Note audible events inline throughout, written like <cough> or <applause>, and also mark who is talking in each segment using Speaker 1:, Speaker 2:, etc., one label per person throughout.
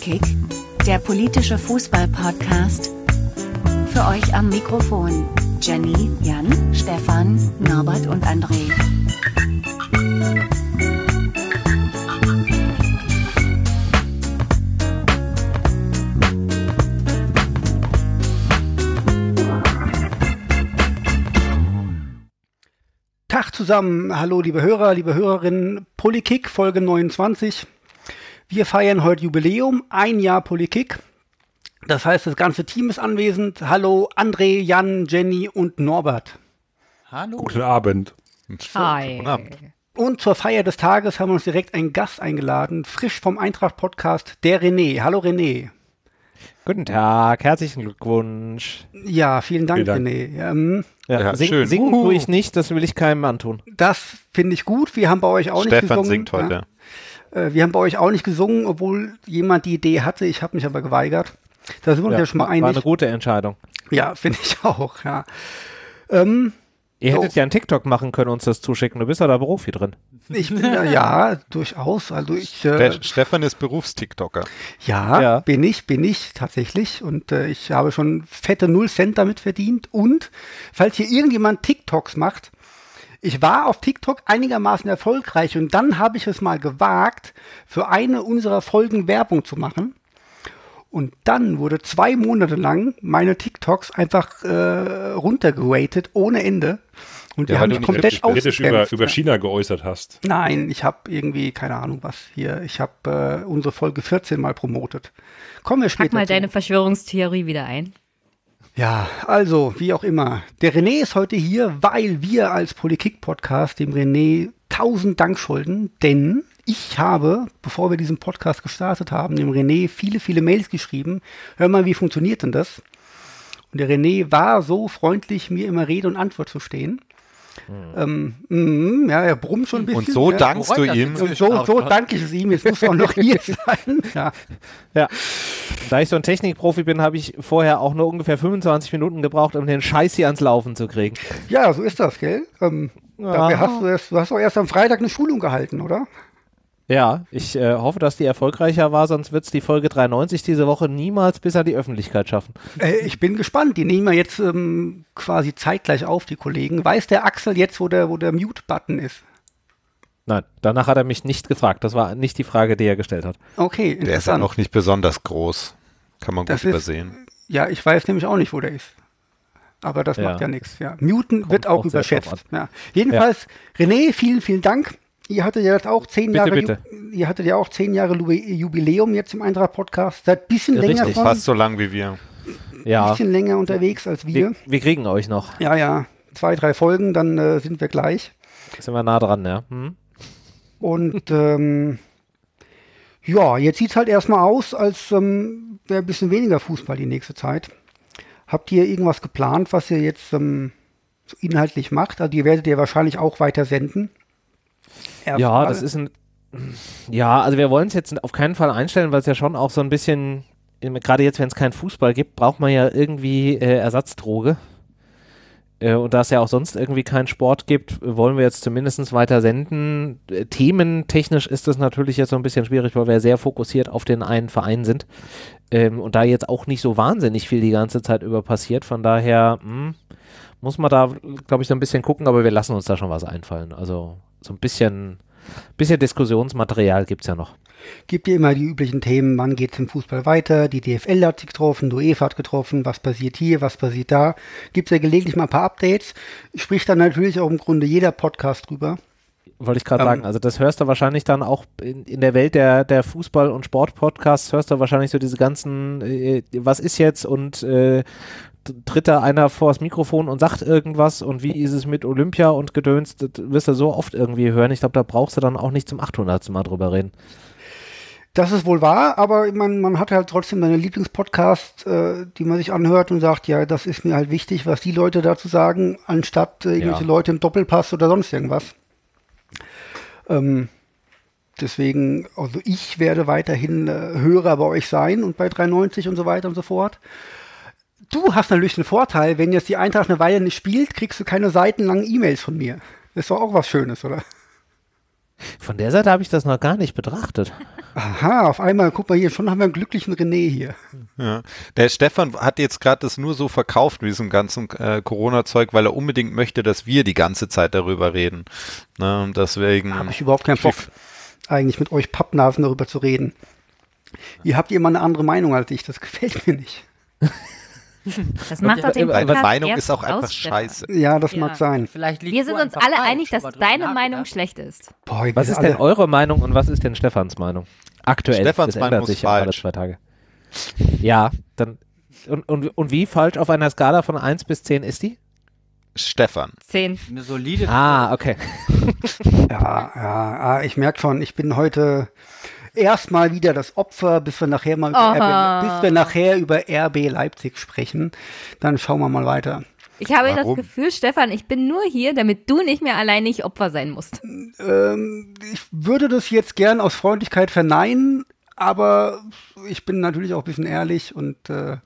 Speaker 1: Kick, der politische Fußball-Podcast. Für euch am Mikrofon Jenny, Jan, Stefan, Norbert und André.
Speaker 2: Tag zusammen. Hallo, liebe Hörer, liebe Hörerinnen. Polikick, Folge 29. Wir feiern heute Jubiläum, ein Jahr Polikick. Das heißt, das ganze Team ist anwesend. Hallo, André, Jan, Jenny und Norbert.
Speaker 3: Hallo.
Speaker 4: Guten Abend.
Speaker 5: Hi.
Speaker 2: Und zur Feier des Tages haben wir uns direkt einen Gast eingeladen, frisch vom Eintracht-Podcast, der René. Hallo, René.
Speaker 6: Guten Tag, herzlichen Glückwunsch.
Speaker 2: Ja, vielen Dank,
Speaker 4: Vielen Dank.
Speaker 2: René. Ähm,
Speaker 6: Ja,
Speaker 3: Ja,
Speaker 6: sing,
Speaker 3: schön.
Speaker 6: Singen
Speaker 3: Uhu.
Speaker 6: tue ich nicht, das will ich keinem antun.
Speaker 2: das finde ich gut. Wir haben bei euch auch nicht
Speaker 3: Stefan
Speaker 2: gesungen. ne?
Speaker 3: singt
Speaker 2: ja.
Speaker 3: heute.
Speaker 2: Äh, Wir haben bei euch auch nicht gesungen, obwohl jemand die Idee hatte. Ich habe mich aber geweigert. Da sind wir uns ja schon mal
Speaker 6: war war eine
Speaker 2: einig.
Speaker 6: gute Entscheidung.
Speaker 2: Ja, finde ich auch, ja. Ähm,
Speaker 6: Ihr
Speaker 2: So.
Speaker 6: hättet ja einen TikTok machen können, uns das zuschicken. Du bist ja da Profi drin. <laughs>
Speaker 2: ich bin da, ja, durchaus. Also ich, äh,
Speaker 3: Der Stefan
Speaker 2: <laughs>
Speaker 3: ist Berufstiktoker.
Speaker 2: ja,
Speaker 6: Ja.
Speaker 2: bin ich, bin ich tatsächlich. Und äh, ich habe schon fette null Cent damit verdient. Und falls hier irgendjemand TikToks macht, ich war auf TikTok einigermaßen erfolgreich und dann habe ich es mal gewagt, für eine unserer Folgen Werbung zu machen. Und dann wurde zwei Monate lang meine TikToks einfach äh, runtergeratet ohne Ende. Und die
Speaker 3: Ja, weil
Speaker 2: haben mich
Speaker 3: du nicht
Speaker 2: komplett
Speaker 4: Kritisch über,
Speaker 2: ausgekämpft.
Speaker 4: über China geäußert hast.
Speaker 2: Nein, ich habe irgendwie keine Ahnung was hier. Ich habe äh, unsere Folge 14 mal promotet. Kommen wir später.
Speaker 5: Pack mal
Speaker 2: zu.
Speaker 5: deine Verschwörungstheorie wieder ein.
Speaker 2: Ja, also, wie auch immer. Der René ist heute hier, weil wir als Politik-Podcast dem René tausend Dank schulden, denn ich habe, bevor wir diesen Podcast gestartet haben, dem René viele, viele Mails geschrieben. Hör mal, wie funktioniert denn das? Und der René war so freundlich, mir immer Rede und Antwort zu stehen. Ähm, mm, ja, er brummt schon ein bisschen.
Speaker 3: Hm. Und so
Speaker 2: ja.
Speaker 3: dankst du
Speaker 7: Woran das
Speaker 3: ihm.
Speaker 2: <laughs>
Speaker 7: jetzt?
Speaker 2: Und so, so danke ich es ihm, jetzt muss er auch noch hier <laughs> sein. Ja.
Speaker 6: Ja. Da ich so ein Technikprofi bin, habe ich vorher auch nur ungefähr 25 Minuten gebraucht, um den Scheiß hier ans Laufen zu kriegen.
Speaker 2: ja, so ist das, gell? Ähm, Dafür
Speaker 6: Ja.
Speaker 2: hast du, erst, du hast doch erst am Freitag eine Schulung gehalten, oder?
Speaker 6: Ja, ich äh, hoffe, dass die erfolgreicher war, sonst wird es die Folge 93 diese Woche niemals bis an die Öffentlichkeit schaffen.
Speaker 2: Äh, ich bin gespannt. Die nehmen wir jetzt ähm, quasi zeitgleich auf, die Kollegen. Weiß der Axel jetzt, wo der, wo der Mute-Button ist?
Speaker 6: Nein, danach hat er mich nicht gefragt. Das war nicht die Frage, die er gestellt hat.
Speaker 2: Okay,
Speaker 3: Der ist ja
Speaker 2: interessant.
Speaker 3: noch nicht besonders groß. Kann man gut
Speaker 2: Das ist-
Speaker 3: übersehen.
Speaker 2: ja, ich weiß nämlich auch nicht, wo der ist. Aber das
Speaker 6: Ja.
Speaker 2: macht ja nichts. Ja. Muten wird auch,
Speaker 6: auch sehr drauf
Speaker 2: überschätzt. Ja. Jedenfalls, René, vielen, vielen Dank. Ihr hattet ja jetzt auch zehn
Speaker 6: Bitte,
Speaker 2: Jahre,
Speaker 6: bitte.
Speaker 2: Ju- ihr hattet ja auch zehn Jahre Lu- Jubiläum jetzt im Eintracht-Podcast. Seid ein bisschen
Speaker 6: Ja,
Speaker 2: länger,
Speaker 6: richtig.
Speaker 2: schon,
Speaker 3: Fast so lang wie wir.
Speaker 6: Ja,
Speaker 2: bisschen länger unterwegs als wir.
Speaker 6: wir, wir kriegen euch noch.
Speaker 2: Ja, ja. Zwei, drei Folgen, dann äh, sind wir gleich.
Speaker 6: Sind wir nah dran, ja. Hm?
Speaker 2: Und <laughs> ähm, ja, jetzt sieht es halt erstmal aus, als ähm, wäre ein bisschen weniger Fußball die nächste Zeit. Habt ihr irgendwas geplant, was ihr jetzt ähm, so inhaltlich macht? Also ihr werdet ihr wahrscheinlich auch weiter senden.
Speaker 6: Ja, das ist ein. Ja, also wir wollen es jetzt auf keinen Fall einstellen, weil es ja schon auch so ein bisschen, im- gerade jetzt, wenn es keinen Fußball gibt, braucht man ja irgendwie äh, Ersatzdroge. Äh, und da es ja auch sonst irgendwie keinen Sport gibt, wollen wir jetzt zumindest weiter senden. Äh, thementechnisch ist das natürlich jetzt so ein bisschen schwierig, weil wir sehr fokussiert auf den einen Verein sind. Ähm, und da jetzt auch nicht so wahnsinnig viel die ganze Zeit über passiert. Von daher, hm, muss man da, glaube ich, so ein bisschen gucken, aber wir lassen uns da schon was einfallen. Also so ein bisschen, bisschen Diskussionsmaterial gibt es ja noch.
Speaker 2: Gibt ihr immer die üblichen Themen, wann geht es im Fußball weiter? Die DFL hat sich getroffen, die UEFA hat getroffen, was passiert hier, was passiert da? Gibt es ja gelegentlich mal ein paar Updates. Spricht dann natürlich auch im Grunde jeder Podcast drüber.
Speaker 6: Wollte ich gerade
Speaker 2: Ähm.
Speaker 6: sagen. Also das hörst du wahrscheinlich dann auch in, in der Welt der, der Fußball- und Sportpodcasts, hörst du wahrscheinlich so diese ganzen, äh, was ist jetzt und äh, d- tritt da einer vors Mikrofon und sagt irgendwas und wie ist es mit Olympia und Gedöns, das wirst du so oft irgendwie hören. Ich glaube, da brauchst du dann auch nicht zum 800. Mal drüber reden.
Speaker 2: Das ist wohl wahr, aber man, man hat halt trotzdem seine Lieblingspodcasts, äh, die man sich anhört und sagt, ja, das ist mir halt wichtig, was die Leute dazu sagen, anstatt äh, irgendwelche
Speaker 6: Ja.
Speaker 2: Leute im Doppelpass oder sonst irgendwas. Ähm, deswegen, also ich werde weiterhin äh, Hörer bei euch sein und bei 93 und so weiter und so fort. Du hast natürlich einen Vorteil, wenn jetzt die Eintracht eine Weile nicht spielt, kriegst du keine seitenlangen E-Mails von mir. Das ist doch auch was Schönes, oder?
Speaker 6: Von der Seite habe ich das noch gar nicht betrachtet.
Speaker 2: Aha, auf einmal, guck mal hier, schon haben wir einen glücklichen René hier.
Speaker 3: Ja. Der Stefan hat jetzt gerade das nur so verkauft mit diesem ganzen äh, Corona-Zeug, weil er unbedingt möchte, dass wir die ganze Zeit darüber reden. Ne, und deswegen.
Speaker 6: Genau.
Speaker 2: Habe ich überhaupt keinen Bock, eigentlich mit euch Pappnasen darüber zu reden. Ihr habt immer eine andere Meinung als ich, das <laughs> gefällt mir nicht.
Speaker 5: Das macht doch den
Speaker 3: Deine
Speaker 5: Podcast
Speaker 3: Meinung
Speaker 5: erst
Speaker 3: ist auch einfach
Speaker 5: aus, Stefan.
Speaker 3: scheiße.
Speaker 2: Ja, das
Speaker 7: Ja.
Speaker 2: mag sein.
Speaker 7: Vielleicht liegt
Speaker 5: Wir
Speaker 7: du
Speaker 5: sind uns
Speaker 7: einfach
Speaker 5: alle
Speaker 7: falsch,
Speaker 5: einig,
Speaker 7: schon
Speaker 5: dass
Speaker 7: mal drüber
Speaker 5: deine
Speaker 7: nachgedacht.
Speaker 5: Meinung schlecht ist.
Speaker 2: Boah, ihr
Speaker 6: Was
Speaker 2: seid
Speaker 6: ist denn
Speaker 2: alle-
Speaker 6: eure Meinung und was ist denn Stefans Meinung? Aktuell.
Speaker 3: Stefans
Speaker 6: das
Speaker 3: Meinung
Speaker 6: ändert
Speaker 3: ist
Speaker 6: sich ja alle
Speaker 3: falsch.
Speaker 6: zwei Tage. Ja, dann. Und, und, und wie falsch auf einer Skala von 1 bis 10 ist die?
Speaker 3: Stefan.
Speaker 5: Zehn.
Speaker 7: Eine solide.
Speaker 6: Ah, okay.
Speaker 2: Ja, ja, ah, ich merke schon, ich bin heute erstmal wieder das Opfer, bis wir nachher mal über
Speaker 5: Aha.
Speaker 2: RB, bis wir nachher über RB Leipzig sprechen. Dann schauen wir mal weiter.
Speaker 5: Ich habe
Speaker 3: Warum?
Speaker 5: das Gefühl, Stefan, ich bin nur hier, damit du nicht mehr allein nicht Opfer sein musst.
Speaker 2: Ähm, ich würde das jetzt gern aus Freundlichkeit verneinen, aber ich bin natürlich auch ein bisschen ehrlich und äh,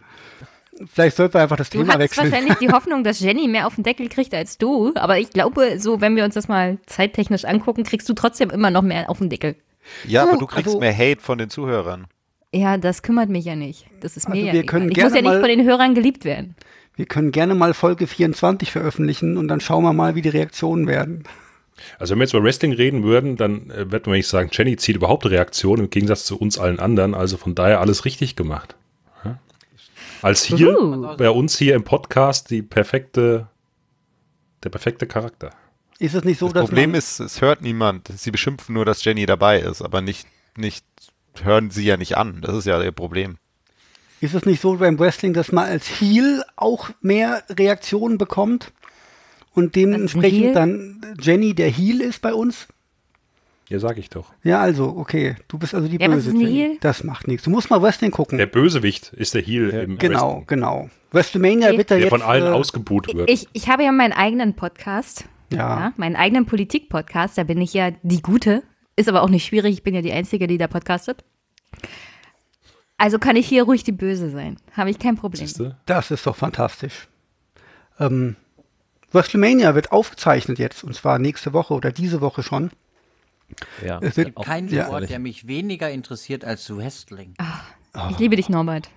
Speaker 2: vielleicht sollten wir einfach das
Speaker 5: Du
Speaker 2: Thema
Speaker 5: hattest
Speaker 2: wechseln.
Speaker 5: wahrscheinlich die Hoffnung, dass Jenny mehr auf den Deckel kriegt als du. Aber ich glaube, so, wenn wir uns das mal zeittechnisch angucken, kriegst du trotzdem immer noch mehr auf den Deckel.
Speaker 3: Ja,
Speaker 2: Oh,
Speaker 3: aber du kriegst
Speaker 2: also-
Speaker 3: mehr Hate von den Zuhörern.
Speaker 5: Ja, das kümmert mich ja nicht. Das ist mir
Speaker 2: Also
Speaker 5: ja
Speaker 2: wir
Speaker 5: egal.
Speaker 2: können
Speaker 5: Ich
Speaker 2: gerne
Speaker 5: muss ja nicht
Speaker 2: mal-
Speaker 5: von den Hörern geliebt werden.
Speaker 2: Wir können gerne mal Folge 24 veröffentlichen und dann schauen wir mal, wie die Reaktionen werden.
Speaker 4: Also wenn wir jetzt über Wrestling reden würden, dann äh, wird man nicht sagen, Jenny zieht überhaupt Reaktionen im Gegensatz zu uns allen anderen. Also von daher alles richtig gemacht. Ja? Als hier
Speaker 5: Uh.
Speaker 4: bei uns hier im Podcast die perfekte, der perfekte Charakter.
Speaker 2: Ist es nicht so,
Speaker 3: Das
Speaker 2: dass
Speaker 3: Problem
Speaker 2: man,
Speaker 3: ist, es hört niemand. Sie beschimpfen nur, dass Jenny dabei ist, aber nicht, nicht hören sie ja nicht an. Das ist ja ihr Problem.
Speaker 2: Ist es nicht so beim Wrestling, dass man als Heel auch mehr Reaktionen bekommt und
Speaker 5: Heel?
Speaker 2: dementsprechend dann Jenny der Heel ist bei uns?
Speaker 4: Ja, sag ich doch.
Speaker 2: Ja, also, okay. Du bist also die
Speaker 5: Ja, was
Speaker 2: Böse.
Speaker 5: ist ein
Speaker 2: Jenny.
Speaker 5: Heel?
Speaker 2: Das macht nichts. Du musst mal Wrestling gucken.
Speaker 4: Der Bösewicht ist der Heel im
Speaker 2: genau,
Speaker 4: Wrestling,
Speaker 2: genau. WrestleMania
Speaker 5: Okay.
Speaker 2: wird da
Speaker 4: der
Speaker 2: jetzt.
Speaker 4: von allen
Speaker 2: äh,
Speaker 4: ausgebuht wird.
Speaker 5: Ich, ich habe ja meinen eigenen Podcast.
Speaker 2: Ja.
Speaker 5: meinen eigenen Politik-Podcast. Da bin ich ja die Gute. Ist aber auch nicht schwierig. Ich bin ja die Einzige, die da podcastet. Also kann ich hier ruhig die Böse sein. Habe ich kein Problem.
Speaker 4: Siehste?
Speaker 2: Das ist doch fantastisch. Ähm, WrestleMania wird aufgezeichnet jetzt und zwar nächste Woche oder diese Woche schon.
Speaker 6: Ja.
Speaker 2: Es wird,
Speaker 7: Kein
Speaker 2: Ja.
Speaker 7: Sport, der mich weniger interessiert als Wrestling.
Speaker 5: Ich liebe dich, Norbert.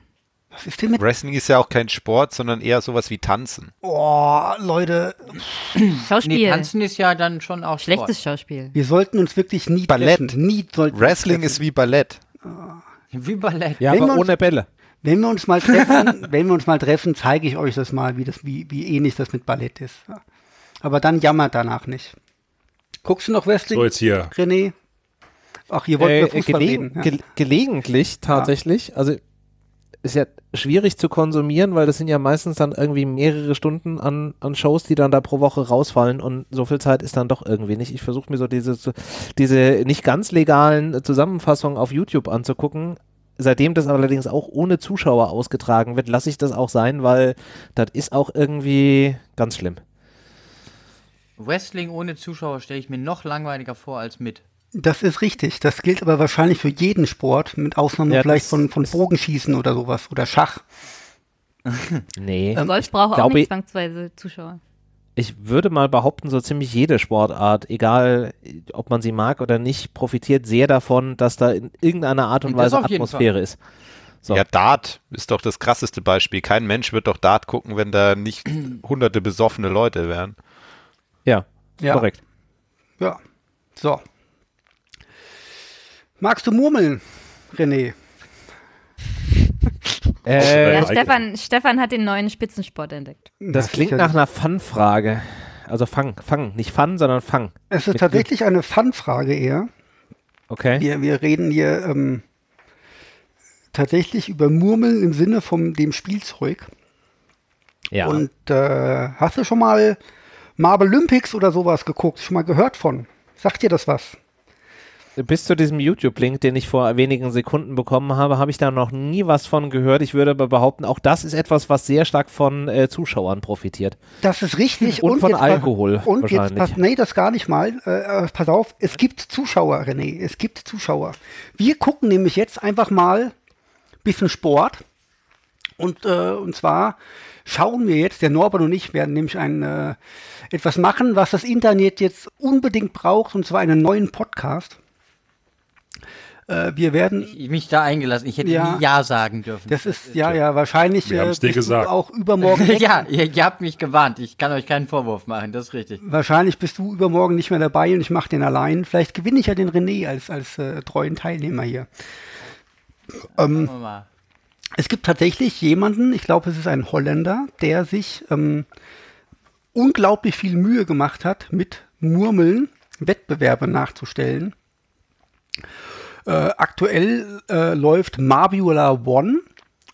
Speaker 2: was ist denn mit.
Speaker 3: Wrestling ist ja auch kein Sport, sondern eher sowas wie Tanzen.
Speaker 2: Boah, Leute,
Speaker 5: Schauspiel.
Speaker 7: nee, tanzen ist ja dann schon auch Sport.
Speaker 5: Schlechtes Schauspiel.
Speaker 2: wir sollten uns wirklich nie
Speaker 3: Ballett.
Speaker 2: treffen. Nie sollten wir uns
Speaker 3: Wrestling ist wie Ballett.
Speaker 7: <laughs> Wie Ballett.
Speaker 6: Ja,
Speaker 2: Wenn wir
Speaker 6: aber
Speaker 2: uns-
Speaker 6: ohne Bälle.
Speaker 2: Wenn wir uns mal treffen, <laughs> wenn wir uns mal treffen, zeige ich euch das mal, wie das, wie, wie ähnlich das mit Ballett ist. Aber dann jammert danach nicht. Guckst du noch Wrestling,
Speaker 4: So, jetzt hier.
Speaker 2: René? Ach, ihr wollt
Speaker 6: Äh,
Speaker 2: über Fußball
Speaker 6: gelegen-
Speaker 2: reden. Ja.
Speaker 6: ge gelegentlich tatsächlich. Also ist ja schwierig zu konsumieren, weil das sind ja meistens dann irgendwie mehrere Stunden an, an Shows, die dann da pro Woche rausfallen und so viel Zeit ist dann doch irgendwie nicht. Ich versuche mir so diese, diese nicht ganz legalen Zusammenfassungen auf YouTube anzugucken. Seitdem das allerdings auch ohne Zuschauer ausgetragen wird, lasse ich das auch sein, weil das ist auch irgendwie ganz schlimm.
Speaker 7: Wrestling ohne Zuschauer stelle ich mir noch langweiliger vor als mit.
Speaker 2: Das ist richtig. Das gilt aber wahrscheinlich für jeden Sport, mit Ausnahme
Speaker 6: Ja,
Speaker 2: vielleicht
Speaker 6: das
Speaker 2: von, von Bogenschießen oder sowas oder Schach.
Speaker 6: Nee.
Speaker 5: Golf braucht auch
Speaker 6: Ähm, glaube,
Speaker 5: nicht zwangsweise Zuschauer.
Speaker 6: ich würde mal behaupten, so ziemlich jede Sportart, egal äh, ob man sie mag oder nicht, profitiert sehr davon, dass da in irgendeiner Art und
Speaker 7: Das
Speaker 6: Weise
Speaker 7: auf jeden
Speaker 6: Atmosphäre ist. So.
Speaker 3: Ja, Dart ist doch das krasseste Beispiel. Kein Mensch wird doch Dart gucken, wenn
Speaker 2: <clears throat>
Speaker 3: da nicht hunderte besoffene Leute wären.
Speaker 6: Ja,
Speaker 2: Ja.
Speaker 6: korrekt.
Speaker 2: Ja. So. Magst du murmeln, René?
Speaker 4: Äh,
Speaker 5: Ja,
Speaker 4: Nein,
Speaker 5: Stefan, Stefan hat den neuen Spitzensport entdeckt.
Speaker 6: das
Speaker 2: ist
Speaker 6: klingt
Speaker 2: ja-
Speaker 6: nach einer Fun-Frage. Also Fang, Fang, nicht Fun, sondern Fang.
Speaker 2: Es ist tatsächlich eine Fun-Frage eher.
Speaker 6: Okay.
Speaker 2: Wir, wir reden hier ähm, tatsächlich über Murmeln im Sinne von dem Spielzeug.
Speaker 6: Ja.
Speaker 2: Und äh, hast du schon mal Marble Olympics oder sowas geguckt? Schon mal gehört von? Sagt dir das was?
Speaker 6: Bis zu diesem YouTube-Link, den ich vor wenigen Sekunden bekommen habe, habe ich da noch nie was von gehört. Ich würde aber behaupten, auch das ist etwas, was sehr stark von äh, Zuschauern profitiert.
Speaker 2: Das ist richtig.
Speaker 6: Und von
Speaker 2: jetzt-
Speaker 6: Alkohol
Speaker 2: Und jetzt,
Speaker 6: wahrscheinlich.
Speaker 2: pass, nee, das gar nicht mal. Äh, äh, pass auf, es gibt Zuschauer, René. Es gibt Zuschauer. Wir gucken nämlich jetzt einfach mal ein bisschen Sport. Und, äh, und zwar schauen wir jetzt, der Norbert und ich werden nämlich ein, äh, etwas machen, was das Internet jetzt unbedingt braucht, und zwar einen neuen Podcast. Äh, wir werden
Speaker 7: Ich mich da eingelassen. Ich hätte
Speaker 2: Ja.
Speaker 7: nie Ja sagen dürfen.
Speaker 2: Das ist, ja, ja, wahrscheinlich äh,
Speaker 4: Wir haben's dir
Speaker 2: bist du
Speaker 4: gesagt.
Speaker 2: auch
Speaker 6: <laughs>
Speaker 2: übermorgen weg.
Speaker 7: <laughs> ja, ihr, ihr habt mich gewarnt. Ich kann euch keinen Vorwurf machen, das ist richtig.
Speaker 2: Wahrscheinlich bist du übermorgen nicht mehr dabei und ich mache den allein. Vielleicht gewinne ich ja den René als, als äh, treuen Teilnehmer hier.
Speaker 7: Schauen wir mal.
Speaker 2: Es gibt tatsächlich jemanden, ich glaube, es ist ein Holländer, der sich ähm, unglaublich viel Mühe gemacht hat, mit Murmeln Wettbewerbe nachzustellen. Äh, aktuell äh, läuft Marbula One.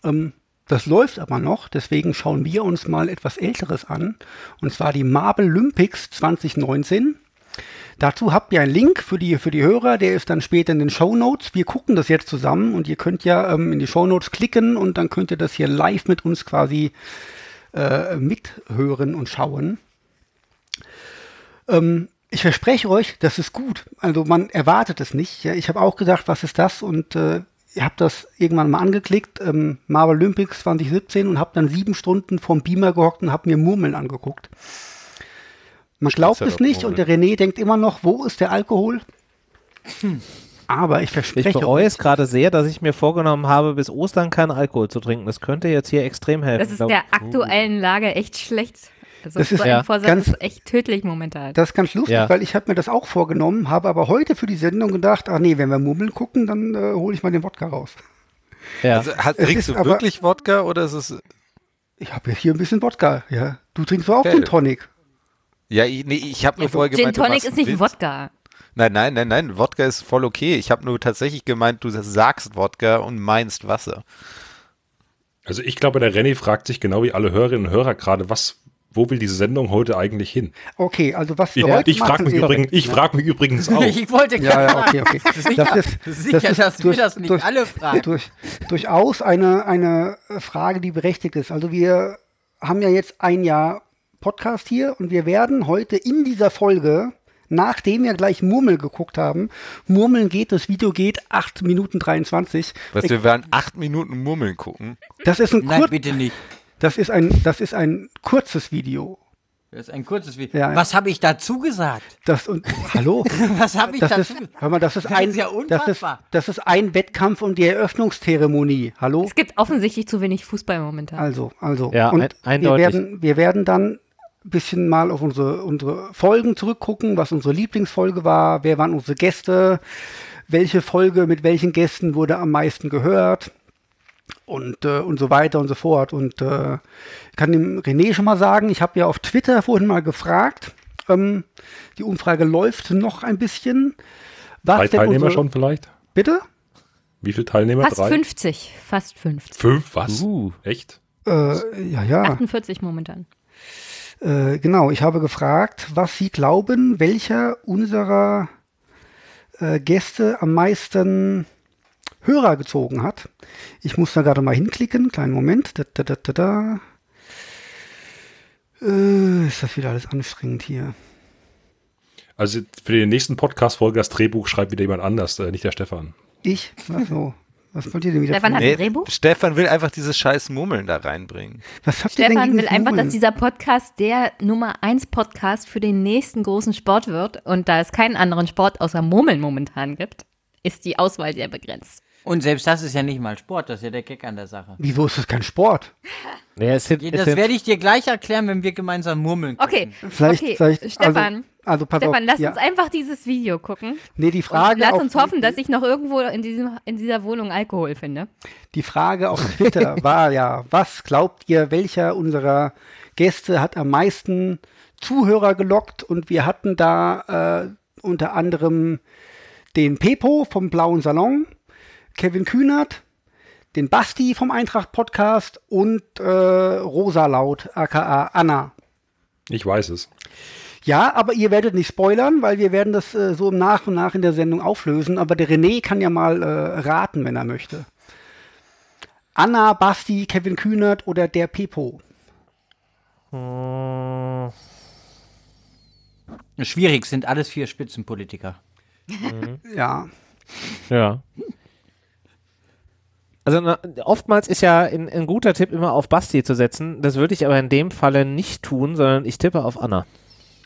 Speaker 2: Ähm, das läuft aber noch, deswegen schauen wir uns mal etwas Älteres an. Und zwar die Marble Olympics 2019. Dazu habt ihr einen Link für die, für die Hörer, der ist dann später in den Show Notes. Wir gucken das jetzt zusammen und ihr könnt ja ähm, in die Show Notes klicken und dann könnt ihr das hier live mit uns quasi äh, mithören und schauen. Ähm, ich verspreche euch, das ist gut. Also man erwartet es nicht. Ja, ich habe auch gedacht, was ist das? Und äh, ich habe das irgendwann mal angeklickt, ähm, Marvel Olympics 2017 und habe dann sieben Stunden vom Beamer gehockt und habe mir Murmeln angeguckt. Man glaubt es
Speaker 3: Spezielle
Speaker 2: nicht und der René denkt immer noch, wo ist der Alkohol? Aber ich verspreche
Speaker 6: Hm. Ich bereue
Speaker 2: euch,
Speaker 6: es gerade sehr, dass ich mir vorgenommen habe, bis Ostern keinen Alkohol zu trinken. Das könnte jetzt hier extrem helfen.
Speaker 5: Das ist
Speaker 6: glaub-
Speaker 5: der aktuellen Lage echt schlecht. Also
Speaker 2: Das
Speaker 5: so
Speaker 2: ist
Speaker 5: ein
Speaker 6: ja
Speaker 5: Vorsatz
Speaker 2: ganz-
Speaker 5: ist echt tödlich momentan.
Speaker 2: das ist ganz lustig,
Speaker 6: Ja.
Speaker 2: weil ich habe mir das auch vorgenommen, habe aber heute für die Sendung gedacht, ach nee, wenn wir Murmeln gucken, dann äh, hole ich mal den Wodka raus.
Speaker 6: ja.
Speaker 3: Also, hat,
Speaker 2: Es ist
Speaker 3: trinkst du
Speaker 2: aber-
Speaker 3: wirklich Wodka oder ist es.
Speaker 2: Ich habe jetzt hier ein bisschen Wodka, ja. Du trinkst doch auch
Speaker 4: Äh.
Speaker 3: Okay.
Speaker 2: den Tonic.
Speaker 3: Ja, ich, nee, ich habe
Speaker 2: Also,
Speaker 3: nur vorher
Speaker 5: Gin
Speaker 3: gemeint. du
Speaker 5: Tonic
Speaker 3: machst
Speaker 5: ist nicht
Speaker 3: einen Witz.
Speaker 5: Wodka.
Speaker 3: Nein, nein, nein, nein. Wodka ist voll okay. Ich habe nur tatsächlich gemeint, du sagst Wodka und meinst Wasser.
Speaker 4: Also ich glaube, der René fragt sich genau wie alle Hörerinnen und Hörer gerade, was, wo will diese Sendung heute eigentlich hin?
Speaker 2: Okay, also was wir
Speaker 4: Ich,
Speaker 2: heute
Speaker 4: ich frage
Speaker 2: machen
Speaker 4: mich,
Speaker 2: ist-
Speaker 4: übrigens- ich frag
Speaker 2: <laughs>
Speaker 4: mich übrigens auch.
Speaker 7: <laughs> Ich wollte
Speaker 2: Oh. Ja,
Speaker 7: gerade
Speaker 2: ja, okay, okay.
Speaker 7: <laughs> Sicher- sicher, dass wir das nicht alle fragen.
Speaker 2: Durch, durchaus eine, eine Frage, die berechtigt ist. Also wir haben ja jetzt ein Jahr Podcast hier und wir werden heute in dieser Folge, nachdem wir gleich Murmel geguckt haben, Murmeln geht, das Video geht, 8 Minuten 23.
Speaker 3: Weißt du, wir werden acht Minuten Murmeln gucken.
Speaker 2: Das ist ein,
Speaker 7: Nein,
Speaker 2: kur
Speaker 7: bitte nicht.
Speaker 2: das ist ein, das ist ein kurzes Video.
Speaker 7: Das ist ein kurzes Video.
Speaker 2: Ja, ja.
Speaker 7: Was habe ich dazu gesagt?
Speaker 2: Das und
Speaker 7: <laughs>
Speaker 2: hallo.
Speaker 7: Was habe ich
Speaker 2: das
Speaker 7: dazu
Speaker 2: ist,
Speaker 7: gesagt?
Speaker 2: hör mal, das ist
Speaker 7: Das
Speaker 2: ein,
Speaker 7: ist ja
Speaker 2: das ist,
Speaker 7: unfassbar.
Speaker 2: das ist ein Wettkampf um die Eröffnungszeremonie. Hallo.
Speaker 5: Es gibt offensichtlich zu wenig Fußball momentan.
Speaker 2: Also, also.
Speaker 6: Ja,
Speaker 2: und
Speaker 6: ein-
Speaker 2: wir
Speaker 6: eindeutig.
Speaker 2: werden, wir werden dann ein bisschen mal auf unsere, unsere Folgen zurückgucken, was unsere Lieblingsfolge war, wer waren unsere Gäste, welche Folge mit welchen Gästen wurde am meisten gehört und, äh, und so weiter und so fort. Und äh, ich kann dem René schon mal sagen, ich habe ja auf Twitter vorhin mal gefragt, ähm, die Umfrage läuft noch ein bisschen. Was
Speaker 4: Drei
Speaker 2: denn
Speaker 4: Teilnehmer
Speaker 2: unsere-
Speaker 4: schon vielleicht?
Speaker 2: Bitte?
Speaker 4: Wie viele Teilnehmer?
Speaker 5: Fast
Speaker 4: Drei?
Speaker 5: 50, fast 50.
Speaker 4: Fünf? Was?
Speaker 6: Uh.
Speaker 4: Echt?
Speaker 2: Äh, ja, ja.
Speaker 5: 48 momentan.
Speaker 2: Äh, genau, ich habe gefragt, was Sie glauben, welcher unserer äh, Gäste am meisten Hörer gezogen hat. Ich muss da gerade mal hinklicken, kleinen Moment. Da, da, da, da, da. Äh, ist das wieder alles anstrengend hier?
Speaker 4: Also für den nächsten Podcast-Folge das Drehbuch schreibt wieder jemand anders, äh, nicht der Stefan.
Speaker 2: Ich? Was, so. was wollt ihr denn wieder?
Speaker 5: Stefan
Speaker 2: von-
Speaker 5: hat- Ein Drehbuch?
Speaker 3: Stefan will einfach dieses scheiß Murmeln da reinbringen.
Speaker 2: was habt ihr denn
Speaker 5: Stefan
Speaker 2: gegen
Speaker 5: will
Speaker 2: das
Speaker 5: einfach, dass
Speaker 2: Murmeln?
Speaker 5: dieser Podcast der Nummer 1 Podcast für den nächsten großen Sport wird. Und da es keinen anderen Sport außer Murmeln momentan gibt, ist die Auswahl sehr begrenzt.
Speaker 7: Und selbst das ist ja nicht mal Sport, das ist ja der Gag an der Sache.
Speaker 2: Wieso ist das kein Sport?
Speaker 6: Nee, es sind, es
Speaker 7: Das
Speaker 6: sind,
Speaker 7: werde ich dir gleich erklären, wenn wir gemeinsam murmeln. gucken.
Speaker 5: Okay,
Speaker 2: Vielleicht,
Speaker 5: okay.
Speaker 2: vielleicht,
Speaker 5: Stefan,
Speaker 2: also, also pass
Speaker 5: Stefan,
Speaker 2: auf.
Speaker 5: lass
Speaker 2: ja.
Speaker 5: uns einfach dieses Video gucken.
Speaker 2: Nee, die
Speaker 5: Und
Speaker 2: Frage
Speaker 5: lass
Speaker 2: auf
Speaker 5: uns hoffen, dass ich noch irgendwo in, diesem, in dieser Wohnung Alkohol finde.
Speaker 2: Die Frage auf Twitter war ja, was glaubt ihr, welcher unserer Gäste hat am meisten Zuhörer gelockt? Und wir hatten da äh, unter anderem den Pepo vom Blauen Salon, Kevin Kühnert, den Basti vom Eintracht Podcast und äh, Rosa Laut, aka Anna.
Speaker 4: Ich weiß es.
Speaker 2: Ja, aber ihr werdet nicht spoilern, weil wir werden das äh, so nach und nach in der Sendung auflösen. Aber der René kann ja mal äh, raten, wenn er möchte. Anna, Basti, Kevin Kühnert oder der Pepo?
Speaker 7: Schwierig, sind alles vier Spitzenpolitiker.
Speaker 2: Ja.
Speaker 6: ja. Also na, oftmals ist ja ein, ein guter Tipp immer auf Basti zu setzen. Das würde ich aber in dem Falle nicht tun, sondern ich tippe auf Anna.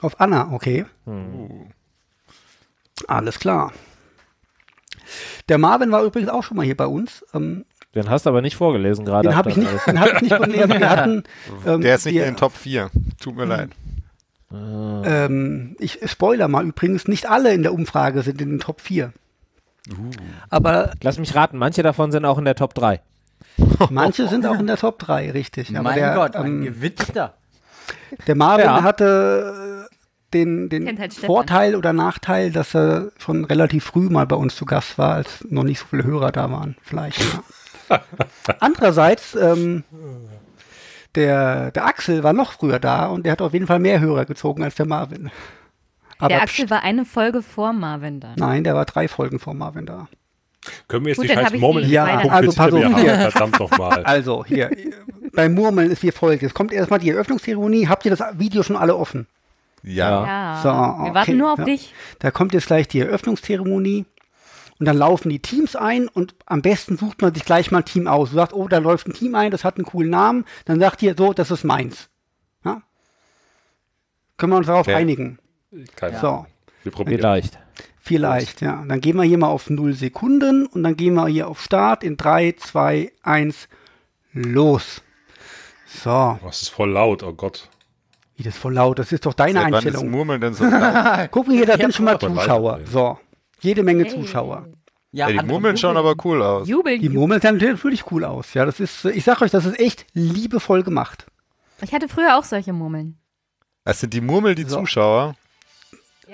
Speaker 2: Auf Anna, okay.
Speaker 3: Hm.
Speaker 2: Alles klar. Der Marvin war übrigens auch schon mal hier bei uns. Ähm,
Speaker 6: Den hast du aber nicht vorgelesen
Speaker 3: Ah,
Speaker 6: gerade.
Speaker 2: den habe ich nicht, den hab ich nicht gelesen. Wir hatten, ähm,
Speaker 3: <laughs> Der ist nicht
Speaker 2: wir, Mhm.
Speaker 3: in den Top 4. Tut mir leid.
Speaker 2: ähm, ich spoiler mal übrigens, nicht alle in der Umfrage sind in den Top 4.
Speaker 3: Uh.
Speaker 2: Aber
Speaker 6: Lass mich raten, manche davon sind auch in der Top 3.
Speaker 2: manche sind auch in der Top 3, richtig. Aber
Speaker 7: Oh. mein
Speaker 2: der,
Speaker 7: Gott, ein
Speaker 2: ähm,
Speaker 7: Gewitter.
Speaker 2: Der Marvin
Speaker 6: Ja.
Speaker 2: hatte äh, den, den
Speaker 5: Kennt halt Stefan.
Speaker 2: Vorteil oder Nachteil, dass er schon relativ früh mal bei uns zu Gast war, als noch nicht so viele Hörer da waren, vielleicht.
Speaker 7: <laughs>
Speaker 2: ja. Andererseits, ähm, der, der Axel war noch früher da und der hat auf jeden Fall mehr Hörer gezogen als der Marvin. Aber
Speaker 5: Der
Speaker 2: pst,
Speaker 5: Axel war eine Folge vor Marvin dann.
Speaker 2: nein, der war drei Folgen vor Marvin da.
Speaker 4: Können wir jetzt
Speaker 5: Gut,
Speaker 4: die
Speaker 5: dann hab
Speaker 4: scheiß
Speaker 5: ich
Speaker 4: Murmeln
Speaker 5: die- Ja,
Speaker 2: also pass
Speaker 4: mehr
Speaker 2: auf, <laughs>
Speaker 4: haben?
Speaker 2: hier.
Speaker 4: Verdammt nochmal.
Speaker 2: Also
Speaker 7: <laughs>
Speaker 2: hier, beim Murmeln ist hier folgendes. Jetzt kommt erstmal die Eröffnungszeremonie. Habt ihr das Video schon alle offen?
Speaker 3: Ja.
Speaker 5: Ja.
Speaker 2: So,
Speaker 5: Wir warten
Speaker 2: okay,
Speaker 5: nur auf
Speaker 2: ja.
Speaker 5: dich.
Speaker 2: Da kommt jetzt gleich die Eröffnungszeremonie und dann laufen die Teams ein und am besten sucht man sich gleich mal ein Team aus. Du sagst, oh, da läuft ein Team ein, das hat einen coolen Namen. Dann sagt ihr, so, das ist meins. Ja? Können wir uns darauf
Speaker 3: Ja.
Speaker 2: einigen?
Speaker 4: Keine Ahnung.
Speaker 2: So,
Speaker 4: Wir probieren.
Speaker 6: Vielleicht.
Speaker 2: vielleicht, ja. Dann gehen wir hier mal auf 0 Sekunden und dann gehen wir hier auf Start in 3, 2, 1, los. So,
Speaker 4: Oh, es ist voll laut, oh Gott.
Speaker 2: wie das voll laut, das ist doch deine
Speaker 3: Seit wann ist
Speaker 2: Einstellung.
Speaker 3: Murmeln denn
Speaker 2: <laughs>
Speaker 3: so laut?
Speaker 2: Gucken hier, da sind schon mal
Speaker 4: aber weiter
Speaker 2: Zuschauer.
Speaker 4: reden.
Speaker 2: So, jede Menge Zuschauer.
Speaker 7: Ja,
Speaker 3: Ja, die
Speaker 7: andere
Speaker 3: Murmeln schauen aber cool aus.
Speaker 5: Jubel.
Speaker 2: Die Murmeln sahen natürlich cool aus. Ja, das ist, ich sag euch, das ist echt liebevoll gemacht.
Speaker 5: Ich hatte früher auch solche Murmeln.
Speaker 3: Das sind die Murmeln, die
Speaker 2: So.
Speaker 3: Zuschauer.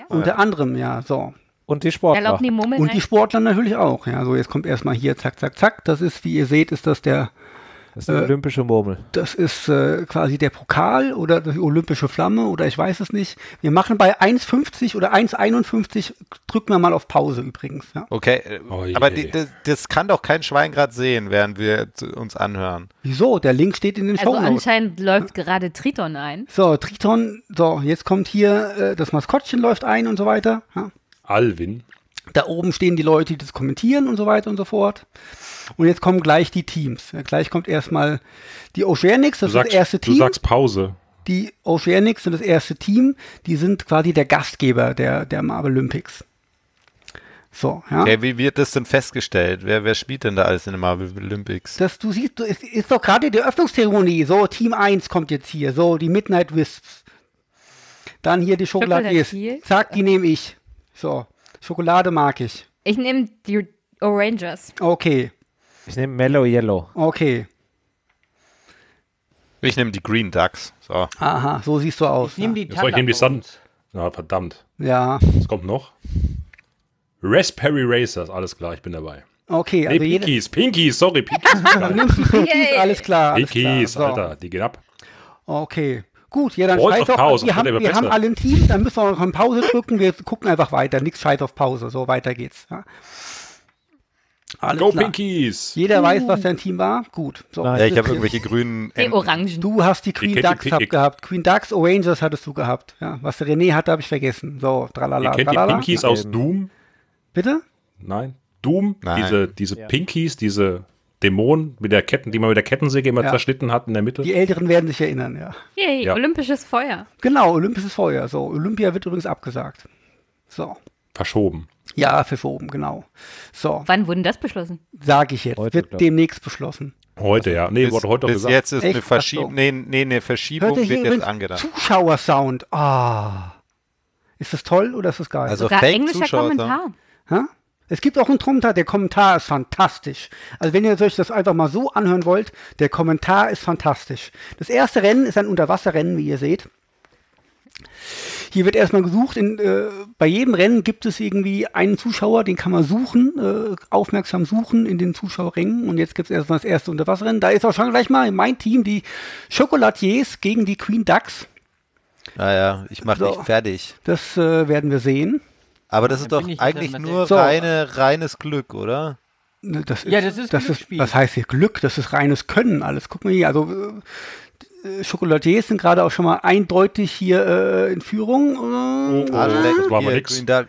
Speaker 2: Unter anderem, ja, so.
Speaker 6: Und die
Speaker 5: Da
Speaker 6: Sportler.
Speaker 5: laufen die Murmeln
Speaker 2: Und die
Speaker 5: ein.
Speaker 2: Sportler natürlich auch. Ja, so, jetzt kommt erstmal hier, zack, zack, zack. Das ist, wie ihr seht, ist das der,
Speaker 6: Das ist eine
Speaker 2: Äh,
Speaker 6: olympische Murmel.
Speaker 2: das ist äh, quasi der Pokal oder die olympische Flamme oder ich weiß es nicht. Wir machen bei 1,50 oder 1,51 drücken wir mal auf Pause übrigens. Ja.
Speaker 3: Okay, äh,
Speaker 4: Oh je.
Speaker 3: aber die, das, das kann doch kein Schwein gerade sehen, während wir zu- uns anhören.
Speaker 2: Wieso? Der Link steht in den
Speaker 5: Also
Speaker 2: Show Notes.
Speaker 5: anscheinend läuft gerade Triton ein.
Speaker 2: So, Triton, so, jetzt kommt hier, äh, das Maskottchen läuft ein und so weiter. Ja.
Speaker 4: Alvin.
Speaker 2: Da oben stehen die Leute, die das kommentieren und so weiter und so fort. Und jetzt kommen gleich die Teams. Ja, gleich kommt erstmal die Oceanics,
Speaker 4: Du
Speaker 2: das ist
Speaker 4: sagst,
Speaker 2: das erste
Speaker 4: du
Speaker 2: Team.
Speaker 4: sagst Pause.
Speaker 2: Die Oceanics sind das erste Team. Die sind quasi der Gastgeber der, der Marvel Olympics. So, ja.
Speaker 3: Okay, wie wird das denn festgestellt? Wer, wer spielt denn da alles in den Marvel Olympics?
Speaker 2: Das, du siehst, du, es ist doch gerade die Eröffnungszeremonie. So, Team 1 kommt jetzt hier. So, die Midnight Wisps. Dann hier die Schokoladiers.
Speaker 5: Schokoladiers.
Speaker 2: Zack, die nehme ich. So, Schokolade mag ich.
Speaker 5: Ich nehme die Orangers.
Speaker 2: Okay,
Speaker 6: Ich nehme Mellow Yellow.
Speaker 2: okay.
Speaker 3: Ich nehme die Green Ducks. So.
Speaker 2: Ah, Aha, so siehst du aus.
Speaker 7: Ich nehme die
Speaker 4: Jetzt soll ich nehmen die Sun.
Speaker 7: Thunderbolts.
Speaker 4: Na, verdammt.
Speaker 2: ja.
Speaker 4: Was kommt noch? Raspberry Racers, alles klar, ich bin dabei.
Speaker 2: Okay,
Speaker 4: Nee,
Speaker 2: also jeder,
Speaker 4: Pinkies, Pinkies, sorry, Pinkies. ist
Speaker 2: du
Speaker 4: geil.
Speaker 2: nimmst <laughs> die Pinkies,
Speaker 5: Yay.
Speaker 2: alles klar. Alles
Speaker 4: Pinkies,
Speaker 2: klar.
Speaker 4: Alter, die gehen ab.
Speaker 2: Okay. Gut, ja, dann
Speaker 4: Balls
Speaker 2: scheiß
Speaker 4: of
Speaker 2: auf,
Speaker 4: Chaos,
Speaker 2: wir,
Speaker 4: das wird
Speaker 2: haben,
Speaker 4: immer
Speaker 2: wir
Speaker 4: besser.
Speaker 2: haben alle ein Team, dann müssen wir noch eine Pause drücken, wir gucken einfach weiter, nix scheiß auf Pause, so weiter geht's. Ja. Alles
Speaker 4: Go
Speaker 2: klar.
Speaker 4: Pinkies.
Speaker 2: Jeder weiß, was dein Team war, gut. So.
Speaker 6: Nein.
Speaker 3: Ja, ich habe irgendwelche grünen
Speaker 5: Die
Speaker 3: Enten.
Speaker 5: Orangen.
Speaker 2: Du hast die Queen
Speaker 4: kennt die
Speaker 2: Ducks
Speaker 4: Pink-
Speaker 2: hab
Speaker 4: ihr-
Speaker 2: gehabt, Queen Ducks, Orangers hattest du gehabt. Ja, was der René hatte, habe ich vergessen. So,
Speaker 4: Ihr
Speaker 2: tralala,
Speaker 4: kennt die
Speaker 2: tralala.
Speaker 4: Pinkies aus Doom?
Speaker 2: Bitte?
Speaker 4: Nein. Doom?
Speaker 3: Nein.
Speaker 4: Diese, diese Pinkies, diese Dämonen mit der Ketten, die man mit der Kettensäge immer
Speaker 2: Ja.
Speaker 4: zerschnitten hat in der Mitte.
Speaker 2: Die Älteren werden sich erinnern, ja.
Speaker 5: Yay,
Speaker 4: Ja.
Speaker 5: olympisches Feuer.
Speaker 2: Genau, Olympisches Feuer, so. Olympia wird übrigens abgesagt. So.
Speaker 4: Verschoben.
Speaker 2: Ja, verschoben, genau. So.
Speaker 5: Wann wurden das beschlossen?
Speaker 2: Sage ich jetzt.
Speaker 6: Heute,
Speaker 2: Wird
Speaker 6: glaub ich.
Speaker 2: demnächst beschlossen.
Speaker 4: Heute, ja. Nee,
Speaker 3: Bis,
Speaker 4: wurde heute doch
Speaker 3: bis
Speaker 4: gesagt.
Speaker 3: jetzt ist
Speaker 2: Echt?
Speaker 3: eine
Speaker 2: Ach so.
Speaker 3: Verschiebung. Nee, nee, eine
Speaker 2: Hört
Speaker 3: Verschiebung
Speaker 2: ihr hier
Speaker 3: wird jetzt
Speaker 2: übrigens
Speaker 3: angedacht.
Speaker 2: Zuschauersound? Ah. Ist das toll oder ist das geil?
Speaker 3: Also
Speaker 5: Sogar
Speaker 3: Fake
Speaker 5: englischer
Speaker 3: Zuschauer. sagen.
Speaker 5: Kommentar.
Speaker 2: Hä? Es gibt auch einen Kommentar. Der Kommentar ist fantastisch. Also wenn ihr euch das einfach mal so anhören wollt, der Kommentar ist fantastisch. Das erste Rennen ist ein Unterwasserrennen, wie ihr seht. Hier wird erstmal gesucht. In, äh, bei jedem Rennen gibt es irgendwie einen Zuschauer, den kann man suchen, äh, aufmerksam suchen in den Zuschauerrängen. Und jetzt gibt es erstmal das erste Unterwasserrennen. Da ist auch schon gleich mal mein Team, die Chocolatiers gegen die Queen Ducks.
Speaker 3: Ja, ja, ich mache
Speaker 2: So.
Speaker 3: dich fertig.
Speaker 2: Das äh, werden wir sehen.
Speaker 3: Aber das ist
Speaker 7: Dann
Speaker 3: doch
Speaker 7: bin ich
Speaker 3: eigentlich
Speaker 7: drin,
Speaker 3: nur
Speaker 2: So.
Speaker 3: reine, reines Glück, oder?
Speaker 2: Ne, Das ist,
Speaker 7: Ja, das ist Glücksspiel.
Speaker 2: Was heißt hier Glück? Das ist reines Können alles. Guck mal hier, also äh, Chocolatiers sind gerade auch schon mal eindeutig hier äh, in Führung. Äh,
Speaker 4: Oh, oh,
Speaker 3: Alle-
Speaker 4: das war aber
Speaker 3: hier,
Speaker 4: nix.
Speaker 3: Green Duck.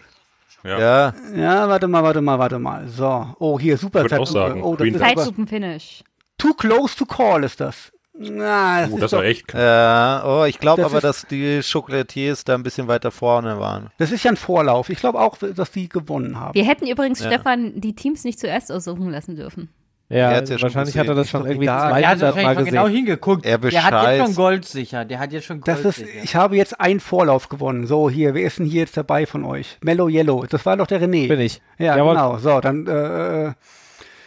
Speaker 3: Ja.
Speaker 2: Ja, warte mal, warte mal, warte mal. So. Oh, hier, super
Speaker 4: Würd auch sagen,
Speaker 2: Oh, das
Speaker 4: Green
Speaker 2: ist
Speaker 4: Day.
Speaker 2: aber,
Speaker 5: Zeitlupenfinish.
Speaker 2: too close to call ist das. Na, das,
Speaker 4: Oh,
Speaker 2: ist
Speaker 4: das
Speaker 2: doch,
Speaker 4: war echt.
Speaker 3: Ja, oh, ich glaube
Speaker 2: Das
Speaker 3: aber,
Speaker 2: ist-
Speaker 3: dass die Chocolatiers da ein bisschen weiter vorne waren.
Speaker 2: das ist ja ein Vorlauf. Ich glaube auch, dass die gewonnen haben.
Speaker 5: Wir hätten übrigens
Speaker 3: Ja.
Speaker 5: Stefan die Teams nicht zuerst aussuchen lassen dürfen.
Speaker 6: Ja,
Speaker 3: Er hat's ja schon
Speaker 6: wahrscheinlich
Speaker 3: gesehen.
Speaker 6: hat er das schon
Speaker 2: doch
Speaker 6: irgendwie
Speaker 2: egal.
Speaker 7: Der hat
Speaker 6: 200 Mal
Speaker 7: wahrscheinlich schon
Speaker 6: gesehen.
Speaker 7: genau hingeguckt.
Speaker 3: Er
Speaker 7: der hat jetzt
Speaker 3: bescheißt.
Speaker 7: schon Gold sicher. Der hat jetzt schon Gold
Speaker 2: Das ist,
Speaker 7: sicher.
Speaker 2: ich habe jetzt einen Vorlauf gewonnen. So, hier, wer ist denn hier jetzt dabei von euch? Mellow Yellow, das war doch der René.
Speaker 6: Bin ich.
Speaker 2: Ja,
Speaker 6: Jawohl.
Speaker 2: genau. So, dann äh, äh,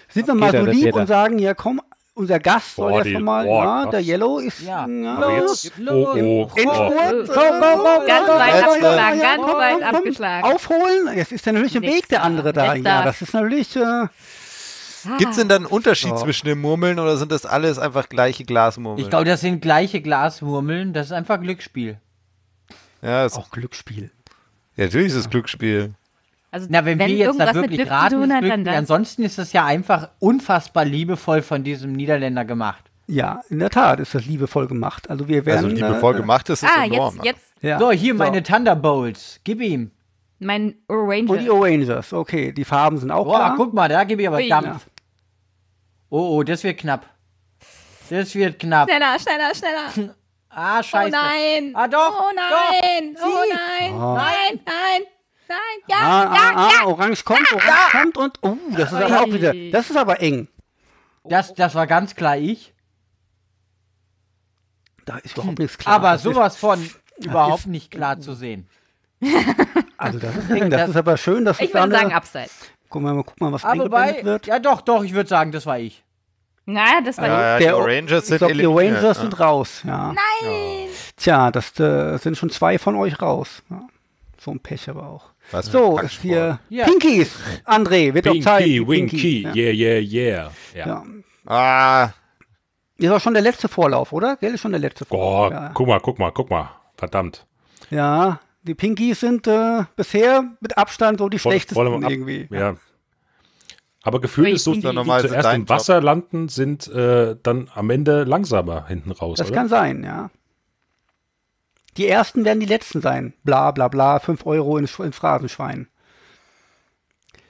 Speaker 2: sind wir mal
Speaker 6: Geht er,
Speaker 2: so
Speaker 6: das
Speaker 2: lieb
Speaker 6: geht er.
Speaker 2: und sagen, ja komm, unser Gast soll
Speaker 4: Boah,
Speaker 2: ja
Speaker 4: die-
Speaker 2: schon mal,
Speaker 4: boah,
Speaker 2: ja,
Speaker 4: krass.
Speaker 2: der Yellow ist,
Speaker 7: Ja.
Speaker 4: Aber jetzt. Oh, oh, oh.
Speaker 2: Endspurt.
Speaker 5: Oh.
Speaker 2: Go, go, go, go,
Speaker 5: Ganz
Speaker 2: go,
Speaker 5: weit
Speaker 2: go, go,
Speaker 5: abgeschlagen,
Speaker 2: go,
Speaker 5: ganz
Speaker 2: go, go,
Speaker 5: weit
Speaker 2: komm, komm,
Speaker 5: abgeschlagen.
Speaker 2: Aufholen, jetzt ist ja natürlich im
Speaker 5: Nix
Speaker 2: Weg der
Speaker 5: da,
Speaker 2: andere da.
Speaker 5: nix
Speaker 2: Ja,
Speaker 5: da.
Speaker 2: das ist natürlich, äh,
Speaker 3: Gibt es denn da einen Unterschied
Speaker 2: So.
Speaker 3: zwischen den Murmeln oder sind das alles einfach gleiche Glasmurmeln?
Speaker 7: Ich glaube, das sind gleiche Glasmurmeln. Das ist einfach Glücksspiel.
Speaker 3: ja, ist,
Speaker 2: auch Glücksspiel.
Speaker 3: ja, natürlich ist es Glücksspiel.
Speaker 5: Also,
Speaker 7: Na, wenn, wir jetzt da
Speaker 5: irgendwas mit
Speaker 7: wirklich
Speaker 5: Glück zu
Speaker 7: raten,
Speaker 5: tun
Speaker 7: ist
Speaker 5: hat, dann
Speaker 7: Glücksspiel.
Speaker 5: das.
Speaker 7: Ansonsten ist das ja einfach unfassbar liebevoll von diesem Niederländer gemacht.
Speaker 2: Ja, in der Tat ist das liebevoll gemacht. Also wir werden
Speaker 3: Also liebevoll
Speaker 2: äh,
Speaker 3: gemacht ist es
Speaker 5: Ah,
Speaker 3: enorm.
Speaker 5: jetzt, jetzt
Speaker 2: Ja.
Speaker 7: So, hier meine Thunderbolts. Gib ihm.
Speaker 5: mein
Speaker 2: Und Oh, die
Speaker 5: Ranger.
Speaker 2: Orangers, okay, die Farben sind auch
Speaker 7: Boah,
Speaker 2: da.
Speaker 7: guck mal, da gebe ich aber
Speaker 5: Ui.
Speaker 7: Dampf. Oh, oh, das wird knapp. Das wird knapp.
Speaker 5: Schneller, schneller, schneller.
Speaker 7: Ah,
Speaker 5: Ne. Oh
Speaker 7: scheiße.
Speaker 5: nein.
Speaker 7: Ah, doch,
Speaker 5: Oh nein.
Speaker 7: doch.
Speaker 5: Oh
Speaker 7: Sieh.
Speaker 5: nein. Nein, nein, nein. Ja,
Speaker 2: Ah,
Speaker 5: ja,
Speaker 2: ah, ah,
Speaker 5: ja.
Speaker 2: orange kommt, orange kommt und oh, das ist aber auch
Speaker 5: Ui.
Speaker 2: wieder, das ist aber eng.
Speaker 7: Das, das war ganz klar ich.
Speaker 2: Da ist überhaupt nichts klar.
Speaker 7: Aber
Speaker 2: das
Speaker 7: sowas von
Speaker 2: ist-
Speaker 7: überhaupt nicht klar zu sehen.
Speaker 2: Ist, also das ist eng, das, ist aber schön, dass
Speaker 5: Ich
Speaker 2: da
Speaker 5: würde
Speaker 2: eine-
Speaker 5: sagen, abseits.
Speaker 2: Guck mal, mal guck mal, was
Speaker 7: Aber bei.
Speaker 2: eingeblendet wird.
Speaker 7: Ja, doch, doch, ich würde sagen, das war ich.
Speaker 5: Na, das war
Speaker 3: Ja, ja, die
Speaker 2: Der-
Speaker 3: Rangers
Speaker 2: Ich
Speaker 3: sind
Speaker 2: glaub, die
Speaker 3: eliminiert.
Speaker 2: Rangers
Speaker 3: ja.
Speaker 2: sind raus. Ja.
Speaker 5: Nein.
Speaker 2: Tja, das äh, sind schon zwei von euch raus. Ja. So ein Pech aber auch.
Speaker 3: Was
Speaker 2: so,
Speaker 3: für ein
Speaker 2: ist hier
Speaker 7: Ja.
Speaker 2: Pinkies. André, wird doch Zeit.
Speaker 4: Winky,
Speaker 2: die
Speaker 4: Winky,
Speaker 2: Pinkies,
Speaker 4: yeah, yeah, yeah. Ja.
Speaker 2: Ja.
Speaker 3: Ah,
Speaker 2: Ist auch schon der letzte Vorlauf, oder? Gell, ist schon der letzte
Speaker 4: Boah,
Speaker 2: Vorlauf. ja.
Speaker 4: Oh, guck mal, guck mal, guck mal. Verdammt.
Speaker 2: ja, die Pinkies sind äh, bisher mit Abstand so die
Speaker 4: Voll- voll
Speaker 2: schlechtesten
Speaker 4: am Ab-
Speaker 2: irgendwie.
Speaker 4: Ja. Aber gefühlt
Speaker 5: Wait,
Speaker 4: ist so,
Speaker 5: Winky.
Speaker 4: die, die
Speaker 3: Normalerweise
Speaker 4: zuerst
Speaker 3: dein
Speaker 4: im Wasser landen, sind äh, dann am Ende langsamer hinten raus,
Speaker 2: Das
Speaker 4: oder?
Speaker 2: kann sein, ja. Die ersten werden die letzten sein. Bla bla bla, 5 Euro in, in Phrasenschwein.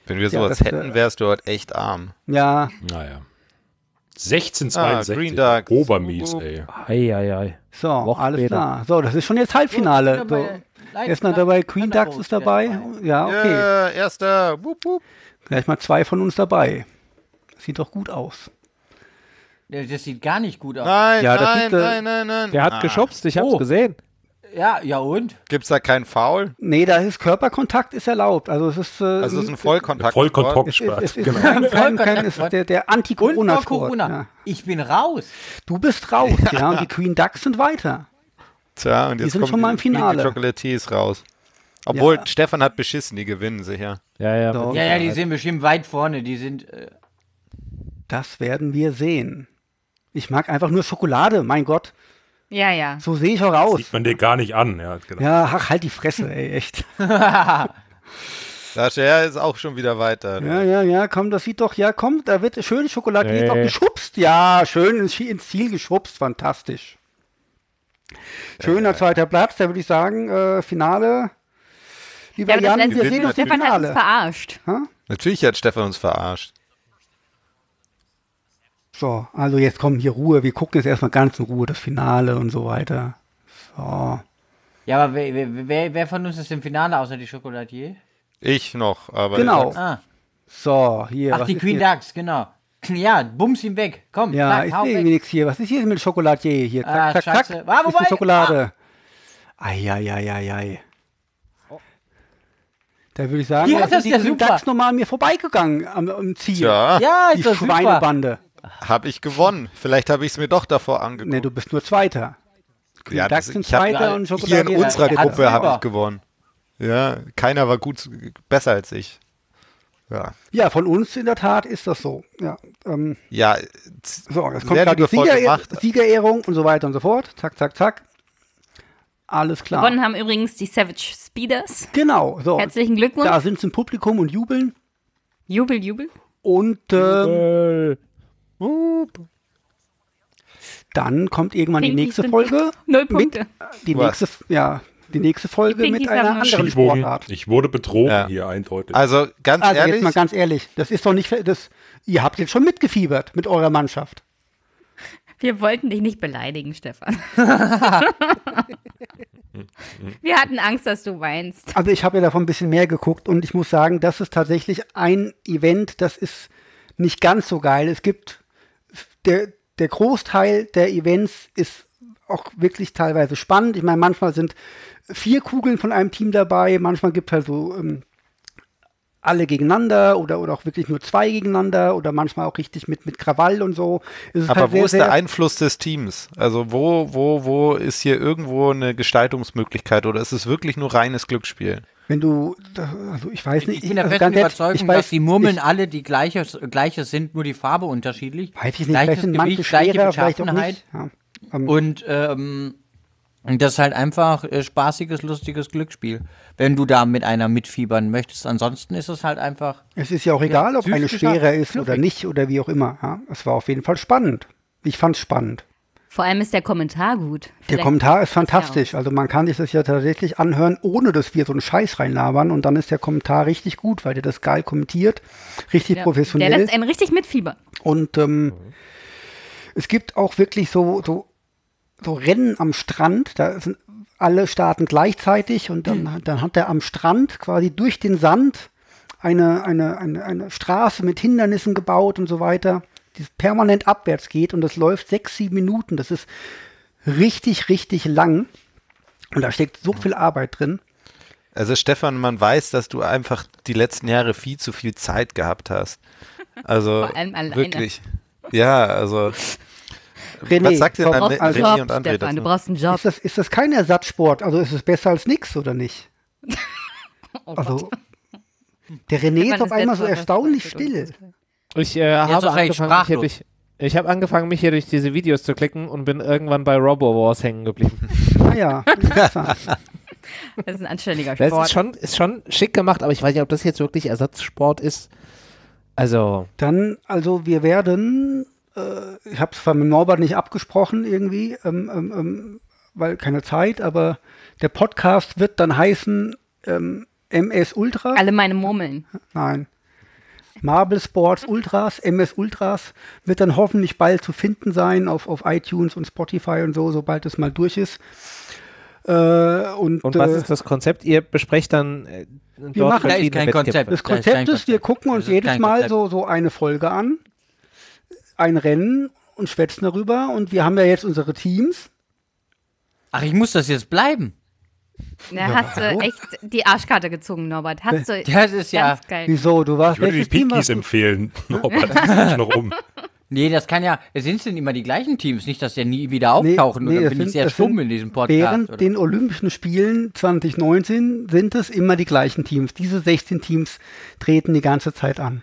Speaker 3: wenn wir sowas
Speaker 2: das, äh,
Speaker 3: hätten, wärst du heute echt arm.
Speaker 2: Ja,
Speaker 4: Naja.
Speaker 3: Ah,
Speaker 4: 1662.
Speaker 3: Green Dark.
Speaker 4: Obermies, ey.
Speaker 6: genau Eieiei.
Speaker 2: so,
Speaker 6: Wochen
Speaker 2: alles
Speaker 6: später.
Speaker 2: klar. So, das ist schon jetzt Halbfinale. So, Jetzt noch dabei, Queen Ducks ist dabei. Ja, okay.
Speaker 3: Yeah, erster. Wup, wup.
Speaker 2: Gleich mal zwei von uns dabei. Sieht doch gut aus.
Speaker 7: Das sieht gar nicht gut aus.
Speaker 3: Nein,
Speaker 2: Ja, das
Speaker 3: nein,
Speaker 2: sieht, äh,
Speaker 3: nein, nein, nein. Ah.
Speaker 6: Der hat geschubst, ich hab's
Speaker 7: Oh.
Speaker 6: gesehen.
Speaker 7: Ja, ja und?
Speaker 3: Gibt's da keinen Foul?
Speaker 2: Nee, da ist Körperkontakt ist erlaubt. Also es ist, äh,
Speaker 3: Also es ist ein Vollkontakt.
Speaker 4: Vollkontakt.
Speaker 2: es ist, es ist <laughs>
Speaker 4: Genau.
Speaker 2: kein, kein, kein, es ist der, der
Speaker 7: Und vor
Speaker 2: Anti-Corona-Sport.
Speaker 7: Corona.
Speaker 2: Ja.
Speaker 7: Oh, Ich bin raus.
Speaker 2: Du bist raus, ja. Und die Queen Ducks sind weiter.
Speaker 3: Tja, und
Speaker 2: Die
Speaker 3: jetzt
Speaker 2: sind
Speaker 3: kommen
Speaker 2: schon mal im
Speaker 3: die- die
Speaker 2: Finale.
Speaker 3: Chocolatiers raus. Obwohl,
Speaker 2: Ja.
Speaker 3: Stefan hat beschissen, die gewinnen sicher.
Speaker 6: Ja, ja.
Speaker 2: So.
Speaker 6: mit-
Speaker 7: Ja, ja, die sind bestimmt weit vorne. Die sind. Äh,
Speaker 2: Das werden wir sehen. Ich mag einfach nur Schokolade, mein Gott.
Speaker 5: Ja, ja.
Speaker 2: So sehe ich auch aus.
Speaker 4: Sieht man dir gar nicht an. Ja, genau.
Speaker 2: Ja, ach, halt die Fresse, ey, echt.
Speaker 3: Da ist er ist auch schon wieder weiter.
Speaker 2: Ja, ja, ja, komm, das sieht doch, ja, komm, da wird schön Schokolade die ist noch
Speaker 6: Nee.
Speaker 2: geschubst. Ja, schön ins, Schi- ins Ziel geschubst, fantastisch. Schöner zweiter Platz, da würde ich sagen, äh, Finale.
Speaker 5: Ja,
Speaker 2: Lieber
Speaker 5: aber das
Speaker 2: Jan,
Speaker 5: letzte
Speaker 2: wir sehen uns im
Speaker 5: Stefan hat uns
Speaker 2: Finale.
Speaker 5: verarscht.
Speaker 3: Natürlich hat Stefan uns verarscht.
Speaker 2: So, also jetzt kommen hier Ruhe, wir gucken jetzt erstmal ganz in Ruhe das Finale und so weiter. So.
Speaker 7: ja, aber wer, wer- wer, wer von uns ist im Finale außer die Chocolatier?
Speaker 3: Ich noch, aber
Speaker 2: Genau.
Speaker 7: Ah,
Speaker 2: So, hier.
Speaker 7: ach,
Speaker 2: was
Speaker 7: die
Speaker 2: ist
Speaker 7: Queen
Speaker 2: denn
Speaker 7: Ducks, genau. Ja, bums ihn weg. Komm,
Speaker 2: Ja,
Speaker 7: zack,
Speaker 2: ich
Speaker 7: hau
Speaker 2: sehe
Speaker 7: weg.
Speaker 2: irgendwie nichts hier. Was ist hier mit Schokoladier? Hier, zack,
Speaker 7: Ah,
Speaker 2: zack,
Speaker 7: Scheiße.
Speaker 2: zack.
Speaker 7: Ah,
Speaker 2: ist
Speaker 7: wobei-
Speaker 2: die Schokolade. Eieieiei. Da würde ich sagen,
Speaker 7: Ja,
Speaker 2: da
Speaker 7: Oh. das
Speaker 2: sind
Speaker 7: ist
Speaker 2: die
Speaker 7: ja
Speaker 2: Green
Speaker 7: super.
Speaker 2: Ducks nochmal an mir vorbeigegangen am, am Ziel.
Speaker 3: ja,
Speaker 7: Ja,
Speaker 2: die
Speaker 7: ist doch super.
Speaker 2: Schweinebande.
Speaker 3: habe ich gewonnen. Vielleicht habe ich es mir doch davor
Speaker 2: Ne,
Speaker 3: angeguckt.
Speaker 2: du bist nur Zweiter. Green
Speaker 3: ja,
Speaker 2: Ducks
Speaker 3: das,
Speaker 2: sind
Speaker 3: ich hab,
Speaker 2: Zweiter
Speaker 7: ja,
Speaker 2: und
Speaker 3: hier in
Speaker 2: Schokoladier.
Speaker 3: unserer
Speaker 7: er hat's
Speaker 3: Gruppe habe
Speaker 7: über.
Speaker 3: ich gewonnen. Ja, keiner war gut, besser als ich. Ja,
Speaker 2: Ja, von uns in der Tat ist das so. Ja, ähm,
Speaker 3: ja
Speaker 2: so, jetzt kommt
Speaker 3: sehr
Speaker 2: gerade die
Speaker 3: liebevoll
Speaker 2: Siegerehr
Speaker 3: gemacht.
Speaker 2: Siegerehrung und so weiter und so fort. Zack, zack, zack. Alles klar.
Speaker 5: Gewonnen haben übrigens die Savage Speeders.
Speaker 2: Genau, so.
Speaker 5: Herzlichen Glückwunsch.
Speaker 2: Da sind sie im Publikum und jubeln.
Speaker 5: Jubel, Jubel.
Speaker 2: Und ähm,
Speaker 6: Äh,
Speaker 2: dann kommt irgendwann die
Speaker 5: Pinkies
Speaker 2: nächste
Speaker 5: sind-
Speaker 2: Folge.
Speaker 5: <laughs> Null
Speaker 2: Mit,
Speaker 5: Punkte.
Speaker 2: die
Speaker 3: Was?
Speaker 2: nächste, ja, die nächste Folge
Speaker 5: Die
Speaker 2: mit
Speaker 5: Pinkies
Speaker 2: einer
Speaker 5: haben uns-
Speaker 2: anderen
Speaker 4: Ich wurde,
Speaker 2: Sportart.
Speaker 4: ich wurde betrogen
Speaker 3: Ja.
Speaker 4: hier eindeutig.
Speaker 3: Also ganz
Speaker 2: Also
Speaker 3: ehrlich,
Speaker 2: jetzt mal ganz ehrlich, das ist doch nicht, das, ihr habt jetzt schon mitgefiebert mit eurer Mannschaft.
Speaker 5: Wir wollten dich nicht
Speaker 2: <laughs>
Speaker 5: beleidigen, Stefan. Wir hatten Angst, dass du weinst.
Speaker 2: Also ich habe ja davon ein bisschen mehr geguckt und ich muss sagen, das ist tatsächlich ein Event, das ist nicht ganz so geil. Es gibt der, der Großteil der Events ist auch wirklich teilweise spannend. Ich meine, manchmal sind vier Kugeln von einem Team dabei, manchmal gibt halt so ähm, alle gegeneinander oder, oder auch wirklich nur zwei gegeneinander oder manchmal auch richtig mit, mit Krawall und so. Es ist
Speaker 3: aber
Speaker 2: halt
Speaker 3: wo
Speaker 2: sehr,
Speaker 3: ist der
Speaker 2: sehr-
Speaker 3: Einfluss des Teams? Also wo, wo, wo ist hier irgendwo eine Gestaltungsmöglichkeit oder ist es wirklich nur reines Glücksspiel?
Speaker 2: Wenn du, also ich weiß nicht,
Speaker 7: Ich bin der festen
Speaker 2: ganz ehrlich,
Speaker 7: Überzeugung,
Speaker 2: ich
Speaker 7: dass
Speaker 2: weiß-
Speaker 7: die Murmeln
Speaker 2: ich-
Speaker 7: alle die gleiche, gleiche sind, nur die Farbe unterschiedlich.
Speaker 2: Weiß ich nicht, vielleicht
Speaker 7: Gleiches
Speaker 2: sind manche
Speaker 7: Gewicht, gleiche
Speaker 2: schwerer, vielleicht auch
Speaker 7: Beschaffenheit.
Speaker 2: nicht. Ja. Ähm,
Speaker 7: Und ähm, das ist halt einfach äh, spaßiges, lustiges Glücksspiel, wenn du da mit einer mitfiebern möchtest. Ansonsten ist es halt einfach.
Speaker 2: es ist ja auch egal, ob
Speaker 7: süß
Speaker 2: eine
Speaker 7: gesagt,
Speaker 2: schwerer ist oder
Speaker 7: fluffig.
Speaker 2: nicht oder wie auch immer. Ja. Es war auf jeden Fall spannend. Ich fand es spannend.
Speaker 5: Vor allem ist der Kommentar gut.
Speaker 2: Der
Speaker 5: Vielleicht-
Speaker 2: Kommentar ist fantastisch. Also man kann sich das ja tatsächlich anhören, ohne dass wir so einen Scheiß reinlabern. Und dann ist der Kommentar richtig gut, weil der das geil kommentiert, richtig
Speaker 5: Ja.
Speaker 2: professionell.
Speaker 5: Der lässt einen richtig mitfiebern.
Speaker 2: Und
Speaker 3: Mhm.
Speaker 2: ähm, es gibt auch wirklich so, so, so Rennen am Strand, da sind alle starten gleichzeitig und dann, dann hat er am Strand quasi durch den Sand eine, eine, eine, eine Straße mit Hindernissen gebaut und so weiter, die permanent abwärts geht und das läuft sechs, sieben Minuten. Das ist richtig, richtig lang. Und da steckt
Speaker 3: Mhm.
Speaker 2: so viel Arbeit drin.
Speaker 3: Also Stefan, man weiß, dass du einfach die letzten Jahre viel zu viel Zeit gehabt hast. Also
Speaker 5: Vor allem alleine.
Speaker 3: wirklich. Ja, also
Speaker 2: René,
Speaker 3: was sagt denn
Speaker 2: warum-
Speaker 3: dann
Speaker 2: also-
Speaker 3: René und André
Speaker 5: Stefan, du
Speaker 3: dazu?
Speaker 5: brauchst einen Job.
Speaker 2: Ist das, ist das kein Ersatzsport? Also ist es besser als nichts oder nicht? also der René ist auf einmal so erstaunlich still.
Speaker 6: Ich äh, habe
Speaker 7: wahrscheinlich
Speaker 6: angefangen, mich hier
Speaker 7: sprachlos.
Speaker 6: durch, ich habe angefangen, mich hier durch diese Videos zu klicken und bin irgendwann bei RoboWars hängen
Speaker 7: <laughs>
Speaker 6: geblieben.
Speaker 2: Ah ja, interessant.
Speaker 5: Das ist ein anständiger
Speaker 6: Das ist
Speaker 5: Sport.
Speaker 6: schon, ist schon schick gemacht, aber ich weiß nicht, ob das jetzt wirklich Ersatzsport ist. Also,
Speaker 2: <laughs> Dann, also wir werden, äh, ich habe es zwar mit Norbert nicht abgesprochen irgendwie, ähm, ähm, ähm, weil keine Zeit, aber der Podcast wird dann heißen ähm, MS Ultra.
Speaker 5: Alle meine Murmeln.
Speaker 2: Nein. Marble Sports Ultras, MS Ultras, wird dann hoffentlich bald zu finden sein auf, auf iTunes und Spotify und so, sobald es mal durch ist. Äh, und
Speaker 6: und
Speaker 2: äh,
Speaker 6: was ist das Konzept? Ihr besprecht dann äh,
Speaker 2: machen-
Speaker 6: dort
Speaker 2: Da
Speaker 7: ist
Speaker 6: verschiedene
Speaker 7: kein
Speaker 6: Wettkämpfe.
Speaker 2: das
Speaker 7: Konzept. Da ist
Speaker 2: Konzept
Speaker 7: kein
Speaker 2: ist, wir
Speaker 7: Konzept.
Speaker 2: gucken uns
Speaker 7: Das ist
Speaker 2: jedes
Speaker 7: kein
Speaker 2: Mal
Speaker 7: Konzept.
Speaker 2: so, so eine Folge an, ein Rennen und schwätzen darüber. Und wir haben ja jetzt unsere Teams.
Speaker 7: Ach, ich muss das jetzt bleiben.
Speaker 5: Na, hast du echt die Arschkarte gezogen, Norbert. Hast du
Speaker 7: Das ist ja.
Speaker 5: ganz geil.
Speaker 2: Wieso? Du warst
Speaker 4: ich würde die
Speaker 2: welches Team warst
Speaker 4: Pinkies
Speaker 2: du? <laughs>
Speaker 4: empfehlen. Oh, Norbert, das ist noch um.
Speaker 7: Nee, das kann ja. Es sind denn immer die gleichen Teams, nicht, dass die nie wieder auftauchen.
Speaker 2: das
Speaker 7: oder bin
Speaker 2: sind-
Speaker 7: ich sehr
Speaker 2: das
Speaker 7: stumm
Speaker 2: sind
Speaker 7: in diesem Podcast?
Speaker 2: Während
Speaker 7: oder?
Speaker 2: den Olympischen Spielen 2019 sind es immer die gleichen Teams. Diese 16 Teams treten die ganze Zeit an.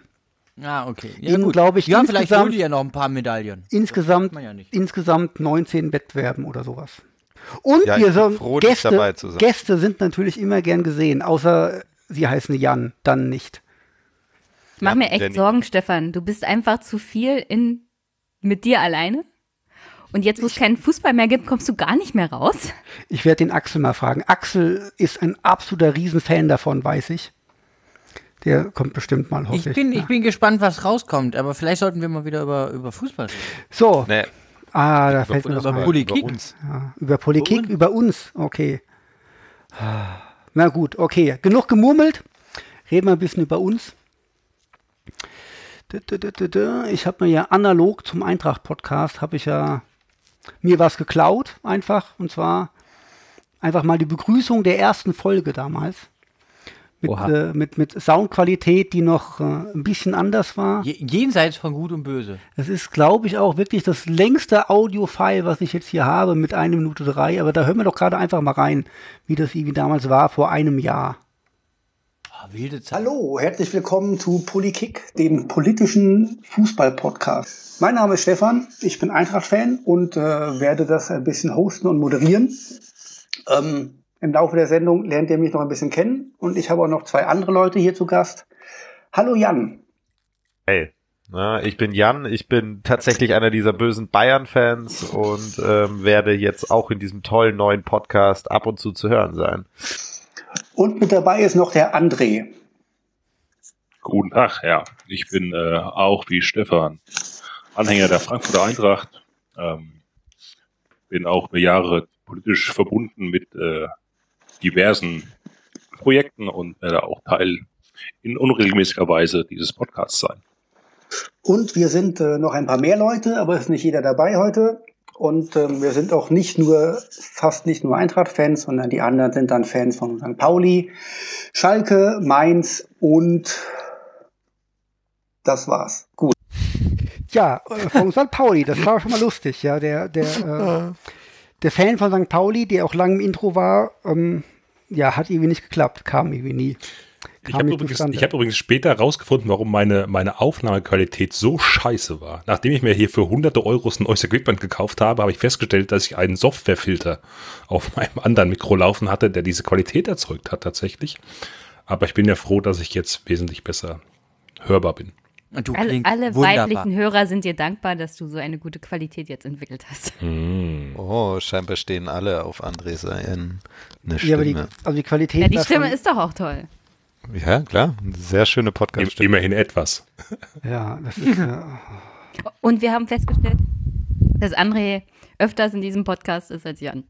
Speaker 7: ah, okay.
Speaker 2: Ihnen,
Speaker 7: gut.
Speaker 2: glaub ich,
Speaker 7: ja, vielleicht
Speaker 2: insgesamt-
Speaker 7: holt ihr ja noch ein paar Medaillen.
Speaker 2: Insgesamt,
Speaker 7: man ja nicht.
Speaker 2: insgesamt 19 Wettbewerben oder sowas. Und
Speaker 3: Ja, ich
Speaker 2: wir
Speaker 3: bin
Speaker 2: sind
Speaker 3: froh, nicht
Speaker 2: Gäste,
Speaker 3: dabei zu sein.
Speaker 2: Gäste sind natürlich immer gern gesehen, außer sie heißen Jan, dann nicht.
Speaker 5: Ich mache mir
Speaker 3: Ja,
Speaker 5: echt
Speaker 3: Jenny.
Speaker 5: Sorgen, Stefan. Du bist einfach zu viel in, mit dir alleine. Und jetzt, wo es keinen Fußball mehr gibt, kommst du gar nicht mehr raus.
Speaker 2: Ich werde den Axel mal fragen. Axel ist ein absoluter Riesenfan davon, weiß ich. Der kommt bestimmt mal, hoffe ich.
Speaker 7: Ich bin,
Speaker 2: Ja.
Speaker 7: ich bin gespannt, was rauskommt, aber vielleicht sollten wir mal wieder über, über Fußball reden.
Speaker 2: so,
Speaker 3: Nee,
Speaker 2: ah, da fällt mir
Speaker 7: über
Speaker 2: was ein.
Speaker 7: Politik.
Speaker 3: Über uns.
Speaker 2: Ja, über Politik, über uns, okay. Na gut, okay. Genug gemurmelt. Reden wir ein bisschen über uns. Dö, dö, dö, dö, dö. Ich habe mir ja analog zum Eintracht-Podcast, habe ich ja mir was geklaut, einfach. Und zwar einfach mal die Begrüßung der ersten Folge damals. Mit,
Speaker 6: Oha.
Speaker 2: äh, mit, mit Soundqualität, die noch äh, ein bisschen anders war.
Speaker 7: Je, jenseits von Gut und Böse.
Speaker 2: Das ist, glaube ich, auch wirklich das längste Audio-File, was ich jetzt hier habe, mit 1 Minute 3. Aber da hören wir doch gerade einfach mal rein, wie das irgendwie damals war, vor einem Jahr.
Speaker 7: Ah, wilde Zeit.
Speaker 2: Hallo, herzlich willkommen zu Politik, dem politischen Fußball-Podcast. Mein Name ist Stefan, ich bin Eintracht-Fan und äh, werde das ein bisschen hosten und moderieren. Ähm, Im Laufe der Sendung lernt ihr mich noch ein bisschen kennen und ich habe auch noch zwei andere Leute hier zu Gast. Hallo Jan.
Speaker 4: Hey.
Speaker 3: Na, ich bin Jan, ich bin tatsächlich einer dieser bösen Bayern-Fans und ähm, werde jetzt auch in diesem tollen neuen Podcast ab und zu zu hören sein.
Speaker 2: Und mit dabei ist noch der André.
Speaker 8: Guten Tag, ja. Ich bin äh, auch wie Stefan Anhänger der Frankfurter Eintracht. Ähm, bin auch über Jahre politisch verbunden mit äh, diversen Projekten und werde auch Teil in unregelmäßiger Weise dieses Podcasts sein.
Speaker 2: Und wir sind äh, noch ein paar mehr Leute, aber es ist nicht jeder dabei heute. Und ähm, wir sind auch nicht nur, fast nicht nur Eintracht-Fans, sondern die anderen sind dann Fans von St. Pauli, Schalke, Mainz und das war's. Gut. Ja,
Speaker 9: 呃
Speaker 2: äh, von St. Pauli, das war schon mal lustig, ja. Der, der,
Speaker 5: <laughs>
Speaker 2: äh, der Fan von St. Pauli, der auch lange im Intro war, ähm, ja, hat irgendwie nicht geklappt, kam irgendwie nie.
Speaker 4: Ich habe übrigens, ich hab übrigens später rausgefunden, warum meine, meine Aufnahmequalität so scheiße war. Nachdem ich mir hier für hunderte Euros ein neues Equipment gekauft habe, habe ich festgestellt, dass ich einen Softwarefilter auf <laughs> meinem anderen Mikro laufen hatte, der diese Qualität erzeugt hat tatsächlich. Aber ich bin ja froh, dass ich jetzt wesentlich besser hörbar bin.
Speaker 7: Du
Speaker 5: Alle,
Speaker 7: klingst
Speaker 5: alle
Speaker 7: wunderbar. <laughs>
Speaker 5: weiblichen Hörer sind dir dankbar, dass du so eine gute Qualität jetzt entwickelt hast.
Speaker 3: Oh, scheinbar stehen alle auf Andres Seiten. Eine
Speaker 2: Ja, aber die,
Speaker 3: Stimme.
Speaker 2: also die Qualität
Speaker 5: Ja, die
Speaker 2: war schon-
Speaker 5: Stimme ist doch auch toll.
Speaker 3: Ja, klar. Eine Sehr schöne Podcast-Stimme.
Speaker 4: Immerhin etwas.
Speaker 2: Ja,
Speaker 5: <laughs>
Speaker 2: das ist, ja,
Speaker 5: Und wir haben festgestellt, dass André öfters in diesem Podcast ist als Jan.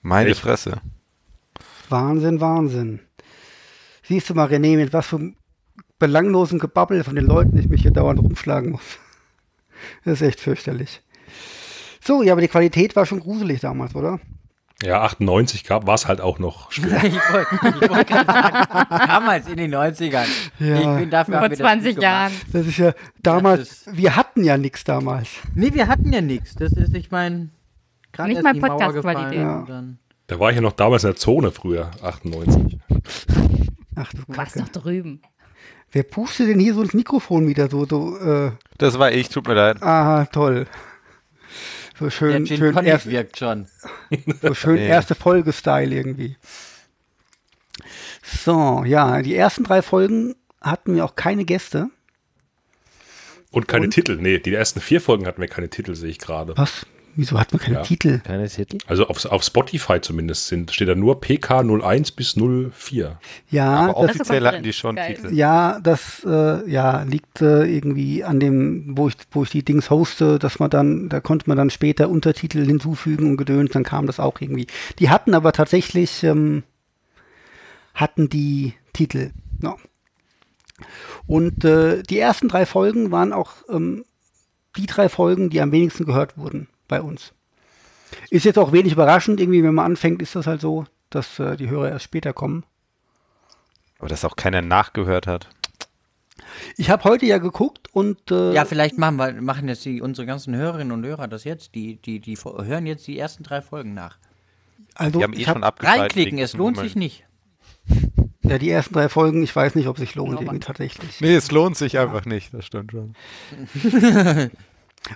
Speaker 3: Meine
Speaker 4: Echt?
Speaker 3: Fresse.
Speaker 2: Wahnsinn, Wahnsinn. Siehst du mal, René, mit was für einem belanglosen Gebabbel von den Leuten ich mich hier dauernd rumschlagen muss. Das ist echt fürchterlich. So, ja, aber die Qualität war schon gruselig damals, oder?
Speaker 4: Ja, 98 gab, war es halt auch noch schwer.
Speaker 7: Ich wollte ich wollte gerade sagen, damals in den 90ern.
Speaker 2: Ja.
Speaker 7: Ich bin dafür haben
Speaker 5: Vor
Speaker 7: wir das
Speaker 5: 20
Speaker 7: nicht gemacht.
Speaker 5: Jahren.
Speaker 2: Das ist ja damals,
Speaker 7: Das
Speaker 2: wir hatten ja nichts damals.
Speaker 7: Nee, wir hatten ja nichts. Das ist, ich meine, gerade
Speaker 5: Nicht
Speaker 7: erst
Speaker 5: mal
Speaker 7: die Mauer
Speaker 5: Podcast-Qualität.
Speaker 7: gefallen.
Speaker 2: Ja.
Speaker 7: und Dann,
Speaker 4: Da war ich ja noch damals in der Zone früher, 98.
Speaker 2: Ach du
Speaker 5: Du warst
Speaker 2: Kacke.
Speaker 5: doch drüben.
Speaker 2: Wer pustet denn hier so ins Mikrofon wieder so, so, äh,
Speaker 3: Das war ich, tut mir leid.
Speaker 2: aha, toll. So
Speaker 7: der
Speaker 2: schön,
Speaker 7: Gin
Speaker 2: schön,
Speaker 7: Tonic
Speaker 2: erst,
Speaker 7: wirkt schon.
Speaker 2: So schön
Speaker 3: Nee.
Speaker 2: erste Folge-Style irgendwie. So, ja, die ersten drei Folgen hatten wir auch keine Gäste.
Speaker 4: Und keine Titel. Nee, die ersten vier Folgen hatten wir keine Titel, sehe ich gerade.
Speaker 2: Was? Wieso hatten wir keine
Speaker 4: Ja.
Speaker 2: Titel?
Speaker 6: Keine Titel.
Speaker 4: Also auf, auf Spotify zumindest sind, steht da nur PK 01 bis 04.
Speaker 2: Ja,
Speaker 3: Aber
Speaker 2: Ah, das,
Speaker 5: kommt
Speaker 3: offiziell hatten
Speaker 5: drin.
Speaker 3: die schon
Speaker 5: Geil.
Speaker 3: Titel.
Speaker 2: ja, das äh, ja, liegt äh, irgendwie an dem, wo ich, wo ich die Dings hoste, dass man dann, da konnte man dann später Untertitel hinzufügen und gedönt, dann kam das auch irgendwie. Die hatten aber tatsächlich, ähm, hatten die Titel. Ja. Und äh, die ersten drei Folgen waren auch ähm, die drei Folgen, die am wenigsten gehört wurden bei uns. Ist jetzt auch wenig überraschend, irgendwie, wenn man anfängt, ist das halt so, dass äh, die Hörer erst später kommen.
Speaker 3: Aber dass auch keiner nachgehört hat.
Speaker 2: Ich habe heute ja geguckt und äh,
Speaker 7: Ja, vielleicht machen wir machen jetzt die, unsere ganzen Hörerinnen und Hörer das jetzt. Die, die, die vor- hören jetzt die ersten drei Folgen nach.
Speaker 2: also
Speaker 3: Die haben eh
Speaker 2: ich hab,
Speaker 3: schon abgeschaltet.
Speaker 7: Reinklicken,
Speaker 3: wegen
Speaker 7: es lohnt
Speaker 3: Hummeln.
Speaker 7: sich nicht.
Speaker 2: ja die ersten drei Folgen, ich weiß nicht, ob sich
Speaker 3: Genau,
Speaker 2: lohnt irgendwie tatsächlich.
Speaker 3: Nee, es lohnt sich einfach nicht, das stimmt schon.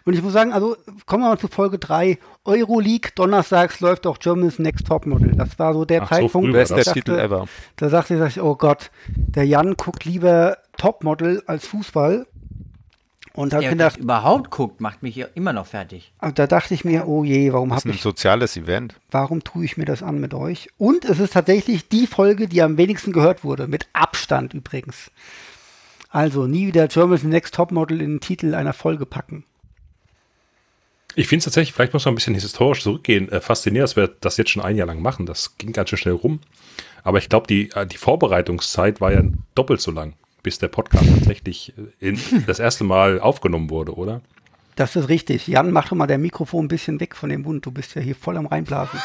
Speaker 2: Und ich muss sagen, also kommen wir mal zu Folge 3. Euroleague, donnerstags läuft auch Germany's Next Topmodel. Das war so der
Speaker 4: Ach, so
Speaker 2: Zeitpunkt.
Speaker 4: früh
Speaker 2: wo
Speaker 4: war
Speaker 2: ich
Speaker 4: das.
Speaker 3: Bester
Speaker 2: dachte-
Speaker 3: Titel ever.
Speaker 2: Da sagte ich, sag ich, oh Gott, der Jan guckt lieber Topmodel als Fußball. Und hab
Speaker 7: Wer das
Speaker 2: gedacht, also
Speaker 7: überhaupt guckt, macht mich hier immer
Speaker 2: <laughs>
Speaker 7: noch fertig. <laughs>
Speaker 2: da dachte ich mir, oh je, warum
Speaker 3: Das
Speaker 2: hab
Speaker 3: ist ein
Speaker 2: ich,
Speaker 3: soziales Event.
Speaker 2: warum tue ich mir das an mit euch? Und es ist tatsächlich die Folge, die am wenigsten gehört wurde, mit Abstand übrigens. Also nie wieder Germany's Next Topmodel in den Titel einer Folge packen.
Speaker 4: Ich finde es tatsächlich, vielleicht muss man ein bisschen historisch zurückgehen, äh, faszinierend, dass wir das jetzt schon ein Jahr lang machen. Das ging ganz schön schnell rum. Aber ich glaube, die, äh, die Vorbereitungszeit war ja doppelt so lang, bis der Podcast tatsächlich äh, in, das erste Mal aufgenommen wurde, oder?
Speaker 2: Das ist richtig. Jan, mach doch mal dein Mikrofon ein bisschen weg von dem Mund. Du bist ja hier voll am Reinblasen.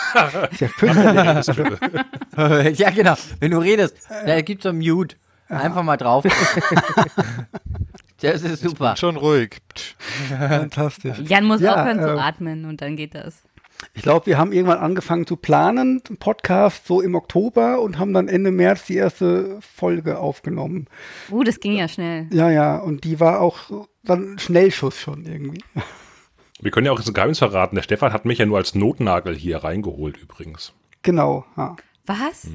Speaker 2: ist ja
Speaker 4: <laughs>
Speaker 2: fürchterlich.
Speaker 7: ja, genau. Wenn du redest, da gibt es so Mute. Einfach mal drauf. das ist super.
Speaker 3: Schon ruhig. Ptsch.
Speaker 2: Fantastisch.
Speaker 5: Jan muss
Speaker 2: Ja,
Speaker 5: aufhören
Speaker 7: äh,
Speaker 2: ähm,
Speaker 5: zu atmen und dann geht das.
Speaker 2: Ich glaube, wir haben irgendwann angefangen zu planen, einen Podcast so im Oktober und haben dann Ende März die erste Folge aufgenommen.
Speaker 5: Uh, das ging ja schnell.
Speaker 2: Ja, ja, und die war auch dann Schnellschuss schon irgendwie.
Speaker 4: Wir können ja auch jetzt ein Geheimnis verraten. Der Stefan hat mich ja nur als Notnagel hier reingeholt übrigens.
Speaker 2: Genau. Ja.
Speaker 5: Was?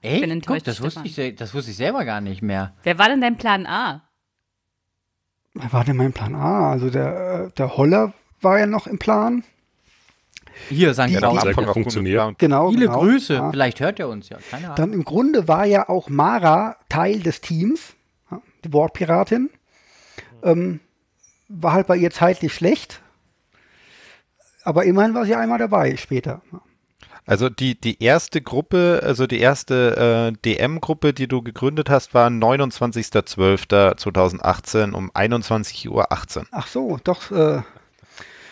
Speaker 7: Ey,
Speaker 5: bin enttäuscht,
Speaker 7: guck, das wusste,
Speaker 5: Stefan.
Speaker 7: ich, se- das wusste ich selber gar nicht mehr.
Speaker 5: Wer war denn dein Plan A?
Speaker 2: Wer war denn mein Plan A? Also der, der Holler war ja noch im Plan.
Speaker 7: Hier, St.
Speaker 3: Ja, der
Speaker 7: Pauli.
Speaker 4: Sehr
Speaker 3: Anfang
Speaker 4: gut
Speaker 3: auch gut
Speaker 4: funktioniert.
Speaker 3: geplant.
Speaker 2: Genau.
Speaker 7: Viele
Speaker 2: genau.
Speaker 7: Grüße.
Speaker 2: Ja.
Speaker 7: Vielleicht hört er uns ja. Keine Ahnung.
Speaker 2: Dann im Grunde war ja auch Mara Teil des Teams, ja, die Wortpiratin. Ähm, war halt bei ihr zeitlich schlecht. Aber immerhin war sie einmal dabei später. Ja.
Speaker 3: Also die, die erste Gruppe, also die erste äh, DM-Gruppe, die du gegründet hast, war 29.12.2018 um 21.18 Uhr.
Speaker 2: Ach so, doch, äh,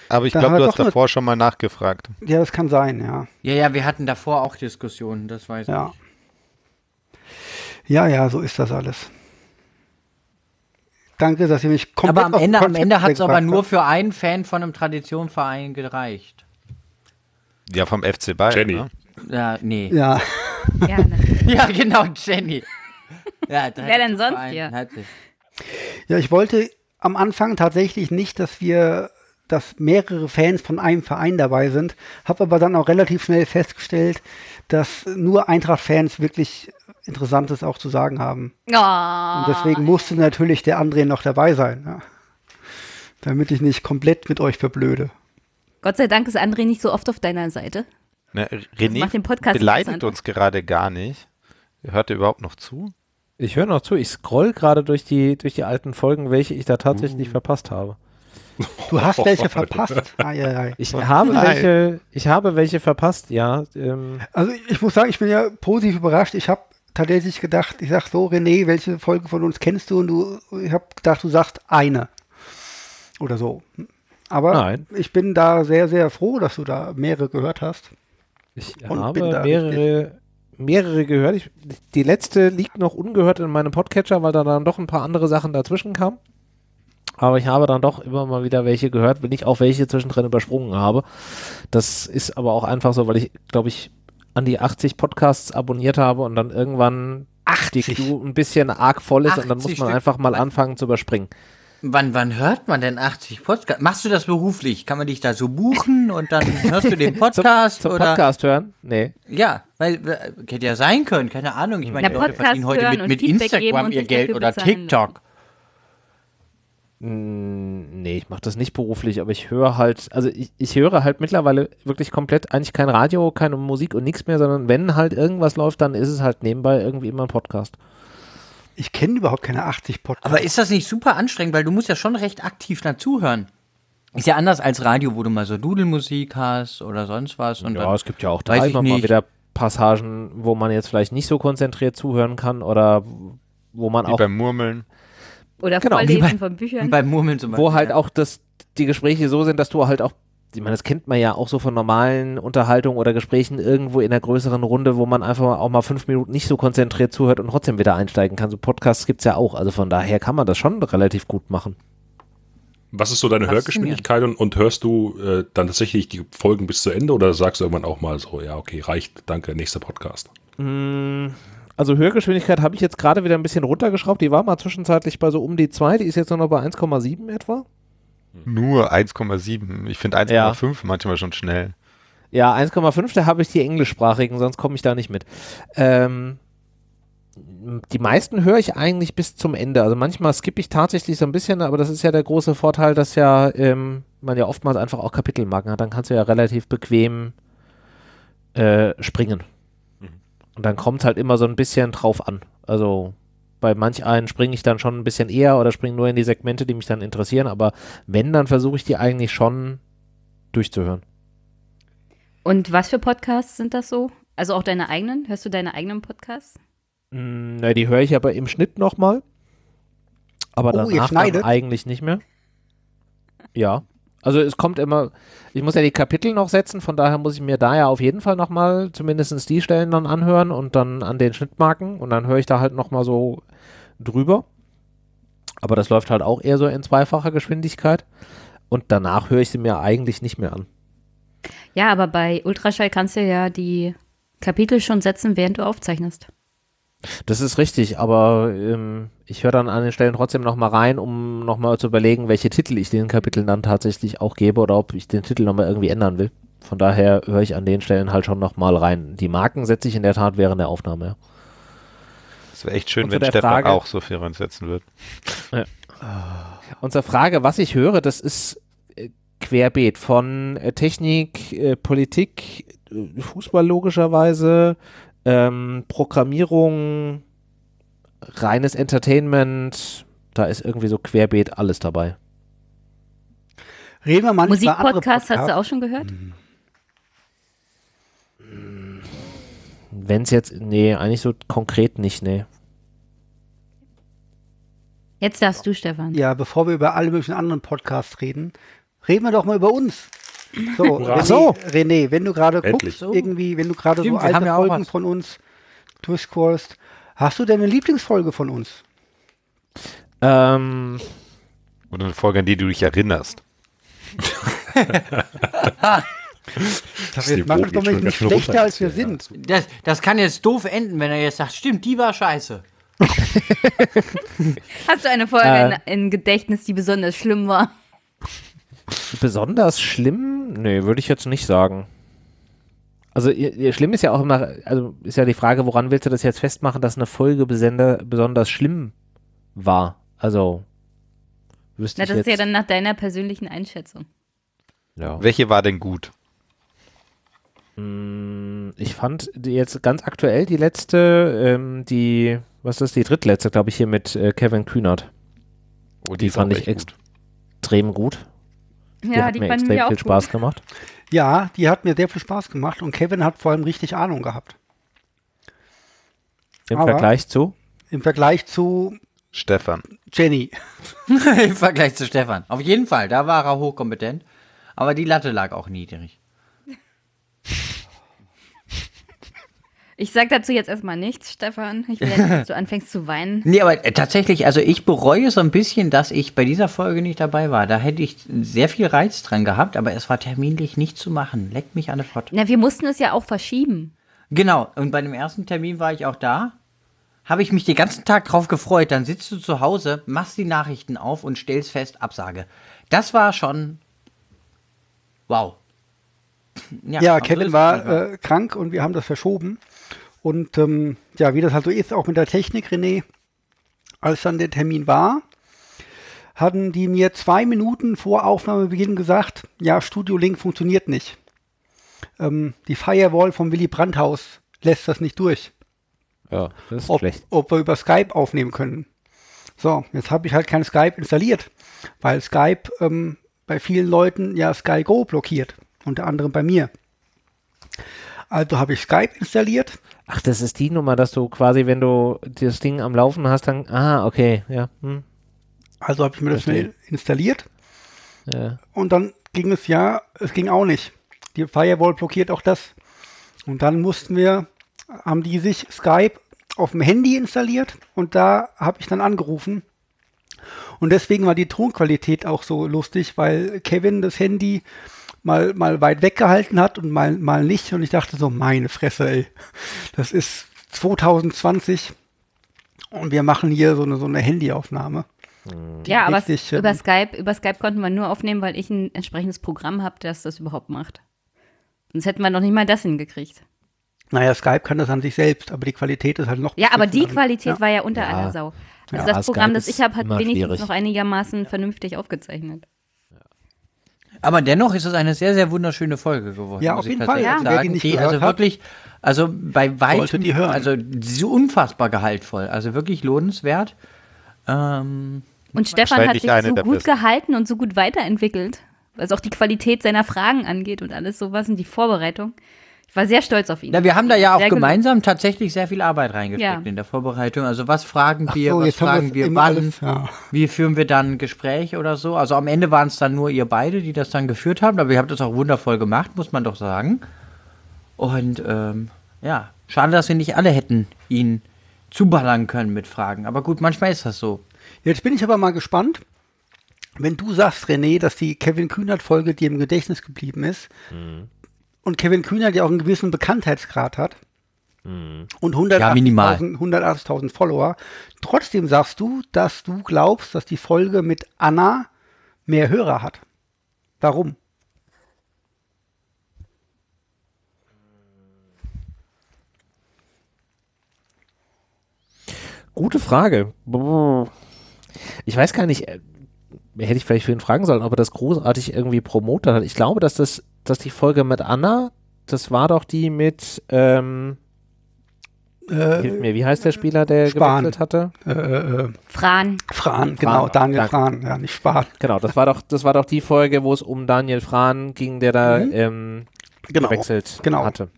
Speaker 3: Aber ich
Speaker 2: Da
Speaker 3: glaube,
Speaker 2: haben wir
Speaker 3: du hast
Speaker 2: doch eine-
Speaker 3: davor schon mal nachgefragt.
Speaker 2: ja, das kann sein, ja.
Speaker 7: Ja, ja, wir hatten davor auch Diskussionen, das weiß ich.
Speaker 2: Ja. Ja, ja, so ist das alles. Danke, dass ihr mich komplett
Speaker 7: Aber am
Speaker 2: aus dem
Speaker 7: Ende, am
Speaker 2: Konzept
Speaker 7: Ende hat es aber
Speaker 2: gebracht
Speaker 7: nur
Speaker 2: habt.
Speaker 7: für einen Fan von einem Traditionverein gereicht.
Speaker 3: Ja, vom FC Bayern.
Speaker 4: Jenny.
Speaker 3: Ne?
Speaker 7: Ja, nee.
Speaker 2: <laughs> Ja,
Speaker 5: Ja, ne.
Speaker 7: Ja, genau, Jenny. Ja,
Speaker 5: Wer denn sonst hier?
Speaker 7: hier?
Speaker 2: ja, ich wollte am Anfang tatsächlich nicht, dass wir, dass mehrere Fans von einem Verein dabei sind, habe aber dann auch relativ schnell festgestellt, dass nur Eintracht-Fans wirklich Interessantes auch zu sagen haben.
Speaker 5: Oh,
Speaker 2: Und deswegen musste natürlich der André noch dabei sein, ja. damit ich nicht komplett mit euch verblöde.
Speaker 5: Gott sei Dank ist André nicht so oft auf deiner Seite.
Speaker 3: Ne,
Speaker 5: macht den
Speaker 3: René
Speaker 5: Podcast
Speaker 3: beleidigt
Speaker 5: interessant.
Speaker 3: uns gerade gar nicht. Hört er überhaupt noch zu?
Speaker 6: Ich höre noch zu, ich scroll gerade durch die, durch die alten Folgen, welche ich da tatsächlich verpasst habe.
Speaker 2: Du hast
Speaker 6: <laughs>
Speaker 2: welche verpasst. Ei, ei, ei.
Speaker 6: Ich habe
Speaker 3: Nein.
Speaker 6: welche, ich habe welche verpasst, ja. Ähm,
Speaker 2: Also ich muss sagen, ich bin ja positiv überrascht. Ich habe tatsächlich gedacht, ich sag so, René, welche Folge von uns kennst du? Und du, ich habe gedacht, du sagst eine oder so. Aber
Speaker 6: Nein.
Speaker 2: ich bin da sehr, sehr froh, dass du da mehrere gehört hast.
Speaker 6: ich
Speaker 2: Und
Speaker 6: habe
Speaker 2: bin da
Speaker 6: mehrere, mehrere gehört. Ich, die letzte liegt noch ungehört in meinem Podcatcher, weil da dann doch ein paar andere Sachen dazwischen kamen. Aber ich habe dann doch immer mal wieder welche gehört, wenn ich auch welche zwischendrin übersprungen habe. Das ist aber auch einfach so, weil ich, glaube ich, an die 80 Podcasts abonniert habe und dann irgendwann
Speaker 2: 80.
Speaker 6: die Queue ein bisschen arg voll ist und dann
Speaker 7: 80
Speaker 6: muss man
Speaker 7: Stück.
Speaker 6: einfach mal anfangen zu überspringen.
Speaker 7: Wann, wann hört man denn 80 Podcasts? Machst du das beruflich? Kann man dich da so buchen
Speaker 5: <laughs>
Speaker 7: und dann hörst du den Podcast
Speaker 6: Zum
Speaker 7: oder?
Speaker 6: Podcast hören? Nee.
Speaker 7: Ja, weil äh, hätte ja sein können, keine Ahnung. Ich
Speaker 5: Na,
Speaker 7: meine, die Leute
Speaker 5: Podcast
Speaker 7: verdienen heute
Speaker 5: hören
Speaker 7: mit,
Speaker 5: und
Speaker 7: mit
Speaker 5: Feedback geben
Speaker 7: Instagram
Speaker 5: und
Speaker 7: ihr
Speaker 5: sich
Speaker 7: Geld
Speaker 5: dafür
Speaker 7: oder
Speaker 5: bezahlen
Speaker 7: TikTok.
Speaker 6: Mm, Nee, ich mache das nicht beruflich, aber ich höre halt, also ich, ich höre halt mittlerweile wirklich komplett eigentlich kein Radio, keine Musik und nichts mehr, sondern wenn halt irgendwas läuft, dann ist es halt nebenbei irgendwie immer ein Podcast.
Speaker 2: Ich kenne überhaupt keine 80 Podcasts.
Speaker 7: Aber ist das nicht super anstrengend, weil du musst ja schon recht aktiv dazuhören. Ist ja anders als Radio, wo du mal so Dudelmusik hast oder sonst was. Und dann,
Speaker 6: es gibt ja auch
Speaker 7: weiß
Speaker 6: da
Speaker 7: ich
Speaker 6: immer mal
Speaker 7: nicht.
Speaker 6: wieder Passagen, wo man jetzt vielleicht nicht so konzentriert zuhören kann oder wo man
Speaker 3: Wie
Speaker 6: auch,
Speaker 3: beim Murmeln.
Speaker 5: Oder
Speaker 6: Genau, wie
Speaker 5: Vorlesen
Speaker 7: bei-
Speaker 5: von Büchern.
Speaker 7: beim Murmeln zum Beispiel.
Speaker 6: wo halt
Speaker 7: ja.
Speaker 6: auch das, die Gespräche so sind, dass du halt auch, ich meine, das kennt man ja auch so von normalen Unterhaltungen oder Gesprächen irgendwo in einer größeren Runde, wo man einfach auch mal fünf Minuten nicht so konzentriert zuhört und trotzdem wieder einsteigen kann. So Podcasts gibt es ja auch. Also von daher kann man das schon relativ gut machen.
Speaker 4: Was ist so deine Hörgeschwindigkeit und, und hörst du äh, dann tatsächlich die Folgen bis zu Ende oder sagst du irgendwann auch mal so, ja, okay, reicht, danke, nächster Podcast?
Speaker 6: Also Hörgeschwindigkeit habe ich jetzt gerade wieder ein bisschen runtergeschraubt. Die war mal zwischenzeitlich bei so um die 2, die ist jetzt nur noch bei 1,7 etwa.
Speaker 3: Nur 1,7. Ich finde 1,5
Speaker 6: Ja.
Speaker 3: manchmal schon schnell.
Speaker 6: Ja, 1,5, da habe ich die englischsprachigen, sonst komme ich da nicht mit. Ähm, die meisten höre ich eigentlich bis zum Ende. Also manchmal skippe ich tatsächlich so ein bisschen, aber das ist ja der große Vorteil, dass ja ähm, man ja oftmals einfach auch Kapitelmarken hat. Dann kannst du ja relativ bequem äh, springen. Und dann kommt es halt immer so ein bisschen drauf an. Also bei manch einen springe ich dann schon ein bisschen eher oder springe nur in die Segmente, die mich dann interessieren. Aber wenn, dann versuche ich die eigentlich schon durchzuhören.
Speaker 5: Und was für Podcasts sind das so? Also auch deine eigenen? Hörst du deine eigenen Podcasts?
Speaker 6: Mm, Na, die höre ich aber im Schnitt nochmal. Aber
Speaker 2: Oh, ihr
Speaker 6: danach dann
Speaker 2: schneidet?
Speaker 6: eigentlich nicht mehr. Ja. Also es kommt immer, ich muss ja die Kapitel noch setzen, von daher muss ich mir da ja auf jeden Fall nochmal zumindest die Stellen dann anhören und dann an den Schnittmarken und dann höre ich da halt nochmal so drüber. Aber das läuft halt auch eher so in zweifacher Geschwindigkeit und danach höre ich sie mir eigentlich nicht mehr an.
Speaker 5: Ja, aber bei Ultraschall kannst du ja die Kapitel schon setzen, während du aufzeichnest.
Speaker 6: Das ist richtig, aber ähm, ich höre dann an den Stellen trotzdem nochmal rein, um nochmal zu überlegen, welche Titel ich den Kapiteln dann tatsächlich auch gebe oder ob ich den Titel nochmal irgendwie ändern will. Von daher höre ich an den Stellen halt schon nochmal rein. Die Marken setze ich in der Tat während der Aufnahme.
Speaker 3: Das wäre echt schön,
Speaker 6: Und zu
Speaker 3: wenn
Speaker 6: der
Speaker 3: Stefan
Speaker 6: Frage-
Speaker 3: auch so viel reinsetzen würde.
Speaker 6: Ja. Und zur Frage, was ich höre, das ist äh, querbeet von äh, Technik, äh, Politik, äh, Fußball logischerweise, ähm, Programmierung, reines Entertainment. Da ist irgendwie so querbeet alles dabei.
Speaker 2: Reden wir mal über andere
Speaker 5: Musikpodcast hast du auch schon gehört?
Speaker 6: Mhm. Wenn es jetzt, nee, eigentlich so konkret nicht, nee.
Speaker 5: Jetzt darfst du, Stefan.
Speaker 2: Ja, bevor wir über alle möglichen anderen Podcasts reden, reden wir doch mal über uns. So,
Speaker 4: Hurra.
Speaker 2: René,
Speaker 6: So.
Speaker 2: René, wenn du gerade
Speaker 4: Endlich.
Speaker 2: guckst, irgendwie, wenn du gerade so
Speaker 7: Stimmt, wir
Speaker 2: alte
Speaker 7: haben ja auch
Speaker 2: Folgen
Speaker 7: was.
Speaker 2: von uns durchscrollst, hast du denn eine Lieblingsfolge von uns?
Speaker 6: Ähm,
Speaker 3: Oder eine Folge, an die du dich erinnerst.
Speaker 4: Das
Speaker 2: Jetzt machen wir es doch mal nicht schlechter, als wir sind.
Speaker 7: Das, das kann jetzt doof enden, wenn er jetzt sagt, stimmt, die war scheiße.
Speaker 5: Hast du eine Folge
Speaker 6: Äh.
Speaker 5: in, in Gedächtnis, die besonders schlimm war?
Speaker 6: besonders schlimm? Nee, würde ich jetzt nicht sagen. Also ihr- ihr schlimm ist ja auch immer, also ist ja die Frage, woran willst du das jetzt festmachen, dass eine Folge besender, besonders schlimm war? Also wüsste
Speaker 5: Na,
Speaker 6: ich
Speaker 5: das ist
Speaker 6: jetzt.
Speaker 5: ja dann nach deiner persönlichen Einschätzung.
Speaker 6: ja.
Speaker 3: Welche war denn gut?
Speaker 6: Hm, Ich fand die jetzt ganz aktuell die letzte, ähm, die, was ist das, die drittletzte, glaube ich, hier mit äh, Kevin Kühnert.
Speaker 3: Oh,
Speaker 6: Die
Speaker 3: ist
Speaker 6: fand
Speaker 3: auch
Speaker 6: ich
Speaker 3: echt
Speaker 6: ex- Extrem gut. Die
Speaker 5: Ja,
Speaker 6: hat
Speaker 5: die,
Speaker 6: mir
Speaker 5: fanden
Speaker 6: extrem
Speaker 5: wir auch
Speaker 6: viel
Speaker 5: gut.
Speaker 6: Spaß gemacht.
Speaker 2: Ja, die hat mir sehr viel Spaß gemacht und Kevin hat vor allem richtig Ahnung gehabt.
Speaker 6: Im
Speaker 2: Aber-
Speaker 6: Vergleich zu.
Speaker 2: Im Vergleich zu
Speaker 3: Stefan.
Speaker 2: Jenny.
Speaker 7: <laughs> Im Vergleich zu Stefan. Auf jeden Fall, da war er hochkompetent. Aber die Latte lag auch niedrig.
Speaker 5: Ich sag dazu jetzt erstmal nichts, Stefan.
Speaker 6: <laughs>
Speaker 5: Ich will ja nicht, dass du anfängst zu weinen.
Speaker 7: Nee, aber äh, tatsächlich, also ich bereue so ein bisschen, dass ich bei dieser Folge nicht dabei war. Da hätte ich sehr viel Reiz dran gehabt, aber es war terminlich nicht zu machen. Leckt mich an der Pott.
Speaker 5: Na, wir mussten es ja auch verschieben.
Speaker 7: Genau, und bei dem ersten Termin war ich auch da. Habe ich mich den ganzen Tag drauf gefreut. Dann sitzt du zu Hause, machst die Nachrichten auf und stellst fest, Absage. Das war schon. Wow.
Speaker 2: Ja,
Speaker 7: Also, aber so ist
Speaker 2: Kevin
Speaker 7: es manchmal.
Speaker 2: war äh, krank und wir haben das verschoben. Und ähm, ja, wie das halt so ist, auch mit der Technik, René, als dann der Termin war, hatten die mir zwei Minuten vor Aufnahmebeginn gesagt, ja, Studio Link funktioniert nicht. Ähm, die Firewall vom Willy Brandhaus lässt das nicht durch,
Speaker 6: Ja, das ist
Speaker 2: ob,
Speaker 6: schlecht.
Speaker 2: ob wir über Skype aufnehmen können. So, jetzt habe ich halt kein Skype installiert, weil Skype ähm, bei vielen Leuten ja Sky Go blockiert, unter anderem bei mir. Also habe ich Skype installiert.
Speaker 6: Ach, das ist die Nummer, dass du quasi, wenn du das Ding am Laufen hast, dann. Ah, okay, ja. Hm,
Speaker 2: Also habe ich mir das schnell installiert
Speaker 6: ja.
Speaker 2: und dann ging es ja, es ging auch nicht. Die Firewall blockiert auch das. Und dann mussten wir, haben die sich Skype auf dem Handy installiert und da habe ich dann angerufen. Und deswegen war die Tonqualität auch so lustig, weil Kevin das Handy mal, mal weit weggehalten hat und mal, mal nicht. Und ich dachte so, meine Fresse, ey, das ist 2020 und wir machen hier so eine, so eine Handyaufnahme.
Speaker 5: Ja, aber
Speaker 2: richtig,
Speaker 5: es-
Speaker 2: ähm,
Speaker 5: über, Skype, über Skype konnten wir nur aufnehmen, weil ich ein entsprechendes Programm habe, das das überhaupt macht. Sonst hätten wir noch nicht mal das hingekriegt.
Speaker 2: Naja, Skype kann das an sich selbst, aber die Qualität ist halt noch.
Speaker 5: Ja, aber die
Speaker 2: beschissener.
Speaker 5: Qualität
Speaker 2: Ja.
Speaker 5: war ja unter
Speaker 6: Ja.
Speaker 5: aller Sau.
Speaker 6: Ja,
Speaker 5: Also das
Speaker 6: Skype
Speaker 5: Programm, das
Speaker 6: ist
Speaker 5: ich habe, hat
Speaker 6: immer
Speaker 5: wenigstens
Speaker 6: schwierig.
Speaker 5: noch einigermaßen vernünftig aufgezeichnet.
Speaker 7: Aber dennoch ist es eine sehr, sehr wunderschöne Folge geworden.
Speaker 2: Ja, auf
Speaker 7: muss ich
Speaker 2: jeden
Speaker 7: tatsächlich
Speaker 2: Fall. Ja. Wer die
Speaker 7: Sagen.
Speaker 2: nicht
Speaker 7: die
Speaker 2: gehört
Speaker 7: also
Speaker 2: hat,
Speaker 7: wirklich, also bei
Speaker 2: sollte
Speaker 7: weitem,
Speaker 2: die hören.
Speaker 7: also so unfassbar gehaltvoll, also wirklich lohnenswert. Ähm,
Speaker 5: Und Stefan hat
Speaker 3: wahrscheinlich
Speaker 5: sich
Speaker 3: eine
Speaker 5: so
Speaker 3: der
Speaker 5: gut
Speaker 3: besten.
Speaker 5: gehalten und so gut weiterentwickelt, was auch die Qualität seiner Fragen angeht und alles sowas und die Vorbereitung. Ich war sehr stolz auf ihn.
Speaker 7: na, wir haben da ja auch
Speaker 5: Sehr gel-
Speaker 7: gemeinsam tatsächlich sehr viel Arbeit reingesteckt
Speaker 5: Ja.
Speaker 7: in der Vorbereitung. Also was fragen wir,
Speaker 2: so,
Speaker 7: was
Speaker 2: jetzt haben wir
Speaker 7: fragen
Speaker 2: es
Speaker 7: wir
Speaker 2: immer
Speaker 7: wann,
Speaker 2: alles, ja.
Speaker 7: wie führen wir dann ein Gespräch oder so. Also am Ende waren es dann nur ihr beide, die das dann geführt haben, aber ihr habt das auch wundervoll gemacht, muss man doch sagen. Und ähm, ja, schade, dass wir nicht alle hätten ihn zuballern können mit Fragen. Aber gut, manchmal ist das so.
Speaker 2: Jetzt bin ich aber mal gespannt, wenn du sagst, René, dass die Kevin Kühnert-Folge dir im Gedächtnis geblieben ist und Kevin Kühnert ja auch einen gewissen Bekanntheitsgrad hat und
Speaker 7: Ja,
Speaker 2: 180.000
Speaker 7: minimal.
Speaker 2: 180.000 Follower. Trotzdem sagst du, dass du glaubst, dass die Folge mit Anna mehr Hörer hat. Warum?
Speaker 6: Gute Frage. Brrr. Ich weiß gar nicht, äh, hätte ich vielleicht für ihn fragen sollen, ob er das großartig irgendwie promotet hat. Ich glaube, dass das, dass die Folge mit Anna, das war doch die mit, ähm, hilf mir, wie heißt der Spieler, der
Speaker 2: Äh, Spahn.
Speaker 6: gewechselt hatte?
Speaker 2: Äh, äh, äh,
Speaker 5: Fran.
Speaker 2: Fran, genau,
Speaker 6: Fran,
Speaker 2: Daniel
Speaker 6: danke.
Speaker 2: Fran, ja, nicht Spahn.
Speaker 6: Genau, das war doch, das war doch die Folge, wo es um Daniel Fran ging, der da
Speaker 2: Mhm.
Speaker 6: ähm,
Speaker 2: Genau,
Speaker 6: gewechselt
Speaker 2: genau.
Speaker 6: hatte.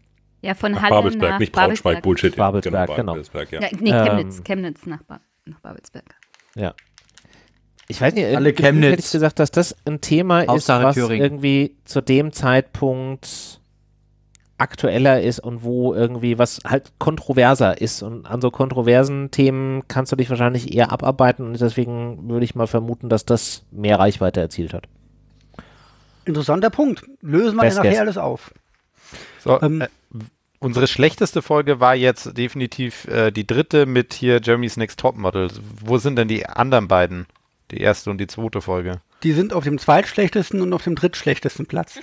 Speaker 5: Ja, von
Speaker 4: Nach
Speaker 5: Halle
Speaker 4: Babelsberg,
Speaker 5: nach
Speaker 4: nicht Braunschweig,
Speaker 5: Babelsberg.
Speaker 4: Bullshit. Ja,
Speaker 6: Babelsberg, genau.
Speaker 4: Babelsberg, ja.
Speaker 5: Ja, nee, Chemnitz,
Speaker 6: Ähm.
Speaker 5: Chemnitz nach, ba nach Babelsberg.
Speaker 6: Ich weiß nicht,
Speaker 7: Alle
Speaker 6: irgendwie
Speaker 7: Chemnitz.
Speaker 6: hätte ich gesagt, dass das ein Thema
Speaker 7: Hauptsache
Speaker 6: ist, was
Speaker 7: Thüringen.
Speaker 6: irgendwie zu dem Zeitpunkt aktueller ist und wo irgendwie was halt kontroverser ist. Und an so kontroversen Themen kannst du dich wahrscheinlich eher abarbeiten und deswegen würde ich mal vermuten, dass das mehr Reichweite erzielt hat.
Speaker 2: Interessanter Punkt. Lösen wir ja
Speaker 6: Best
Speaker 2: nachher
Speaker 6: guess.
Speaker 2: alles auf.
Speaker 3: So,
Speaker 2: Ähm,
Speaker 3: äh, unsere schlechteste Folge war jetzt definitiv äh, die dritte mit hier Jeremy's Next Topmodel. Wo sind denn die anderen beiden? Die erste und die zweite Folge.
Speaker 2: Die sind auf dem zweitschlechtesten und auf dem drittschlechtesten Platz.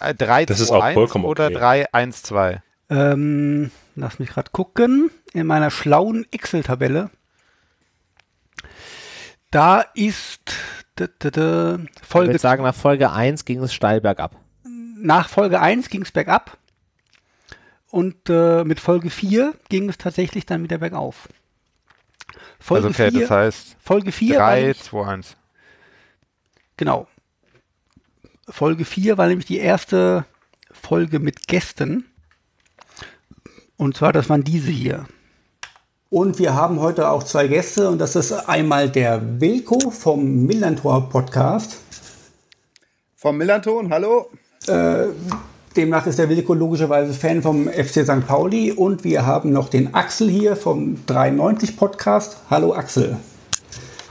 Speaker 3: Äh, 3,
Speaker 4: Das ist
Speaker 3: 2,
Speaker 4: auch
Speaker 3: 1
Speaker 4: vollkommen
Speaker 3: oder
Speaker 4: okay.
Speaker 3: 3, 1, 2.
Speaker 2: Ähm, lass mich gerade gucken. In meiner schlauen Excel-Tabelle. Da ist da, da, da,
Speaker 6: Ich
Speaker 2: Folge,
Speaker 6: würde sagen, nach Folge 1 ging es steil bergab.
Speaker 2: nach Folge 1 ging es bergab. Und äh, mit Folge 4 ging es tatsächlich dann wieder bergauf.
Speaker 3: Also
Speaker 2: Folge
Speaker 3: okay,
Speaker 2: 4,
Speaker 3: das heißt
Speaker 2: Folge 4 war
Speaker 3: 3,
Speaker 2: nämlich-
Speaker 3: 2, 1.
Speaker 2: Genau. Folge 4 war nämlich die erste Folge mit Gästen. Und zwar, das waren diese hier. Und wir haben heute auch zwei Gäste und das ist einmal der Wilko vom Millantor Podcast.
Speaker 10: Vom Millanton, hallo.
Speaker 2: Äh, Demnach ist der Wilko logischerweise Fan vom FC St. Pauli und wir haben noch den Axel hier vom 93 Podcast. Hallo Axel.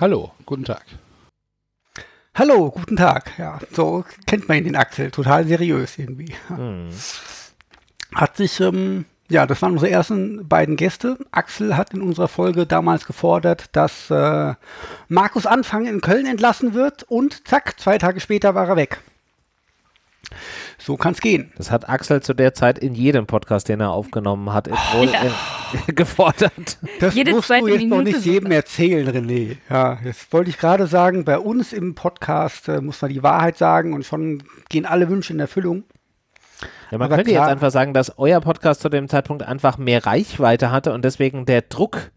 Speaker 11: Hallo, guten Tag.
Speaker 2: Hallo, guten Tag. Ja, so kennt man ihn, den Axel. Total seriös irgendwie.
Speaker 5: Hm.
Speaker 2: Hat sich, ähm, ja, das waren unsere ersten beiden Gäste. Axel hat in unserer Folge damals gefordert, dass äh, Markus Anfang in Köln entlassen wird und zack, zwei Tage später war er weg. So kann's gehen.
Speaker 6: Das hat Axel zu der Zeit in jedem Podcast, den er aufgenommen hat, wohl äh, <laughs> gefordert.
Speaker 2: Das
Speaker 5: Jede
Speaker 2: musst du
Speaker 5: zweite
Speaker 2: jetzt noch
Speaker 5: Minute
Speaker 2: nicht jedem erzählen, René. Ja, jetzt wollte ich gerade sagen, bei uns im Podcast äh, muss man die Wahrheit sagen und schon gehen alle Wünsche in Erfüllung.
Speaker 6: Ja, man
Speaker 2: Aber
Speaker 6: könnte
Speaker 2: klar-
Speaker 6: jetzt einfach sagen, dass euer Podcast zu dem Zeitpunkt einfach mehr Reichweite hatte und deswegen der Druck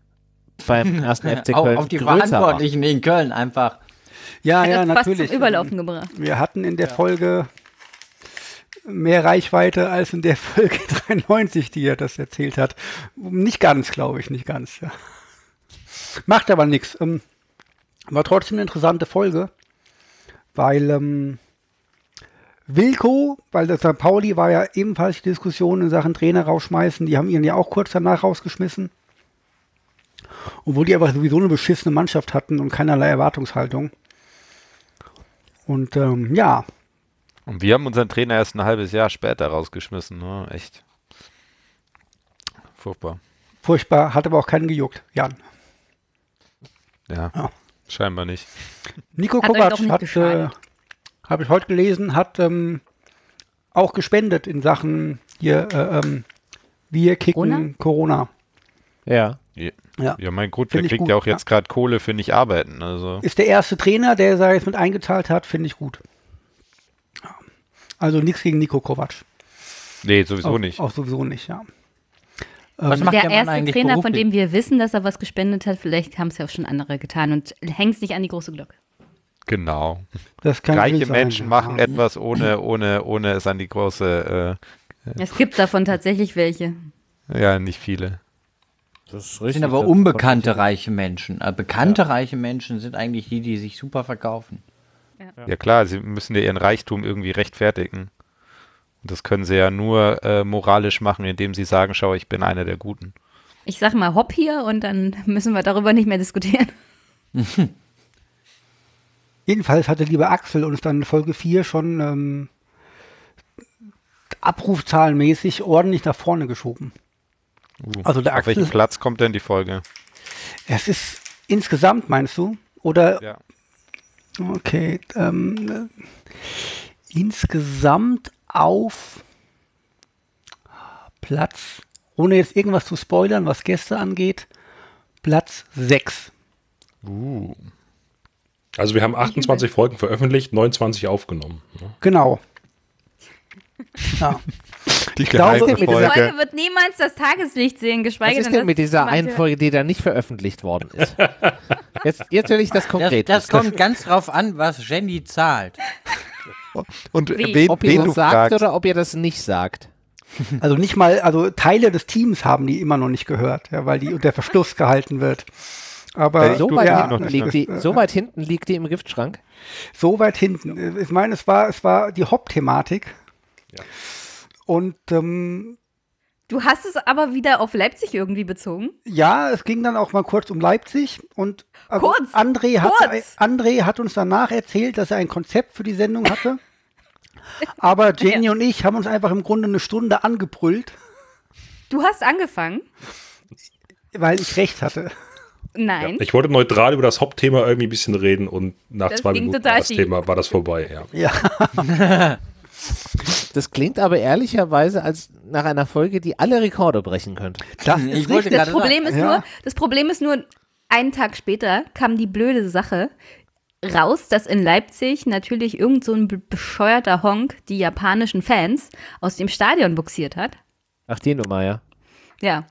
Speaker 6: beim ersten FC
Speaker 7: Auch
Speaker 6: Köln
Speaker 7: auf die
Speaker 6: größer war.
Speaker 7: Verantwortlichen in Köln einfach.
Speaker 2: Ja,
Speaker 5: Hat
Speaker 2: Ah ja,
Speaker 5: uns fast
Speaker 2: natürlich.
Speaker 5: zum Überlaufen gebracht.
Speaker 2: Wir hatten in der Folge mehr Reichweite als in der <laughs> Folge 93, die er das erzählt hat. Nicht ganz, glaube ich, nicht ganz. Ja. Macht aber nichts. Ähm, war trotzdem eine interessante Folge, weil ähm, Wilko, weil der St. Pauli war ja ebenfalls die Diskussion in Sachen Trainer rausschmeißen, die haben ihn ja auch kurz danach rausgeschmissen. Obwohl die einfach sowieso eine beschissene Mannschaft hatten und keinerlei Erwartungshaltung. Und ähm, ja,
Speaker 3: Und wir haben unseren Trainer erst ein halbes Jahr später rausgeschmissen. Ne? Echt. Furchtbar.
Speaker 2: Furchtbar, hat aber auch keinen gejuckt. Jan.
Speaker 3: Ja,
Speaker 2: Ja.
Speaker 3: scheinbar nicht.
Speaker 2: Nico
Speaker 5: Hat euch
Speaker 2: Kovac
Speaker 5: doch nicht
Speaker 2: hat, äh,
Speaker 5: geschadet.
Speaker 2: habe ich heute gelesen, hat ähm, auch gespendet in Sachen hier, äh, ähm, wir kicken Corona.
Speaker 6: Ja.
Speaker 2: Ja.
Speaker 3: Ja, mein Gott,
Speaker 2: Find
Speaker 3: der
Speaker 2: ich
Speaker 3: kriegt
Speaker 2: gut,
Speaker 3: ja auch
Speaker 2: ja.
Speaker 3: jetzt gerade Kohle für nicht arbeiten. Also.
Speaker 2: Ist der erste Trainer, der da jetzt mit eingezahlt hat, finde ich gut. Ja. Also nichts gegen Nico Kovac.
Speaker 3: Nee, sowieso
Speaker 2: auch,
Speaker 3: nicht.
Speaker 2: Auch sowieso nicht, ja.
Speaker 7: Was
Speaker 2: Ähm,
Speaker 7: macht
Speaker 5: Der
Speaker 7: der Mann
Speaker 5: erste
Speaker 7: eigentlich
Speaker 5: Trainer, von
Speaker 7: beruflich?
Speaker 5: dem wir wissen, dass er was gespendet hat, vielleicht haben es ja auch schon andere getan und hängst nicht an die große Glocke.
Speaker 3: Genau.
Speaker 2: Das kann
Speaker 3: Reiche
Speaker 2: wild sein,
Speaker 3: Menschen
Speaker 2: ja.
Speaker 3: machen etwas, ohne, ohne, ohne es an die große,
Speaker 5: Es gibt davon tatsächlich welche.
Speaker 3: äh, ja, nicht viele.
Speaker 6: Das ist
Speaker 7: Das
Speaker 6: richtig.
Speaker 7: sind aber
Speaker 6: das-
Speaker 7: unbekannte reiche Menschen. Äh, Bekannte reiche Menschen sind eigentlich die, die sich super verkaufen.
Speaker 3: Ja. klar, sie müssen ja ihren Reichtum irgendwie rechtfertigen. Und das können sie ja nur äh, moralisch machen, indem sie sagen, schau, ich bin einer der Guten.
Speaker 5: Ich sag mal hopp hier und dann <laughs> müssen wir darüber nicht mehr diskutieren.
Speaker 2: Jedenfalls hatte lieber Axel uns dann in Folge 4 schon ähm, abrufzahlenmäßig ordentlich nach vorne geschoben.
Speaker 3: Uh,
Speaker 2: Also der
Speaker 3: Auf welchen
Speaker 2: Axel,
Speaker 3: Platz kommt denn die Folge?
Speaker 2: es ist insgesamt, meinst du? Oder,
Speaker 3: Ja.
Speaker 2: okay, ähm, äh, insgesamt auf Platz, ohne jetzt irgendwas zu spoilern, was Gäste angeht, Platz 6.
Speaker 3: Uh.
Speaker 4: Also wir haben 28 Folgen veröffentlicht, 29 aufgenommen. ne?
Speaker 2: Genau.
Speaker 3: Die
Speaker 2: glaube,
Speaker 3: geheime
Speaker 2: mit
Speaker 5: Die
Speaker 3: Folge.
Speaker 5: Folge wird niemals das Tageslicht sehen,
Speaker 6: Was
Speaker 5: geschweige
Speaker 6: ist
Speaker 5: denn,
Speaker 6: denn mit
Speaker 5: dass
Speaker 6: dieser
Speaker 5: manche-
Speaker 6: einen Folge, die da nicht veröffentlicht worden ist? Jetzt, jetzt will ich das
Speaker 7: Das,
Speaker 6: konkret.
Speaker 7: das
Speaker 6: wissen.
Speaker 7: kommt ganz drauf an, was Jenny zahlt.
Speaker 3: Und
Speaker 5: Wie?
Speaker 3: wen,
Speaker 6: ob ihr
Speaker 3: wen
Speaker 6: das
Speaker 3: du
Speaker 6: sagt
Speaker 3: fragst.
Speaker 6: oder ob ihr das nicht sagt.
Speaker 2: Also nicht mal, also Teile des Teams haben die immer noch nicht gehört, ja, weil die unter Verschluss gehalten wird. Aber
Speaker 6: Äh, So weit,
Speaker 2: Äh, ja,
Speaker 6: hinten, liegt die, so weit hinten liegt die im Giftschrank.
Speaker 2: so weit hinten. Ich meine, es war, es war die Hauptthematik. Und ähm,
Speaker 5: Du hast es aber wieder auf Leipzig irgendwie bezogen.
Speaker 2: ja, es ging dann auch mal kurz um Leipzig und also
Speaker 5: Kurz?
Speaker 2: André, hat,
Speaker 5: Kurz?
Speaker 2: André hat uns danach erzählt, dass er ein Konzept für die Sendung
Speaker 5: <laughs>
Speaker 2: hatte. Aber Jenny und ich haben uns einfach im Grunde eine Stunde angebrüllt,
Speaker 5: Du hast angefangen.
Speaker 2: weil ich recht hatte.
Speaker 5: Nein.
Speaker 4: Ich wollte neutral über das Hauptthema irgendwie ein bisschen reden und nach
Speaker 5: Das
Speaker 4: zwei
Speaker 5: ging
Speaker 4: Minuten
Speaker 5: total
Speaker 4: war das
Speaker 5: schief.
Speaker 4: Thema war das vorbei. Ja.
Speaker 6: Das klingt aber ehrlicherweise als nach einer Folge, die alle Rekorde brechen könnte.
Speaker 2: Das
Speaker 7: Ich
Speaker 2: ist
Speaker 7: wollte
Speaker 2: richtig.
Speaker 5: das Problem ist
Speaker 2: Ja.
Speaker 5: nur, das Problem ist nur, einen Tag später kam die blöde Sache raus, dass in Leipzig natürlich irgend so ein be- bescheuerter Honk die japanischen Fans aus dem Stadion buxiert hat.
Speaker 6: Ach, die Nummer, ja.
Speaker 5: Ja.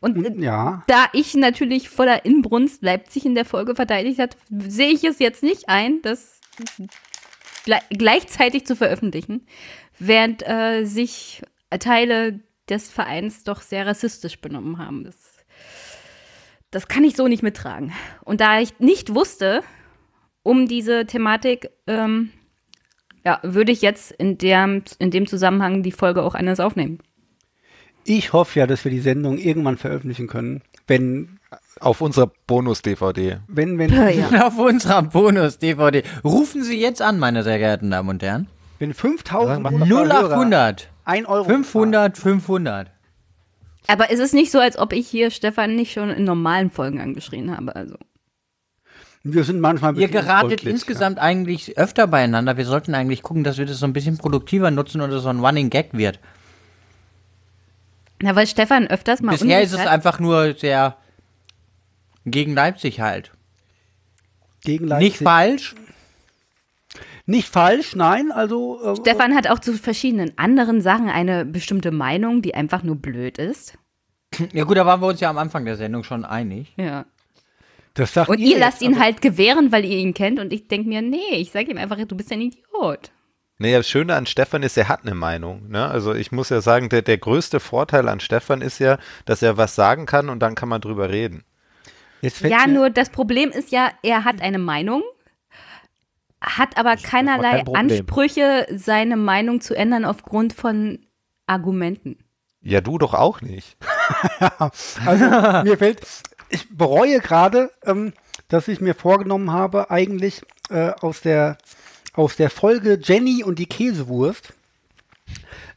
Speaker 5: Und äh,
Speaker 2: Ja,
Speaker 5: da ich natürlich voller Inbrunst Leipzig in der Folge verteidigt hat, sehe ich es jetzt nicht ein, das gle gleichzeitig zu veröffentlichen, während äh, sich Teile des Vereins doch sehr rassistisch benommen haben. Das, das kann ich so nicht mittragen. Und da ich nicht wusste um diese Thematik, ähm, ja, würde ich jetzt in, der, in dem Zusammenhang die Folge auch anders aufnehmen.
Speaker 2: ich hoffe ja, dass wir die Sendung irgendwann veröffentlichen können, wenn,
Speaker 3: Auf unserer Bonus-DVD.
Speaker 2: wenn, wenn,
Speaker 7: Auf unserer Bonus-DVD. Rufen Sie jetzt an, meine sehr geehrten Damen und Herren.
Speaker 2: wenn 5000 Hörer
Speaker 7: 0800
Speaker 2: ein Euro
Speaker 7: 500 500.
Speaker 5: Aber es ist nicht so, als ob ich hier Stefan nicht schon in normalen Folgen angeschrien habe. Also.
Speaker 2: zahlen. Wir sind manchmal ein
Speaker 7: Ihr
Speaker 2: bisschen
Speaker 7: geratet
Speaker 2: unfreundlich,
Speaker 7: insgesamt eigentlich öfter beieinander. Wir sollten eigentlich gucken, dass wir das so ein bisschen produktiver nutzen und es so ein Running Gag wird.
Speaker 5: Na, weil Stefan öfters mal
Speaker 7: Bisher ist es
Speaker 5: Unrecht hat.
Speaker 7: einfach nur sehr gegen Leipzig halt.
Speaker 2: ja. gegen
Speaker 7: Nicht
Speaker 2: Leipzig.
Speaker 7: falsch.
Speaker 2: Nicht falsch, nein, also äh,
Speaker 5: Stefan hat auch zu verschiedenen anderen Sachen eine bestimmte Meinung, die einfach nur blöd ist.
Speaker 7: Ja gut, da waren wir uns ja am Anfang der Sendung schon einig.
Speaker 5: Ja.
Speaker 2: das sagt
Speaker 5: Und ihr
Speaker 2: jetzt, Also,
Speaker 5: lasst ihn
Speaker 2: aber-
Speaker 5: halt gewähren, weil ihr ihn kennt. Und ich denke mir, nee, ich sage ihm einfach, du bist ein Idiot.
Speaker 3: Nee, das Schöne an Stefan ist, er hat eine Meinung. Ne? Also ich muss ja sagen, der, der größte Vorteil an Stefan ist ja, dass er was sagen kann und dann kann man drüber reden.
Speaker 2: Jetzt fällt
Speaker 5: Ja,
Speaker 2: mir-
Speaker 5: nur das Problem ist ja, er hat eine Meinung, hat aber keinerlei
Speaker 6: kein Problem.
Speaker 5: Ansprüche, seine Meinung zu ändern aufgrund von Argumenten.
Speaker 3: Ja, du doch auch nicht.
Speaker 2: Also, <laughs> mir fällt, ich bereue gerade, ähm, dass ich mir vorgenommen habe, eigentlich äh, aus, der, aus der Folge Jenny und die Käsewurst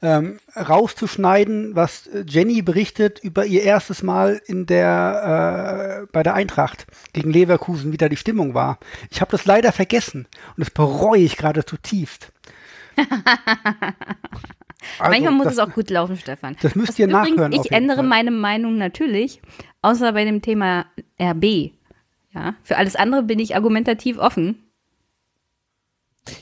Speaker 2: ähm, rauszuschneiden, was äh, Jenny berichtet über ihr erstes Mal in der, äh, bei der Eintracht gegen Leverkusen, wie da die Stimmung war. Ich habe das leider vergessen und das bereue ich gerade zutiefst. Also,
Speaker 5: <laughs> Manchmal muss
Speaker 2: das-
Speaker 5: es auch gut laufen, Stefan.
Speaker 2: das müsst ihr
Speaker 5: übrigens,
Speaker 2: nachhören, auf
Speaker 5: Ich
Speaker 2: jeden
Speaker 5: ändere
Speaker 2: Fall.
Speaker 5: meine Meinung natürlich, außer bei dem Thema RB. Ja, für alles andere bin ich argumentativ offen.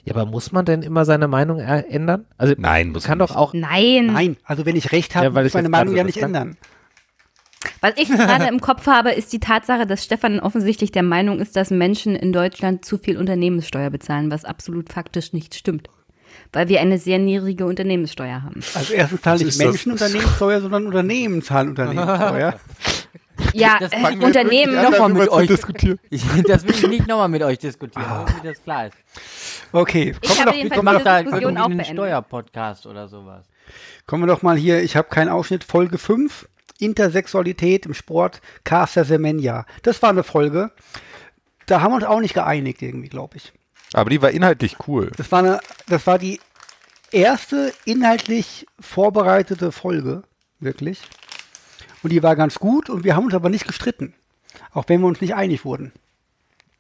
Speaker 6: Ja, aber muss man denn immer seine Meinung ä- ändern? Also
Speaker 3: Nein, muss
Speaker 6: kann
Speaker 3: man
Speaker 6: doch auch.
Speaker 5: Nein,
Speaker 2: Nein, also wenn ich recht habe,
Speaker 6: Ja, weil
Speaker 2: muss
Speaker 6: ich
Speaker 2: ich meine Meinung
Speaker 6: jetzt gerade so
Speaker 2: ja
Speaker 6: das
Speaker 2: nicht
Speaker 6: klang-
Speaker 2: ändern.
Speaker 5: was ich gerade im Kopf habe, ist die Tatsache, dass Stefan offensichtlich der Meinung ist, dass Menschen in Deutschland zu viel Unternehmenssteuer bezahlen, was absolut faktisch nicht stimmt. Weil wir eine sehr niedrige
Speaker 2: <laughs>
Speaker 5: Unternehmenssteuer haben.
Speaker 2: Also erstens zahlen nicht
Speaker 4: ist das?
Speaker 2: Menschen Unternehmenssteuer, sondern Unternehmen zahlen
Speaker 4: <laughs>
Speaker 2: Unternehmenssteuer.
Speaker 5: Ja,
Speaker 7: Das
Speaker 5: äh,
Speaker 7: fangen wir
Speaker 5: Unternehmen
Speaker 7: wirklich an,
Speaker 5: noch.
Speaker 7: Nochmal mit
Speaker 3: darüber zu
Speaker 7: euch.
Speaker 3: diskutieren.
Speaker 7: <laughs> Ich, das will ich nicht nochmal mit euch diskutieren, damit mir das klar ist.
Speaker 2: Okay,
Speaker 5: Ich
Speaker 2: kommen wir,
Speaker 5: habe
Speaker 2: doch,
Speaker 5: jedenfalls
Speaker 2: kommen, wir
Speaker 5: diese
Speaker 2: doch,
Speaker 7: Da
Speaker 5: Diskussion auch
Speaker 7: einen
Speaker 5: beendet.
Speaker 7: Steuerpodcast oder sowas.
Speaker 2: kommen wir doch mal hier, ich habe keinen Ausschnitt, Folge 5, Intersexualität im Sport, Caster Semenya. Das war eine Folge, da haben wir uns auch nicht geeinigt irgendwie, glaube ich.
Speaker 3: Aber die war inhaltlich cool.
Speaker 2: Das war, eine, das war die erste inhaltlich vorbereitete Folge, wirklich. Und die war ganz gut und wir haben uns aber nicht gestritten, auch wenn wir uns nicht einig wurden.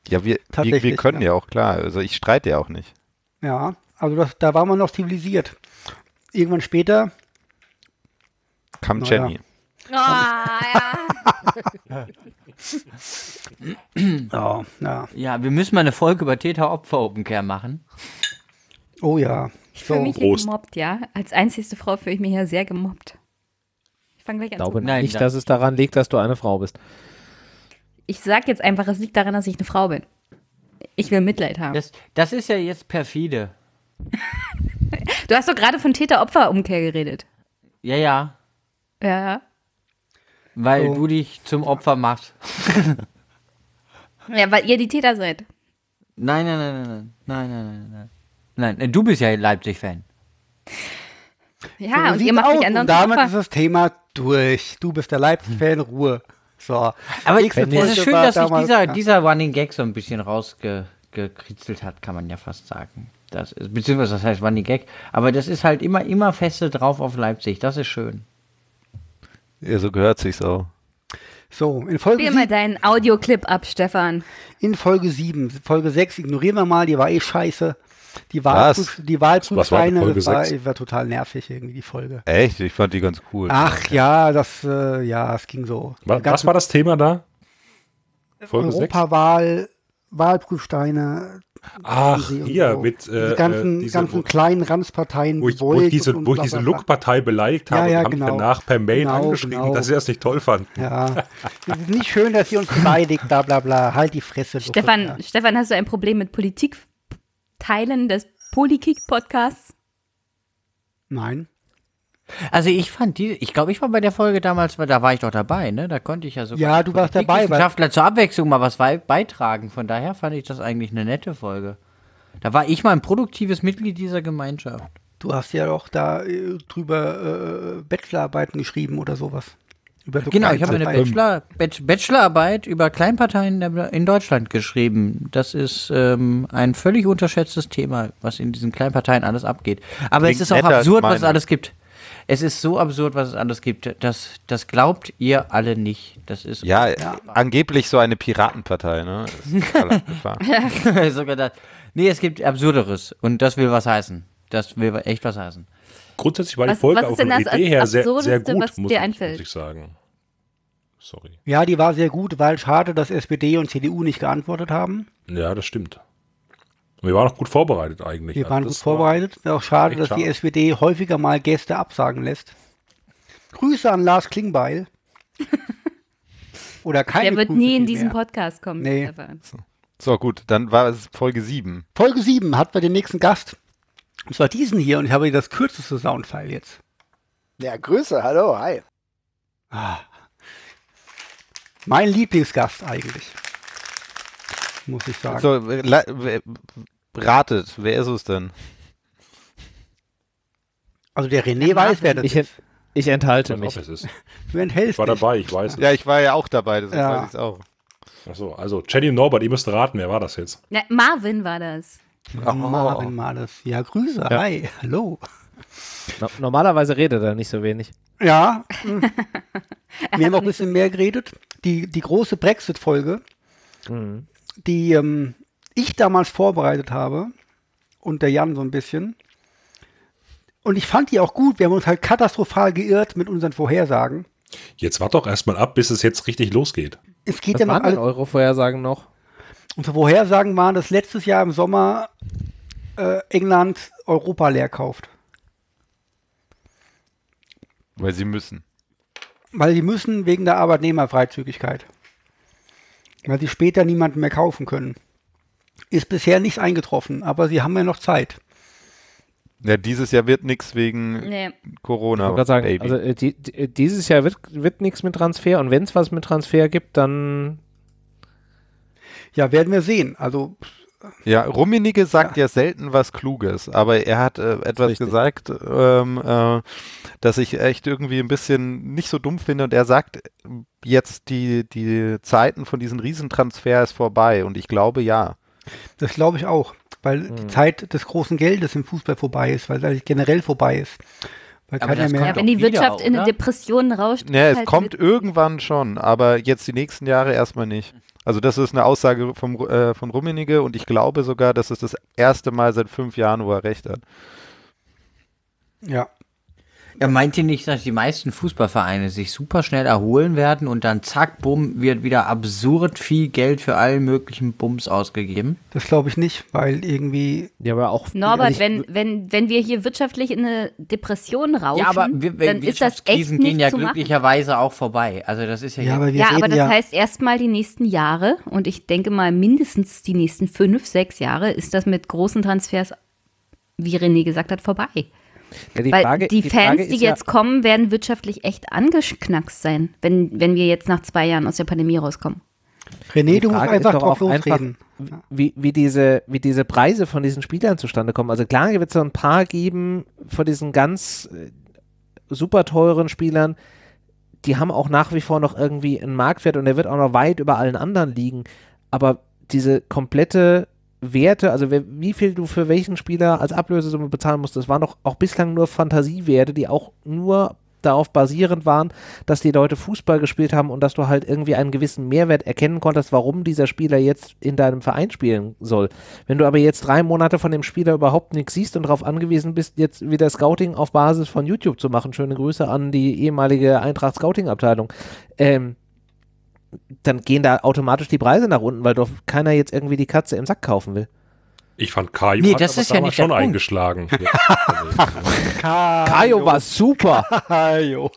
Speaker 3: Ja, wir, wir, wir
Speaker 2: Tatsächlich,
Speaker 3: können
Speaker 2: ja.
Speaker 3: ja auch, klar. Also ich streite ja auch nicht.
Speaker 2: Ja, also das, da war man noch zivilisiert. Irgendwann später,
Speaker 3: Kam
Speaker 2: Na ja.
Speaker 3: Jenny.
Speaker 5: Ah, ja.
Speaker 2: Ja, ja.
Speaker 7: Ja, wir müssen mal eine Folge über Täter-Opfer-Opencare machen.
Speaker 2: Oh ja.
Speaker 5: Ich fühle mich hier gemobbt, ja. Als einzigste Frau fühle ich mich hier sehr gemobbt. Ich fange gleich
Speaker 6: Ich
Speaker 5: an zu
Speaker 6: glaube
Speaker 5: weinen.
Speaker 6: nicht, dass es daran liegt, dass du eine Frau bist.
Speaker 5: Ich sag jetzt einfach, es liegt daran, dass ich eine Frau bin. Ich will Mitleid haben.
Speaker 7: Das, das ist ja jetzt perfide.
Speaker 5: Du hast doch gerade von Täter-Opfer-Umkehr geredet.
Speaker 7: Ja, ja.
Speaker 5: Ja.
Speaker 7: Weil
Speaker 2: So.
Speaker 7: du dich zum Opfer machst.
Speaker 5: Ja, weil ihr die Täter seid.
Speaker 7: Nein, nein, nein, nein, nein, nein, nein, nein, nein. Nein, du bist ja Leipzig-Fan.
Speaker 5: Ja,
Speaker 2: So
Speaker 5: Ah, und
Speaker 2: sieht's
Speaker 5: ihr macht
Speaker 2: aus.
Speaker 5: mich anderen
Speaker 2: Und damit ist
Speaker 5: Opfer.
Speaker 2: das Thema durch. Du bist der Leipzig-Fan, Ruhe. So.
Speaker 7: Aber es
Speaker 2: Nächste Folge
Speaker 7: ist schön,
Speaker 2: war
Speaker 7: dass sich
Speaker 2: damals-
Speaker 7: dieser,
Speaker 2: ja.
Speaker 7: dieser Running Gag so ein bisschen rausgekritzelt hat, kann man ja fast sagen. Das ist, beziehungsweise das heißt Running Gag. Aber das ist halt immer, immer feste drauf auf Leipzig. Das ist schön.
Speaker 3: Ja, so gehört sich's auch.
Speaker 2: So, in Folge
Speaker 5: Spiel
Speaker 2: sieben-
Speaker 5: mal deinen Audioclip ab, Stefan.
Speaker 2: In Folge 7, Folge 6 ignorieren wir mal, die war eh scheiße. Die
Speaker 3: Was?
Speaker 2: Wahlprüf- die
Speaker 4: Was war denn
Speaker 2: Wahlprüfscheine,
Speaker 4: Folge
Speaker 2: das war,
Speaker 4: sechs?
Speaker 2: war total nervig irgendwie, die Folge.
Speaker 3: Echt? Ich fand die ganz cool.
Speaker 2: Ach ja, das, äh, ja, es ging so.
Speaker 4: Was,
Speaker 2: Gab's
Speaker 4: was war das Thema da? Folge 6?
Speaker 2: Europawahl, Wahlprüfsteine,
Speaker 4: Ach,
Speaker 2: und
Speaker 4: hier,
Speaker 2: so.
Speaker 4: mit äh,
Speaker 2: diese ganzen,
Speaker 4: äh, diese,
Speaker 2: ganzen kleinen Ranzparteien,
Speaker 4: wo ich, wo ich
Speaker 2: gewollt
Speaker 4: diese,
Speaker 2: und
Speaker 4: wo ich
Speaker 2: bla,
Speaker 4: diese
Speaker 2: bla, bla.
Speaker 4: Look-Partei beleidigt
Speaker 2: Ja,
Speaker 4: habe
Speaker 2: ja,
Speaker 4: und haben
Speaker 2: genau.
Speaker 4: mich danach per Mail
Speaker 2: Genau,
Speaker 4: angeschrieben,
Speaker 2: genau.
Speaker 4: dass sie das nicht toll fanden. <laughs>
Speaker 2: Ja, es ist nicht schön, dass ihr uns beleidigt, bla bla bla, halt die Fresse. Look.
Speaker 5: Stefan,
Speaker 2: Ja.
Speaker 5: Stefan, hast du ein Problem mit Politik-Teilen des Polykick-Podcasts?
Speaker 2: Nein.
Speaker 7: Also ich fand die, ich glaube, ich war bei der Folge damals, weil da war ich doch dabei, ne? Da konnte ich ja sogar.
Speaker 2: Ja, du warst dabei, weil-
Speaker 7: Wissenschaftler zur Abwechslung mal was bei- beitragen. Von daher fand ich das eigentlich eine nette Folge. Da war ich mal ein produktives Mitglied dieser Gemeinschaft.
Speaker 2: Du hast ja auch da äh, drüber äh, Bachelorarbeiten geschrieben oder sowas. Über so
Speaker 7: Genau, ich habe eine
Speaker 2: Kleinarbeiten.
Speaker 7: Bachelor, Bach- Bachelorarbeit über Kleinparteien in der- in Deutschland geschrieben. Das ist ähm, ein völlig unterschätztes Thema, was in diesen Kleinparteien alles abgeht. Aber
Speaker 3: Klingt
Speaker 7: es ist auch
Speaker 3: netter als
Speaker 7: absurd, was es
Speaker 3: meine.
Speaker 7: alles gibt. Es ist so absurd, was es alles gibt. Das, das glaubt ihr alle nicht. Das ist
Speaker 3: Ja, angeblich so eine Piratenpartei, ne? Ist total abgefahren.
Speaker 7: <laughs> sogar das. Nee, es gibt Absurderes. Und das will was heißen. Das will echt was heißen.
Speaker 4: Grundsätzlich war die
Speaker 5: Was-
Speaker 4: Folge
Speaker 5: was ist
Speaker 4: auch von der
Speaker 5: denn das
Speaker 4: Idee her sehr,
Speaker 5: Absurdeste,
Speaker 4: sehr gut,
Speaker 5: was
Speaker 4: muss,
Speaker 5: dir
Speaker 4: ich-
Speaker 5: einfällt?
Speaker 4: muss ich sagen. Sorry.
Speaker 2: Ja, die war sehr gut, weil schade, dass SPD und CDU nicht geantwortet haben.
Speaker 4: Ja, das stimmt. Und wir waren auch gut vorbereitet eigentlich.
Speaker 2: Wir
Speaker 4: Also
Speaker 2: waren gut
Speaker 4: das
Speaker 2: vorbereitet. Auch schade,
Speaker 4: echt
Speaker 2: dass die
Speaker 4: schade.
Speaker 2: SPD häufiger mal Gäste absagen lässt. Grüße an Lars
Speaker 5: <laughs>
Speaker 2: Klingbeil. Oder keine
Speaker 5: Der wird
Speaker 2: Grüße
Speaker 5: nie in diesen
Speaker 2: vielmehr.
Speaker 5: Podcast kommen,
Speaker 2: Nee.
Speaker 5: Stefan.
Speaker 3: So, gut, dann war es Folge 7.
Speaker 2: Folge 7 hat bei den nächsten Gast. Und zwar diesen hier. Und ich habe hier das kürzeste Soundfile jetzt.
Speaker 10: Ja, Grüße, hallo, hi.
Speaker 2: Ah. Mein Lieblingsgast eigentlich. Muss ich sagen.
Speaker 4: Also-
Speaker 3: So, äh, la- w- ratet, wer ist es denn?
Speaker 2: Also der René weiß, wer das
Speaker 6: Ich,
Speaker 2: ist.
Speaker 6: ent- ich enthalte
Speaker 4: War,
Speaker 6: mich.
Speaker 4: ich, weiß, es ist.
Speaker 2: Du enthältst
Speaker 4: ich war
Speaker 2: dich.
Speaker 4: dabei, ich weiß es.
Speaker 3: Ja, ich war ja auch dabei, deshalb
Speaker 2: Ja.
Speaker 3: weiß ich es auch.
Speaker 4: Achso, also Jenny und Norbert, ihr müsst raten, wer war das jetzt?
Speaker 5: Na, Marvin war das.
Speaker 2: Marvin Males. Ja, Grüße.
Speaker 6: Ja.
Speaker 2: Hi. Hallo.
Speaker 6: No normalerweise redet er nicht so wenig.
Speaker 2: Ja. hm. Wir haben auch ein bisschen mehr geredet. Die, die große Brexit-Folge,
Speaker 6: Mhm.
Speaker 2: die ähm, ich damals vorbereitet habe und der Jan so ein bisschen. Und ich fand die auch gut. Wir haben uns halt katastrophal geirrt mit unseren Vorhersagen.
Speaker 4: Jetzt wart doch erstmal ab, bis es jetzt richtig losgeht.
Speaker 2: Es geht
Speaker 6: Was
Speaker 2: ja noch
Speaker 6: waren denn
Speaker 2: alles.
Speaker 6: eure Vorhersagen noch?
Speaker 2: Unsere Vorhersagen waren, dass letztes Jahr im Sommer äh, England Europa leer kauft.
Speaker 3: Weil sie müssen.
Speaker 2: Weil die müssen wegen der Arbeitnehmerfreizügigkeit. Weil sie später niemanden mehr kaufen können. Ist bisher nichts eingetroffen, aber sie haben ja noch Zeit.
Speaker 3: Ja, dieses Jahr wird nichts wegen
Speaker 5: Nee.
Speaker 6: Ich
Speaker 3: Corona.
Speaker 6: wollte gerade sagen,
Speaker 3: Baby.
Speaker 6: also äh, die, die, äh, dieses Jahr wird, wird nichts mit Transfer und wenn es was mit Transfer gibt, dann
Speaker 2: Ja, werden wir sehen. Also,
Speaker 3: ja, Rummenigge sagt ja. selten was Kluges, aber er hat äh, etwas
Speaker 6: Richtig.
Speaker 3: gesagt, ähm, äh, dass ich echt irgendwie ein bisschen nicht so dumm finde und er sagt, äh, jetzt die, die Zeiten von diesen Riesentransfer ist vorbei und ich glaube ja.
Speaker 2: das glaube ich auch, weil
Speaker 6: Hm.
Speaker 2: die Zeit des großen Geldes im Fußball vorbei ist, weil das generell vorbei ist. Weil
Speaker 7: Aber
Speaker 2: keiner
Speaker 7: das
Speaker 2: mehr.
Speaker 5: Ja,
Speaker 7: kommt
Speaker 5: wenn die
Speaker 7: wieder,
Speaker 5: Wirtschaft in eine
Speaker 7: oder?
Speaker 5: Depression rauscht.
Speaker 3: Ja,
Speaker 5: ist
Speaker 3: es
Speaker 5: halt
Speaker 3: kommt
Speaker 5: mit-
Speaker 3: irgendwann schon, aber jetzt die nächsten Jahre erstmal nicht. Also das ist eine Aussage vom, Ru- äh, von Rummenigge und ich glaube sogar, das ist das erste Mal seit fünf Jahren, wo er recht hat.
Speaker 2: Ja.
Speaker 7: Ja, meint ihr nicht, dass die meisten Fußballvereine sich super schnell erholen werden und dann zack, bumm, wird wieder absurd viel Geld für allen möglichen Bums ausgegeben?
Speaker 2: Das glaube ich nicht, weil irgendwie.
Speaker 6: Ja, aber auch.
Speaker 5: Norbert,
Speaker 6: also ich-
Speaker 5: wenn, wenn, wenn wir hier wirtschaftlich in eine Depression rauschen,
Speaker 7: Ja, aber wir, wir,
Speaker 5: dann ist das echt
Speaker 7: Wirtschaftskrisen
Speaker 5: nicht
Speaker 7: gehen ja
Speaker 5: zu machen.
Speaker 7: glücklicherweise auch vorbei. Also das ist ja,
Speaker 2: Ja,
Speaker 7: jetzt-
Speaker 2: aber wir
Speaker 5: ja,
Speaker 2: reden
Speaker 5: aber das
Speaker 2: ja,
Speaker 5: heißt erstmal die nächsten Jahre und ich denke mal mindestens die nächsten fünf, sechs Jahre ist das mit großen Transfers, wie René gesagt hat, vorbei.
Speaker 6: ja, die
Speaker 5: Weil
Speaker 6: Frage,
Speaker 5: die,
Speaker 6: Frage
Speaker 5: Fans, die
Speaker 6: ist ja-
Speaker 5: jetzt kommen, werden wirtschaftlich echt angeknackst sein, wenn, wenn wir jetzt nach zwei Jahren aus der Pandemie rauskommen.
Speaker 2: René,
Speaker 6: Die
Speaker 2: du musst
Speaker 6: Frage ist
Speaker 2: einfach
Speaker 6: doch
Speaker 2: drauf
Speaker 6: auch einfach,
Speaker 2: losreden.
Speaker 6: wie, wie, diese, wie diese Preise von diesen Spielern zustande kommen. Also klar wird es so ein paar geben von diesen ganz äh, super teuren Spielern, die haben auch nach wie vor noch irgendwie einen Marktwert und der wird auch noch weit über allen anderen liegen. Aber diese komplette Werte, also wer, wie viel du für welchen Spieler als Ablösesumme bezahlen musst, das waren doch auch bislang nur Fantasiewerte, die auch nur darauf basierend waren, dass die Leute Fußball gespielt haben und dass du halt irgendwie einen gewissen Mehrwert erkennen konntest, warum dieser Spieler jetzt in deinem Verein spielen soll. Wenn du aber jetzt drei Monate von dem Spieler überhaupt nichts siehst und darauf angewiesen bist, jetzt wieder Scouting auf Basis von YouTube zu machen, schöne Grüße an die ehemalige Eintracht Scouting Abteilung, ähm, dann gehen da automatisch die Preise nach unten, weil doch keiner jetzt irgendwie die Katze im Sack kaufen will.
Speaker 4: Ich fand Kajo
Speaker 7: Nee,
Speaker 4: hat
Speaker 7: das
Speaker 4: aber
Speaker 7: ist ja
Speaker 4: damals
Speaker 7: nicht der
Speaker 4: schon
Speaker 2: <laughs>
Speaker 7: Punkt.
Speaker 4: eingeschlagen. Ja. also,
Speaker 6: Kajo war <laughs> super.
Speaker 2: Ajo.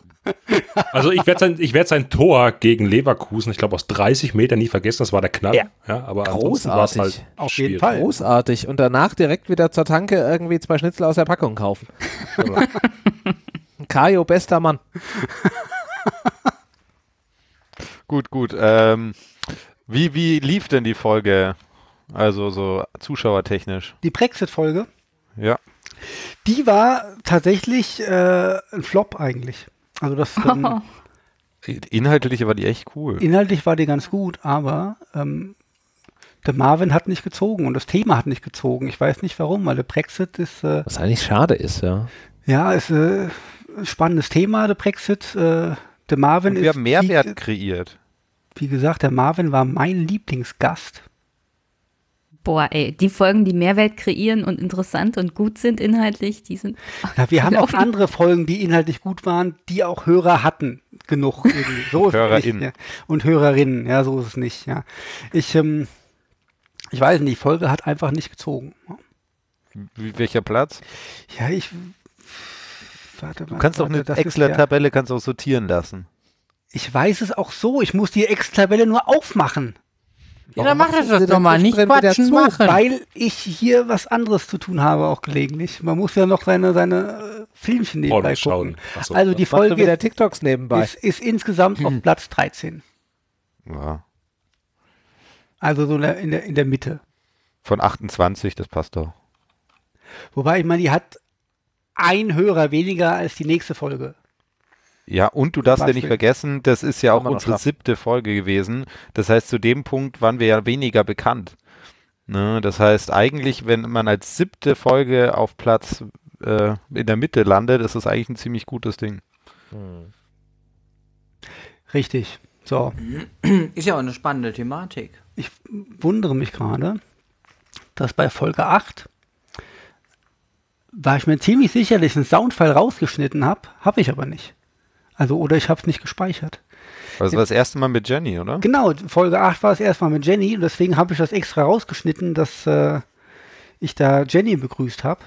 Speaker 4: also ich werde sein, ich werd sein Tor gegen Leverkusen, ich glaube aus 30 Metern nie vergessen, das war der Knall. Ja.
Speaker 6: Ja.
Speaker 4: aber ansonsten war es
Speaker 6: Großartig.
Speaker 4: halt
Speaker 2: Auf
Speaker 4: schwierig.
Speaker 2: jeden Fall.
Speaker 6: Großartig. Und danach direkt wieder zur Tanke irgendwie zwei Schnitzel aus der
Speaker 2: <laughs>
Speaker 6: Packung kaufen. Kajo, bester Mann.
Speaker 3: Gut, gut. Ähm, wie, wie lief denn die Folge? Also so zuschauertechnisch.
Speaker 2: Die Brexit-Folge,
Speaker 3: Ja.
Speaker 2: die war tatsächlich äh, ein Flop eigentlich. Also das ähm,
Speaker 3: Inhaltlich war die echt cool.
Speaker 2: Inhaltlich war die ganz gut, aber ähm, der Marvin hat nicht gezogen und das Thema hat nicht gezogen. Ich weiß nicht warum, weil der Brexit ist, äh,
Speaker 6: Was eigentlich schade ist, ja.
Speaker 2: ja, ist äh, ein spannendes Thema, der Brexit. Äh, der Marvin
Speaker 3: Und wir
Speaker 2: ist,
Speaker 3: haben Mehrwert
Speaker 2: Wie,
Speaker 3: kreiert.
Speaker 2: wie gesagt, der Marvin war mein Lieblingsgast.
Speaker 5: Boah, ey, die Folgen, die Mehrwert kreieren und interessant und gut sind inhaltlich, die sind.
Speaker 2: Ja, wir haben auch
Speaker 5: Laufen.
Speaker 2: andere Folgen, die inhaltlich gut waren, die auch Hörer hatten. Genug. Irgendwie. So ist es nicht,
Speaker 3: Hörerinnen.
Speaker 2: ja. Und Hörerinnen, ja, so ist es nicht. Ja. Ich, ähm, ich weiß nicht, die Folge hat einfach nicht gezogen.
Speaker 3: Wie, welcher Platz?
Speaker 2: Ja, ich. Warte,
Speaker 3: Du kannst doch eine
Speaker 2: ja,
Speaker 3: Excel-Tabelle kannst auch sortieren lassen.
Speaker 2: Ich weiß es auch so. Ich muss die Excel-Tabelle nur aufmachen,
Speaker 7: ja, dann mach das doch
Speaker 6: denn
Speaker 7: nochmal. Nicht
Speaker 6: zwischendrin wieder
Speaker 7: quatschen,
Speaker 6: zu?
Speaker 7: machen.
Speaker 2: weil ich hier was anderes zu tun habe, auch gelegentlich. Man muss ja noch seine, seine äh, Filmchen nebenbei
Speaker 4: Oh, schauen.
Speaker 2: gucken.
Speaker 4: Ach so,
Speaker 2: also die
Speaker 6: Machst du
Speaker 2: Folge
Speaker 6: wieder
Speaker 2: ist,
Speaker 6: TikToks nebenbei?
Speaker 2: ist, ist insgesamt auf Platz 13.
Speaker 3: Ja.
Speaker 2: Also so in der- in der, in der Mitte.
Speaker 3: Von 28, das passt doch.
Speaker 2: Wobei, ich meine, die hat ein Hörer weniger als die nächste Folge.
Speaker 3: Ja, und du darfst ja
Speaker 2: Beispiel.
Speaker 3: nicht vergessen, das ist ja auch
Speaker 6: man noch
Speaker 3: unsere
Speaker 6: schaffen.
Speaker 3: siebte Folge gewesen. Das heißt, zu dem Punkt waren wir ja weniger bekannt. Ne? Das heißt, eigentlich, wenn man als siebte Folge auf Platz äh, in der Mitte landet, ist das eigentlich ein ziemlich gutes Ding.
Speaker 6: Hm.
Speaker 2: Richtig. So,
Speaker 7: Ist ja auch eine spannende Thematik.
Speaker 2: ich wundere mich gerade, dass bei Folge 8 war ich mir ziemlich sicher, dass ich einen Soundfile rausgeschnitten habe, habe ich aber nicht. Also, oder ich habe es nicht gespeichert.
Speaker 3: Das war Also das erste Mal mit Jenny, oder?
Speaker 2: Genau, Folge 8 war es erstmal mit Jenny und deswegen habe ich das extra rausgeschnitten, dass äh, ich da Jenny begrüßt habe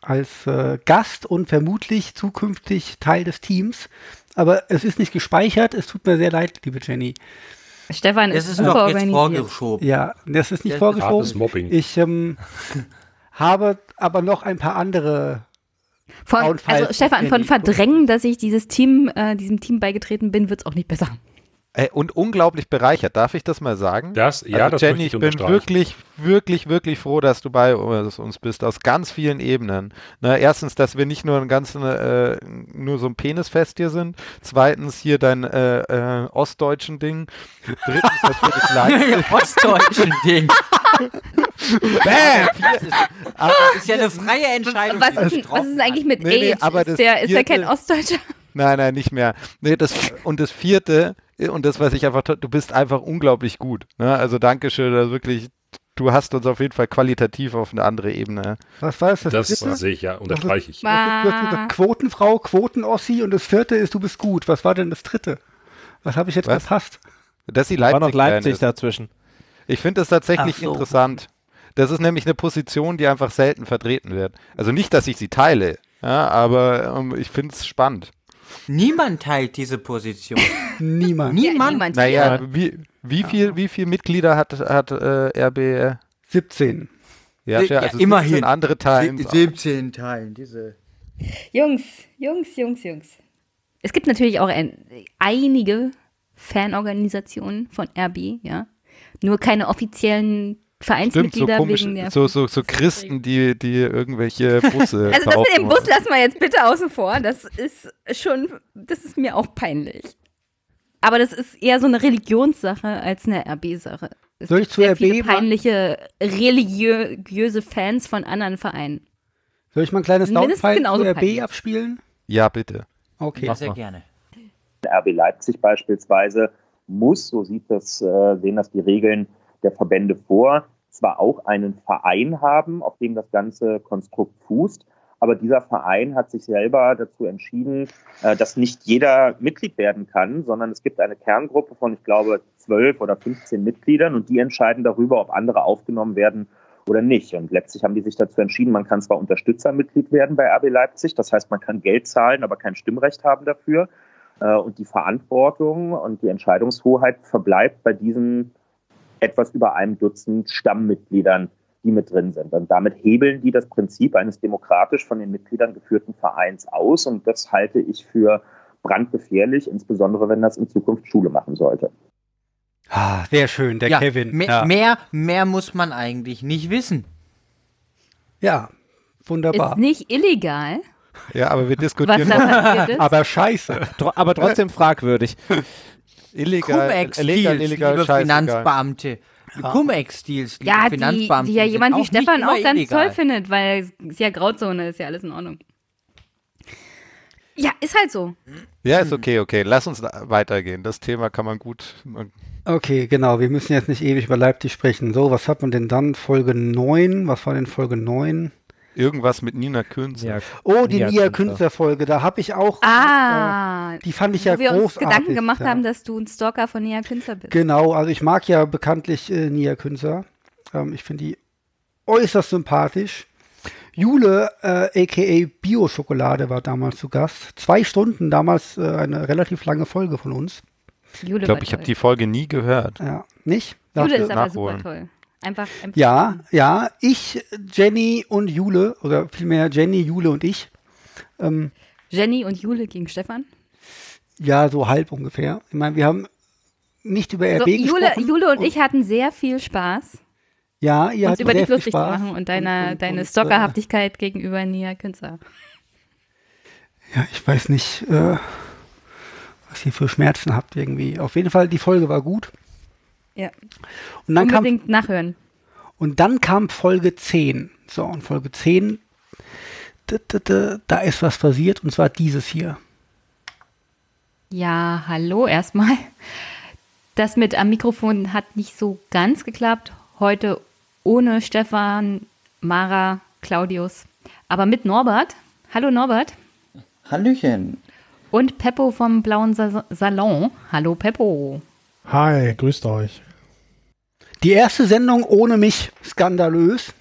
Speaker 2: als äh, Gast und vermutlich zukünftig Teil des Teams. Aber es ist nicht gespeichert, es tut mir sehr leid, liebe Jenny.
Speaker 5: Stefan
Speaker 7: Das
Speaker 5: ist,
Speaker 7: ist
Speaker 5: super
Speaker 7: doch jetzt
Speaker 5: organisiert.
Speaker 7: vorgeschoben. <laughs>
Speaker 2: Ja, das ist nicht
Speaker 7: Ja,
Speaker 4: Hartes
Speaker 2: vorgeschoben.
Speaker 4: Mobbing.
Speaker 2: Ich ähm, habe aber noch ein paar andere.
Speaker 5: Von,
Speaker 2: Soundfiles
Speaker 5: also Stefan,
Speaker 2: werden
Speaker 5: von
Speaker 2: die-
Speaker 5: verdrängen, dass ich dieses Team, äh, diesem Team beigetreten bin, wird's auch nicht besser.
Speaker 3: Äh, und unglaublich bereichert, darf ich das mal sagen?
Speaker 4: Das,
Speaker 2: Also,
Speaker 4: ja, das
Speaker 3: Also Jenny,
Speaker 4: möchte
Speaker 3: ich
Speaker 4: ich
Speaker 3: bin
Speaker 4: unterstreichen.
Speaker 3: wirklich, wirklich, wirklich froh, dass du bei uns bist, aus ganz vielen Ebenen. Na, erstens, dass wir nicht nur ein ganzen, äh, nur so ein Penisfest hier sind. Zweitens, hier dein äh, äh, ostdeutschen Ding. Drittens, dass wir dich live
Speaker 7: Ostdeutschen Ding.
Speaker 3: Bam!
Speaker 7: Das ist,
Speaker 3: Aber,
Speaker 7: ist ja eine freie
Speaker 5: <laughs>
Speaker 7: Entscheidung.
Speaker 5: Was
Speaker 7: die
Speaker 5: ist, denn-
Speaker 7: getroffen
Speaker 5: was ist denn eigentlich mit
Speaker 3: Nee, nee,
Speaker 5: Age?
Speaker 3: aber das
Speaker 5: ist der, ist der kein
Speaker 3: vierte-
Speaker 5: Ostdeutscher?
Speaker 3: nein, nein, nicht mehr. Nee, das, und das vierte, äh, und das, was ich einfach, to- du bist einfach unglaublich gut. Ne? Also Dankeschön, das ist wirklich du hast uns auf jeden Fall qualitativ auf eine andere Ebene.
Speaker 2: Was war das?
Speaker 4: Das
Speaker 2: dritte?
Speaker 4: sehe ich ja, unterstreiche ich.
Speaker 2: Du hast, du hast gesagt, Quotenfrau, Quotenossi und das vierte ist, du bist gut. Was war denn das dritte? Was habe ich jetzt
Speaker 3: Was?
Speaker 2: verpasst?
Speaker 3: Dass sie
Speaker 6: War
Speaker 3: Leipzig,
Speaker 6: noch Leipzig
Speaker 3: da.
Speaker 6: dazwischen.
Speaker 3: Ich finde das tatsächlich
Speaker 7: Ach so.
Speaker 3: interessant. Das ist nämlich eine Position, die einfach selten vertreten wird. Also nicht, dass ich sie teile, ja, aber ähm, ich finde es spannend.
Speaker 7: Niemand teilt diese Position.
Speaker 2: Niemand.
Speaker 7: Niemand.
Speaker 5: niemand.
Speaker 3: Naja, Äh, wie, wie, viel, wie viel Mitglieder hat, hat äh, RB?
Speaker 2: 17.
Speaker 3: Ja,
Speaker 7: Äh, Ja,
Speaker 3: also
Speaker 7: immerhin.
Speaker 3: 17 andere teilen.
Speaker 7: Sie- 17 Teilen, diese.
Speaker 5: <laughs> Jungs, Jungs, Jungs, Jungs. Es gibt natürlich auch ein, einige Fanorganisationen von RB, ja. Nur keine offiziellen
Speaker 3: Stimmt, so
Speaker 5: Vereinsmitglieder
Speaker 3: komisch,
Speaker 5: wegen der.
Speaker 3: so, so, so Christen, die, die irgendwelche Busse
Speaker 5: <laughs> also das mit
Speaker 3: kaufen.
Speaker 5: dem Bus lassen wir jetzt bitte außen vor. Das ist schon, das ist mir auch peinlich. Aber das ist eher so eine Religionssache als eine RB-Sache. Es
Speaker 2: Soll
Speaker 5: gibt
Speaker 2: ich zu
Speaker 5: sehr
Speaker 2: RB
Speaker 5: viele
Speaker 2: mal-
Speaker 5: peinliche religiöse Fans von anderen Vereinen.
Speaker 2: Soll ich mal ein kleines
Speaker 5: Mindestens
Speaker 2: Downpipe
Speaker 5: genauso
Speaker 2: zu RB
Speaker 5: peinlich.
Speaker 2: abspielen?
Speaker 3: Ja, bitte.
Speaker 2: Okay.
Speaker 7: Sehr
Speaker 6: mal.
Speaker 7: gerne.
Speaker 9: RB Leipzig beispielsweise muss, so sieht das, äh, sehen das die Regeln der Verbände vor, zwar auch einen Verein haben, auf dem das ganze Konstrukt fußt, aber dieser Verein hat sich selber dazu entschieden, äh, dass nicht jeder Mitglied werden kann, sondern es gibt eine Kerngruppe von, ich glaube, zwölf oder 15 Mitgliedern und die entscheiden darüber, ob andere aufgenommen werden oder nicht. Und letztlich haben die sich dazu entschieden, man kann zwar Unterstützermitglied werden bei RB Leipzig, das heißt, man kann Geld zahlen, aber kein Stimmrecht haben dafür. Äh, und die Verantwortung und die Entscheidungshoheit verbleibt bei diesen etwas über einem Dutzend Stammmitgliedern, die mit drin sind. Und damit hebeln die das Prinzip eines demokratisch von den Mitgliedern geführten Vereins aus. Und das halte ich für brandgefährlich, insbesondere wenn das in Zukunft Schule machen sollte.
Speaker 2: Ah, sehr schön, der
Speaker 7: ja,
Speaker 2: Kevin.
Speaker 7: me-
Speaker 2: ja.
Speaker 7: Mehr, mehr muss man eigentlich nicht wissen.
Speaker 2: ja,
Speaker 5: Ist
Speaker 2: wunderbar.
Speaker 5: nicht illegal,
Speaker 3: Ja, aber wir
Speaker 5: was
Speaker 3: diskutieren
Speaker 5: da
Speaker 3: noch
Speaker 5: passiert
Speaker 2: <laughs>
Speaker 5: ist.
Speaker 2: Aber scheiße.
Speaker 6: Tro aber
Speaker 2: <laughs>
Speaker 6: trotzdem fragwürdig.
Speaker 3: illegal, illegal,
Speaker 7: Cum-Ex-Deals,
Speaker 3: illegal,
Speaker 7: liebe
Speaker 3: scheißegal.
Speaker 7: Finanzbeamte. Cum-Ex-Deals, liebe
Speaker 5: Ja, die,
Speaker 7: Finanzbeamte.
Speaker 5: die ja
Speaker 7: sind
Speaker 5: jemand wie
Speaker 7: nicht
Speaker 5: Stefan
Speaker 7: immer
Speaker 5: auch ganz
Speaker 7: illegal.
Speaker 5: toll findet, weil es ja Grauzone ist, ja alles in Ordnung. Ja, ist halt so.
Speaker 3: Ja, ist okay, okay. Lass uns da weitergehen. Das Thema kann man gut. Man,
Speaker 2: Okay, genau. Wir müssen jetzt nicht ewig über Leipzig sprechen. So, was hat man denn dann? Folge 9. Was war denn Folge 9?
Speaker 3: irgendwas mit Nina Künze.
Speaker 2: Oh, die Nia
Speaker 6: Künstler.
Speaker 2: Künstlerfolge. Da habe ich auch.
Speaker 5: Ah,
Speaker 2: äh, Die fand ich ja
Speaker 5: wo wir uns
Speaker 2: großartig.
Speaker 5: Gedanken gemacht
Speaker 2: ja.
Speaker 5: haben, dass du ein Stalker von Nia Künstler bist.
Speaker 2: Genau, also ich mag ja bekanntlich äh, Nia Künzer. Ähm, ich finde die äußerst sympathisch. Jule, äh, a.k.a. Bio-Schokolade, war damals zu Gast. Zwei Stunden, damals äh, eine relativ lange Folge von uns.
Speaker 5: Jule
Speaker 3: Ich glaube,
Speaker 5: war
Speaker 3: ich
Speaker 7: halt.
Speaker 3: habe
Speaker 5: toll.
Speaker 3: die Folge nie gehört.
Speaker 2: Ja, nicht?
Speaker 5: Jule
Speaker 2: Dachte-
Speaker 5: ist aber
Speaker 3: nachholen.
Speaker 5: super toll. Einfach, einfach
Speaker 2: Ja, ja, ich, Jenny und Jule, oder vielmehr Jenny, Jule und ich. Ähm,
Speaker 5: Jenny und Jule gegen Stefan.
Speaker 2: ja, so halb ungefähr. Ich meine, wir haben nicht über RB
Speaker 5: So, Jule,
Speaker 2: eh gesprochen. Oh.
Speaker 5: Jule und ich hatten sehr viel Spaß,
Speaker 2: ja, ihr hattet
Speaker 5: uns über
Speaker 2: sehr
Speaker 5: dich
Speaker 2: viel
Speaker 5: lustig zu
Speaker 2: Spaß
Speaker 5: machen und deine,
Speaker 2: und-
Speaker 5: deine
Speaker 2: und,
Speaker 5: Stalkerhaftigkeit gegenüber Nia Künstler.
Speaker 2: Äh, ja, ich weiß nicht, äh, was ihr für Schmerzen habt irgendwie. Auf jeden Fall, die Folge war gut.
Speaker 5: Ja,
Speaker 2: Und dann, kam,
Speaker 5: unbedingt nachhören.
Speaker 2: und dann kam Folge 10. So, und Folge 10, da, da, da, da ist was passiert, und zwar dieses hier.
Speaker 5: Ja, hallo erstmal. Das mit am Mikrofon hat nicht so ganz geklappt. Heute ohne Stefan, Mara, Claudius, aber mit Norbert. Hallo Norbert.
Speaker 7: Hallöchen.
Speaker 5: Und Peppo vom Blauen Sa Salon. Hallo Peppo.
Speaker 11: Hi, grüßt euch.
Speaker 2: Die erste Sendung ohne mich, skandalös.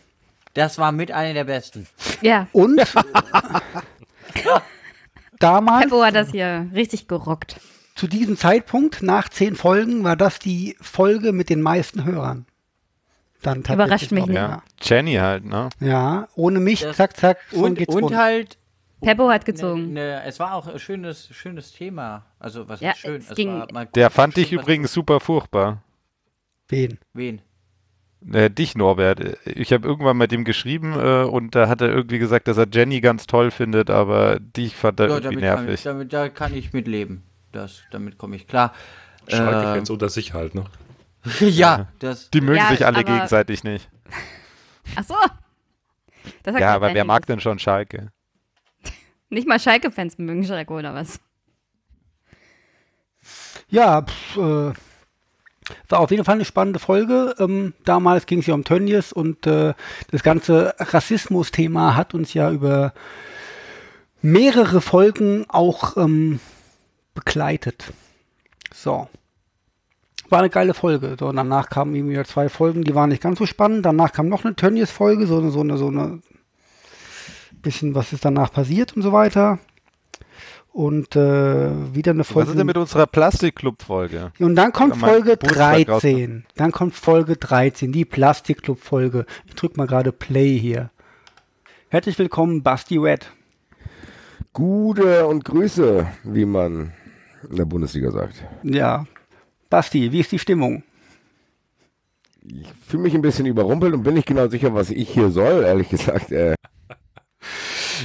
Speaker 7: Das war mit einer der besten.
Speaker 5: Ja, <laughs>
Speaker 2: Und damals,
Speaker 5: Peppo hat das hier richtig gerockt.
Speaker 2: zu diesem Zeitpunkt, nach zehn Folgen, war das die Folge mit den meisten Hörern. Dann tatsächlich
Speaker 5: Überrascht mich
Speaker 2: auch,
Speaker 5: nicht.
Speaker 2: Ja.
Speaker 3: Ja. Jenny halt, ne?
Speaker 2: ja, ohne mich,
Speaker 7: Das-
Speaker 2: zack, zack, schon
Speaker 7: Und,
Speaker 2: geht's
Speaker 7: und
Speaker 2: rund.
Speaker 7: halt.
Speaker 5: Peppo hat
Speaker 7: Ne,
Speaker 5: gezogen.
Speaker 7: ne, es war auch ein schönes, schönes Thema. Also, was
Speaker 5: Ja,
Speaker 7: heißt schön?
Speaker 5: es
Speaker 7: Es
Speaker 5: ging-
Speaker 7: war mal
Speaker 3: Der fand ich
Speaker 7: schön, was-
Speaker 3: übrigens super furchtbar.
Speaker 2: Wen?
Speaker 7: Wen?
Speaker 3: Äh, dich, Norbert. Ich habe irgendwann mit ihm geschrieben äh, und da hat er irgendwie gesagt, dass er Jenny ganz toll findet, aber dich fand er
Speaker 7: Ja,
Speaker 3: irgendwie
Speaker 7: damit, kann ich,
Speaker 3: nervig.
Speaker 7: damit da kann ich mitleben. Das, damit komme ich klar.
Speaker 4: Schalke
Speaker 7: Ähm,
Speaker 4: jetzt unter sich halt, ne?
Speaker 7: <laughs> ja, das.
Speaker 3: Die mögen
Speaker 5: Ja,
Speaker 3: sich alle
Speaker 5: aber-
Speaker 3: gegenseitig nicht.
Speaker 5: Ach so. Das sagt
Speaker 3: Ja,
Speaker 5: mir
Speaker 3: aber
Speaker 5: kein
Speaker 3: wer
Speaker 5: Lied.
Speaker 3: mag denn schon Schalke?
Speaker 5: Nicht mal Schalke-Fans mögen Schalke oder was?
Speaker 2: Ja, pff, äh, War auf jeden Fall eine spannende Folge. Ähm, damals ging es ja um Tönnies und äh, das ganze Rassismus-Thema hat uns ja über mehrere Folgen auch ähm, begleitet. So. War eine geile Folge. So, und danach kamen eben wieder zwei Folgen, die waren nicht ganz so spannend. Danach kam noch eine Tönnies-Folge, so, eine- so eine, so eine bisschen, was ist danach passiert und so weiter. Und äh, wieder eine Folge.
Speaker 3: Was ist denn mit unserer Plastikclub-Folge?
Speaker 2: Und dann kommt
Speaker 3: Oder mein
Speaker 2: Folge
Speaker 3: Geburtstag raus-
Speaker 2: 13. Dann kommt Folge 13, die Plastikclub-Folge. Ich drück mal gerade Play hier. Herzlich willkommen, Basti Wett.
Speaker 12: Gute und Grüße, wie man in der Bundesliga sagt.
Speaker 2: Ja. Basti, wie ist die Stimmung?
Speaker 12: Ich fühle mich ein bisschen überrumpelt und bin nicht genau sicher, was ich hier soll, ehrlich gesagt. Äh,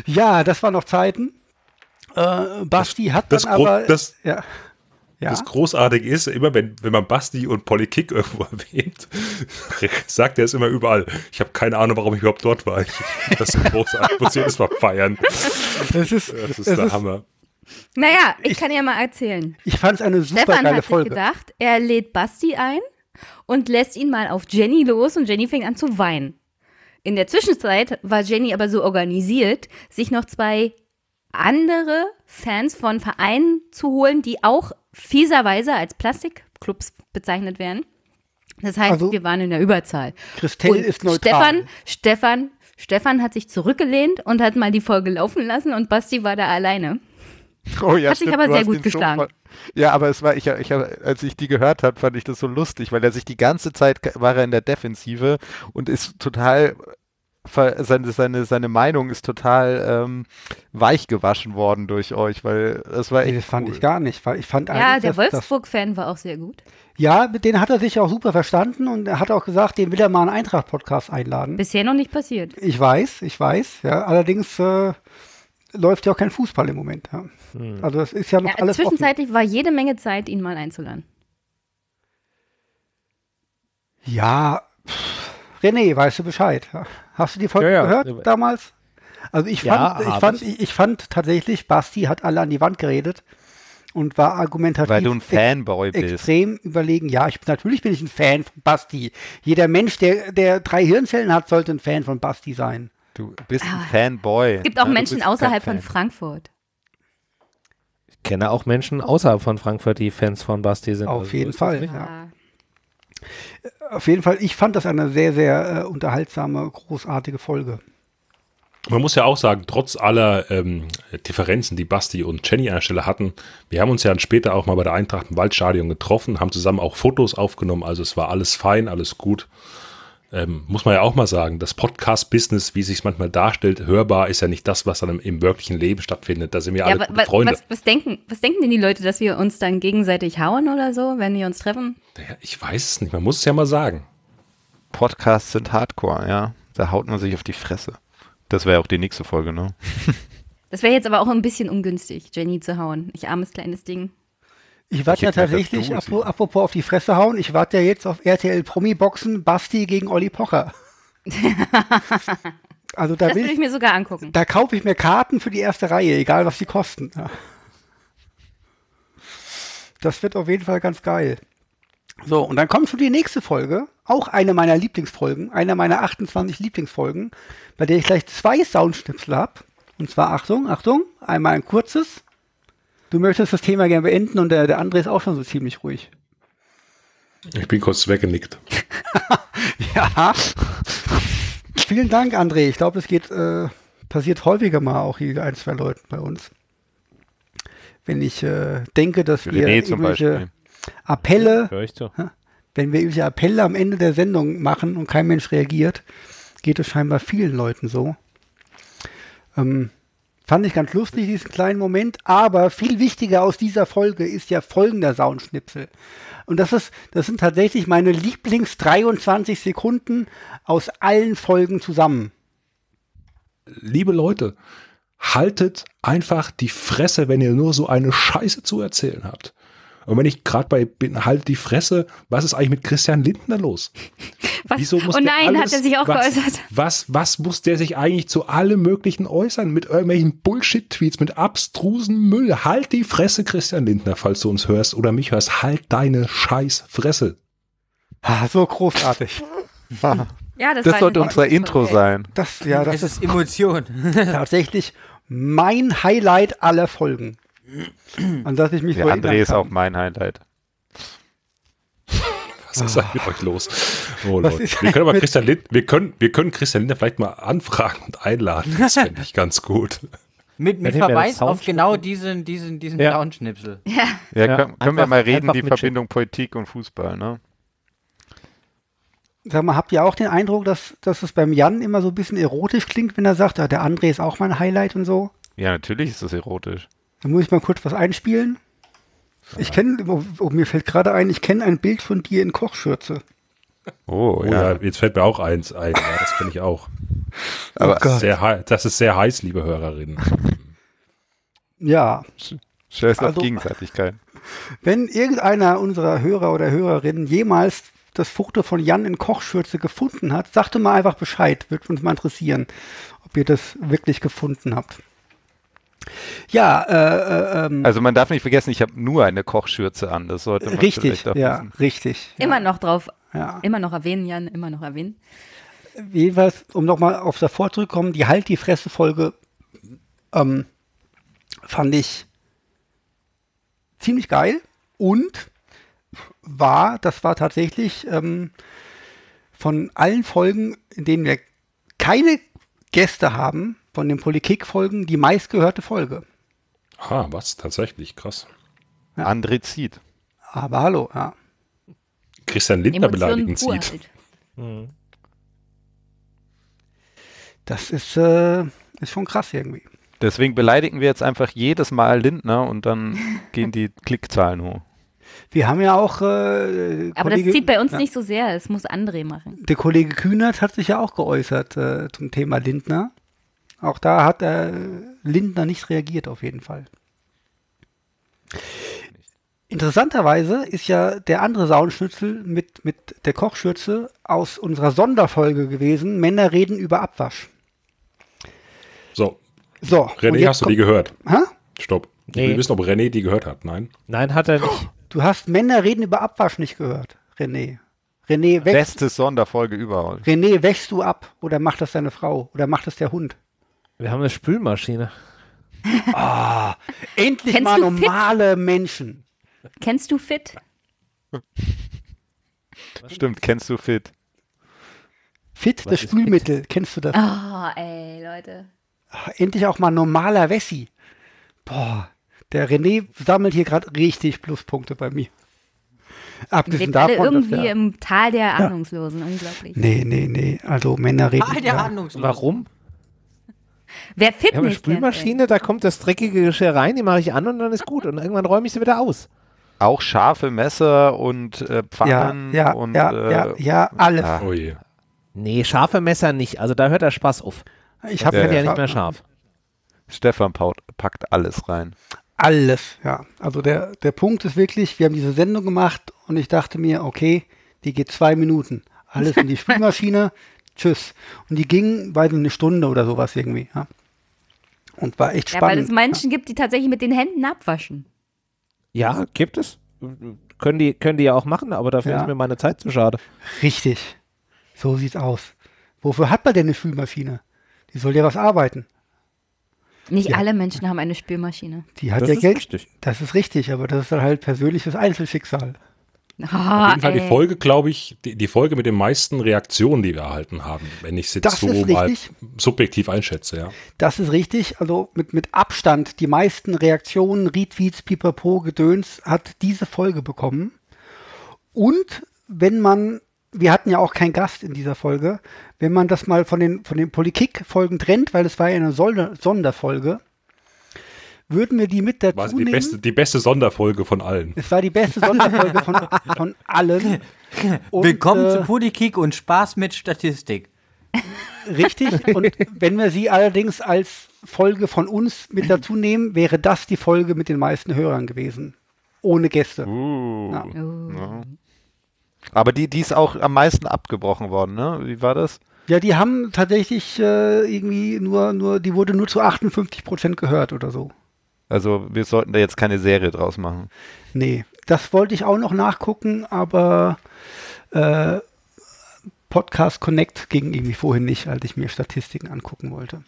Speaker 2: Ja, das waren noch Zeiten. Äh, Basti hat
Speaker 4: das
Speaker 2: dann
Speaker 4: Gro-
Speaker 2: aber.
Speaker 4: das-
Speaker 2: ja. Ja.
Speaker 4: Das Großartige ist, immer wenn, wenn man Basti und Politik irgendwo <laughs> erwähnt, sagt er es immer überall. Ich habe keine Ahnung, warum ich überhaupt dort war. Ich, das ist großartig. Muss jedes Mal feiern.
Speaker 2: Das ist,
Speaker 4: das ist
Speaker 2: es
Speaker 4: der
Speaker 2: ist-
Speaker 4: Hammer.
Speaker 5: Naja, ich, kann ja mal erzählen.
Speaker 2: Ich fand es eine super
Speaker 5: Stefan
Speaker 2: geile
Speaker 5: hat sich
Speaker 2: Folge.
Speaker 5: gedacht, er lädt Basti ein und lässt ihn mal auf Jenny los und Jenny fängt an zu weinen. In der Zwischenzeit war Jenny aber so organisiert, sich noch zwei andere Fans von Vereinen zu holen, die auch fieserweise als Plastikclubs bezeichnet werden. Das heißt, wir waren in der Überzahl.
Speaker 2: Christelle
Speaker 5: Und
Speaker 2: Also ist neutral.
Speaker 5: Stefan, Stefan, Stefan hat sich zurückgelehnt und hat mal die Folge laufen lassen und Basti war da alleine.
Speaker 3: Oh, ja,
Speaker 5: Hat sich
Speaker 3: stimmt,
Speaker 5: aber
Speaker 3: du
Speaker 5: sehr
Speaker 3: hast
Speaker 5: gut
Speaker 3: ihn
Speaker 5: geschlagen.
Speaker 3: So, voll- ja, aber es war, ich, ich, als ich die gehört habe, fand ich das so lustig, weil er sich die ganze Zeit ge- war er in der Defensive und ist total ver- seine, seine, seine Meinung ist total ähm, weich gewaschen worden durch euch, weil das war echt.
Speaker 2: Äh, Das fand
Speaker 3: cool.
Speaker 2: ich gar nicht, weil ich fand
Speaker 5: Ja,
Speaker 2: eigentlich,
Speaker 5: der
Speaker 2: dass- dass-
Speaker 5: Wolfsburg-Fan war auch sehr gut.
Speaker 2: Ja, mit denen hat er sich auch super verstanden und er hat auch gesagt, den will er mal einen Eintracht-Podcast einladen.
Speaker 5: Bisher noch nicht passiert.
Speaker 2: Ich weiß, ich weiß. Ja. Allerdings äh, läuft ja auch kein Fußball im Moment. Ja.
Speaker 5: Hm.
Speaker 2: Also es ist ja noch
Speaker 5: Ja,
Speaker 2: alles offen.
Speaker 5: zwischenzeitlich war jede Menge Zeit, ihn mal einzuladen.
Speaker 2: Ja, pff, René, weißt du Bescheid? ja? Hast du die Folge
Speaker 6: Ja, ja.
Speaker 2: gehört damals? Also ich
Speaker 6: Ja,
Speaker 2: fand, ich,
Speaker 6: hab
Speaker 2: fand,
Speaker 6: ich.
Speaker 2: ich, ich fand tatsächlich, Basti hat alle an die Wand geredet und war argumentativ
Speaker 3: Weil du ein
Speaker 2: ex-
Speaker 3: Fanboy bist.
Speaker 2: extrem überlegen. Ja, ich natürlich bin ich ein Fan von Basti. Jeder Mensch, der, der drei Hirnzellen hat, sollte ein Fan von Basti sein.
Speaker 3: Du bist ein Fanboy.
Speaker 5: Ah. Es gibt auch
Speaker 3: Ja, du
Speaker 5: Menschen
Speaker 3: bist kein
Speaker 5: außerhalb von
Speaker 3: Fan.
Speaker 5: Frankfurt.
Speaker 6: Ich kenne auch Menschen außerhalb von Frankfurt, die Fans von Basti sind.
Speaker 2: Auf jeden
Speaker 6: so ist das
Speaker 2: Fall,
Speaker 6: nicht.
Speaker 5: Ah.
Speaker 2: ja. Auf jeden Fall, ich fand das eine sehr, sehr äh, unterhaltsame, großartige Folge.
Speaker 4: Man muss ja auch sagen, trotz aller ähm, Differenzen, die Basti und Jenny an der Stelle hatten, wir haben uns ja dann später auch mal bei der Eintracht im Waldstadion getroffen, haben zusammen auch Fotos aufgenommen, also es war alles fein, alles gut. Ähm, muss man ja auch mal sagen, das Podcast-Business, wie sich manchmal darstellt, hörbar, ist ja nicht das, was dann im, im wirklichen Leben stattfindet. Da sind wir alle
Speaker 5: wa-
Speaker 4: gute
Speaker 5: wa-
Speaker 4: Freunde.
Speaker 5: Was, was, denken, was denken denn die Leute, dass wir uns dann gegenseitig hauen oder so, wenn wir uns treffen?
Speaker 4: Naja, ich weiß es nicht, man muss es ja mal sagen.
Speaker 3: Podcasts sind Hardcore, ja. Da haut man sich auf die Fresse. Das wäre auch die nächste Folge, <laughs> ne?
Speaker 5: Das wäre jetzt aber auch ein bisschen ungünstig, Jenny zu hauen. Ich armes kleines Ding.
Speaker 2: Ich warte ja
Speaker 3: hätte gedacht, dass
Speaker 2: tatsächlich,
Speaker 3: du es
Speaker 2: apro- apropos auf die Fresse hauen, ich warte ja jetzt auf RTL Promi-Boxen Basti gegen Olli Pocher. also da,
Speaker 5: Das
Speaker 2: will
Speaker 5: würde ich
Speaker 2: ich,
Speaker 5: mir sogar angucken.
Speaker 2: da kaufe ich mir Karten für die erste Reihe, egal was die kosten. Ja. Das wird auf jeden Fall ganz geil. So, und dann kommt schon die nächste Folge, auch eine meiner Lieblingsfolgen, eine meiner 28 Lieblingsfolgen, bei der ich gleich zwei Soundschnipsel habe. Und zwar, Achtung, Achtung, einmal ein kurzes. Du möchtest das Thema gerne beenden und der, der André ist auch schon so ziemlich ruhig.
Speaker 4: Ich bin kurz weggenickt.
Speaker 2: Ja. Vielen Dank, André. Ich glaube, das geht, äh, passiert häufiger mal auch hier ein, zwei Leuten bei uns. Wenn ich äh, denke, dass wir
Speaker 3: René zum
Speaker 2: irgendwelche
Speaker 3: Beispiel.
Speaker 2: Appelle,
Speaker 6: Hör ich zu.
Speaker 2: wenn wir irgendwelche Appelle am Ende der Sendung machen und kein Mensch reagiert, geht es scheinbar vielen Leuten so. Ähm, fand ich ganz lustig, diesen kleinen Moment, aber viel wichtiger aus dieser Folge ist ja folgender Soundschnipsel. Und das ist, das sind tatsächlich meine Lieblings 23 Sekunden aus allen Folgen zusammen.
Speaker 4: liebe Leute, haltet einfach die Fresse, wenn ihr nur so eine Scheiße zu erzählen habt. Und wenn ich gerade bei bin, haltet die Fresse, was ist eigentlich mit Christian Lindner los?
Speaker 5: Was?
Speaker 4: Wieso muss
Speaker 5: oh
Speaker 4: der
Speaker 5: nein,
Speaker 4: alles,
Speaker 5: hat er sich auch
Speaker 4: was,
Speaker 5: geäußert.
Speaker 4: Was, was muss der sich eigentlich zu allem Möglichen äußern? Mit irgendwelchen Bullshit-Tweets, mit abstrusen Müll. Halt die Fresse, Christian Lindner, falls du uns hörst oder mich hörst. Halt deine scheiß Fresse.
Speaker 2: Ah, so großartig.
Speaker 5: Ja, das
Speaker 3: das
Speaker 5: war
Speaker 3: sollte
Speaker 5: eine
Speaker 3: unser
Speaker 5: gute
Speaker 3: Intro
Speaker 5: Folge.
Speaker 3: sein.
Speaker 2: Das, ja, das
Speaker 7: Es <laughs> ist Emotion.
Speaker 2: tatsächlich mein Highlight aller Folgen. An das ich mich
Speaker 3: Der
Speaker 2: so
Speaker 3: André
Speaker 2: erinnern
Speaker 3: ist
Speaker 2: kann.
Speaker 3: auch mein Highlight.
Speaker 4: Was ist denn mit euch los? Oh
Speaker 2: Ah. Was
Speaker 4: Leute.
Speaker 2: ist
Speaker 4: Wir können
Speaker 2: denn
Speaker 4: aber
Speaker 2: mit-
Speaker 4: Christian Lind, wir können, wir können Christian Lindner vielleicht mal anfragen und einladen. Das fände ich
Speaker 2: <laughs>
Speaker 4: ganz gut.
Speaker 7: Mit,
Speaker 6: Dann
Speaker 7: mit
Speaker 6: hätten wir
Speaker 7: Verweis
Speaker 6: das
Speaker 7: auf
Speaker 6: Soundschnitt.
Speaker 7: genau diesen, diesen, diesen
Speaker 6: Ja.
Speaker 7: <laughs> Soundschnipsel.
Speaker 3: Ja,
Speaker 6: Ja,
Speaker 3: können, können wir
Speaker 6: einfach-
Speaker 3: mal reden,
Speaker 6: einfach
Speaker 3: die
Speaker 6: mitschicken.
Speaker 3: Verbindung Politik und Fußball, ne?
Speaker 2: Sag mal, habt ihr auch den Eindruck, dass, dass es beim Jan immer so ein bisschen erotisch klingt, wenn er sagt, ah, der André ist auch mein Highlight und so?
Speaker 3: Ja, natürlich ist das erotisch.
Speaker 2: Da muss ich mal kurz was einspielen. Ich kenne, oh, oh, mir fällt gerade ein, ich kenne ein Bild von dir in Kochschürze.
Speaker 3: Oh,
Speaker 4: Oh
Speaker 3: ja.
Speaker 4: ja, jetzt fällt mir auch eins ein. Ja, das kenne ich auch.
Speaker 3: Aber
Speaker 2: Gott.
Speaker 4: Sehr hei- das ist sehr heiß, liebe Hörerinnen.
Speaker 2: Ja,
Speaker 3: Scheiß auf
Speaker 2: Also-
Speaker 3: Gegenseitigkeit.
Speaker 2: wenn irgendeiner unserer Hörer oder Hörerinnen jemals das Foto von Jan in Kochschürze gefunden hat, sagte mal einfach Bescheid. Würde uns mal interessieren, ob ihr das wirklich gefunden habt. Ja, äh, äh, ähm,
Speaker 3: Also man darf nicht vergessen, ich habe nur eine Kochschürze an. Das sollte man
Speaker 2: richtig,
Speaker 3: vielleicht auch
Speaker 2: ja,
Speaker 3: wissen.
Speaker 2: richtig.
Speaker 5: Immer noch drauf,
Speaker 2: Ja.
Speaker 5: immer noch erwähnen, Jan, immer noch erwähnen.
Speaker 2: jedenfalls, um nochmal auf davor zurückzukommen, die Halt die Fresse-Folge ähm, fand ich ziemlich geil und war, das war tatsächlich ähm, von allen Folgen, in denen wir keine Gäste haben, von den Politik-Folgen, die meistgehörte Folge.
Speaker 4: Ah, was? Tatsächlich, krass.
Speaker 3: André zieht.
Speaker 2: Aber hallo, ja.
Speaker 4: Christian Lindner
Speaker 5: Emotionen
Speaker 4: beleidigen
Speaker 5: pur
Speaker 4: zieht.
Speaker 5: halt.
Speaker 6: Hm.
Speaker 2: Das ist, äh, ist schon krass irgendwie.
Speaker 3: Deswegen beleidigen wir jetzt einfach jedes Mal Lindner
Speaker 2: <laughs>
Speaker 3: und dann gehen die Klickzahlen hoch.
Speaker 2: Wir haben ja auch. Äh,
Speaker 5: Aber das zieht bei uns
Speaker 2: ja.
Speaker 5: nicht so sehr, das muss André machen.
Speaker 2: Der Kollege Kühnert hat sich ja auch geäußert äh, zum Thema Lindner. Auch da hat äh, Lindner nicht reagiert, auf jeden Fall. Interessanterweise ist ja der andere Saunschnitzel mit, mit der Kochschürze aus unserer Sonderfolge gewesen: Männer reden über Abwasch.
Speaker 4: So,
Speaker 2: So, und
Speaker 4: René,
Speaker 2: jetzt
Speaker 4: hast du
Speaker 2: kommt-
Speaker 4: die gehört?
Speaker 2: Hä?
Speaker 4: Stopp. Ich
Speaker 6: Nee.
Speaker 4: will wissen, ob René die gehört hat. Nein.
Speaker 6: Nein, hat
Speaker 2: <laughs>
Speaker 6: er nicht.
Speaker 2: Du hast Männer reden über Abwasch nicht gehört, René. René, wächst,
Speaker 3: Beste Sonderfolge überhaupt.
Speaker 2: René, wächst du ab? Oder macht das deine Frau? Oder macht das der Hund?
Speaker 6: Wir haben eine Spülmaschine.
Speaker 2: Endlich
Speaker 5: Kennst
Speaker 2: mal
Speaker 5: du Fit?
Speaker 2: normale Menschen.
Speaker 5: Kennst du Fit?
Speaker 3: Stimmt, kennst du Fit?
Speaker 2: Fit, das
Speaker 6: ist
Speaker 2: Spülmittel, kennst du das? Ah.
Speaker 5: Oh, ey, Leute.
Speaker 2: Endlich auch mal normaler Wessi. Boah, der René sammelt hier gerade richtig Pluspunkte bei mir.
Speaker 5: Wir
Speaker 2: Abgesehen
Speaker 5: sind alle
Speaker 2: davon, dass
Speaker 5: irgendwie
Speaker 2: wir,
Speaker 5: im Tal der Ahnungslosen, unglaublich.
Speaker 2: Nee, nee, nee, also Männer reden.
Speaker 7: Ah, der
Speaker 2: ja.
Speaker 7: Ahnungslos.
Speaker 6: Warum?
Speaker 5: Wer Fit
Speaker 6: Wir haben eine
Speaker 5: nicht kennt, ey.
Speaker 6: Spülmaschine, da kommt das dreckige Geschirr rein, die mache ich an und dann ist gut. Und irgendwann räume ich sie wieder aus.
Speaker 3: Auch scharfe Messer und äh,
Speaker 2: Ja,
Speaker 3: Pfannen
Speaker 2: ja,
Speaker 3: und
Speaker 2: ja,
Speaker 3: äh,
Speaker 2: ja, ja, alles.
Speaker 3: ah.
Speaker 4: Oh je.
Speaker 6: Nee, scharfe Messer nicht. Also da hört der Spaß auf.
Speaker 2: Ich habe
Speaker 3: Ja,
Speaker 6: Sind ja,
Speaker 2: ja
Speaker 6: nicht mehr scharf.
Speaker 3: Stefan paut, packt alles rein.
Speaker 2: alles, ja. Also der, der Punkt ist wirklich, wir haben diese Sendung gemacht und ich dachte mir, okay, die geht zwei Minuten. Alles
Speaker 5: <laughs>
Speaker 2: in die Spülmaschine, tschüss. Und die ging, weiß nicht, eine Stunde oder sowas irgendwie. Ja. Und war echt
Speaker 5: Ja, weil es
Speaker 2: spannend.
Speaker 5: Menschen gibt, die tatsächlich mit den Händen abwaschen.
Speaker 6: Ja, gibt es. Können die, können die ja auch machen, aber dafür
Speaker 2: Ja.
Speaker 6: ist mir meine Zeit zu schade.
Speaker 2: Richtig. So sieht's aus. Wofür hat man denn eine Spülmaschine? Die soll ja was arbeiten.
Speaker 5: Nicht alle Menschen haben eine Spülmaschine.
Speaker 2: Die hat
Speaker 6: Das
Speaker 2: ja
Speaker 6: ist
Speaker 2: Geld.
Speaker 6: richtig.
Speaker 2: Das ist richtig, aber das ist dann halt persönliches Einzelschicksal.
Speaker 5: Oh,
Speaker 4: Auf jeden Fall die
Speaker 5: ey.
Speaker 4: Folge, glaube ich, die, die Folge mit den meisten Reaktionen, die wir erhalten haben, wenn ich es jetzt
Speaker 2: Das
Speaker 4: so
Speaker 2: ist
Speaker 4: mal
Speaker 2: richtig.
Speaker 4: subjektiv einschätze, ja.
Speaker 2: Das ist richtig. Also mit, mit Abstand die meisten Reaktionen, Retweets, Pipapo, Gedöns hat diese Folge bekommen. Und wenn man, wir hatten ja auch keinen Gast in dieser Folge, wenn man das mal von den, von den Politik-Folgen trennt, weil es war ja eine Sonder Sonderfolge, würden wir die mit dazu
Speaker 4: War die
Speaker 2: nehmen.
Speaker 4: beste, die beste Sonderfolge von allen.
Speaker 2: Es war die beste Sonderfolge von, von
Speaker 4: <laughs>
Speaker 2: allen. Und,
Speaker 7: Willkommen
Speaker 2: äh,
Speaker 7: zu Podikick und Spaß mit Statistik.
Speaker 2: Richtig. Und wenn wir sie allerdings als Folge von uns mit dazu nehmen, wäre das die Folge mit den meisten Hörern gewesen. Ohne Gäste.
Speaker 3: Uh.
Speaker 2: Ja.
Speaker 5: Oh.
Speaker 3: Ja. Aber die, die ist auch am meisten abgebrochen worden, ne? Wie war das?
Speaker 2: Ja, die haben tatsächlich äh, irgendwie nur, nur, die wurde nur zu 58 Prozent gehört oder so.
Speaker 3: Also wir sollten da jetzt keine Serie draus machen.
Speaker 2: Nee, Das wollte ich auch noch nachgucken, aber äh, Podcast Connect ging irgendwie vorhin nicht, als ich mir Statistiken angucken wollte.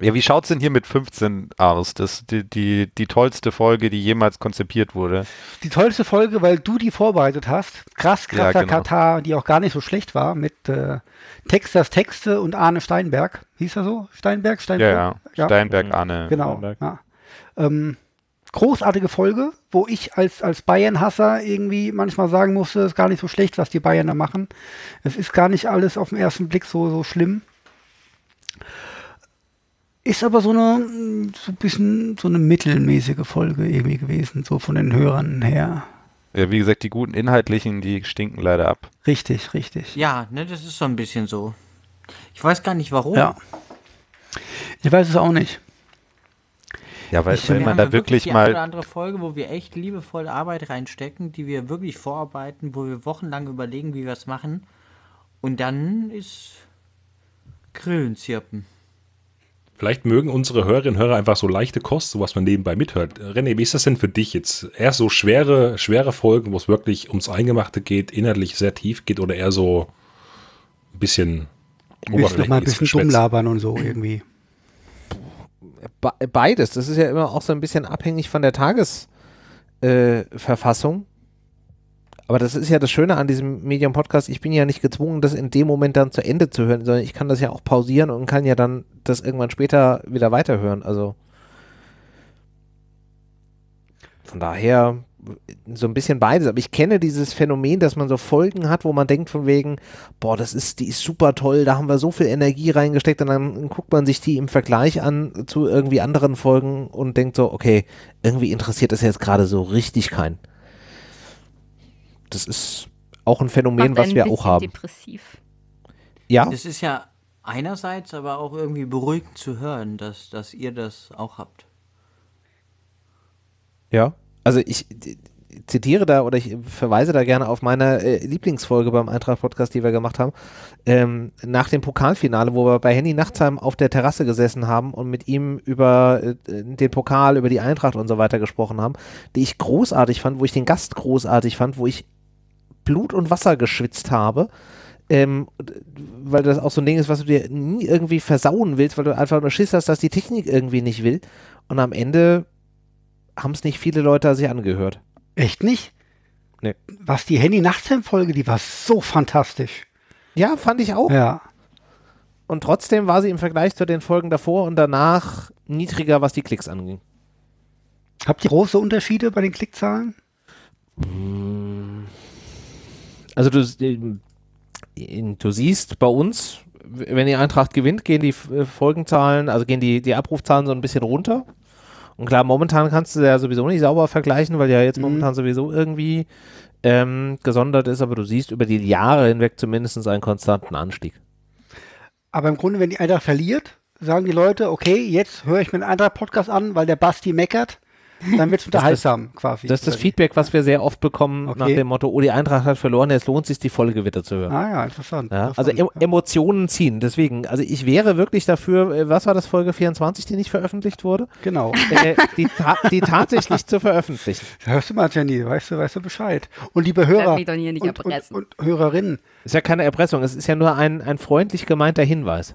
Speaker 3: Ja, wie schaut's denn hier mit 15 aus? Das ist die, die, die tollste Folge, die jemals konzipiert wurde.
Speaker 2: Die tollste Folge, weil du die vorbereitet hast. Krass,
Speaker 3: Ja,
Speaker 2: krasser
Speaker 3: genau.
Speaker 2: Katar, die auch gar nicht so schlecht war, mit äh, Texas Texte und Arne Steinberg. Hieß er so? Steinberg?
Speaker 3: ja,
Speaker 2: Steinberg?
Speaker 3: ja. Steinberg, Anne.
Speaker 2: Genau. Ja. Ähm, großartige Folge, wo ich als, als Bayern-Hasser irgendwie manchmal sagen musste, es ist gar nicht so schlecht, was die Bayern da machen. Es ist gar nicht alles auf den ersten Blick so, so schlimm. Ist aber so eine mm, so ein bisschen so eine mittelmäßige Folge irgendwie gewesen, so von den Hörern her.
Speaker 3: Ja, wie gesagt, die guten inhaltlichen, die stinken leider ab.
Speaker 2: Richtig, richtig.
Speaker 7: Ja, ne, das ist so ein bisschen so. Ich weiß gar nicht warum.
Speaker 2: Ja. Ich weiß es auch nicht.
Speaker 3: Ja, weil,
Speaker 2: Ich-
Speaker 3: weil
Speaker 2: wir
Speaker 3: man
Speaker 2: haben
Speaker 3: da wirklich,
Speaker 7: die eine oder
Speaker 3: mal.
Speaker 7: andere Folge, wo wir echt liebevoll Arbeit reinstecken, die wir wirklich vorarbeiten, wo wir wochenlang überlegen, wie wir es machen. Und dann ist Grillenzirpen.
Speaker 4: Vielleicht mögen unsere Hörerinnen und Hörer einfach so leichte Kost, so was man nebenbei mithört. René, wie ist das denn für dich jetzt? Eher so schwere, schwere Folgen, wo es wirklich ums Eingemachte geht, inhaltlich sehr tief geht oder eher so ein bisschen
Speaker 2: Müssen noch mal ein bisschen dumm
Speaker 4: Geschwätz?
Speaker 2: labern und so irgendwie.
Speaker 6: Be beides. Das ist ja immer auch so ein bisschen abhängig von der Tagesverfassung. Äh, Verfassung. Aber das ist ja das Schöne an diesem Medium-Podcast. Ich bin ja nicht gezwungen, das in dem Moment dann zu Ende zu hören, sondern ich kann das ja auch pausieren und kann ja dann das irgendwann später wieder weiterhören. Also von daher so ein bisschen beides. Aber ich kenne dieses Phänomen, dass man so Folgen hat, wo man denkt von wegen, boah, das ist, die ist super toll, da haben wir so viel Energie reingesteckt und dann guckt man sich die im Vergleich an zu irgendwie anderen Folgen und denkt so, okay, irgendwie interessiert das jetzt gerade so richtig keinen. Das ist auch ein Phänomen,
Speaker 5: Macht
Speaker 6: was
Speaker 5: einen
Speaker 6: wir auch
Speaker 5: bisschen
Speaker 6: haben.
Speaker 5: Depressiv.
Speaker 6: Ja,
Speaker 7: Das ist ja einerseits aber auch irgendwie beruhigend zu hören, dass, dass ihr das auch habt.
Speaker 6: ja. Also ich äh, zitiere da oder ich verweise da gerne auf meine äh, Lieblingsfolge beim Eintracht-Podcast, die wir gemacht haben, ähm, nach dem Pokalfinale, wo wir bei Henny Nachtsheim auf der Terrasse gesessen haben und mit ihm über äh, den Pokal, über die Eintracht und so weiter gesprochen haben, die ich großartig fand, wo ich den Gast großartig fand, wo ich Blut und Wasser geschwitzt habe. Ähm, d- weil das auch so ein Ding ist, was du dir nie irgendwie versauen willst, weil du einfach nur Schiss hast, dass die Technik irgendwie nicht will. Und am Ende haben es nicht viele Leute sich angehört.
Speaker 2: Echt nicht?
Speaker 6: Nee.
Speaker 2: Was die Henny Nachtsheim Folge, die war so fantastisch.
Speaker 6: Ja, fand ich auch.
Speaker 2: Ja.
Speaker 6: Und trotzdem war sie im Vergleich zu den Folgen davor und danach niedriger, was die Klicks anging.
Speaker 2: Habt ihr große Unterschiede bei den Klickzahlen?
Speaker 6: Also du, du siehst bei uns, wenn die Eintracht gewinnt, gehen die äh, Folgenzahlen, also gehen die, die Abrufzahlen so ein bisschen runter. Und klar, momentan kannst du ja sowieso nicht sauber vergleichen, weil ja jetzt momentan sowieso irgendwie ähm, gesondert ist, aber du siehst über die Jahre hinweg zumindest einen konstanten Anstieg.
Speaker 2: Aber im Grunde, wenn die Eintracht verliert, sagen die Leute, okay, jetzt höre ich mir den Eintracht-Podcast an, weil der Basti meckert. Dann wird es
Speaker 6: <laughs> Das ist das-
Speaker 2: unterhaltsam quasi.
Speaker 6: Das ist das
Speaker 2: Oder wie?
Speaker 6: Feedback, was wir sehr oft bekommen nach
Speaker 2: Okay.
Speaker 6: dem Motto, oh, die Eintracht hat verloren, jetzt lohnt sich die Folge wieder zu hören.
Speaker 2: Ah ja, interessant.
Speaker 6: Ja, also
Speaker 2: interessant.
Speaker 6: em Emotionen ziehen, deswegen, also ich wäre wirklich dafür, äh, was war das, Folge 24, die nicht veröffentlicht wurde?
Speaker 2: genau.
Speaker 6: Äh, die, ta die tatsächlich zu veröffentlichen.
Speaker 2: Hörst du mal, Jenny, weißt du, weißt du Bescheid. Und liebe
Speaker 5: Lass
Speaker 2: Hörer
Speaker 5: mich doch hier nicht
Speaker 2: und, und,
Speaker 5: erpressen.
Speaker 2: und Hörerinnen,
Speaker 6: Ist ja keine Erpressung, es ist ja nur ein, ein freundlich gemeinter Hinweis.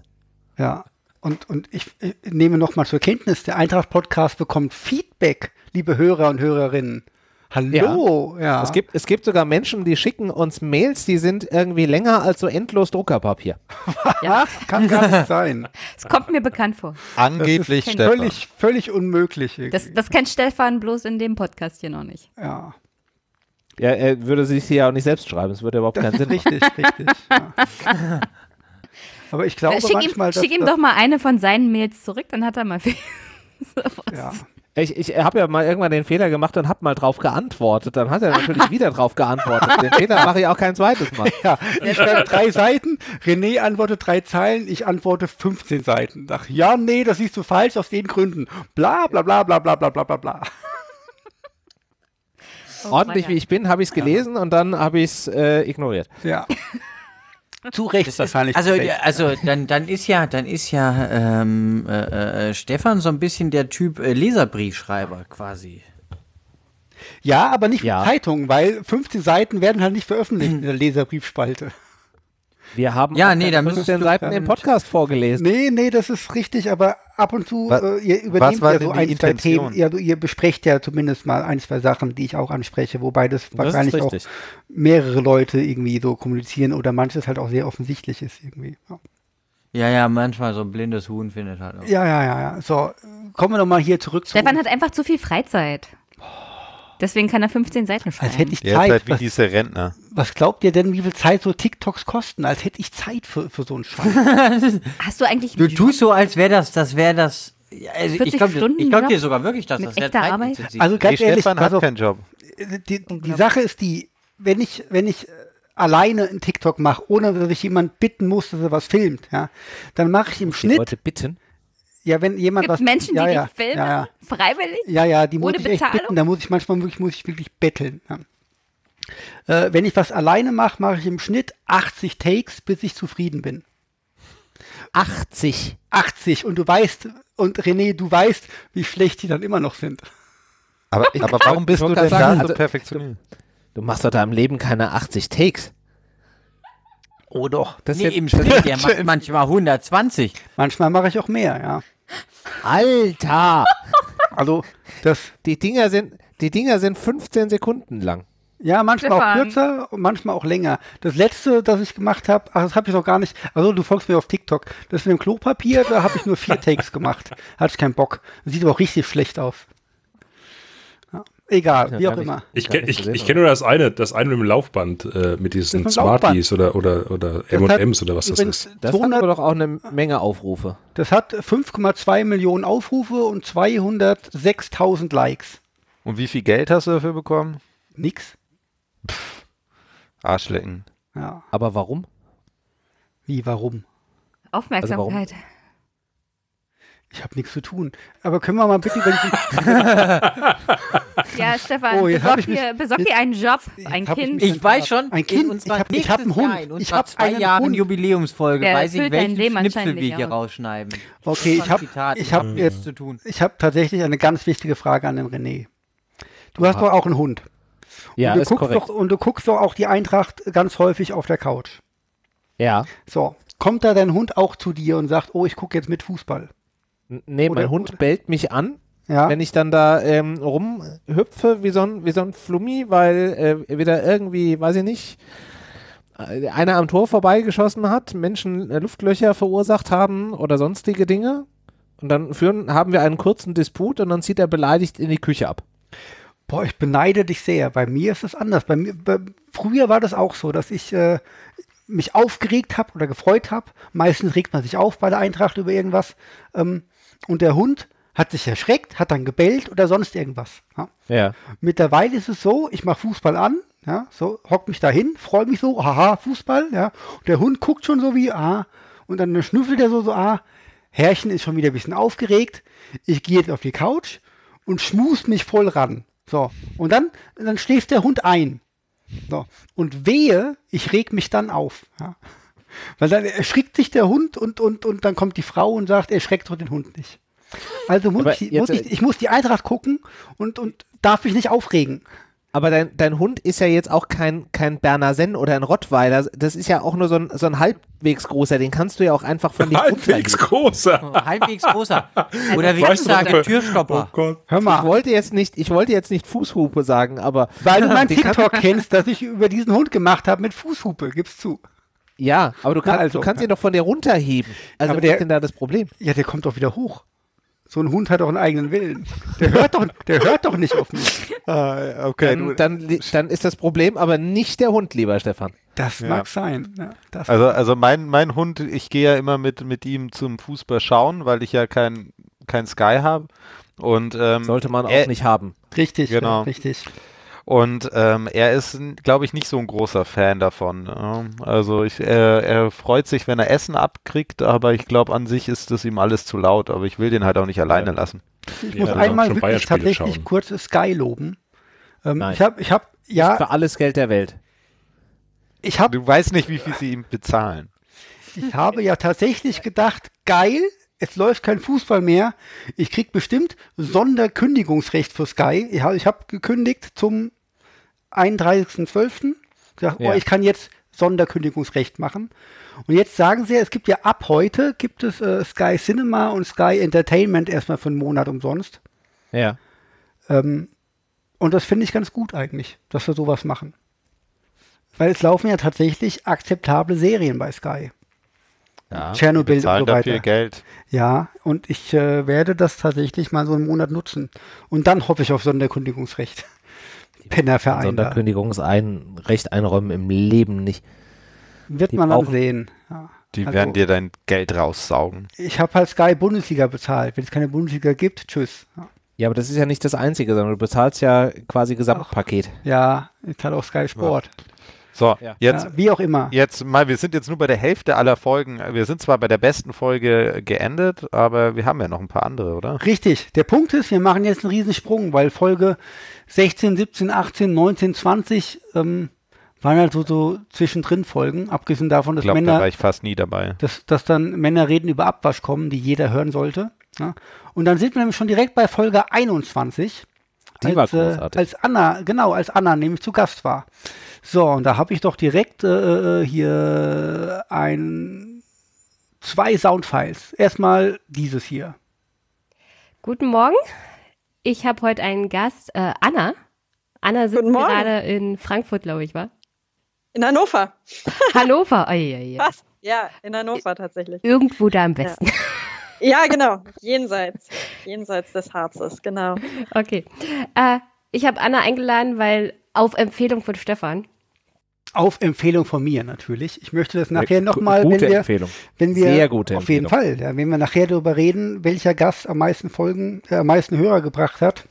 Speaker 2: ja. Und, und ich, ich nehme nochmal zur Kenntnis, der Eintracht-Podcast bekommt Feedback, liebe Hörer und Hörerinnen. Hallo, ja.
Speaker 6: Es, gibt, es gibt sogar Menschen, die schicken uns Mails, die sind irgendwie länger als so endlos Druckerpapier.
Speaker 2: <laughs>
Speaker 5: Ja,
Speaker 2: Kann gar nicht sein.
Speaker 5: es kommt mir bekannt vor.
Speaker 3: Angeblich,
Speaker 5: Das ist
Speaker 3: Stefan.
Speaker 2: Völlig, völlig unmöglich. irgendwie.
Speaker 5: Das, das kennt Stefan bloß in dem Podcast hier noch nicht.
Speaker 2: ja.
Speaker 6: Ja, er würde sich hier ja auch nicht selbst schreiben, es würde überhaupt keinen Sinn machen.
Speaker 2: Richtig, richtig. Ja.
Speaker 5: <laughs>
Speaker 2: Aber ich glaube
Speaker 5: Äh, schick ihm,
Speaker 2: manchmal, dass
Speaker 5: schick ihm
Speaker 2: das-
Speaker 5: doch mal eine von seinen Mails zurück, dann hat
Speaker 2: <laughs>
Speaker 5: er mal viel. So was.
Speaker 2: Ja.
Speaker 6: Ich, ich habe ja mal irgendwann den Fehler gemacht und habe mal drauf geantwortet. Dann hat er natürlich wieder drauf
Speaker 2: <laughs>
Speaker 6: geantwortet. Den Fehler mache ich auch kein zweites Mal.
Speaker 2: ja, ich schreibe
Speaker 5: <laughs>
Speaker 2: drei Seiten, René antwortet drei Zeilen, ich antworte 15 Seiten. Sag, ja, nee, das siehst du falsch aus den Gründen. Bla, bla, bla, bla, bla, bla, bla, bla, bla.
Speaker 5: Oh,
Speaker 6: Ordentlich
Speaker 5: weia.
Speaker 6: wie ich bin, habe ich es gelesen und dann habe ich es äh, ignoriert.
Speaker 2: Ja.
Speaker 5: <laughs>
Speaker 2: Zu Recht wahrscheinlich.
Speaker 7: Also,
Speaker 2: zu Recht.
Speaker 7: also dann, dann ist ja, dann ist ja ähm, äh, äh, Stefan so ein bisschen der Typ äh, Leserbriefschreiber quasi.
Speaker 2: Ja, aber nicht ja. Zeitung, weil 15 Seiten werden halt nicht <clears throat> veröffentlicht in der Leserbriefspalte.
Speaker 6: Wir haben
Speaker 7: ja, nee, da müssen
Speaker 6: den Seiten im Podcast vorgelesen.
Speaker 2: Nee, nee, das ist richtig, aber ab und zu was, äh, ihr übernehmt ja so ein, zwei Themen. Ja, du, ihr besprecht ja zumindest mal ein, zwei Sachen, die ich auch anspreche, wobei das, das wahrscheinlich auch mehrere Leute irgendwie so kommunizieren oder manches halt auch sehr offensichtlich ist irgendwie. Ja.
Speaker 7: Ja, ja, manchmal so ein blindes Huhn findet halt auch.
Speaker 2: Ja, ja, ja, ja. So, kommen wir nochmal hier zurück zu.
Speaker 5: Stefan hat einfach zu viel Freizeit. Deswegen kann er 15 Seiten schreiben.
Speaker 2: Als hätte ich
Speaker 3: Der
Speaker 2: Zeit.
Speaker 3: ist halt wie diese Rentner.
Speaker 2: Was glaubt ihr denn, wie viel Zeit so TikToks kosten? Als hätte ich Zeit für, für so einen <laughs> Scheiß.
Speaker 5: Hast du eigentlich
Speaker 7: Du tust so, als wäre das, das wäre das. Also
Speaker 5: 40
Speaker 7: ich glaube
Speaker 5: Stunden
Speaker 7: ich glaub dir
Speaker 5: Job
Speaker 7: sogar wirklich, dass
Speaker 5: mit
Speaker 7: das sehr
Speaker 5: echter
Speaker 7: Zeit
Speaker 5: Arbeit?
Speaker 7: intensiv
Speaker 2: Also
Speaker 7: ist.
Speaker 2: ganz
Speaker 3: nee,
Speaker 2: ehrlich,
Speaker 3: Stefan
Speaker 2: also,
Speaker 3: hat keinen Job.
Speaker 2: die, die Sache ist die, wenn ich, wenn ich äh, alleine einen TikTok mache, ohne dass ich jemand bitten muss, dass er was filmt, ja, dann mache ich im
Speaker 6: Die
Speaker 2: Schnitt,
Speaker 6: Leute bitten.
Speaker 2: ja, wenn jemand
Speaker 5: Gibt
Speaker 2: was.
Speaker 5: Menschen,
Speaker 2: ja,
Speaker 5: die
Speaker 2: ja,
Speaker 5: dich filmen,
Speaker 2: Ja, ja.
Speaker 5: freiwillig.
Speaker 2: Ja, ja, die muss
Speaker 5: Ohne
Speaker 2: ich echt
Speaker 5: Bezahlung?
Speaker 2: bitten, da muss ich manchmal wirklich, muss ich wirklich betteln. Ja. Äh, wenn ich was alleine mache, mache ich im Schnitt 80 Takes, bis ich zufrieden bin.
Speaker 6: 80.
Speaker 2: 80 und du weißt, und René, du weißt, wie schlecht die dann immer noch sind.
Speaker 3: Aber, aber warum bist du
Speaker 6: wollte
Speaker 3: denn
Speaker 6: gerade sagen,
Speaker 3: da so
Speaker 6: also-
Speaker 3: perfektioniert?
Speaker 6: Du machst doch da im Leben keine 80 Takes.
Speaker 2: Oh doch.
Speaker 6: Das ist
Speaker 7: Nee,
Speaker 6: jetzt-
Speaker 7: im
Speaker 2: <laughs>
Speaker 6: <laughs>
Speaker 7: Schnitt, der macht manchmal 120.
Speaker 2: Manchmal mache ich auch mehr, ja.
Speaker 6: Alter!
Speaker 2: Also, das,
Speaker 6: Die Dinger sind, die Dinger sind 15 Sekunden lang.
Speaker 2: ja, manchmal auch
Speaker 5: Stefan.
Speaker 2: kürzer und manchmal auch länger. Das letzte, das ich gemacht habe, ach, das habe ich noch gar nicht, also du folgst mir auf TikTok. Das mit dem Klopapier, da habe ich nur vier Takes gemacht. Hatte ich keinen Bock. Sieht aber auch richtig schlecht aus. Ja, egal, wie auch
Speaker 6: hab
Speaker 2: immer.
Speaker 4: Ich
Speaker 6: Gar
Speaker 4: kenne
Speaker 6: nicht
Speaker 4: ich,
Speaker 6: gesehen,
Speaker 4: ich kenn nur das eine, das eine mit dem Laufband, äh, mit diesen
Speaker 2: Das ist ein Laufband.
Speaker 4: Smarties oder, oder, oder M&M's oder was das
Speaker 2: Übrigens,
Speaker 4: ist.
Speaker 6: Das hat
Speaker 2: 200
Speaker 6: aber doch auch eine Menge Aufrufe.
Speaker 2: Das hat 5,2 Millionen Aufrufe und 206.000 Likes.
Speaker 3: Und wie viel Geld hast du dafür bekommen?
Speaker 2: Nix.
Speaker 3: Arschlecken.
Speaker 2: Ja.
Speaker 6: Aber warum?
Speaker 2: Wie, Also warum?
Speaker 5: Aufmerksamkeit.
Speaker 2: Ich habe nichts zu tun. Aber können wir mal bitte über diesen,
Speaker 5: ja, Stefan,
Speaker 2: Oh, jetzt hab
Speaker 5: besorg,
Speaker 2: ich mich-
Speaker 5: dir, besorg
Speaker 2: jetzt-
Speaker 5: dir einen Job, ein
Speaker 2: hab ich
Speaker 5: Kind.
Speaker 2: mich-
Speaker 7: Ich weiß schon,
Speaker 2: Ein Kind,
Speaker 7: in unserer
Speaker 2: ich hab- ich hab einen
Speaker 7: nächsten
Speaker 2: Hund.
Speaker 7: Jahr, in
Speaker 2: Ich
Speaker 7: unserer
Speaker 2: hab
Speaker 7: zwei
Speaker 2: einen
Speaker 7: Jahren
Speaker 2: Hund.
Speaker 7: Jubiläumsfolge,
Speaker 5: Der
Speaker 7: weiß ich,
Speaker 5: füllt dein
Speaker 7: welchen
Speaker 5: Leben
Speaker 7: Schnipsel
Speaker 5: anscheinlich
Speaker 7: wir hier
Speaker 5: aus.
Speaker 7: rausschneiden.
Speaker 2: Okay, ich
Speaker 7: Von
Speaker 2: habe
Speaker 7: Zitaten,
Speaker 2: ich hab
Speaker 7: haben
Speaker 2: jetzt-
Speaker 7: nichts zu tun.
Speaker 2: ich hab tatsächlich eine ganz wichtige Frage an den René. Du hast doch auch einen Hund.
Speaker 6: Ja,
Speaker 2: und, du
Speaker 6: ist
Speaker 2: guckst
Speaker 6: korrekt.
Speaker 2: doch, und du guckst doch auch die Eintracht ganz häufig auf der Couch.
Speaker 6: Ja.
Speaker 2: So, kommt da dein Hund auch zu dir und sagt, oh, ich gucke jetzt mit Fußball?
Speaker 6: N- Nee,
Speaker 2: Oder- Ah.
Speaker 6: mein Hund bellt mich an,
Speaker 2: Ja,
Speaker 6: wenn ich dann da ähm, rumhüpfe wie so ein, wie so ein Flummi, weil äh, wieder irgendwie, weiß ich nicht, äh, einer am Tor vorbeigeschossen hat, Menschen äh, Luftlöcher verursacht haben oder sonstige Dinge. Und dann führen, haben wir einen kurzen Disput und dann zieht er beleidigt in die Küche ab.
Speaker 2: Boah, ich beneide dich sehr. Bei mir ist es anders. Bei mir, bei, früher war das auch so, dass ich äh, mich aufgeregt habe oder gefreut habe. Meistens regt man sich auf bei der Eintracht über irgendwas. Ähm, und der Hund hat sich erschreckt, hat dann gebellt oder sonst irgendwas. Ja.
Speaker 6: Ja.
Speaker 2: Mittlerweile ist es so, ich mache Fußball an, ja, so hock mich dahin, freue mich so, haha, Fußball, ja. Und der Hund guckt schon so wie, ah, und dann schnüffelt er so, so, ah, Herrchen ist schon wieder ein bisschen aufgeregt. Ich gehe jetzt auf die Couch und schmus mich voll ran. So. Und dann, dann schläft der Hund ein. So. Und wehe, ich reg mich dann auf. Ja. Weil dann erschrickt sich der Hund und, und, und dann kommt die Frau und sagt, erschreckt doch den Hund nicht. Also muss
Speaker 6: Aber
Speaker 2: ich, die- muss
Speaker 6: jetzt,
Speaker 2: ich,
Speaker 6: äh,
Speaker 2: ich muss die Eintracht gucken und, und darf mich nicht aufregen.
Speaker 6: Aber dein, dein Hund ist ja jetzt auch kein, kein Berner Senn oder ein Rottweiler. Das ist ja auch nur so ein, so ein halbwegs großer. Den kannst du ja auch einfach von dir
Speaker 4: Halbwegs großer.
Speaker 2: Ah. <laughs>
Speaker 7: Halbwegs großer. Oder wie ich
Speaker 4: Weißt du, was
Speaker 7: sage,
Speaker 4: ich-
Speaker 7: Türstopper.
Speaker 4: Oh Gott.
Speaker 2: Hör
Speaker 6: Ich
Speaker 2: mal,
Speaker 6: wollte jetzt nicht, ich wollte jetzt nicht Fußhupe sagen, aber
Speaker 2: <laughs> weil du
Speaker 6: <laughs>
Speaker 2: mein
Speaker 6: den kann-
Speaker 2: TikTok kennst, dass ich über diesen Hund gemacht habe mit Fußhupe, gibst zu.
Speaker 6: ja, aber du,
Speaker 2: Na,
Speaker 6: kann,
Speaker 2: also.
Speaker 6: du kannst ihn doch von dir runterheben. Also
Speaker 2: Aber
Speaker 6: was
Speaker 2: der-
Speaker 6: ist denn da das Problem?
Speaker 2: Ja, der kommt doch wieder hoch. So ein Hund hat doch einen eigenen Willen. Der hört doch, der hört doch nicht auf mich.
Speaker 3: Ah, okay,
Speaker 6: Dann, dann, li- dann ist das Problem aber nicht der Hund, lieber Stefan.
Speaker 2: Das mag sein. Ja, das
Speaker 3: Also, also mein, mein Hund, ich gehe ja immer mit, mit ihm zum Fußball schauen, weil ich ja kein, kein Sky habe. Und,
Speaker 2: Hm.
Speaker 3: ähm,
Speaker 6: Sollte man auch
Speaker 2: Äh,
Speaker 3: er,
Speaker 6: nicht haben.
Speaker 2: richtig,
Speaker 3: genau.
Speaker 2: ja, richtig.
Speaker 3: Und ähm, er ist, glaube ich, nicht so ein großer Fan davon. ja. Also ich, er, er freut sich, wenn er Essen abkriegt, aber ich glaube, an sich ist das ihm alles zu laut. Aber ich will den halt auch nicht alleine lassen.
Speaker 2: Ich
Speaker 4: Ja,
Speaker 2: muss
Speaker 4: dann auch
Speaker 2: einmal
Speaker 4: schon
Speaker 2: wirklich
Speaker 4: Bayern-Spiele
Speaker 2: tatsächlich
Speaker 4: schauen.
Speaker 2: kurz Sky loben. Ähm,
Speaker 6: Nein.
Speaker 2: ich habe, ich habe, ja,
Speaker 6: Für alles Geld der Welt.
Speaker 2: ich habe
Speaker 3: Du weißt nicht, wie viel sie ihm bezahlen.
Speaker 2: Ich habe ja tatsächlich gedacht, geil, es läuft kein Fußball mehr. Ich krieg bestimmt Sonderkündigungsrecht für Sky. Ich habe hab gekündigt zum 31.12. Gesagt,
Speaker 6: Ja.
Speaker 2: oh, ich kann jetzt Sonderkündigungsrecht machen. Und jetzt sagen sie, ja, es gibt ja ab heute gibt es äh, Sky Cinema und Sky Entertainment erstmal für einen Monat umsonst.
Speaker 6: Ja.
Speaker 2: Ähm, und das finde ich ganz gut eigentlich, dass wir sowas machen. Weil es laufen ja tatsächlich akzeptable Serien bei Sky.
Speaker 3: Ja,
Speaker 2: Tschernobyl
Speaker 3: die bezahlen
Speaker 2: und so weiter.
Speaker 3: dafür Geld.
Speaker 2: Ja, und ich äh, werde das tatsächlich mal so einen Monat nutzen. Und dann hoffe ich auf Sonderkündigungsrecht. Pennerverein. da.
Speaker 6: Sonderkündigungsrecht einräumen im Leben nicht.
Speaker 2: Wird
Speaker 6: Die
Speaker 2: man dann
Speaker 6: brauchen-
Speaker 2: sehen. Ja.
Speaker 3: Die
Speaker 2: Also-
Speaker 3: werden dir dein Geld raussaugen.
Speaker 2: Ich habe halt Sky Bundesliga bezahlt. Wenn es keine Bundesliga gibt, tschüss. Ja.
Speaker 6: Ja, aber das ist ja nicht das Einzige, sondern du bezahlst ja quasi Gesamtpaket.
Speaker 2: Ja, ich zahle auch Sky Sport.
Speaker 3: So,
Speaker 6: Ja.
Speaker 3: jetzt.
Speaker 2: Ja, wie auch immer.
Speaker 3: Jetzt mal, wir sind jetzt nur bei der Hälfte aller Folgen. Wir sind zwar bei der besten Folge geendet, aber wir haben ja noch ein paar andere, oder?
Speaker 2: Richtig. Der Punkt ist, wir machen jetzt einen Riesensprung, weil Folge 16, 17, 18, 19, 20 ähm, waren halt so, so zwischendrin Folgen. Abgesehen davon,
Speaker 3: Ich
Speaker 2: dass
Speaker 3: glaube, da
Speaker 2: Männer
Speaker 3: war ich fast nie dabei.
Speaker 2: dass, dass dann Männer reden über Abwasch kommen, die jeder hören sollte. Ne? Und dann sind wir nämlich schon direkt bei Folge 21.
Speaker 6: Die war
Speaker 2: äh,
Speaker 6: großartig.
Speaker 2: als Anna, genau, als Anna nämlich zu Gast war. So, und da habe ich doch direkt äh, äh, hier ein zwei Soundfiles. Erstmal dieses hier.
Speaker 13: Guten Morgen. Ich habe heute einen Gast, äh, Anna. Anna sitzt
Speaker 14: Guten Morgen.
Speaker 13: gerade in Frankfurt, glaube ich, war.
Speaker 14: In Hannover.
Speaker 13: <laughs> Hannover. Ei, ei, ei.
Speaker 14: Was? Ja, in Hannover tatsächlich.
Speaker 13: Irgendwo da am besten.
Speaker 14: Ja, genau. Jenseits. Jenseits des Harzes, genau.
Speaker 13: <laughs> Okay. Äh, ich habe Anna eingeladen, weil auf Empfehlung von Stefan.
Speaker 2: Auf Empfehlung von mir natürlich. Ich möchte das nachher
Speaker 6: gu-
Speaker 2: nochmal, wenn
Speaker 6: gute
Speaker 2: wir,
Speaker 6: Empfehlung.
Speaker 2: Äh, wenn wir
Speaker 6: Sehr gute
Speaker 2: auf jeden
Speaker 6: Empfehlung.
Speaker 2: Fall, ja, wenn wir nachher darüber reden, welcher Gast am meisten Folgen, äh, am meisten Hörer gebracht hat,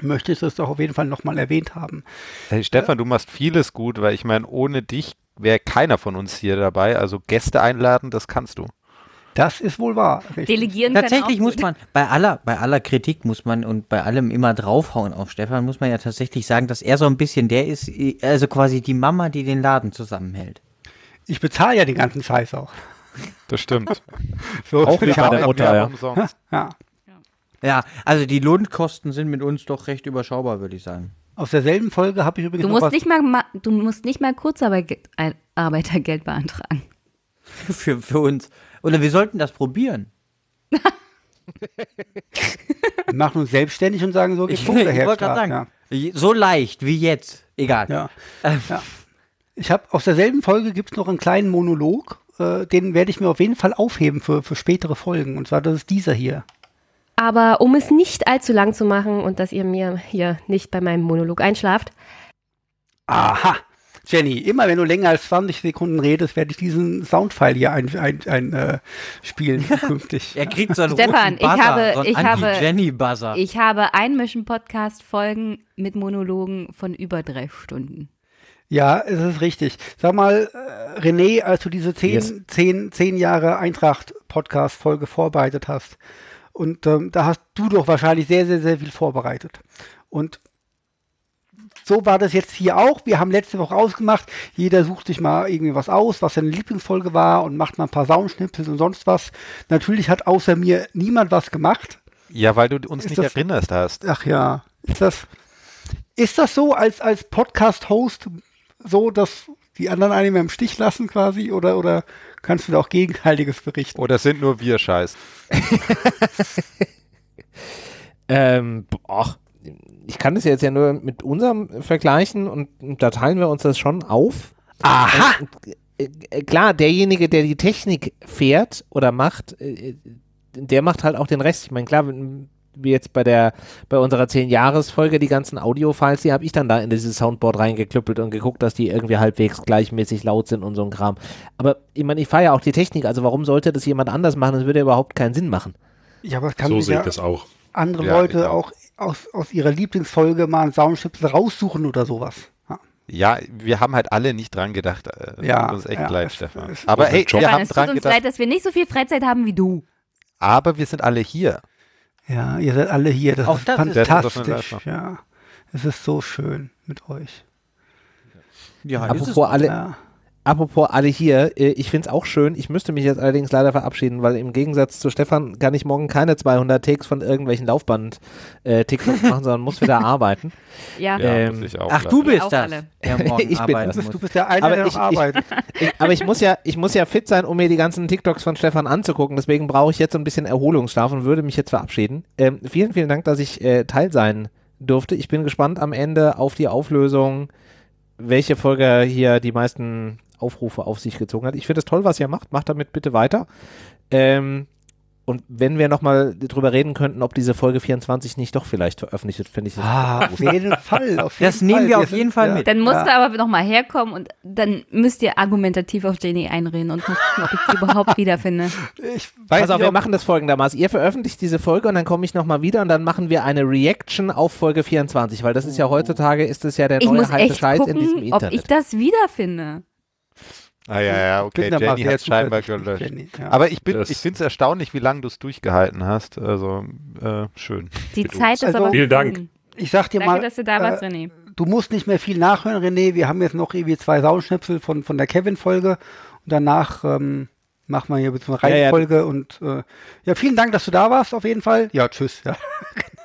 Speaker 2: möchte ich das doch auf jeden Fall nochmal erwähnt haben.
Speaker 3: Hey, Stefan, du machst vieles gut, weil ich meine, ohne dich wäre keiner von uns hier dabei. Also Gäste einladen, das kannst du.
Speaker 2: Das ist wohl wahr.
Speaker 13: Delegieren können
Speaker 7: Tatsächlich
Speaker 13: auch
Speaker 7: muss
Speaker 13: gut.
Speaker 7: man, bei aller, bei aller Kritik muss man und bei allem immer draufhauen auf Stefan, muss man ja tatsächlich sagen, dass er so ein bisschen der ist, also quasi die Mama, die den Laden zusammenhält.
Speaker 2: Ich bezahle ja den ganzen Scheiß auch.
Speaker 3: Das <laughs> stimmt.
Speaker 2: So,
Speaker 7: Auch wie
Speaker 2: ich
Speaker 7: bei
Speaker 2: hab-
Speaker 7: der Mutter, ja.
Speaker 2: ja.
Speaker 7: Ja, also die Lohnkosten sind mit uns doch recht überschaubar, würde ich sagen. <laughs>
Speaker 2: Aus derselben Folge habe ich übrigens
Speaker 13: Du
Speaker 2: noch
Speaker 13: musst
Speaker 2: was-
Speaker 13: nicht mal, ma du musst nicht mal Kurzarbeitergeld beantragen.
Speaker 7: Für, für uns. Oder wir sollten das probieren.
Speaker 2: Wir machen uns selbstständig und sagen so, geht's
Speaker 7: Ich, ich
Speaker 2: Punkte her,
Speaker 7: <laughs> wollte gerade
Speaker 2: klar,
Speaker 7: sagen,
Speaker 2: ja.
Speaker 7: so leicht wie jetzt. Egal.
Speaker 2: Ja. Ja. Ich habe aus derselben Folge gibt es noch einen kleinen Monolog, äh, den werde ich mir auf jeden Fall aufheben für, für spätere Folgen. Und zwar das ist dieser hier.
Speaker 13: Aber um es nicht allzu lang zu machen und dass ihr mir hier nicht bei meinem Monolog einschlaft,
Speaker 2: Aha. Jenny, immer wenn du länger als 20 Sekunden redest, werde ich diesen Soundfile hier einspielen ein, ein, äh, spielen
Speaker 13: <laughs>
Speaker 2: zukünftig.
Speaker 7: Er kriegt so einen
Speaker 13: Stefan,
Speaker 7: roten
Speaker 13: ich
Speaker 7: Buzzer,
Speaker 13: habe-
Speaker 7: so einen
Speaker 13: ich habe-
Speaker 7: Anti-Jenny-Buzzer.
Speaker 13: ich habe Einmischen-Podcast-Folgen mit Monologen von über drei Stunden.
Speaker 2: Ja, es ist richtig. Sag mal, äh, René, als du diese 10
Speaker 6: Yes.
Speaker 2: zehn, zehn Jahre Eintracht-Podcast-Folge vorbereitet hast, und ähm, da hast du doch wahrscheinlich sehr, sehr, sehr viel vorbereitet. Und so war das jetzt hier auch. Wir haben letzte Woche ausgemacht, jeder sucht sich mal irgendwie was aus, was seine Lieblingsfolge war und macht mal ein paar Soundschnipsel und sonst was. Natürlich hat außer mir niemand was gemacht.
Speaker 3: Ja, weil du uns
Speaker 2: Ist
Speaker 3: nicht
Speaker 2: das-
Speaker 3: erinnerst hast.
Speaker 2: Ach ja, ist das, ist das so als, als Podcast-Host so, dass die anderen einen mehr im Stich lassen quasi oder, oder kannst du da auch Gegenteiliges berichten?
Speaker 3: Oder sind nur wir scheiß?
Speaker 6: Ähm, ach, ich kann das jetzt ja nur mit unserem vergleichen und, und da teilen wir uns das schon auf. äh,
Speaker 2: Aha!
Speaker 6: klar, derjenige, der die Technik fährt oder macht, äh, der macht halt auch den Rest. Ich meine, klar, wenn wir jetzt bei der bei unserer 10-Jahres-Folge die ganzen Audio-Files, die habe ich dann da in dieses Soundboard reingeklüppelt und geguckt, dass die irgendwie halbwegs gleichmäßig laut sind und so ein Kram. Aber ich meine, ich fahre ja auch die Technik, also warum sollte das jemand anders machen? Das würde ja überhaupt keinen Sinn machen.
Speaker 2: Ja, aber es kann
Speaker 6: So
Speaker 2: sich
Speaker 6: sehe ich
Speaker 2: ja
Speaker 6: das auch.
Speaker 2: andere
Speaker 6: Ja, genau.
Speaker 2: Leute auch aus, aus ihrer Lieblingsfolge mal einen Soundschnipsel raussuchen oder sowas. Ja.
Speaker 3: Ja, wir haben halt alle nicht dran gedacht. Äh,
Speaker 2: Ja,
Speaker 3: tut uns echt
Speaker 2: ja,
Speaker 3: leid,
Speaker 2: es-
Speaker 3: Stefan.
Speaker 2: es-
Speaker 3: aber
Speaker 2: Unser
Speaker 3: hey,
Speaker 2: Job.
Speaker 3: wir
Speaker 2: Stefan,
Speaker 3: haben
Speaker 13: Es tut
Speaker 3: dran
Speaker 13: uns
Speaker 3: gedacht.
Speaker 13: leid, dass wir nicht so viel Freizeit haben wie du.
Speaker 3: Aber wir sind alle hier.
Speaker 2: Ja, ihr seid alle hier. Das
Speaker 3: Auch
Speaker 2: ist
Speaker 3: das ist- Das ist
Speaker 2: fantastisch.
Speaker 3: doch eine
Speaker 2: ja, es ist so schön mit euch.
Speaker 7: Ja,
Speaker 6: Apropos alle, Apropos alle hier, äh, ich finde es auch schön. Ich müsste mich jetzt allerdings leider verabschieden, weil im Gegensatz zu Stefan kann ich morgen keine 200 Takes von irgendwelchen Laufband-TikToks machen, sondern muss wieder <laughs> arbeiten.
Speaker 5: Ja.
Speaker 6: Ähm,
Speaker 3: muss ich auch
Speaker 7: Ach, du
Speaker 6: leider.
Speaker 7: bist
Speaker 5: Auch
Speaker 7: das.
Speaker 5: alle.
Speaker 2: <laughs>
Speaker 7: der morgen
Speaker 6: ich bin
Speaker 7: arbeiten
Speaker 6: das.
Speaker 7: muss.
Speaker 2: Du bist der eine, der noch
Speaker 6: ich,
Speaker 2: arbeitet.
Speaker 6: Ich, ich, aber ich muss, ja, ich muss ja fit sein, um mir die ganzen TikToks von Stefan anzugucken. Deswegen brauche ich jetzt so ein bisschen Erholungsschlaf und würde mich jetzt verabschieden. Ähm, vielen, vielen Dank, dass ich äh, Teil sein durfte. Ich bin gespannt am Ende auf die Auflösung, welche Folge hier die meisten Aufrufe auf sich gezogen hat. Ich finde es toll, was ihr macht. Macht damit bitte weiter. Ähm, und wenn wir nochmal drüber reden könnten, ob diese Folge 24 nicht doch vielleicht veröffentlicht wird, finde ich das
Speaker 2: Ah, auf jeden Fall. Auf jeden
Speaker 7: Das nehmen wir
Speaker 2: Fall.
Speaker 7: auf jeden Fall mit.
Speaker 5: Dann musst
Speaker 2: Ja.
Speaker 5: du aber nochmal herkommen und dann müsst ihr argumentativ auf Jenny einreden und gucken, ob ich sie
Speaker 6: <laughs>
Speaker 5: überhaupt wiederfinde.
Speaker 2: Ich weiß
Speaker 6: Pass auf,
Speaker 2: nicht,
Speaker 6: wir
Speaker 2: ob-
Speaker 6: machen das folgendermaßen. Ihr veröffentlicht diese Folge und dann komme ich nochmal wieder und dann machen wir eine Reaction auf Folge 24, weil das ist ja heutzutage, ist das ja der
Speaker 5: Oh. Ich
Speaker 6: neue
Speaker 5: muss
Speaker 6: heiße
Speaker 5: echt
Speaker 6: Scheiß in diesem
Speaker 5: gucken, ob ich
Speaker 6: Internet.
Speaker 5: das wiederfinde.
Speaker 3: Ah ja, ja, okay.
Speaker 2: Glückner mag
Speaker 3: Jenny
Speaker 2: ja
Speaker 3: hat scheinbar
Speaker 2: zuverlässig,
Speaker 3: gelöscht.
Speaker 2: Jenny, ja.
Speaker 3: Aber ich, bin-
Speaker 4: Das-
Speaker 3: ich finde es erstaunlich, wie lange du es durchgehalten hast. Also äh, schön.
Speaker 5: Die
Speaker 3: Mit uns.
Speaker 5: Zeit ist
Speaker 2: Also-
Speaker 5: aber.
Speaker 4: Vielen Dank.
Speaker 5: verflogen.
Speaker 2: Ich sag dir
Speaker 5: Danke,
Speaker 2: mal,
Speaker 5: dass du da
Speaker 6: äh,
Speaker 5: warst, René.
Speaker 2: du musst nicht mehr viel nachhören, René. Wir haben jetzt noch irgendwie zwei Soundschnipsel von, von der Kevin-Folge und danach ähm, machen wir hier ein bisschen
Speaker 6: Ja, ja.
Speaker 2: Reihenfolge und äh, ja, vielen Dank, dass du da warst auf jeden Fall. Ja, tschüss. Ja.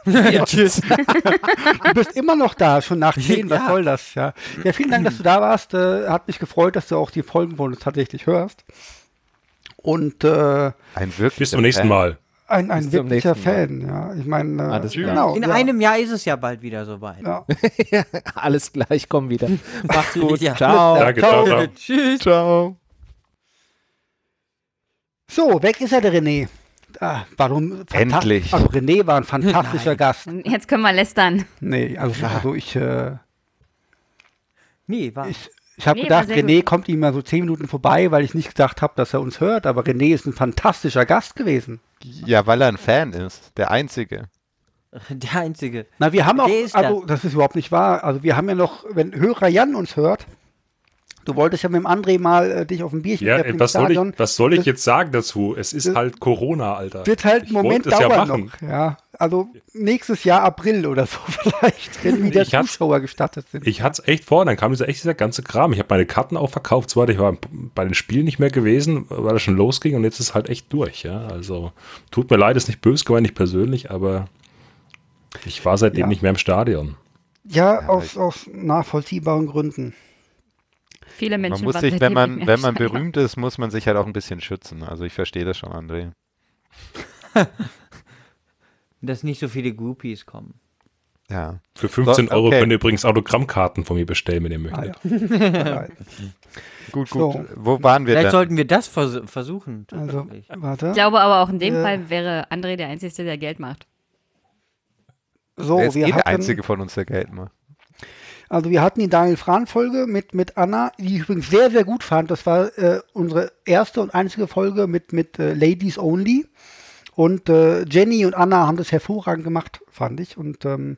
Speaker 6: <laughs> ja, tschüss.
Speaker 2: Du bist immer noch da, schon nach 10, was soll das? Ja, ja vielen Dank, dass du da warst. Äh, hat mich gefreut, dass du auch die Folgen von uns tatsächlich hörst. Und äh,
Speaker 3: Ein wirklich.
Speaker 4: Bis zum nächsten Mal.
Speaker 2: ein, ein
Speaker 6: Bis zum
Speaker 2: wirklicher
Speaker 6: nächsten Mal.
Speaker 2: Fan, ja. Ich meine, äh,
Speaker 6: Alles klar.
Speaker 2: genau.
Speaker 7: In
Speaker 2: ja.
Speaker 7: einem Jahr ist es ja bald wieder soweit.
Speaker 2: Ja.
Speaker 6: Alles gleich, ich komm wieder. Macht's gut.
Speaker 7: Ja.
Speaker 6: Ciao.
Speaker 4: Danke, ciao, ciao.
Speaker 7: Tschüss.
Speaker 3: Ciao.
Speaker 2: So, weg ist er, der René. Ah, warum? fanta-
Speaker 3: Endlich.
Speaker 2: Also René war ein fantastischer Gast.
Speaker 5: Und Jetzt können wir lästern.
Speaker 2: Nee, also, also ich, äh,
Speaker 7: Nee, war.
Speaker 2: ich, ich habe
Speaker 5: Nee, war
Speaker 2: gedacht,
Speaker 5: sehr
Speaker 2: René kommt ihm mal so zehn Minuten vorbei, weil ich nicht gedacht habe, dass er uns hört. Aber René ist ein fantastischer Gast gewesen.
Speaker 3: Ja, weil er ein Fan ist. Der Einzige.
Speaker 7: Der Einzige.
Speaker 2: Na, wir haben auch,
Speaker 7: Der ist da.
Speaker 2: also das ist überhaupt nicht wahr. Also wir haben ja noch, wenn Hörer Jan uns hört, du wolltest ja mit dem André mal äh, dich auf ein Bierchen
Speaker 4: Ja,
Speaker 2: treffen
Speaker 4: ey, was soll, ich,
Speaker 2: Stadion.
Speaker 4: was soll ich
Speaker 2: Das-
Speaker 4: jetzt sagen dazu? Es ist halt Corona, Alter.
Speaker 2: Wird halt einen
Speaker 4: Ich wollte
Speaker 2: Moment
Speaker 4: es ja
Speaker 2: dauern
Speaker 4: machen.
Speaker 2: noch. Ja, also nächstes Jahr April oder so <laughs> vielleicht, wenn wieder
Speaker 4: Ich hab's-
Speaker 2: Zuschauer gestattet sind.
Speaker 4: Ich hatte es echt vor, dann kam dieser, echt dieser ganze Kram. Ich habe meine Karten auch verkauft, zwar, ich war bei den Spielen nicht mehr gewesen, weil es schon losging und jetzt ist es halt echt durch. Ja? Also tut mir leid, ist nicht böse gemeint, nicht persönlich, aber ich war seitdem
Speaker 2: Ja.
Speaker 4: nicht mehr im Stadion.
Speaker 2: Ja, aus, aus nachvollziehbaren Gründen.
Speaker 5: Viele Menschen
Speaker 3: man muss
Speaker 5: waren
Speaker 3: sich, wenn
Speaker 5: seitdem
Speaker 3: man,
Speaker 5: nicht mehr
Speaker 3: wenn man
Speaker 5: im Stadion.
Speaker 3: berühmt ist, muss man sich halt auch ein bisschen schützen. Also ich verstehe das schon, André.
Speaker 7: Dass nicht so viele Groupies kommen.
Speaker 3: Ja.
Speaker 4: Für 15
Speaker 3: So,
Speaker 4: Euro
Speaker 3: okay.
Speaker 4: könnt ihr übrigens Autogrammkarten von mir bestellen, wenn ihr möchtet.
Speaker 2: Ah, ja.
Speaker 3: Gut, gut.
Speaker 2: So.
Speaker 3: Wo waren wir
Speaker 7: Vielleicht
Speaker 3: denn?
Speaker 7: sollten wir das vers versuchen.
Speaker 2: Also,
Speaker 7: tatsächlich.
Speaker 5: Ich
Speaker 2: warte.
Speaker 5: glaube aber auch in dem
Speaker 2: Äh.
Speaker 5: Fall wäre André der Einzige, der Geld macht.
Speaker 2: So,
Speaker 3: er ist eh
Speaker 2: wir
Speaker 3: der
Speaker 2: hatten,
Speaker 3: Einzige von uns, der Geld macht.
Speaker 2: also wir hatten die Daniel Fran Folge mit, mit Anna, die ich übrigens sehr, sehr gut fand. Das war äh, unsere erste und einzige Folge mit, mit äh, Ladies Only. Und äh, Jenny und Anna haben das hervorragend gemacht, fand ich. Und ähm,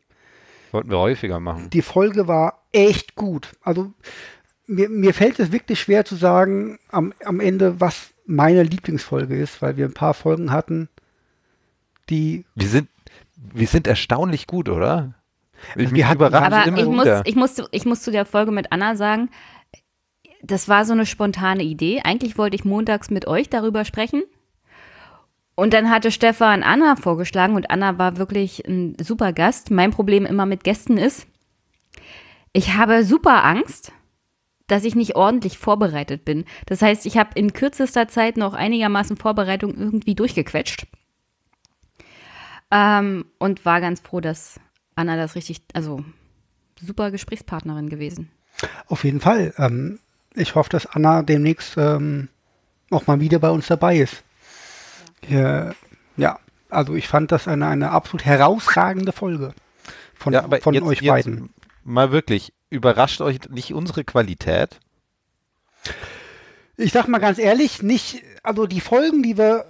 Speaker 3: Sollten wir häufiger machen.
Speaker 2: die Folge war echt gut. Also mir, mir fällt es wirklich schwer zu sagen am, am Ende, was meine Lieblingsfolge ist, weil wir ein paar Folgen hatten, die
Speaker 3: Wir sind, wir sind erstaunlich gut, oder? Ich mich
Speaker 2: Wir hatten-
Speaker 3: überrascht
Speaker 5: Aber
Speaker 3: immer
Speaker 5: ich muss,
Speaker 3: wieder.
Speaker 5: ich, muss, zu- ich muss zu der Folge mit Anna sagen, das war so eine spontane Idee. Eigentlich wollte ich montags mit euch darüber sprechen. Und dann hatte Stefan Anna vorgeschlagen und Anna war wirklich ein super Gast. Mein Problem immer mit Gästen ist, ich habe super Angst, dass ich nicht ordentlich vorbereitet bin. Das heißt, ich habe in kürzester Zeit noch einigermaßen Vorbereitung irgendwie durchgequetscht. Ähm, und war ganz froh, dass Anna das richtig, also super Gesprächspartnerin gewesen.
Speaker 2: Auf jeden Fall. Ähm, ich hoffe, dass Anna demnächst ähm, auch mal wieder bei uns dabei ist. Ja, ja also ich fand das eine, eine absolut herausragende Folge von,
Speaker 3: Ja, aber
Speaker 2: von
Speaker 3: jetzt-
Speaker 2: euch
Speaker 3: jetzt
Speaker 2: beiden.
Speaker 3: Mal wirklich, überrascht euch nicht unsere Qualität?
Speaker 2: Ich sag mal ganz ehrlich, nicht, also die Folgen, die wir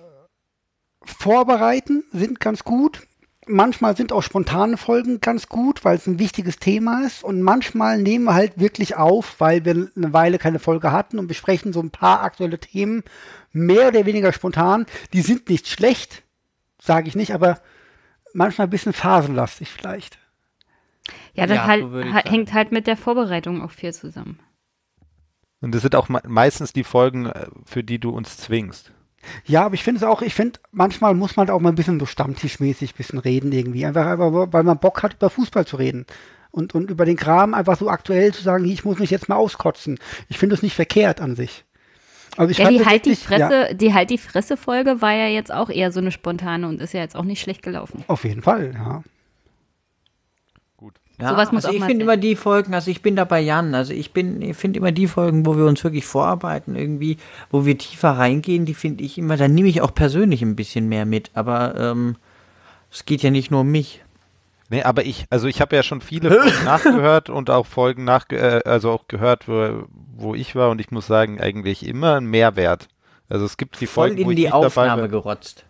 Speaker 2: vorbereiten, sind ganz gut. Manchmal sind auch spontane Folgen ganz gut, weil es ein wichtiges Thema ist. Und manchmal nehmen wir halt wirklich auf, weil wir eine Weile keine Folge hatten und besprechen so ein paar aktuelle Themen, mehr oder weniger spontan. Die sind nicht schlecht, sage ich nicht, aber manchmal ein bisschen phasenlastig vielleicht.
Speaker 5: Ja, das
Speaker 7: Ja,
Speaker 5: halt,
Speaker 7: so würde ich
Speaker 5: ha-
Speaker 7: sagen.
Speaker 5: hängt halt mit der Vorbereitung auch viel zusammen.
Speaker 3: Und das sind auch me meistens die Folgen, äh, für die du uns zwingst.
Speaker 2: Ja, aber ich finde es auch, ich finde, manchmal muss man halt auch mal ein bisschen so stammtischmäßig ein bisschen reden irgendwie. Einfach, einfach, weil man Bock hat, über Fußball zu reden. Und, und über den Kram einfach so aktuell zu sagen, hier, ich muss mich jetzt mal auskotzen. Ich finde es nicht verkehrt an sich. Also ich
Speaker 13: ja,
Speaker 2: fand
Speaker 13: die
Speaker 2: das
Speaker 13: halt die
Speaker 2: wirklich-
Speaker 13: Fresse,
Speaker 2: ja,
Speaker 13: die halt die Fresse Folge war ja jetzt auch eher so eine spontane und ist ja jetzt auch nicht schlecht gelaufen.
Speaker 2: auf jeden Fall, ja.
Speaker 7: Ja,
Speaker 13: Sowas muss
Speaker 7: also
Speaker 13: auch
Speaker 7: ich
Speaker 13: mal
Speaker 7: finde immer die Folgen, also ich bin da bei Jan, also ich bin, ich finde immer die Folgen, wo wir uns wirklich vorarbeiten, irgendwie, wo wir tiefer reingehen, die finde ich immer, da nehme ich auch persönlich ein bisschen mehr mit, aber ähm, es geht ja nicht nur um mich.
Speaker 3: Nee, aber ich, also ich habe ja
Speaker 2: <laughs>
Speaker 3: schon viele Folgen nachgehört und auch Folgen nach, äh, also auch gehört, wo, wo ich war und ich muss sagen, eigentlich immer ein Mehrwert. Also es gibt die
Speaker 7: Voll
Speaker 3: Folgen,
Speaker 7: in
Speaker 3: wo ich
Speaker 7: die
Speaker 3: nicht dabei
Speaker 7: Aufnahme
Speaker 3: war.
Speaker 7: gerotzt.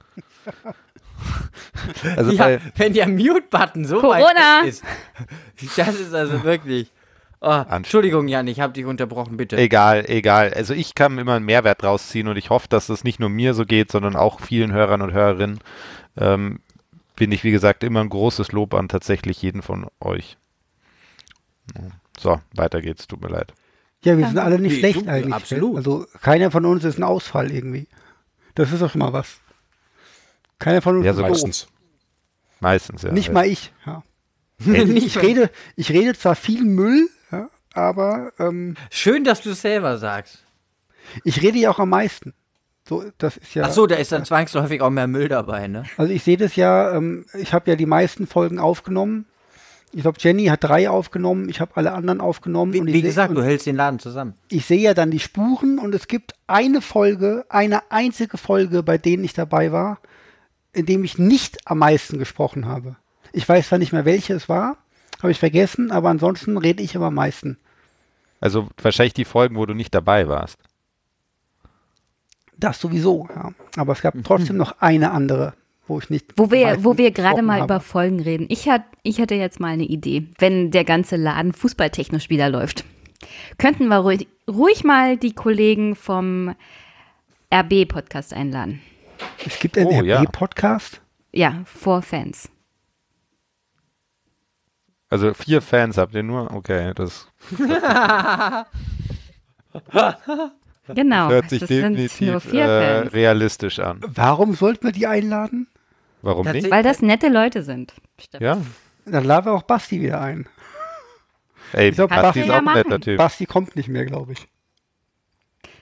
Speaker 3: Also
Speaker 7: ja,
Speaker 3: bei-
Speaker 7: wenn der Mute-Button so
Speaker 13: Corona.
Speaker 7: weit weg ist. Das ist <laughs> also wirklich. Oh, Entschuldigung, Jan, ich habe dich unterbrochen, bitte.
Speaker 3: Egal, egal. Also ich kann immer einen Mehrwert rausziehen und ich hoffe, dass das nicht nur mir so geht, sondern auch vielen Hörern und Hörerinnen. Ähm, bin ich, wie gesagt, immer ein großes Lob an tatsächlich jeden von euch. So, weiter geht's, tut mir leid.
Speaker 2: Ja, wir sind alle nicht
Speaker 3: Nee,
Speaker 2: schlecht
Speaker 3: du,
Speaker 2: eigentlich.
Speaker 3: absolut.
Speaker 2: Also keiner von uns ist ein Ausfall irgendwie. Das ist doch schon mal was. Keiner von uns
Speaker 3: Ja,
Speaker 2: ist
Speaker 3: so
Speaker 2: doof.
Speaker 3: meistens. Meistens, ja.
Speaker 2: Nicht mal ich.
Speaker 3: <laughs>
Speaker 2: Ja. <laughs>
Speaker 3: Echt?
Speaker 2: ich, rede, ich rede zwar viel Müll, ja, aber ähm,
Speaker 7: Schön, dass du es selber sagst.
Speaker 2: ich rede ja auch am meisten. So, das ist ja.
Speaker 7: Ach so, da ist dann zwangsläufig auch mehr Müll dabei, ne?
Speaker 2: Also ich sehe das ja, ähm, ich habe ja die meisten Folgen aufgenommen. Ich glaube, Jenny hat drei aufgenommen, ich habe alle anderen aufgenommen. und ich
Speaker 7: Wie
Speaker 2: seh-
Speaker 7: gesagt,
Speaker 2: und
Speaker 7: du hältst den Laden zusammen.
Speaker 2: ich sehe ja dann die Spuren und es gibt eine Folge, eine einzige Folge, bei denen ich dabei war, in dem ich nicht am meisten gesprochen habe. Ich weiß zwar nicht mehr, welche es war, habe ich vergessen, aber ansonsten rede ich immer am meisten.
Speaker 3: Also wahrscheinlich die Folgen, wo du nicht dabei warst.
Speaker 2: Das sowieso, ja. Aber es gab trotzdem noch eine andere, wo ich nicht.
Speaker 13: Mhm. Wo
Speaker 2: am
Speaker 13: wir,
Speaker 2: meisten
Speaker 13: wo wir gerade
Speaker 2: gesprochen
Speaker 13: mal
Speaker 2: habe.
Speaker 13: über Folgen reden. Ich, hat, ich hätte jetzt mal eine Idee, wenn der ganze Laden fußballtechnisch wieder läuft. Könnten wir ruhig, ruhig mal die Kollegen vom RB-Podcast einladen.
Speaker 2: Es gibt einen
Speaker 3: Oh, ja.
Speaker 2: RB-Podcast.
Speaker 13: Ja, vor Fans.
Speaker 3: Also vier Fans habt ihr nur? Okay, das
Speaker 13: Genau.
Speaker 3: hört sich
Speaker 13: das sind nur
Speaker 3: definitiv äh,
Speaker 13: vier Fans.
Speaker 3: realistisch an.
Speaker 2: Warum sollten wir die einladen?
Speaker 3: Warum nicht?
Speaker 13: Weil das nette Leute sind. Stimmt.
Speaker 3: Ja.
Speaker 2: Dann laden wir auch Basti wieder ein.
Speaker 3: Ey,
Speaker 2: Ich glaub,
Speaker 3: Basti ist
Speaker 13: ja
Speaker 3: auch ein netter
Speaker 13: machen.
Speaker 3: Typ.
Speaker 2: Basti kommt nicht mehr, glaube ich.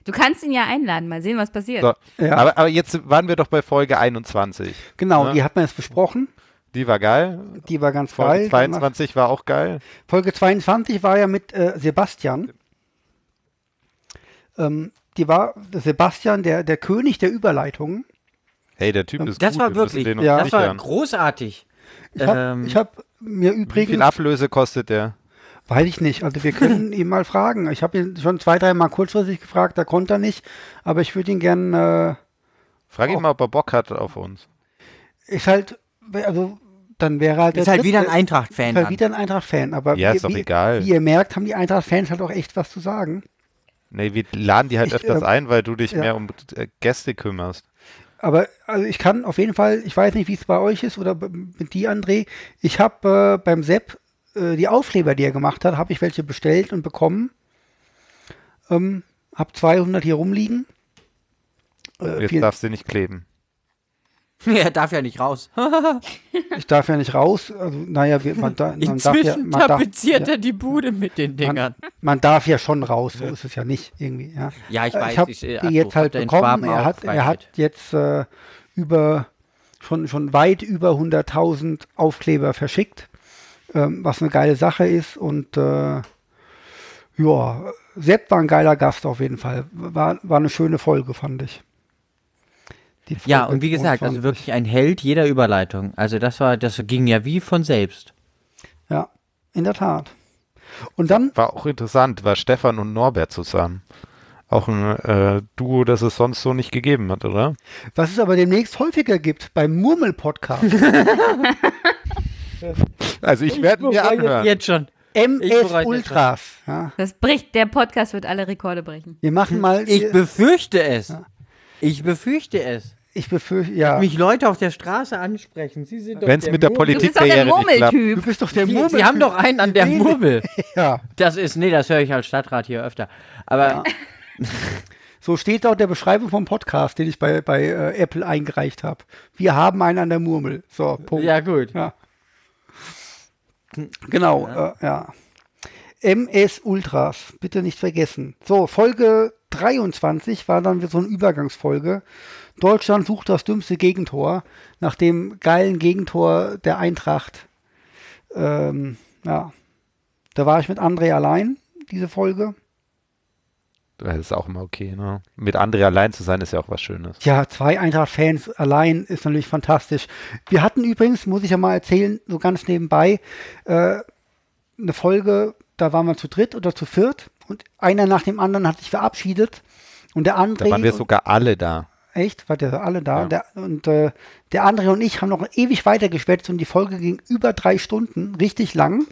Speaker 13: Du kannst ihn ja einladen, mal sehen, was passiert.
Speaker 3: So.
Speaker 2: Ja.
Speaker 3: Aber, aber jetzt waren wir doch bei Folge 21.
Speaker 2: Genau,
Speaker 3: Ja.
Speaker 2: die hat man jetzt besprochen.
Speaker 3: Die war geil.
Speaker 2: Die war ganz
Speaker 3: Folge
Speaker 2: geil.
Speaker 3: 22 war auch geil.
Speaker 2: Folge 22 war ja mit äh, Sebastian. Ähm, die war Sebastian, der, der König der Überleitungen.
Speaker 3: Hey, der Typ ist
Speaker 7: Das
Speaker 3: gut.
Speaker 7: war
Speaker 3: wir müssen
Speaker 7: wirklich,
Speaker 3: den noch
Speaker 2: ja.
Speaker 7: das war
Speaker 3: sichern.
Speaker 7: großartig.
Speaker 2: Ich habe
Speaker 7: Ähm,
Speaker 2: hab mir
Speaker 3: Wie viel
Speaker 2: übrigens,
Speaker 3: Ablöse kostet der?
Speaker 2: weiß ich nicht, also wir
Speaker 3: <laughs>
Speaker 2: können ihn mal fragen. Ich habe ihn schon zwei, drei Mal kurzfristig gefragt, da konnte er nicht, aber ich würde ihn äh, gerne,
Speaker 3: Frag ihn mal, ob er Bock hat auf uns.
Speaker 2: äh, ist halt, also dann wäre halt
Speaker 7: Ist
Speaker 2: der
Speaker 7: halt wieder ein
Speaker 2: dritte-
Speaker 7: Eintracht-Fan
Speaker 2: Ist halt
Speaker 7: dann.
Speaker 2: wieder ein Eintracht-Fan, aber
Speaker 3: Ja,
Speaker 2: wie,
Speaker 3: ist doch
Speaker 2: wie,
Speaker 3: egal.
Speaker 2: wie ihr merkt, haben die Eintracht-Fans halt auch echt was zu sagen.
Speaker 3: Nee, wir laden die halt
Speaker 2: Ich,
Speaker 3: öfters
Speaker 2: äh,
Speaker 3: ein, weil du dich
Speaker 2: ja.
Speaker 3: mehr um äh, Gäste kümmerst.
Speaker 2: Aber also ich kann auf jeden Fall, ich weiß nicht, wie es bei euch ist oder b- mit dir, André. Ich habe äh, beim Sepp äh, die Aufkleber, die er gemacht hat, habe ich welche bestellt und bekommen. Ähm, hab 200 hier rumliegen. Äh,
Speaker 3: Jetzt
Speaker 2: vielen-
Speaker 3: darfst du nicht kleben.
Speaker 7: er darf <laughs> ja nicht raus.
Speaker 2: ich darf ja nicht raus. Also, naja, wir, man, da, man darf ja,
Speaker 7: Inzwischen
Speaker 2: man, darf,
Speaker 7: tapeziert er die Bude mit den Dingern.
Speaker 2: man darf ja schon raus. So ist es ja nicht irgendwie. Ja,
Speaker 7: Ja, ich
Speaker 2: Äh,
Speaker 7: weiß,
Speaker 2: Ich habe
Speaker 7: ich, äh,
Speaker 2: die
Speaker 7: ach
Speaker 2: jetzt
Speaker 7: so,
Speaker 2: halt
Speaker 7: habt ihr in
Speaker 2: bekommen.
Speaker 7: Schwaben
Speaker 2: Er
Speaker 7: auch
Speaker 2: hat, er hat jetzt äh, über schon, schon weit über 100.000 Aufkleber verschickt, ähm, was eine geile Sache ist. Und äh, ja, Sepp war ein geiler Gast auf jeden Fall. War, war eine schöne Folge, fand ich. Die
Speaker 7: Ja,
Speaker 2: Folge
Speaker 7: und wie gesagt,
Speaker 2: 22.
Speaker 7: also wirklich ein Held jeder Überleitung. Also das war, das ging ja wie von selbst.
Speaker 2: Ja, in der Tat. Und dann,
Speaker 3: War auch interessant, war Stefan und Norbert zusammen. Auch ein äh, Duo, das es sonst so nicht gegeben hat, oder?
Speaker 2: was es aber demnächst häufiger gibt, beim Murmel-Podcast.
Speaker 3: Also ich werde mir anhören.
Speaker 7: Jetzt schon.
Speaker 2: MS
Speaker 7: bereite
Speaker 2: Ultras. Ja.
Speaker 13: Das bricht, der Podcast wird alle Rekorde brechen.
Speaker 2: Wir machen mal.
Speaker 7: Ich befürchte es. Ich befürchte es.
Speaker 2: Ich befürchte, ja.
Speaker 7: Mich Leute auf der Straße ansprechen. Sie sind doch
Speaker 3: Wenn's mit der
Speaker 7: Murmel-
Speaker 3: Politik Du bist doch der der Ehre nicht klappt.
Speaker 2: Murmeltyp. Du bist doch der
Speaker 7: Sie-
Speaker 2: Murmeltyp.
Speaker 7: Sie haben doch einen <laughs> an der
Speaker 2: Nee,
Speaker 7: Murmel.
Speaker 2: ja.
Speaker 7: Das ist, nee, das höre ich als Stadtrat hier öfter. Aber
Speaker 2: So steht laut der Beschreibung vom Podcast, den ich bei, bei äh, Apple eingereicht habe. Wir haben einen an der Murmel. So, Punkt.
Speaker 7: Ja, gut.
Speaker 2: Ja. Genau, ja. Äh, ja. MS Ultras, bitte nicht vergessen. So, Folge 23 war dann so eine Übergangsfolge. Deutschland sucht das dümmste Gegentor nach dem geilen Gegentor der Eintracht. Ähm, ja. Da war ich mit André allein, diese Folge.
Speaker 3: Das ist auch immer okay. Ne? Mit André allein zu sein, ist ja auch was Schönes.
Speaker 2: Ja, zwei Eintracht-Fans allein ist natürlich fantastisch. Wir hatten übrigens, muss ich ja mal erzählen, so ganz nebenbei, äh, eine Folge, da waren wir zu dritt oder zu viert und einer nach dem anderen hat sich verabschiedet und der André...
Speaker 3: Da waren wir sogar alle da.
Speaker 2: Echt? Wart ihr alle da? Der, und äh, der André und ich haben noch ewig weitergeschwätzt und die Folge ging über drei Stunden, richtig lang.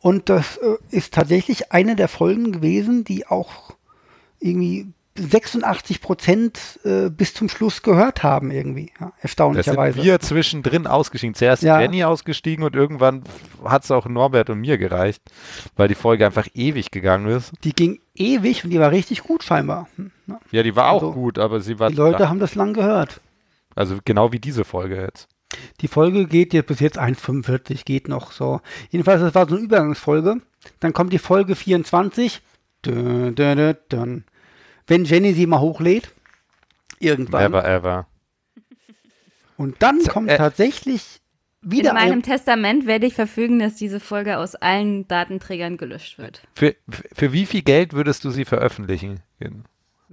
Speaker 2: Und das äh, ist tatsächlich eine der Folgen gewesen, die auch irgendwie 86 Prozent äh, bis zum Schluss gehört haben, irgendwie, ja,
Speaker 3: Da sind
Speaker 2: erstaunlicherweise.
Speaker 3: wir zwischendrin ausgestiegen. Zuerst
Speaker 2: Ja.
Speaker 3: Jenny ausgestiegen und irgendwann hat es auch Norbert und mir gereicht, weil die Folge einfach ewig gegangen ist.
Speaker 2: Die ging ewig und die war richtig gut scheinbar. Hm, ja.
Speaker 3: Ja, die war auch
Speaker 2: Also,
Speaker 3: gut, aber sie war
Speaker 2: Die Leute haben das lang gehört.
Speaker 3: also genau wie diese Folge jetzt.
Speaker 2: Die Folge geht jetzt bis jetzt 1,45, geht noch so. Jedenfalls, das war so eine Übergangsfolge. Dann kommt die Folge 24. Dun, dun, dun, dun. Wenn Jenny sie mal hochlädt. Irgendwann.
Speaker 3: Never ever.
Speaker 2: Und dann
Speaker 3: äh,
Speaker 2: kommt tatsächlich wieder
Speaker 5: In
Speaker 2: eine-
Speaker 5: meinem Testament werde ich verfügen, dass diese Folge aus allen Datenträgern gelöscht wird.
Speaker 3: Für, für wie viel Geld würdest du sie veröffentlichen? Also,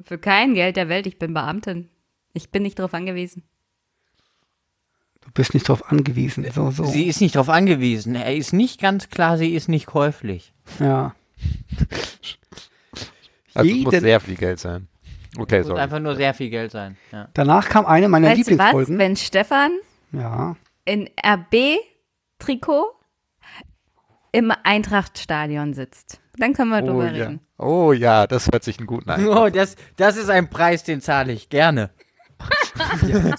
Speaker 5: Für kein Geld der Welt, ich bin Beamtin. Ich bin nicht darauf angewiesen.
Speaker 2: Du bist nicht drauf angewiesen. So, so.
Speaker 7: sie ist nicht darauf angewiesen. Er ist nicht ganz klar, sie ist nicht käuflich.
Speaker 2: Ja.
Speaker 3: Also es muss
Speaker 2: Jeden-
Speaker 3: sehr viel Geld sein. Okay,
Speaker 7: Muss
Speaker 3: sorry.
Speaker 7: einfach nur sehr viel Geld sein. Ja.
Speaker 2: Danach kam eine meiner
Speaker 5: weißt du was,
Speaker 2: Lieblingsfolgen.
Speaker 5: wenn Stefan
Speaker 2: Ja.
Speaker 5: in RB-Trikot im Eintrachtstadion sitzt? Dann können wir
Speaker 3: Oh
Speaker 5: drüber
Speaker 3: ja.
Speaker 5: reden.
Speaker 3: oh ja, das hört sich einen
Speaker 2: <laughs>
Speaker 3: guten an.
Speaker 7: Oh, das, das ist ein Preis, den zahle ich gerne.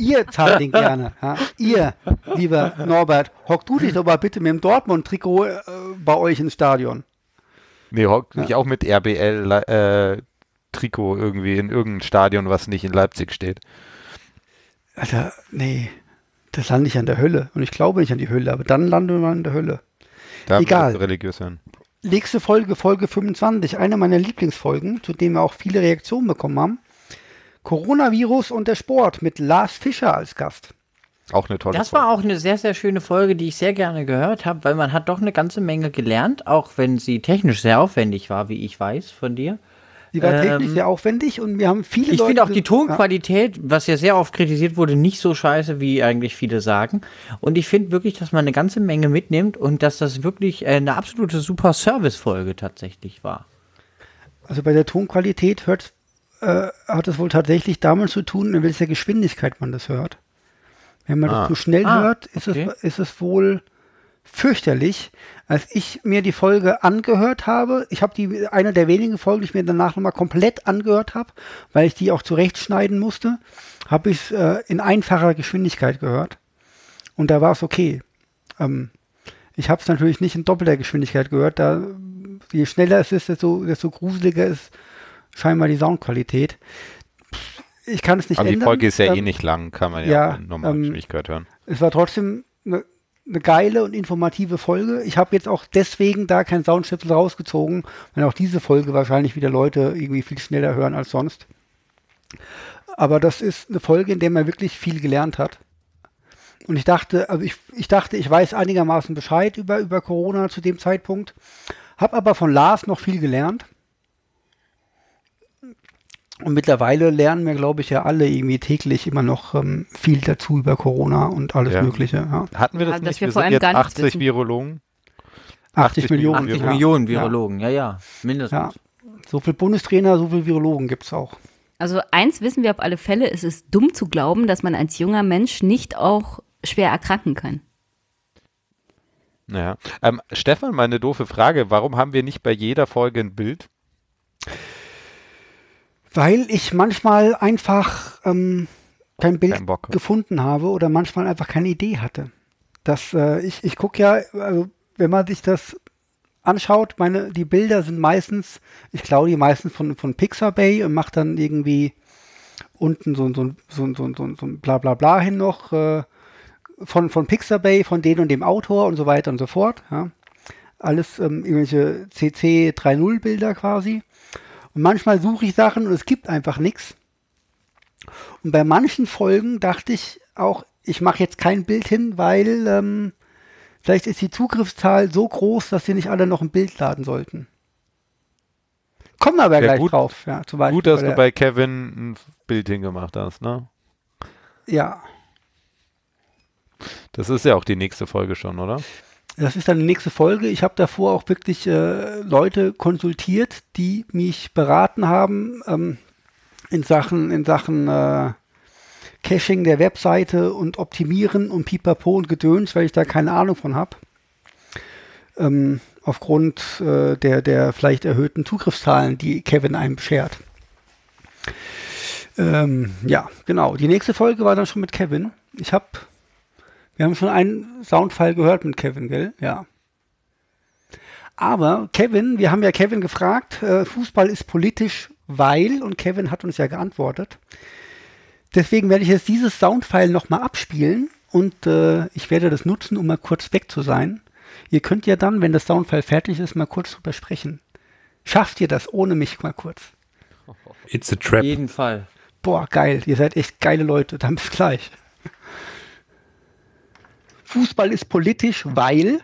Speaker 2: Ihr zahlt den gerne. Ja? Ihr, lieber Norbert, hock du dich doch mal bitte mit dem Dortmund-Trikot äh, bei euch ins Stadion.
Speaker 3: Nee, hockt nicht auch mit RBL äh, Trikot irgendwie in irgendeinem Stadion, was nicht in Leipzig steht.
Speaker 2: Alter, nee, das lande ich an der Hölle. Und ich glaube nicht an die Hölle, aber dann landet man in der Hölle.
Speaker 3: Da
Speaker 2: Egal.
Speaker 3: würdest du religiös hören.
Speaker 2: Nächste Folge, Folge 25, eine meiner Lieblingsfolgen, zu dem wir auch viele Reaktionen bekommen haben. Coronavirus und der Sport mit Lars Fischer als Gast.
Speaker 3: Auch eine tolle
Speaker 7: Das
Speaker 3: Folge.
Speaker 7: war auch eine sehr, sehr schöne Folge, die ich sehr gerne gehört habe, weil man hat doch eine ganze Menge gelernt, auch wenn sie technisch sehr aufwendig war, wie ich weiß von dir.
Speaker 2: Die war technisch
Speaker 7: Ähm,
Speaker 2: sehr aufwendig und wir haben viele
Speaker 7: Ich
Speaker 2: Leute...
Speaker 7: finde auch die
Speaker 2: Ja.
Speaker 7: Tonqualität, was ja sehr oft kritisiert wurde, nicht so scheiße, wie eigentlich viele sagen. Und ich finde wirklich, dass man eine ganze Menge mitnimmt und dass das wirklich äh, eine absolute super Service-Folge tatsächlich war.
Speaker 2: Also bei der Tonqualität hört, äh, hat es wohl tatsächlich damit zu tun, in welcher Geschwindigkeit man das hört. Wenn man
Speaker 3: Ah.
Speaker 2: das zu schnell
Speaker 7: Ah,
Speaker 2: hört, ist,
Speaker 7: okay.
Speaker 2: es, ist es wohl fürchterlich. Als ich mir die Folge angehört habe, ich habe die eine der wenigen Folgen, die ich mir danach nochmal komplett angehört habe, weil ich die auch zurechtschneiden musste, habe ich es äh, in einfacher Geschwindigkeit gehört. Und da war es okay. Ähm, ich habe es natürlich nicht in doppelter Geschwindigkeit gehört. Da, je schneller es ist, desto, desto gruseliger ist scheinbar die Soundqualität. Ich kann es nicht
Speaker 3: Aber die
Speaker 2: ändern.
Speaker 3: Folge ist ja eh
Speaker 2: Ähm,
Speaker 3: nicht lang, kann man ja,
Speaker 2: ja,
Speaker 3: auch in normaler
Speaker 2: ähm,
Speaker 3: Geschwindigkeit hören.
Speaker 2: Es war trotzdem eine eine geile und informative Folge. Ich habe jetzt auch deswegen da kein Soundschnipsel rausgezogen, weil auch diese Folge wahrscheinlich wieder Leute irgendwie viel schneller hören als sonst. Aber das ist eine Folge, in der man wirklich viel gelernt hat. Und ich dachte, also ich, ich dachte, ich weiß einigermaßen Bescheid über, über Corona zu dem Zeitpunkt, habe aber von Lars noch viel gelernt. Und mittlerweile lernen wir, glaube ich, ja alle irgendwie täglich immer noch ähm, viel dazu über Corona und alles
Speaker 3: Ja.
Speaker 2: Mögliche. Ja.
Speaker 3: Hatten wir das
Speaker 5: Also, dass
Speaker 3: nicht?
Speaker 5: wir
Speaker 3: Wir
Speaker 5: vor
Speaker 3: sind
Speaker 5: allem
Speaker 3: jetzt
Speaker 5: gar nichts
Speaker 3: 80
Speaker 5: wissen.
Speaker 3: Virologen.
Speaker 2: 80 Millionen.
Speaker 7: 80
Speaker 2: ja.
Speaker 7: Millionen
Speaker 2: Ja.
Speaker 7: Virologen, ja, ja,
Speaker 2: Ja.
Speaker 7: mindestens.
Speaker 2: So viel Bundestrainer, so viel Virologen gibt es auch.
Speaker 5: Also eins wissen wir auf alle Fälle, es ist dumm zu glauben, dass man als junger Mensch nicht auch schwer erkranken kann.
Speaker 3: Ja. Ähm, Stefan, meine doofe Frage. Warum haben wir nicht bei jeder Folge ein Bild?
Speaker 2: Weil ich manchmal einfach ähm, kein Bild gefunden habe oder manchmal einfach keine Idee hatte. Das, äh, ich ich gucke ja, also, wenn man sich das anschaut, meine, die Bilder sind meistens, ich klaue die meistens von, von Pixabay und mache dann irgendwie unten so, so, so, so, so, so ein bla bla bla hin noch äh, von, von Pixabay, von dem und dem Autor und so weiter und so fort. Ja. Alles ähm, irgendwelche CC 3.0 Bilder quasi. Und manchmal suche ich Sachen und es gibt einfach nichts. Und bei manchen Folgen dachte ich auch, ich mache jetzt kein Bild hin, weil ähm, vielleicht ist die Zugriffszahl so groß, dass sie nicht alle noch ein Bild laden sollten. Kommen wir aber ja, gleich
Speaker 3: gut,
Speaker 2: drauf. Ja,
Speaker 3: zum Beispiel
Speaker 2: gut,
Speaker 3: dass
Speaker 2: bei
Speaker 3: du
Speaker 2: der-
Speaker 3: bei Kevin ein Bild hingemacht hast, ne?
Speaker 2: Ja,
Speaker 3: Das ist ja auch die nächste Folge schon, oder?
Speaker 2: das ist dann die nächste Folge. Ich habe davor auch wirklich äh, Leute konsultiert, die mich beraten haben ähm, in Sachen, in Sachen äh, Caching der Webseite und Optimieren und Pipapo und Gedöns, weil ich da keine Ahnung von habe. Ähm, aufgrund äh, der, der vielleicht erhöhten Zugriffszahlen, die Kevin einem beschert. Ähm, ja, genau. Die nächste Folge war dann schon mit Kevin. Ich habe, wir haben schon einen Soundfall gehört mit Kevin, gell? Ja. Aber Kevin, wir haben ja Kevin gefragt, äh, Fußball ist politisch, weil, und Kevin hat uns ja geantwortet. Deswegen werde ich jetzt dieses Soundfile nochmal abspielen und äh, ich werde das nutzen, um mal kurz weg zu sein. Ihr könnt ja dann, wenn das Soundfile fertig ist, mal kurz drüber sprechen. Schafft ihr das ohne mich mal kurz?
Speaker 4: It's a trap.
Speaker 7: jeden Fall.
Speaker 2: Boah, geil. Ihr seid echt geile Leute. Dann bis gleich. Fußball ist politisch, weil.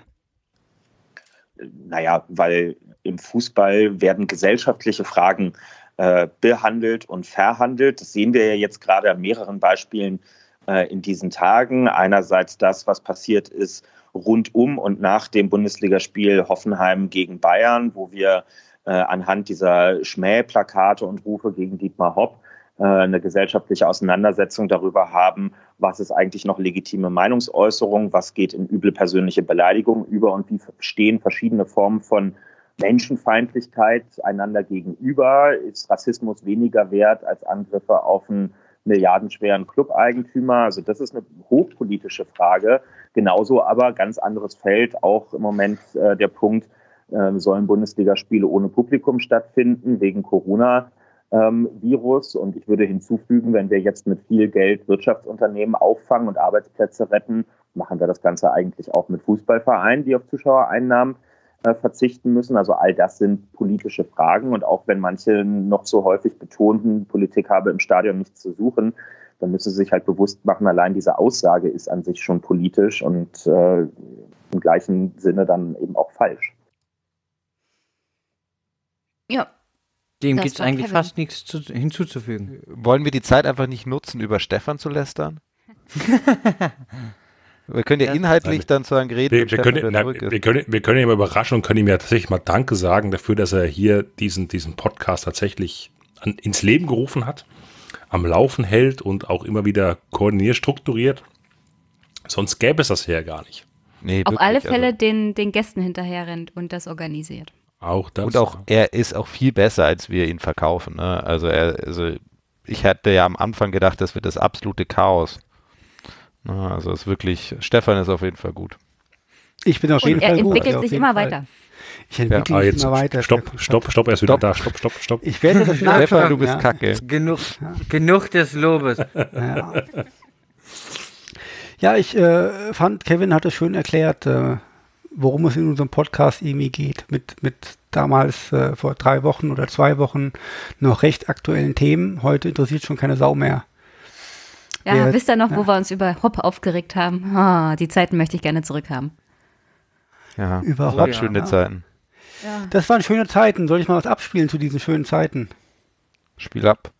Speaker 9: naja, weil im Fußball werden gesellschaftliche Fragen äh, behandelt und verhandelt. Das sehen wir ja jetzt gerade an mehreren Beispielen äh, in diesen Tagen. Einerseits das, was passiert ist rund um und nach dem Bundesligaspiel Hoffenheim gegen Bayern, wo wir äh, anhand dieser Schmähplakate und Rufe gegen Dietmar Hopp äh, eine gesellschaftliche Auseinandersetzung darüber haben, was ist eigentlich noch legitime Meinungsäußerung, was geht in üble persönliche Beleidigung über und wie stehen verschiedene Formen von Menschenfeindlichkeit einander gegenüber? Ist Rassismus weniger wert als Angriffe auf einen milliardenschweren Club-Eigentümer? Also das ist eine hochpolitische Frage. Genauso aber ganz anderes Feld, auch im Moment äh, der Punkt, ähm, sollen Bundesligaspiele ohne Publikum stattfinden wegen Corona ähm, Virus. Und ich würde hinzufügen, wenn wir jetzt mit viel Geld Wirtschaftsunternehmen auffangen und Arbeitsplätze retten, machen wir das Ganze eigentlich auch mit Fußballvereinen, die auf Zuschauereinnahmen äh, verzichten müssen. Also all das sind politische Fragen. Und auch wenn manche noch so häufig betonten, Politik habe im Stadion nichts zu suchen, dann müssen sie sich halt bewusst machen, allein diese Aussage ist an sich schon politisch und äh, im gleichen Sinne dann eben auch falsch.
Speaker 5: Ja.
Speaker 7: Dem
Speaker 5: Das
Speaker 7: gibt es
Speaker 5: war
Speaker 7: eigentlich
Speaker 5: Kevin.
Speaker 7: fast nichts zu, hinzuzufügen.
Speaker 3: Wollen wir die Zeit einfach nicht nutzen, über Stefan zu
Speaker 5: <laughs>
Speaker 3: lästern? wir können ja inhaltlich dann zu einem reden.
Speaker 4: Wir,
Speaker 3: und
Speaker 4: wir,
Speaker 3: Stefan
Speaker 4: können,
Speaker 3: wieder
Speaker 4: na,
Speaker 3: zurück ist.
Speaker 4: wir, können, wir können ihn mal überraschen und können ihm ja tatsächlich mal Danke sagen dafür, dass er hier diesen, diesen Podcast tatsächlich an, ins Leben gerufen hat, am Laufen hält und auch immer wieder koordiniert, strukturiert. Sonst gäbe es das ja gar nicht.
Speaker 3: Nee, also
Speaker 2: also
Speaker 5: Auf alle Fälle den, den Gästen hinterherrennt und das organisiert.
Speaker 4: Auch das.
Speaker 3: Und auch er ist auch viel besser, als wir ihn verkaufen. Ne? Also, er, also ich hatte ja am Anfang gedacht, das wird das absolute Chaos. Na, Also es ist wirklich, Stefan ist auf jeden Fall gut.
Speaker 2: Ich bin auf
Speaker 5: Und
Speaker 2: jeden
Speaker 5: er
Speaker 2: Fall gut.
Speaker 5: entwickelt
Speaker 2: Ja, auf
Speaker 5: sich
Speaker 2: jeden
Speaker 5: immer
Speaker 2: Fall.
Speaker 5: weiter.
Speaker 2: Ich entwickle
Speaker 4: ah,
Speaker 2: mich
Speaker 4: jetzt
Speaker 2: immer weiter.
Speaker 4: stopp, stopp, stopp, er ist wieder da. Stopp, stopp, stopp.
Speaker 2: Ich <laughs> werde das
Speaker 3: Stefan,
Speaker 2: nachschauen.
Speaker 3: du bist
Speaker 2: ja.
Speaker 3: kacke.
Speaker 7: Genug, genug des Lobes.
Speaker 2: Ja, ich äh, fand, Kevin hat es schön erklärt, äh, worum es in unserem Podcast irgendwie geht, mit, mit damals äh, vor drei Wochen oder zwei Wochen noch recht aktuellen Themen. Heute interessiert schon keine Sau mehr.
Speaker 5: Ja,
Speaker 2: Wer-
Speaker 5: wisst ihr noch,
Speaker 2: ja.
Speaker 5: wo wir uns über Hopp aufgeregt haben? Ah, die Zeiten möchte ich gerne zurückhaben.
Speaker 3: Ja,
Speaker 2: Überhaupt,
Speaker 3: das waren
Speaker 2: ja,
Speaker 3: schöne
Speaker 2: ja.
Speaker 3: Zeiten.
Speaker 2: Das waren schöne Zeiten. Soll ich mal was abspielen zu diesen schönen Zeiten?
Speaker 3: Spiel ab.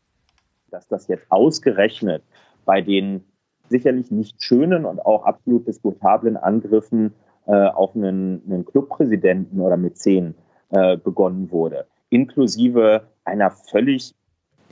Speaker 9: dass das jetzt ausgerechnet bei den sicherlich nicht schönen und auch absolut diskutablen Angriffen äh, auf einen, einen Clubpräsidenten oder Mäzen äh, begonnen wurde, inklusive einer völlig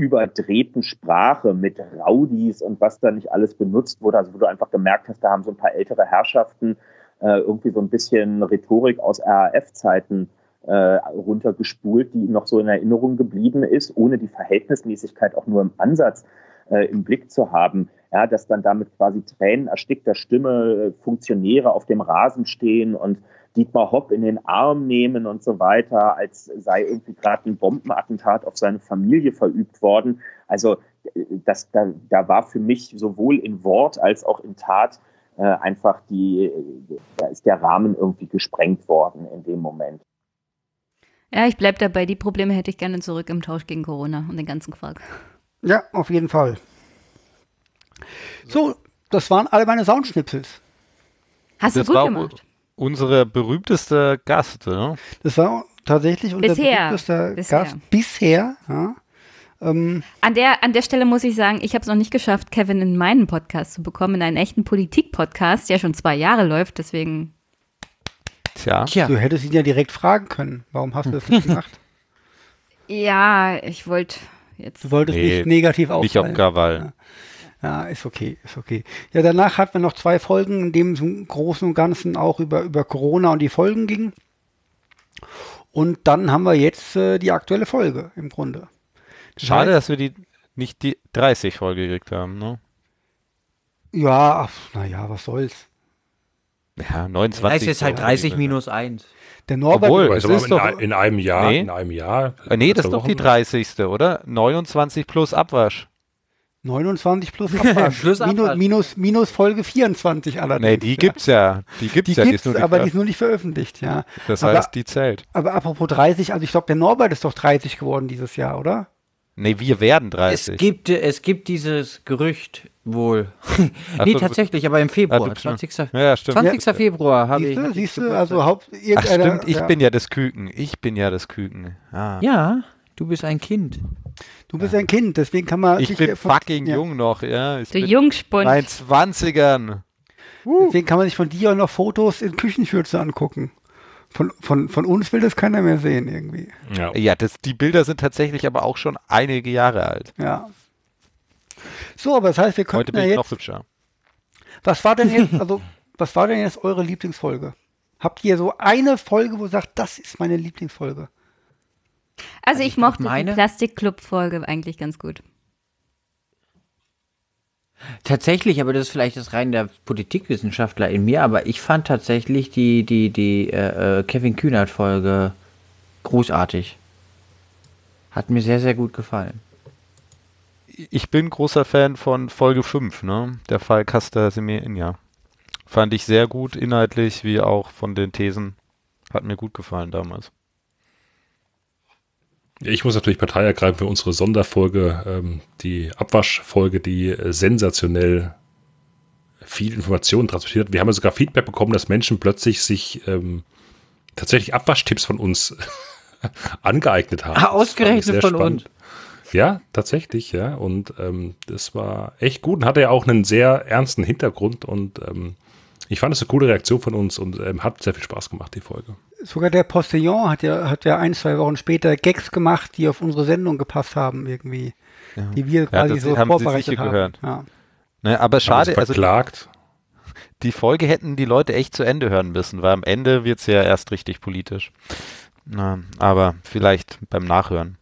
Speaker 9: überdrehten Sprache mit Raudis und was da nicht alles benutzt wurde, also wo du einfach gemerkt hast, da haben so ein paar ältere Herrschaften äh, irgendwie so ein bisschen Rhetorik aus RAF-Zeiten äh, runtergespult, die ihm noch so in Erinnerung geblieben ist, ohne die Verhältnismäßigkeit auch nur im Ansatz äh, im Blick zu haben. ja, dass dann damit quasi Tränen erstickter Stimme äh, Funktionäre auf dem Rasen stehen und Dietmar Hopp in den Arm nehmen und so weiter, als sei irgendwie gerade ein Bombenattentat auf seine Familie verübt worden. Also das, da, da war für mich sowohl in Wort als auch in Tat äh, einfach die, äh, da ist der Rahmen irgendwie gesprengt worden in dem Moment.
Speaker 5: Ja, ich bleib dabei. Die Probleme hätte ich gerne zurück im Tausch gegen Corona und den ganzen Quark.
Speaker 2: Ja, auf jeden Fall. So, das waren alle meine Soundschnipsels.
Speaker 5: Hast
Speaker 3: das
Speaker 5: du gut
Speaker 3: war
Speaker 5: gemacht.
Speaker 3: unsere berühmteste Gast. Ne?
Speaker 2: Das war tatsächlich unser
Speaker 5: Bisher.
Speaker 2: berühmtester
Speaker 5: Bisher.
Speaker 2: Gast bisher. Ja. Ähm,
Speaker 5: An der, an der Stelle muss ich sagen, ich habe es noch nicht geschafft, Kevin in meinen Podcast zu bekommen, in einen echten Politik-Podcast, der schon zwei Jahre läuft. Deswegen,
Speaker 3: Tja.
Speaker 2: Du hättest ihn ja direkt fragen können. Warum hast du das <laughs> nicht gemacht?
Speaker 5: ja, ich wollte jetzt.
Speaker 2: Du wolltest
Speaker 3: Nee,
Speaker 2: nicht negativ auffallen.
Speaker 3: nicht auf Krawall.
Speaker 2: Ja, ist okay, ist okay. Ja, danach hatten wir noch zwei Folgen, in denen es im Großen und Ganzen auch über, über Corona und die Folgen ging. Und dann haben wir jetzt äh, die aktuelle Folge im Grunde. Das
Speaker 3: Schade,
Speaker 2: heißt-
Speaker 3: dass wir die nicht die 30 voll gekriegt haben. Ne?
Speaker 2: Ja, naja, was soll's.
Speaker 3: Ja,
Speaker 7: Das
Speaker 3: 29.
Speaker 7: ist jetzt halt
Speaker 3: so.
Speaker 7: 30 minus 1.
Speaker 2: Der Norbert
Speaker 3: Obwohl, also
Speaker 4: Weiß aber
Speaker 3: es ist
Speaker 4: in
Speaker 3: doch,
Speaker 4: ein- in einem Jahr-
Speaker 3: Nee,
Speaker 4: in einem Jahr,
Speaker 3: Äh, nee das
Speaker 4: zwei
Speaker 3: ist doch die
Speaker 4: Wochen.
Speaker 3: 30. oder? 29 plus Abwasch.
Speaker 2: 29
Speaker 7: <laughs>
Speaker 2: plus Abwasch.
Speaker 7: Plus
Speaker 2: minus,
Speaker 7: Abwasch.
Speaker 2: minus, minus Folge 24 allerdings.
Speaker 3: Nee,
Speaker 2: <laughs>
Speaker 3: die gibt's ja. Die gibt's
Speaker 2: Die
Speaker 3: ja.
Speaker 2: gibt's,
Speaker 3: nur
Speaker 2: aber die ist
Speaker 3: gekauft.
Speaker 2: nur nicht veröffentlicht, ja.
Speaker 3: das
Speaker 2: aber-
Speaker 3: heißt, die zählt.
Speaker 2: Aber apropos 30, also ich glaube, der Norbert ist doch 30 geworden dieses Jahr, oder?
Speaker 3: Nee, wir werden
Speaker 7: Es
Speaker 3: 30.
Speaker 7: gibt, äh, es gibt dieses Gerücht wohl. <laughs>
Speaker 3: Ach
Speaker 7: nee,
Speaker 3: so, du-
Speaker 7: tatsächlich, aber
Speaker 2: um
Speaker 7: im Februar.
Speaker 3: Ah, du-
Speaker 7: 20.
Speaker 3: Ja, stimmt.
Speaker 7: 20. Februar habe
Speaker 2: Siehst
Speaker 7: ich.
Speaker 2: du,
Speaker 7: habe ich
Speaker 2: siehst du
Speaker 7: Geburtstag.
Speaker 2: also Haupt.
Speaker 3: Ach
Speaker 2: irgendeiner-
Speaker 3: stimmt, ich
Speaker 2: ja.
Speaker 3: bin ja das Küken. Ich bin ja das Küken. Ah.
Speaker 7: Ja, du bist ein Kind.
Speaker 2: Du bist ein Kind, deswegen kann man.
Speaker 3: Ich
Speaker 2: dich,
Speaker 3: bin
Speaker 2: äh, von-
Speaker 3: fucking
Speaker 2: ja,
Speaker 3: jung noch, ja. Ich
Speaker 5: Du
Speaker 3: bin in
Speaker 5: Jungspund.
Speaker 3: meinen 20ern.
Speaker 2: Deswegen kann man sich von dir auch noch Fotos in Küchenschürze angucken. Von, von, von uns will das keiner mehr sehen, irgendwie.
Speaker 4: Ja.
Speaker 3: Ja, das, die Bilder sind tatsächlich aber auch schon einige Jahre alt.
Speaker 2: Ja. So, aber das heißt, wir
Speaker 3: Heute
Speaker 2: könnten ja
Speaker 3: bin ich noch
Speaker 2: jetzt.
Speaker 3: hübscher.
Speaker 2: Was war denn <laughs> jetzt, also, was war denn jetzt eure Lieblingsfolge? Habt ihr so eine Folge, wo ihr sagt, das ist meine Lieblingsfolge?
Speaker 5: Also, ich, mochte
Speaker 7: meine-
Speaker 5: die Plastikclub-Folge eigentlich ganz gut.
Speaker 7: Tatsächlich, aber das ist vielleicht das rein der Politikwissenschaftler in mir, aber ich fand tatsächlich die, die, die äh, äh, Kevin Kühnert-Folge großartig. Hat mir sehr, sehr gut gefallen.
Speaker 3: Ich bin großer Fan von Folge 5, ne? Der Fall Caster Semenya. Fand ich sehr gut inhaltlich, wie auch von den Thesen. Hat mir gut gefallen damals.
Speaker 4: Ich muss natürlich Partei ergreifen für unsere Sonderfolge, ähm, die Abwaschfolge, die äh, sensationell viel Information transportiert. hat. Wir haben ja sogar Feedback bekommen, dass Menschen plötzlich sich ähm, tatsächlich Abwaschtipps von uns <laughs> angeeignet haben.
Speaker 7: Ah,
Speaker 4: Das fand ich sehr
Speaker 7: ausgerechnet von
Speaker 4: spannend.
Speaker 7: uns.
Speaker 4: Ja, tatsächlich, ja. Und ähm, das war echt gut und hatte ja auch einen sehr ernsten Hintergrund. Und ähm, ich fand es eine coole Reaktion von uns und ähm, hat sehr viel Spaß gemacht, die Folge.
Speaker 2: Sogar der Postillon hat ja, hat ja ein, zwei Wochen später Gags gemacht, die auf unsere Sendung gepasst haben, irgendwie. Die wir quasi
Speaker 3: das
Speaker 2: so
Speaker 3: haben sie
Speaker 2: vorbereitet
Speaker 3: sicher
Speaker 2: haben.
Speaker 3: gehört.
Speaker 2: Ja.
Speaker 3: Ne, aber schade,
Speaker 4: Haben uns
Speaker 3: also
Speaker 4: verklagt.
Speaker 3: die Folge hätten die Leute echt zu Ende hören müssen, weil am Ende wird es ja erst richtig politisch. Na, aber vielleicht beim Nachhören.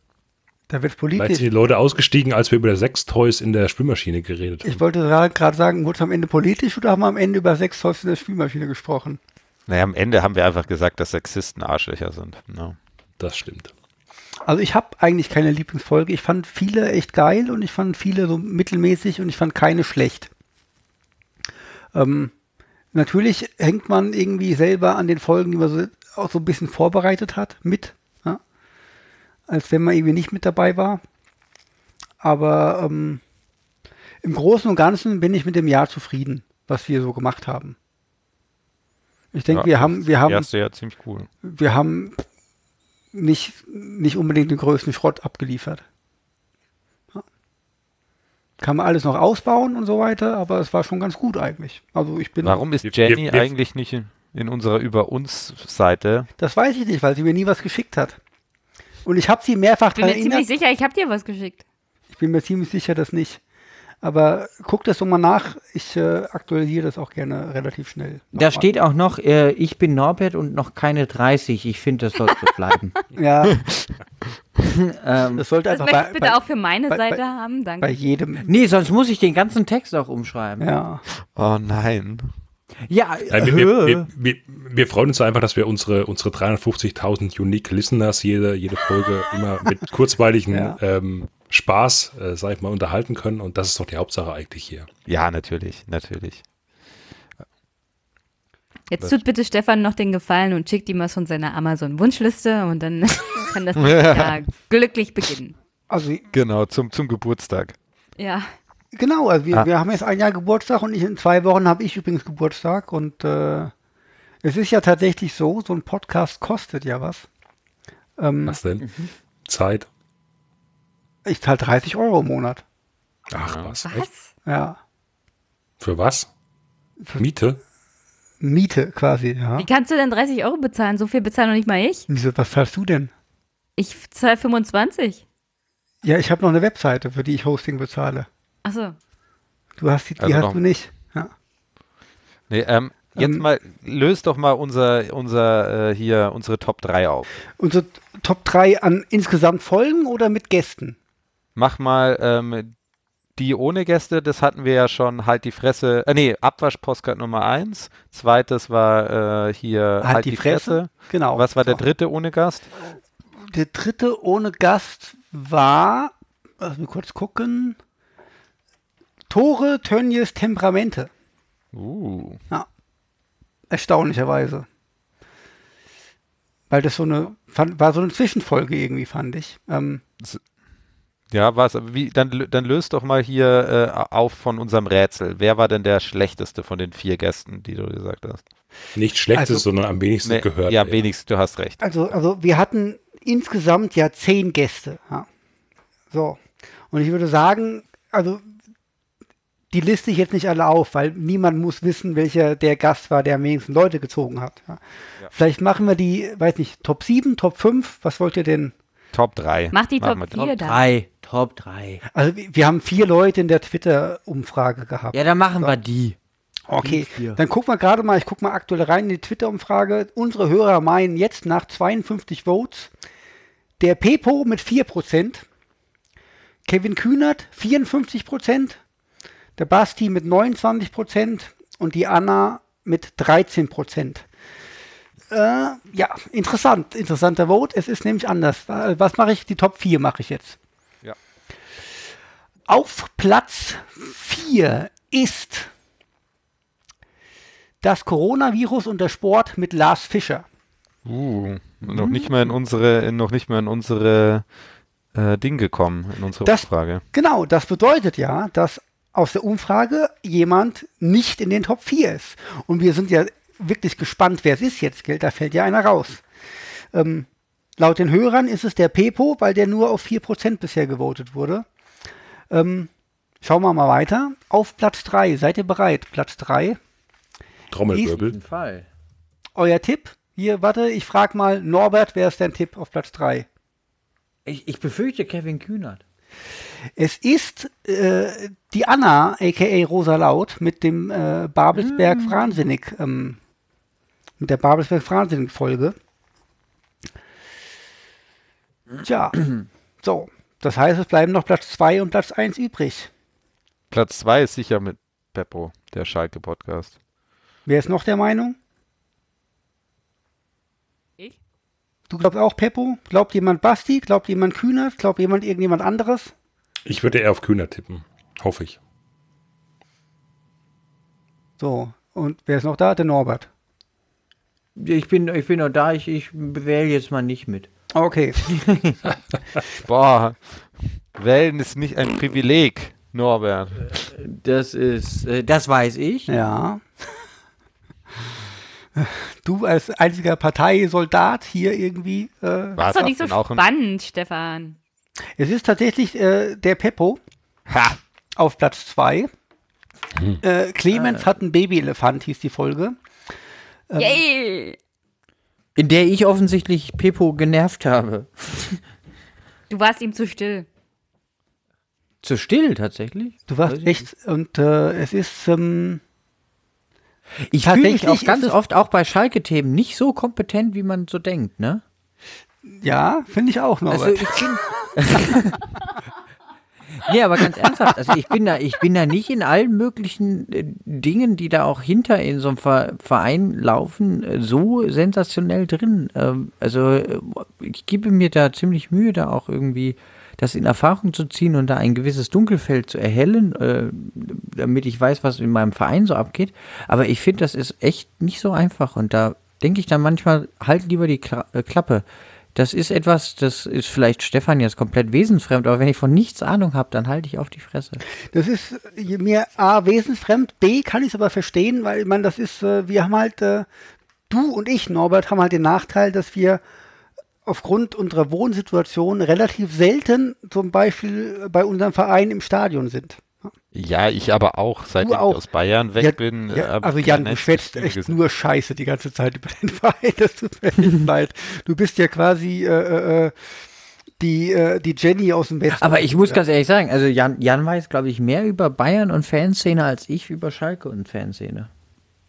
Speaker 2: Da wird
Speaker 4: Vielleicht sind
Speaker 2: politisch.
Speaker 4: die Leute ausgestiegen, als wir über Sextoys in der Spülmaschine geredet haben.
Speaker 2: Ich wollte gerade gerade sagen, wurde es am Ende politisch oder haben wir am Ende über Sex in der Spielmaschine gesprochen?
Speaker 3: Naja, am Ende haben wir einfach gesagt, dass Sexisten Arschlöcher sind. Ne?
Speaker 4: Das stimmt.
Speaker 2: Also ich habe eigentlich keine Lieblingsfolge. Ich fand viele echt geil und ich fand viele so mittelmäßig und ich fand keine schlecht. Ähm, natürlich hängt man irgendwie selber an den Folgen, die man so, auch so ein bisschen vorbereitet hat, mit. Ja? Als wenn man irgendwie nicht mit dabei war. Aber ähm, im Großen und Ganzen bin ich mit dem Jahr zufrieden, was wir so gemacht haben. Ich denke,
Speaker 3: Ja,
Speaker 2: wir haben, wir haben
Speaker 3: Ja, ist ja ziemlich cool.
Speaker 2: wir haben nicht, nicht unbedingt den größten Schrott abgeliefert. Ja. Kann man alles noch ausbauen und so weiter, aber es war schon ganz gut eigentlich. Also ich bin.
Speaker 3: Warum ist
Speaker 4: Wir-
Speaker 3: Jenny
Speaker 4: wir- wir-
Speaker 3: eigentlich nicht in, in unserer Über uns Seite?
Speaker 2: Das weiß ich nicht, weil sie mir nie was geschickt hat. Und ich habe sie mehrfach
Speaker 5: Ich bin
Speaker 2: daran
Speaker 5: mir ziemlich
Speaker 2: erinnert.
Speaker 5: sicher, ich habe dir was geschickt.
Speaker 2: Ich bin mir ziemlich sicher, dass nicht. Aber guckt das doch mal nach. Ich äh, aktualisiere das auch gerne relativ schnell.
Speaker 7: Da steht auch noch, äh, ich bin Norbert und noch keine 30. Ich finde, das sollte bleiben. <laughs>
Speaker 2: ja.
Speaker 7: Ähm,
Speaker 2: das sollte
Speaker 5: Das
Speaker 2: einfach
Speaker 5: möchte ich
Speaker 2: bei,
Speaker 5: Also bitte
Speaker 2: bei,
Speaker 5: auch für meine
Speaker 2: bei-
Speaker 5: Seite
Speaker 2: bei-
Speaker 5: haben, danke.
Speaker 2: bei jedem.
Speaker 7: Nee, sonst muss ich den ganzen Text auch umschreiben.
Speaker 2: Ja.
Speaker 3: Oh nein.
Speaker 7: Ja,
Speaker 4: Nein, wir,
Speaker 7: äh,
Speaker 4: wir, wir, wir, wir freuen uns einfach, dass wir unsere, unsere 350.000 Unique Listeners jede, jede Folge immer mit kurzweiligen
Speaker 2: Ja.
Speaker 4: ähm, Spaß, äh, sag ich mal, unterhalten können. Und das ist doch die Hauptsache eigentlich hier.
Speaker 3: Ja, natürlich, natürlich.
Speaker 5: Jetzt tut bitte Stefan noch den Gefallen und schickt ihm was von seiner Amazon-Wunschliste und dann <laughs> kann das ja glücklich beginnen.
Speaker 2: Also
Speaker 3: Genau, zum, zum Geburtstag.
Speaker 5: Ja.
Speaker 2: Genau, also wir,
Speaker 3: Ah.
Speaker 2: wir haben jetzt ein Jahr Geburtstag und ich, in zwei Wochen habe ich übrigens Geburtstag und äh, es ist ja tatsächlich so, so ein Podcast kostet ja was. Ähm,
Speaker 4: Was denn? Zeit.
Speaker 2: Ich zahle 30 Euro im Monat.
Speaker 4: Ach was. Echt?
Speaker 5: Was?
Speaker 2: Ja.
Speaker 4: Für was? Miete?
Speaker 2: Miete quasi, ja.
Speaker 5: Wie kannst du denn 30 Euro bezahlen? So viel bezahlen noch nicht mal ich.
Speaker 2: Wieso, was zahlst du denn?
Speaker 5: Ich zahle 25.
Speaker 2: Ja, ich habe noch eine Webseite, für die ich Hosting bezahle.
Speaker 5: Achso.
Speaker 2: Du hast die, die
Speaker 3: Also noch-
Speaker 2: hast du nicht. Ja.
Speaker 3: Nee, ähm, jetzt
Speaker 2: Ähm,
Speaker 3: mal, löst doch mal unser, unser, äh, hier, unsere Top 3 auf.
Speaker 2: Unsere Top 3 an insgesamt Folgen oder mit Gästen?
Speaker 3: Mach mal ähm, die ohne Gäste, das hatten wir ja schon, halt die Fresse, äh, nee, Abwaschpostcard Nummer 1. Zweites war äh, hier
Speaker 2: Halt die Fresse, genau.
Speaker 3: Was war der
Speaker 2: So.
Speaker 3: dritte ohne Gast?
Speaker 2: Der dritte ohne Gast war, lass mich kurz gucken, Tore Tönjes Temperamente.
Speaker 3: Uh.
Speaker 2: Ja. Erstaunlicherweise. Weil das so eine, fand, war so eine Zwischenfolge irgendwie, fand ich. Ähm,
Speaker 3: Ja, was, wie, dann, lö- dann löst doch mal hier äh, auf von unserem Rätsel. Wer war denn der schlechteste von den vier Gästen, die du gesagt hast?
Speaker 4: Nicht schlechtes,
Speaker 2: Also-
Speaker 4: sondern am wenigsten
Speaker 3: Nee,
Speaker 4: gehört.
Speaker 3: ne, ja, wenigstens, du hast recht.
Speaker 2: also, also wir hatten insgesamt ja zehn Gäste. Ja. So. Und ich würde sagen, also die liste ich jetzt nicht alle auf, weil niemand muss wissen, welcher der Gast war, der am wenigsten Leute gezogen hat. Ja. Vielleicht machen wir die, weiß nicht, Top 7, Top 5, was wollt ihr denn?
Speaker 3: Top 3.
Speaker 5: Mach die Top 4 dann.
Speaker 7: drei, Top 3.
Speaker 2: Also wir wir haben vier Leute in der Twitter-Umfrage gehabt.
Speaker 7: Ja, dann machen wir die.
Speaker 2: Okay,
Speaker 7: vier.
Speaker 2: dann gucken wir gerade mal, ich gucke mal aktuell rein in die Twitter-Umfrage. Unsere Hörer meinen jetzt nach 52 Votes der Pepo mit 4%, Kevin Kühnert 54%, der Basti mit 29% und die Anna mit 13%. Äh, ja, interessant, interessanter Vote. Es ist nämlich anders. Was mache ich? Die Top 4 mache ich jetzt.
Speaker 3: Ja.
Speaker 2: Auf Platz 4 ist das Coronavirus und der Sport mit Lars Fischer.
Speaker 3: Uh, noch
Speaker 5: Mhm.
Speaker 3: nicht mal in unsere, in- noch nicht mal in unsere äh, Ding gekommen, in unsere
Speaker 2: Das-
Speaker 3: Umfrage.
Speaker 2: Genau, das bedeutet ja, dass aus der Umfrage jemand nicht in den Top 4 ist. Und wir sind ja wirklich gespannt, wer es ist jetzt, gell? Da fällt ja einer raus. Ähm, laut den Hörern ist es der Pepo, weil der nur auf 4% bisher gewotet wurde. Ähm, schauen wir mal weiter. Auf Platz 3, seid ihr bereit? Platz 3,
Speaker 7: Auf
Speaker 4: Trommelwirbel.
Speaker 7: jeden Fall.
Speaker 2: euer Tipp? Hier, warte, ich frage mal, Norbert, wer ist dein Tipp auf Platz 3?
Speaker 7: Ich, ich befürchte Kevin Kühnert.
Speaker 2: Es ist äh, die Anna, a.k.a. Rosa Laut, mit dem äh, Babelsberg-Fransinnig, ähm, mit der Babelsberg-Fransinnig-Folge. Tja, so. Das heißt, es bleiben noch Platz 2 und Platz 1 übrig.
Speaker 3: Platz 2 ist sicher mit Beppo, der Schalke-Podcast.
Speaker 2: Wer ist noch der Meinung?
Speaker 5: Ich?
Speaker 2: Du glaubst auch Peppo? Glaubt jemand Basti? Glaubt jemand Kühnert? Glaubt jemand irgendjemand anderes?
Speaker 4: Ich würde eher auf Kühner tippen. Hoffe ich.
Speaker 2: So, und wer ist noch da? Der Norbert.
Speaker 7: Ich bin, ich bin noch da, ich, ich wähle jetzt mal nicht mit.
Speaker 2: Okay.
Speaker 3: Boah, wählen ist nicht ein Privileg, Norbert.
Speaker 7: Das ist, äh, das weiß ich.
Speaker 2: Ja. Du als einziger Parteisoldat hier irgendwie. Äh,
Speaker 3: War
Speaker 5: Das ist doch nicht so
Speaker 3: denn auch ein
Speaker 5: spannend, Stefan.
Speaker 2: es ist tatsächlich äh, der Peppo
Speaker 3: ha.
Speaker 2: auf Platz 2. Äh, Clemens hat einen Babyelefant, hieß die Folge.
Speaker 5: Yay!
Speaker 7: In der ich offensichtlich Pepo genervt habe.
Speaker 5: Du warst ihm zu still.
Speaker 7: Zu still tatsächlich?
Speaker 2: Du warst echt, und äh, es ist. Ähm,
Speaker 7: Ich fühle mich auch ganz oft auch bei Schalke-Themen nicht so kompetent, wie man so denkt, ne?
Speaker 2: Ja, finde ich auch, Norbert.
Speaker 7: Also ich bin. nee, aber ganz ernsthaft, also ich bin da, ich bin da nicht in allen möglichen äh, Dingen, die da auch hinter in so einem Ver- Verein laufen, äh, so sensationell drin. Ähm, also äh, ich gebe mir da ziemlich Mühe, da auch irgendwie das in Erfahrung zu ziehen und da ein gewisses Dunkelfeld zu erhellen, äh, damit ich weiß, was in meinem Verein so abgeht. Aber ich finde, das ist echt nicht so einfach und da denke ich dann manchmal, halt lieber die Kla äh, Klappe. Das ist etwas, das ist vielleicht Stefan jetzt komplett wesensfremd, aber wenn ich von nichts Ahnung habe, dann halte ich auf die Fresse.
Speaker 2: Das ist äh, mir A, wesensfremd, B, kann ich es aber verstehen, weil ich meine, das ist, äh, wir haben halt, äh, du und ich, Norbert, haben halt den Nachteil, dass wir aufgrund unserer Wohnsituation relativ selten zum Beispiel bei unserem Verein im Stadion sind.
Speaker 3: Ja, ich aber auch, seitdem
Speaker 2: auch.
Speaker 3: ich aus Bayern weg
Speaker 2: Ja,
Speaker 3: bin. äh,
Speaker 2: ja,
Speaker 3: hab
Speaker 2: also
Speaker 3: kein
Speaker 2: Jan, du
Speaker 3: einziges
Speaker 2: schwätzt
Speaker 3: Spiel
Speaker 2: echt
Speaker 3: gesehen.
Speaker 2: nur Scheiße die ganze Zeit über den <laughs> Verein. Das tut mir
Speaker 3: <laughs>
Speaker 2: echt leid. Du bist ja quasi äh, äh, die, äh, die Jenny aus dem Westen.
Speaker 7: Aber ich muss ganz ehrlich sagen, also Jan, Jan weiß, glaube ich, mehr über Bayern und Fanszene als ich über Schalke und Fanszene.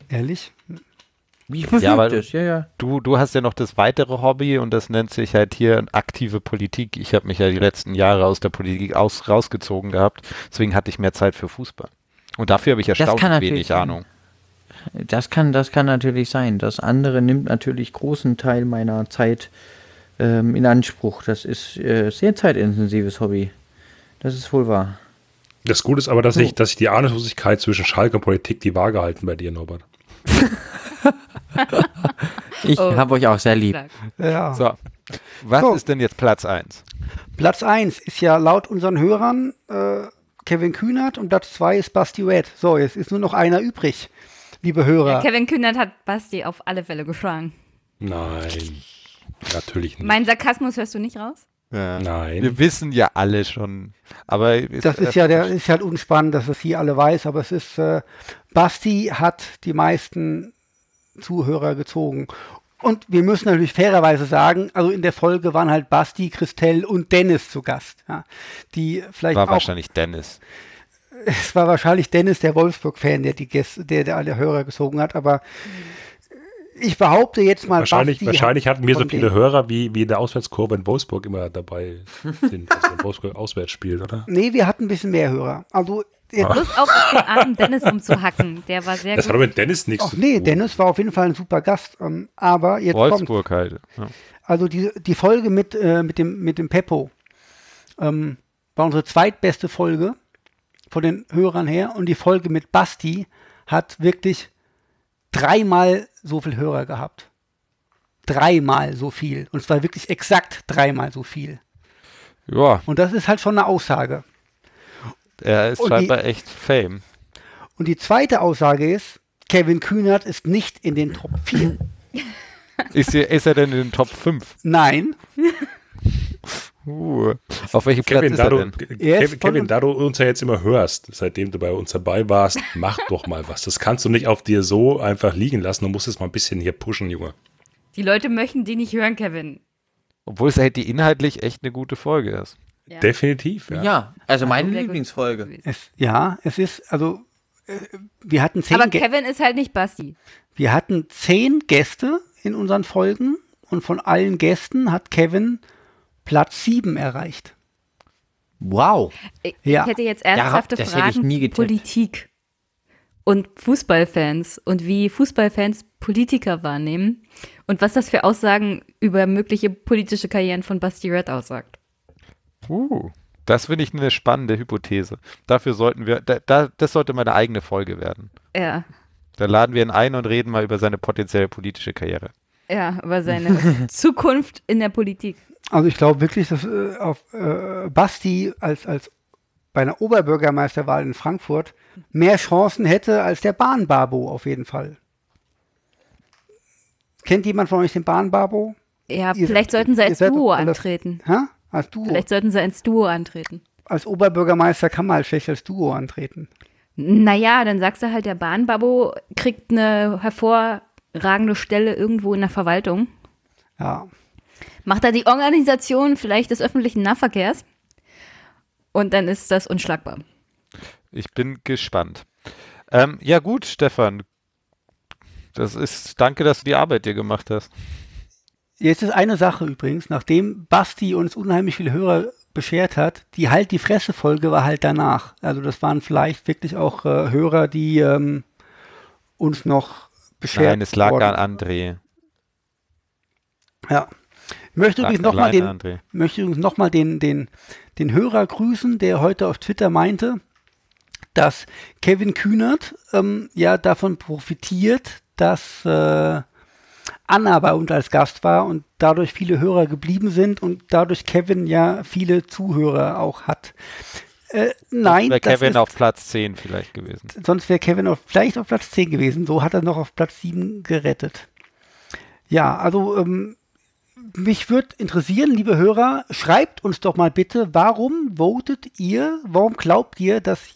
Speaker 2: Ehrlich?
Speaker 7: Ich
Speaker 3: Ja, aber
Speaker 7: befürchte es, ja, ja.
Speaker 3: Du, du hast ja noch das weitere Hobby und das nennt sich halt hier aktive Politik. Ich habe mich ja die letzten Jahre aus der Politik aus, rausgezogen gehabt, deswegen hatte ich mehr Zeit für Fußball. Und dafür habe ich
Speaker 7: kann
Speaker 3: erstaunlich
Speaker 7: natürlich
Speaker 3: wenig
Speaker 7: sein.
Speaker 3: Ahnung.
Speaker 7: Das kann, das kann natürlich sein. Das andere nimmt natürlich großen Teil meiner Zeit ähm, in Anspruch. Das ist äh, sehr zeitintensives Hobby. Das ist wohl wahr.
Speaker 4: Das Gute ist aber, dass ich, dass ich die Ahnungslosigkeit zwischen Schalke und Politik die Waage halten bei dir, Norbert.
Speaker 7: Ich
Speaker 3: Oh.
Speaker 7: habe euch auch sehr lieb.
Speaker 2: Ja.
Speaker 3: So, was
Speaker 2: So.
Speaker 3: ist denn jetzt Platz 1?
Speaker 2: Platz 1 ist ja laut unseren Hörern äh, Kevin Kühnert und Platz 2 ist Basti Red. So, jetzt ist nur noch einer übrig, liebe Hörer.
Speaker 13: Kevin Kühnert hat Basti auf alle Fälle geschlagen.
Speaker 4: Nein. Natürlich nicht.
Speaker 13: Mein Sarkasmus hörst du nicht raus?
Speaker 4: Nein.
Speaker 3: Wir wissen ja alle schon. Aber äh,
Speaker 2: das ist ja der ist halt unspannend, dass es hier alle weiß, aber es ist äh, Basti hat die meisten Zuhörer gezogen. Und wir müssen natürlich fairerweise sagen, also in der Folge waren halt Basti, Christelle und Dennis zu Gast. Ja, die vielleicht
Speaker 3: war
Speaker 2: auch,
Speaker 3: wahrscheinlich Dennis.
Speaker 2: es war wahrscheinlich Dennis, der Wolfsburg-Fan, der die Gäste, der, der alle Hörer gezogen hat, aber ich behaupte jetzt mal,
Speaker 4: Wahrscheinlich,
Speaker 2: Basti
Speaker 4: wahrscheinlich
Speaker 2: hat
Speaker 4: hatten wir so
Speaker 2: von
Speaker 4: viele
Speaker 2: den-
Speaker 4: Hörer, wie, wie in der Auswärtskurve in Wolfsburg immer dabei sind, dass in Wolfsburg auswärts spielt, oder?
Speaker 2: Nee, wir hatten ein bisschen mehr Hörer. Also, jetzt-
Speaker 4: Ah.
Speaker 13: Bloß auf den armen Dennis umzuhacken. Der war sehr
Speaker 4: Das hat
Speaker 13: gut.
Speaker 4: aber mit Dennis nichts
Speaker 2: Ach
Speaker 4: zu
Speaker 2: nee,
Speaker 4: tun.
Speaker 2: Dennis war auf jeden Fall ein super Gast. Ähm, aber jetzt kommt
Speaker 3: Wolfsburg halt. Ja.
Speaker 2: also die, die Folge mit, äh, mit, dem, mit dem Peppo ähm, war unsere zweitbeste Folge von den Hörern her. Und die Folge mit Basti hat wirklich dreimal so viel Hörer gehabt. Dreimal so viel. Und zwar wirklich exakt dreimal so viel.
Speaker 3: ja,
Speaker 2: Und das ist halt schon eine Aussage.
Speaker 3: er ist
Speaker 2: Und die-
Speaker 3: scheinbar echt Fame.
Speaker 2: Und die zweite Aussage ist, Kevin Kühnert ist nicht in den Top 4.
Speaker 3: Ist, er- ist er denn in den Top 5?
Speaker 2: Nein,
Speaker 3: Uh, auf welchem Platz
Speaker 4: Kevin,
Speaker 3: ist
Speaker 4: da
Speaker 3: er
Speaker 4: du,
Speaker 3: denn?
Speaker 2: Er ist
Speaker 4: Kevin,
Speaker 2: von-
Speaker 4: Kevin, da du uns ja jetzt immer hörst, seitdem du bei uns dabei warst, mach doch mal was. Das kannst du nicht auf dir so einfach liegen lassen. Du musst es mal ein bisschen hier pushen, Junge.
Speaker 13: Die Leute möchten die nicht hören, Kevin.
Speaker 3: Obwohl es halt die inhaltlich echt eine gute Folge ist.
Speaker 13: Ja.
Speaker 4: Definitiv, ja.
Speaker 7: Ja, also meine
Speaker 13: sehr gut.
Speaker 7: Lieblingsfolge.
Speaker 2: es, ja, es ist, also äh, wir hatten zehn
Speaker 13: Aber
Speaker 2: Gä-
Speaker 13: Kevin ist halt nicht Basti.
Speaker 2: Wir hatten zehn Gäste in unseren Folgen und von allen Gästen hat Kevin Platz sieben erreicht.
Speaker 7: Wow.
Speaker 13: Ich
Speaker 2: Ja.
Speaker 13: ich hätte jetzt ernsthafte
Speaker 7: das hätte ich
Speaker 13: Fragen.
Speaker 7: nie getippt.
Speaker 13: Politik und Fußballfans und wie Fußballfans Politiker wahrnehmen und was das für Aussagen über mögliche politische Karrieren von Basti Red aussagt.
Speaker 3: Uh, das finde ich eine spannende Hypothese. Dafür sollten wir, da, da, das sollte meine eigene Folge werden.
Speaker 13: Ja,
Speaker 3: Da laden wir ihn ein und reden mal über seine potenzielle politische Karriere.
Speaker 13: ja, über seine Zukunft in der Politik.
Speaker 2: Also ich glaube wirklich, dass äh, auf äh, Basti als, als bei einer Oberbürgermeisterwahl in Frankfurt mehr Chancen hätte als der Bahnbabo auf jeden Fall. Kennt jemand von euch den Bahnbabo?
Speaker 13: Ja,
Speaker 2: Ihr-
Speaker 13: vielleicht sollten sie
Speaker 2: ihr
Speaker 13: als
Speaker 2: seid doch
Speaker 13: Duo
Speaker 2: alle-
Speaker 13: antreten.
Speaker 2: Hä? Als Duo.
Speaker 13: Vielleicht sollten sie als Duo antreten.
Speaker 2: Als Oberbürgermeister kann man halt schlecht als Duo antreten.
Speaker 13: Naja, dann sagst du halt, der Bahnbabo kriegt eine hervorragende Stelle irgendwo in der Verwaltung.
Speaker 2: Ja.
Speaker 13: Macht er die Organisation vielleicht des öffentlichen Nahverkehrs?
Speaker 5: Und dann ist das unschlagbar.
Speaker 3: Ich bin gespannt. Ähm, ja, gut, Stefan. Das ist, danke, dass du die Arbeit dir gemacht hast.
Speaker 2: Jetzt ist eine Sache übrigens, nachdem Basti uns unheimlich viele Hörer beschert hat, die halt die Fresse-Folge war halt danach. Also das waren vielleicht wirklich auch äh, Hörer, die ähm, uns noch beschert
Speaker 3: Nein, es lag an André.
Speaker 2: Ja. Ich möchte übrigens nochmal den, André. möchte übrigens noch mal den, den, den Hörer grüßen, der heute auf Twitter meinte, dass Kevin Kühnert ähm, ja davon profitiert, dass äh, Anna bei uns als Gast war und dadurch viele Hörer geblieben sind und dadurch Kevin ja viele Zuhörer auch hat. Äh, nein,
Speaker 3: sonst wäre Kevin auf Platz 10 vielleicht gewesen.
Speaker 2: Sonst wäre Kevin auf, vielleicht auf Platz 10 gewesen. So hat er noch auf Platz 7 gerettet. Ja, also ähm, mich würde interessieren, liebe Hörer, schreibt uns doch mal bitte, warum votet ihr, warum glaubt ihr, dass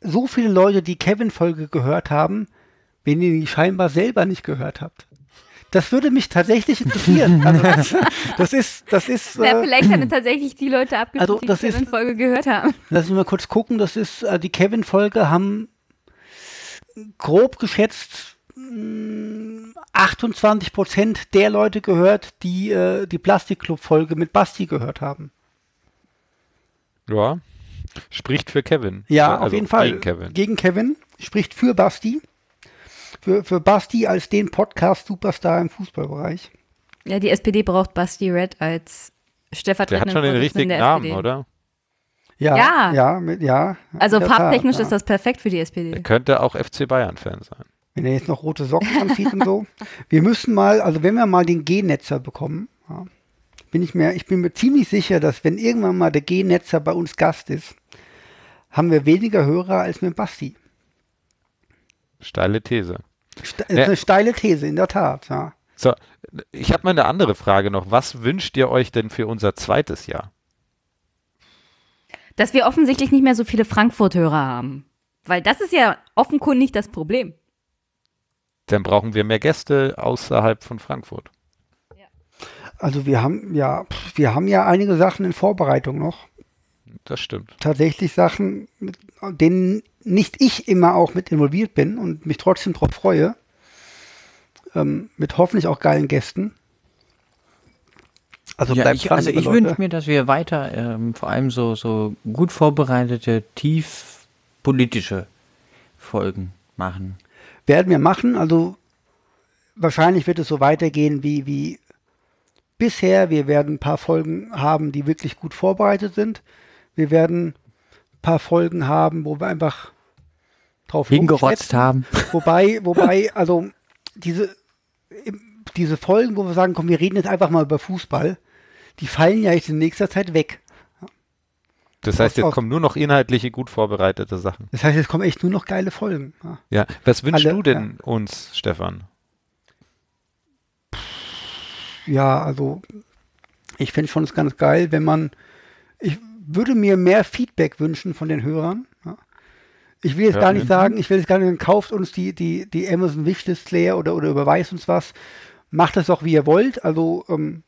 Speaker 2: so viele Leute die Kevin-Folge gehört haben, wenn ihr die scheinbar selber nicht gehört habt? Das würde mich tatsächlich interessieren. Also das, das ist, das ist. äh,
Speaker 3: Äh.
Speaker 5: Na, vielleicht haben tatsächlich die Leute abgestimmt, also die die Kevin-Folge gehört haben.
Speaker 2: Lass mich mal kurz gucken. Das ist äh, die Kevin-Folge haben grob geschätzt 28 Prozent der Leute gehört, die äh, die Plastikclub-Folge mit Basti gehört haben.
Speaker 3: Ja, spricht für Kevin.
Speaker 2: Ja, also auf jeden Fall. Gegen Kevin. Gegen Kevin, spricht für Basti. Für, für Basti als den Podcast-Superstar im Fußballbereich.
Speaker 5: Ja, die SPD braucht Basti Red als
Speaker 3: Der
Speaker 5: stellvertretenden
Speaker 3: hat schon den richtigen Namen, SPD. oder?
Speaker 2: Ja, ja. ja, mit, ja
Speaker 5: also farbtechnisch ist das perfekt für die SPD.
Speaker 3: Er könnte auch FC Bayern-Fan sein.
Speaker 2: Wenn er jetzt noch rote Socken anzieht und so. Wir müssen mal, also wenn wir mal den G-Netzer bekommen, ja, bin ich mir, ich bin mir ziemlich sicher, dass wenn irgendwann mal der G-Netzer bei uns Gast ist, haben wir weniger Hörer als mit Basti.
Speaker 3: Steile These.
Speaker 2: Ste ja. Eine steile These, in der Tat, ja.
Speaker 3: So, ich habe mal eine andere Frage noch. Was wünscht ihr euch denn für unser zweites Jahr?
Speaker 5: Dass wir offensichtlich nicht mehr so viele Frankfurt-Hörer haben. Weil das ist ja offenkundig das Problem
Speaker 3: dann brauchen wir mehr Gäste außerhalb von Frankfurt.
Speaker 2: Also wir haben ja, wir haben ja einige Sachen in Vorbereitung noch.
Speaker 3: Das stimmt.
Speaker 2: Tatsächlich Sachen, mit denen nicht ich immer auch mit involviert bin und mich trotzdem drauf freue. Ähm, mit hoffentlich auch geilen Gästen.
Speaker 7: Also ja, bleibt ich, dran, Also ich wünsche mir, dass wir weiter ähm, vor allem so, so gut vorbereitete, tief politische Folgen machen
Speaker 2: werden wir machen. Also wahrscheinlich wird es so weitergehen wie, wie bisher. Wir werden ein paar Folgen haben, die wirklich gut vorbereitet sind. Wir werden ein paar Folgen haben, wo wir einfach drauf
Speaker 7: hingerotzt haben.
Speaker 2: Wobei, wobei, also diese, diese Folgen, wo wir sagen, komm, wir reden jetzt einfach mal über Fußball, die fallen ja jetzt in nächster Zeit weg.
Speaker 3: Das heißt, jetzt kommen nur noch inhaltliche, gut vorbereitete Sachen.
Speaker 2: Das heißt, jetzt kommen echt nur noch geile Folgen.
Speaker 3: Ja, ja. was wünschst Alle, du denn ja. uns, Stefan?
Speaker 2: Ja, also ich finde schon es ganz geil, wenn man. Ich würde mir mehr Feedback wünschen von den Hörern. Ja. Ich will jetzt gar nicht sagen, ich will jetzt gar nicht sagen, kauft uns die, die, die Amazon Wishlist leer oder, oder überweist uns was. Macht das doch, wie ihr wollt. Also, ähm,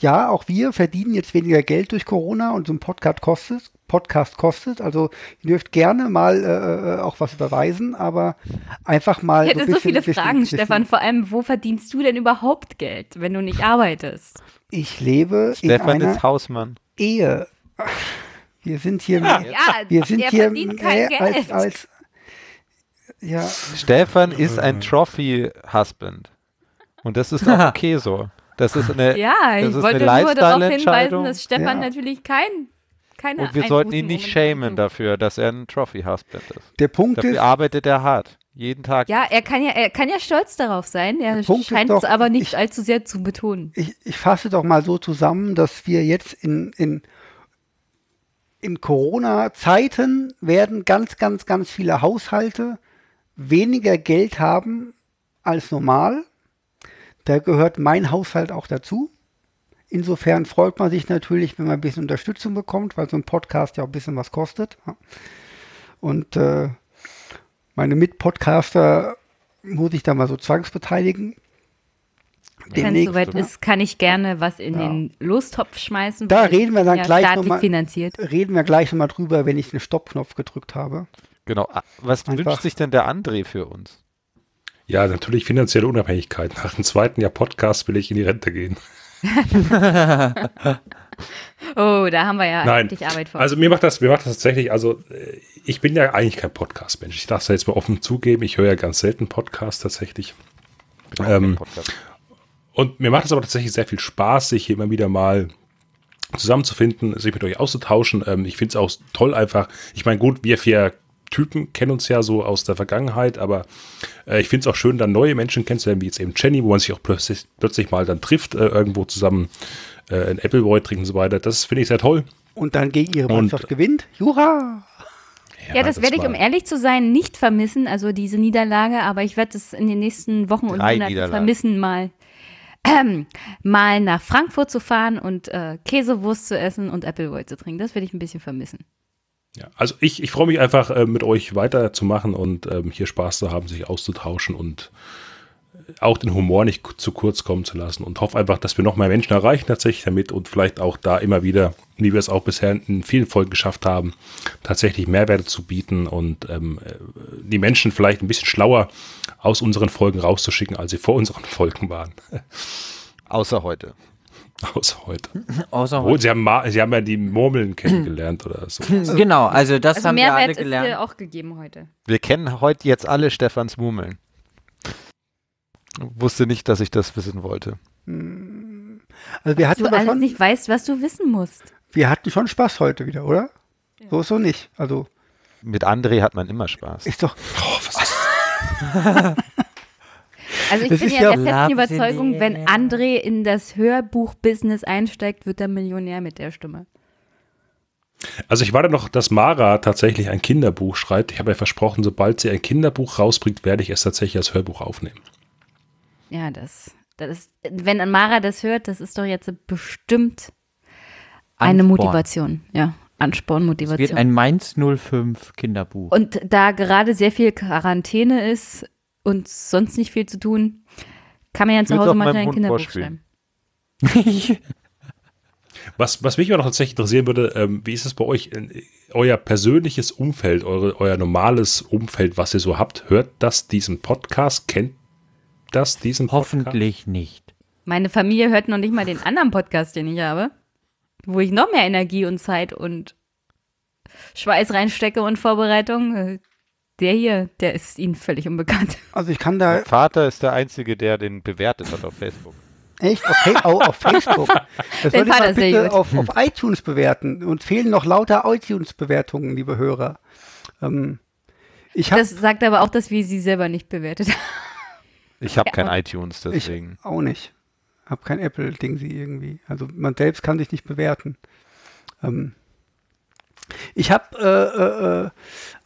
Speaker 2: ja, auch wir verdienen jetzt weniger Geld durch Corona und so ein Podcast kostet. Podcast kostet. Also ihr dürft gerne mal äh, auch was überweisen, aber einfach mal.
Speaker 5: Ich hätte so, so viele Fragen, bisschen, Stefan. Vor allem, wo verdienst du denn überhaupt Geld, wenn du nicht arbeitest?
Speaker 2: Ich lebe
Speaker 3: Stefan
Speaker 2: in einer
Speaker 3: Hausmann.
Speaker 2: Ehe. Wir sind hier mehr, ja, wir sind hier mehr als, als
Speaker 3: ja. Stefan ist ein Trophy-Husband. Und das ist auch okay so. Das ist eine
Speaker 5: Ja, ich
Speaker 3: das ist
Speaker 5: wollte nur darauf hinweisen, dass Stefan ja. natürlich kein keine
Speaker 3: Und wir sollten ihn nicht schämen dafür, dass er ein Trophy Husband ist.
Speaker 2: Der Punkt
Speaker 3: dafür
Speaker 2: ist,
Speaker 3: arbeitet er hart. Jeden Tag.
Speaker 5: Ja, er kann ja, er kann ja stolz darauf sein. Er scheint es aber nicht ich, allzu sehr zu betonen.
Speaker 2: Ich, ich fasse doch mal so zusammen, dass wir jetzt in, in, in Corona-Zeiten werden ganz, ganz, ganz viele Haushalte weniger Geld haben als normal. Da gehört mein Haushalt auch dazu. Insofern freut man sich natürlich, wenn man ein bisschen Unterstützung bekommt, weil so ein Podcast ja auch ein bisschen was kostet. Und äh, meine Mitpodcaster muss ich da mal so zwangsbeteiligen.
Speaker 5: Wenn es soweit ist, kann ich gerne was in
Speaker 2: Ja.
Speaker 5: den Lostopf schmeißen.
Speaker 2: Da
Speaker 5: weil
Speaker 2: reden wir dann
Speaker 5: ja
Speaker 2: gleich
Speaker 5: staatlich
Speaker 2: nochmal
Speaker 5: finanziert.
Speaker 2: reden wir gleich nochmal drüber, wenn ich den Stoppknopf gedrückt habe.
Speaker 3: Genau. Ah, Was
Speaker 2: Einfach.
Speaker 3: wünscht sich denn der André für uns?
Speaker 4: Ja, natürlich finanzielle Unabhängigkeit. Nach dem zweiten Jahr Podcast will ich in die Rente gehen.
Speaker 5: Oh, da haben wir ja
Speaker 4: Nein.
Speaker 5: eigentlich Arbeit vor.
Speaker 4: Also mir macht das, mir macht das tatsächlich, also äh, ich bin ja eigentlich kein Podcast-Mensch. Ich darf es ja jetzt mal offen zugeben, ich höre ja ganz selten Podcasts tatsächlich. Ähm, Und mir macht es aber tatsächlich sehr viel Spaß, sich hier immer wieder mal zusammenzufinden, sich mit euch auszutauschen. Ähm, ich finde es auch toll einfach. Ich meine, gut, wir vier Typen kennen uns ja so aus der Vergangenheit, aber äh, ich finde es auch schön, dann neue Menschen kennenzulernen, wie jetzt eben Jenny, wo man sich auch plötzlich, plötzlich mal dann trifft, äh, irgendwo zusammen äh, ein Appleboy trinken und so weiter. Das finde ich sehr toll.
Speaker 2: Und dann gegen ihre
Speaker 4: Und-
Speaker 2: Mannschaft gewinnt. Jura!
Speaker 5: ja, das, werde ich,
Speaker 4: war-
Speaker 5: um ehrlich zu sein, nicht vermissen, also diese Niederlage, aber ich werde es in den nächsten Wochen und
Speaker 4: Drei
Speaker 5: Monaten
Speaker 4: Niederlagen.
Speaker 5: vermissen, mal, ähm, mal nach Frankfurt zu fahren und äh, Käsewurst zu essen und Appleboy zu trinken. Das werde ich ein bisschen vermissen.
Speaker 4: Ja, also ich, ich freue mich einfach, äh, mit euch weiterzumachen und ähm, hier Spaß zu haben, sich auszutauschen und äh, auch den Humor nicht ku- zu kurz kommen zu lassen und hoffe einfach, dass wir noch mehr Menschen erreichen tatsächlich damit und vielleicht auch da immer wieder, wie wir es auch bisher in vielen Folgen geschafft haben, tatsächlich Mehrwerte zu bieten und ähm, äh, die Menschen vielleicht ein bisschen schlauer aus unseren Folgen rauszuschicken, als sie vor unseren <laughs> Folgen waren.
Speaker 3: Außer heute.
Speaker 4: Außer heute.
Speaker 7: Außer
Speaker 4: Obwohl, Sie haben, ma- sie haben ja die Murmeln kennengelernt oder so.
Speaker 7: <laughs> Genau, also das
Speaker 5: also
Speaker 7: haben wir alle
Speaker 5: Mehrwert ist
Speaker 7: gelernt.
Speaker 5: dir auch gegeben heute.
Speaker 3: Wir kennen heute jetzt alle Stefans Murmeln. Wusste nicht, dass ich das wissen wollte.
Speaker 2: Also wir hatten,
Speaker 5: Dass du
Speaker 2: aber
Speaker 5: alles
Speaker 2: schon,
Speaker 5: nicht weißt, was du wissen musst.
Speaker 2: wir hatten schon Spaß heute wieder, oder? So ist so nicht. Also
Speaker 3: Mit André hat man immer Spaß.
Speaker 2: ist doch.
Speaker 5: Also ich
Speaker 3: Das
Speaker 5: bin
Speaker 3: ist
Speaker 5: ja,
Speaker 3: ja-
Speaker 5: der festen
Speaker 3: Love
Speaker 5: Überzeugung,
Speaker 3: the
Speaker 5: wenn André in das Hörbuch-Business einsteigt, wird er Millionär mit der Stimme.
Speaker 4: Also ich warte noch, dass Mara tatsächlich ein Kinderbuch schreibt. Ich habe ja versprochen, sobald sie ein Kinderbuch rausbringt, werde ich es tatsächlich als Hörbuch aufnehmen.
Speaker 5: Ja, das, das ist, wenn Amara das hört, das ist doch jetzt bestimmt eine
Speaker 7: Ansporn.
Speaker 5: Motivation. Ja, Ansporn,
Speaker 7: Es wird
Speaker 5: Motivation.
Speaker 7: ein Mainz 05 Kinderbuch.
Speaker 5: und da gerade sehr viel Quarantäne ist und sonst nicht viel zu tun, kann man ja
Speaker 3: Ich
Speaker 5: zu
Speaker 3: würd's
Speaker 5: Hause
Speaker 3: auch
Speaker 5: mal
Speaker 3: meinem
Speaker 5: ein
Speaker 3: Hund
Speaker 5: Kinderbuch
Speaker 3: vorspielen.
Speaker 5: schreiben.
Speaker 4: Was, was mich aber noch tatsächlich interessieren würde, ähm, wie ist es bei euch? Äh, Euer persönliches Umfeld, eure, euer normales Umfeld, was ihr so habt, hört das diesen Podcast? Kennt das diesen Podcast?
Speaker 7: Hoffentlich nicht.
Speaker 5: Meine Familie hört noch nicht mal den anderen Podcast, den ich habe, wo ich noch mehr Energie und Zeit und Schweiß reinstecke und Vorbereitung. Der hier, der ist ihnen völlig unbekannt.
Speaker 2: Also ich kann da
Speaker 3: Mein Vater ist der Einzige, der den bewertet hat auf Facebook.
Speaker 2: echt auf, Fa- au- auf
Speaker 5: <laughs>
Speaker 2: Facebook. Das
Speaker 5: Dein
Speaker 2: sollte
Speaker 5: Vater
Speaker 2: man
Speaker 5: ist sehr
Speaker 2: bitte
Speaker 5: gut.
Speaker 2: auf, auf iTunes bewerten. Uns fehlen noch lauter iTunes-Bewertungen, liebe Hörer. Ähm, ich habe
Speaker 5: Das sagt aber auch, dass wir sie selber nicht bewertet haben.
Speaker 3: Ich habe
Speaker 5: Ja.
Speaker 3: kein iTunes, deswegen.
Speaker 2: Ich auch nicht. Hab kein Apple-Ding sie irgendwie. Also man selbst kann sich nicht bewerten. Ähm, ich habe äh, äh, äh,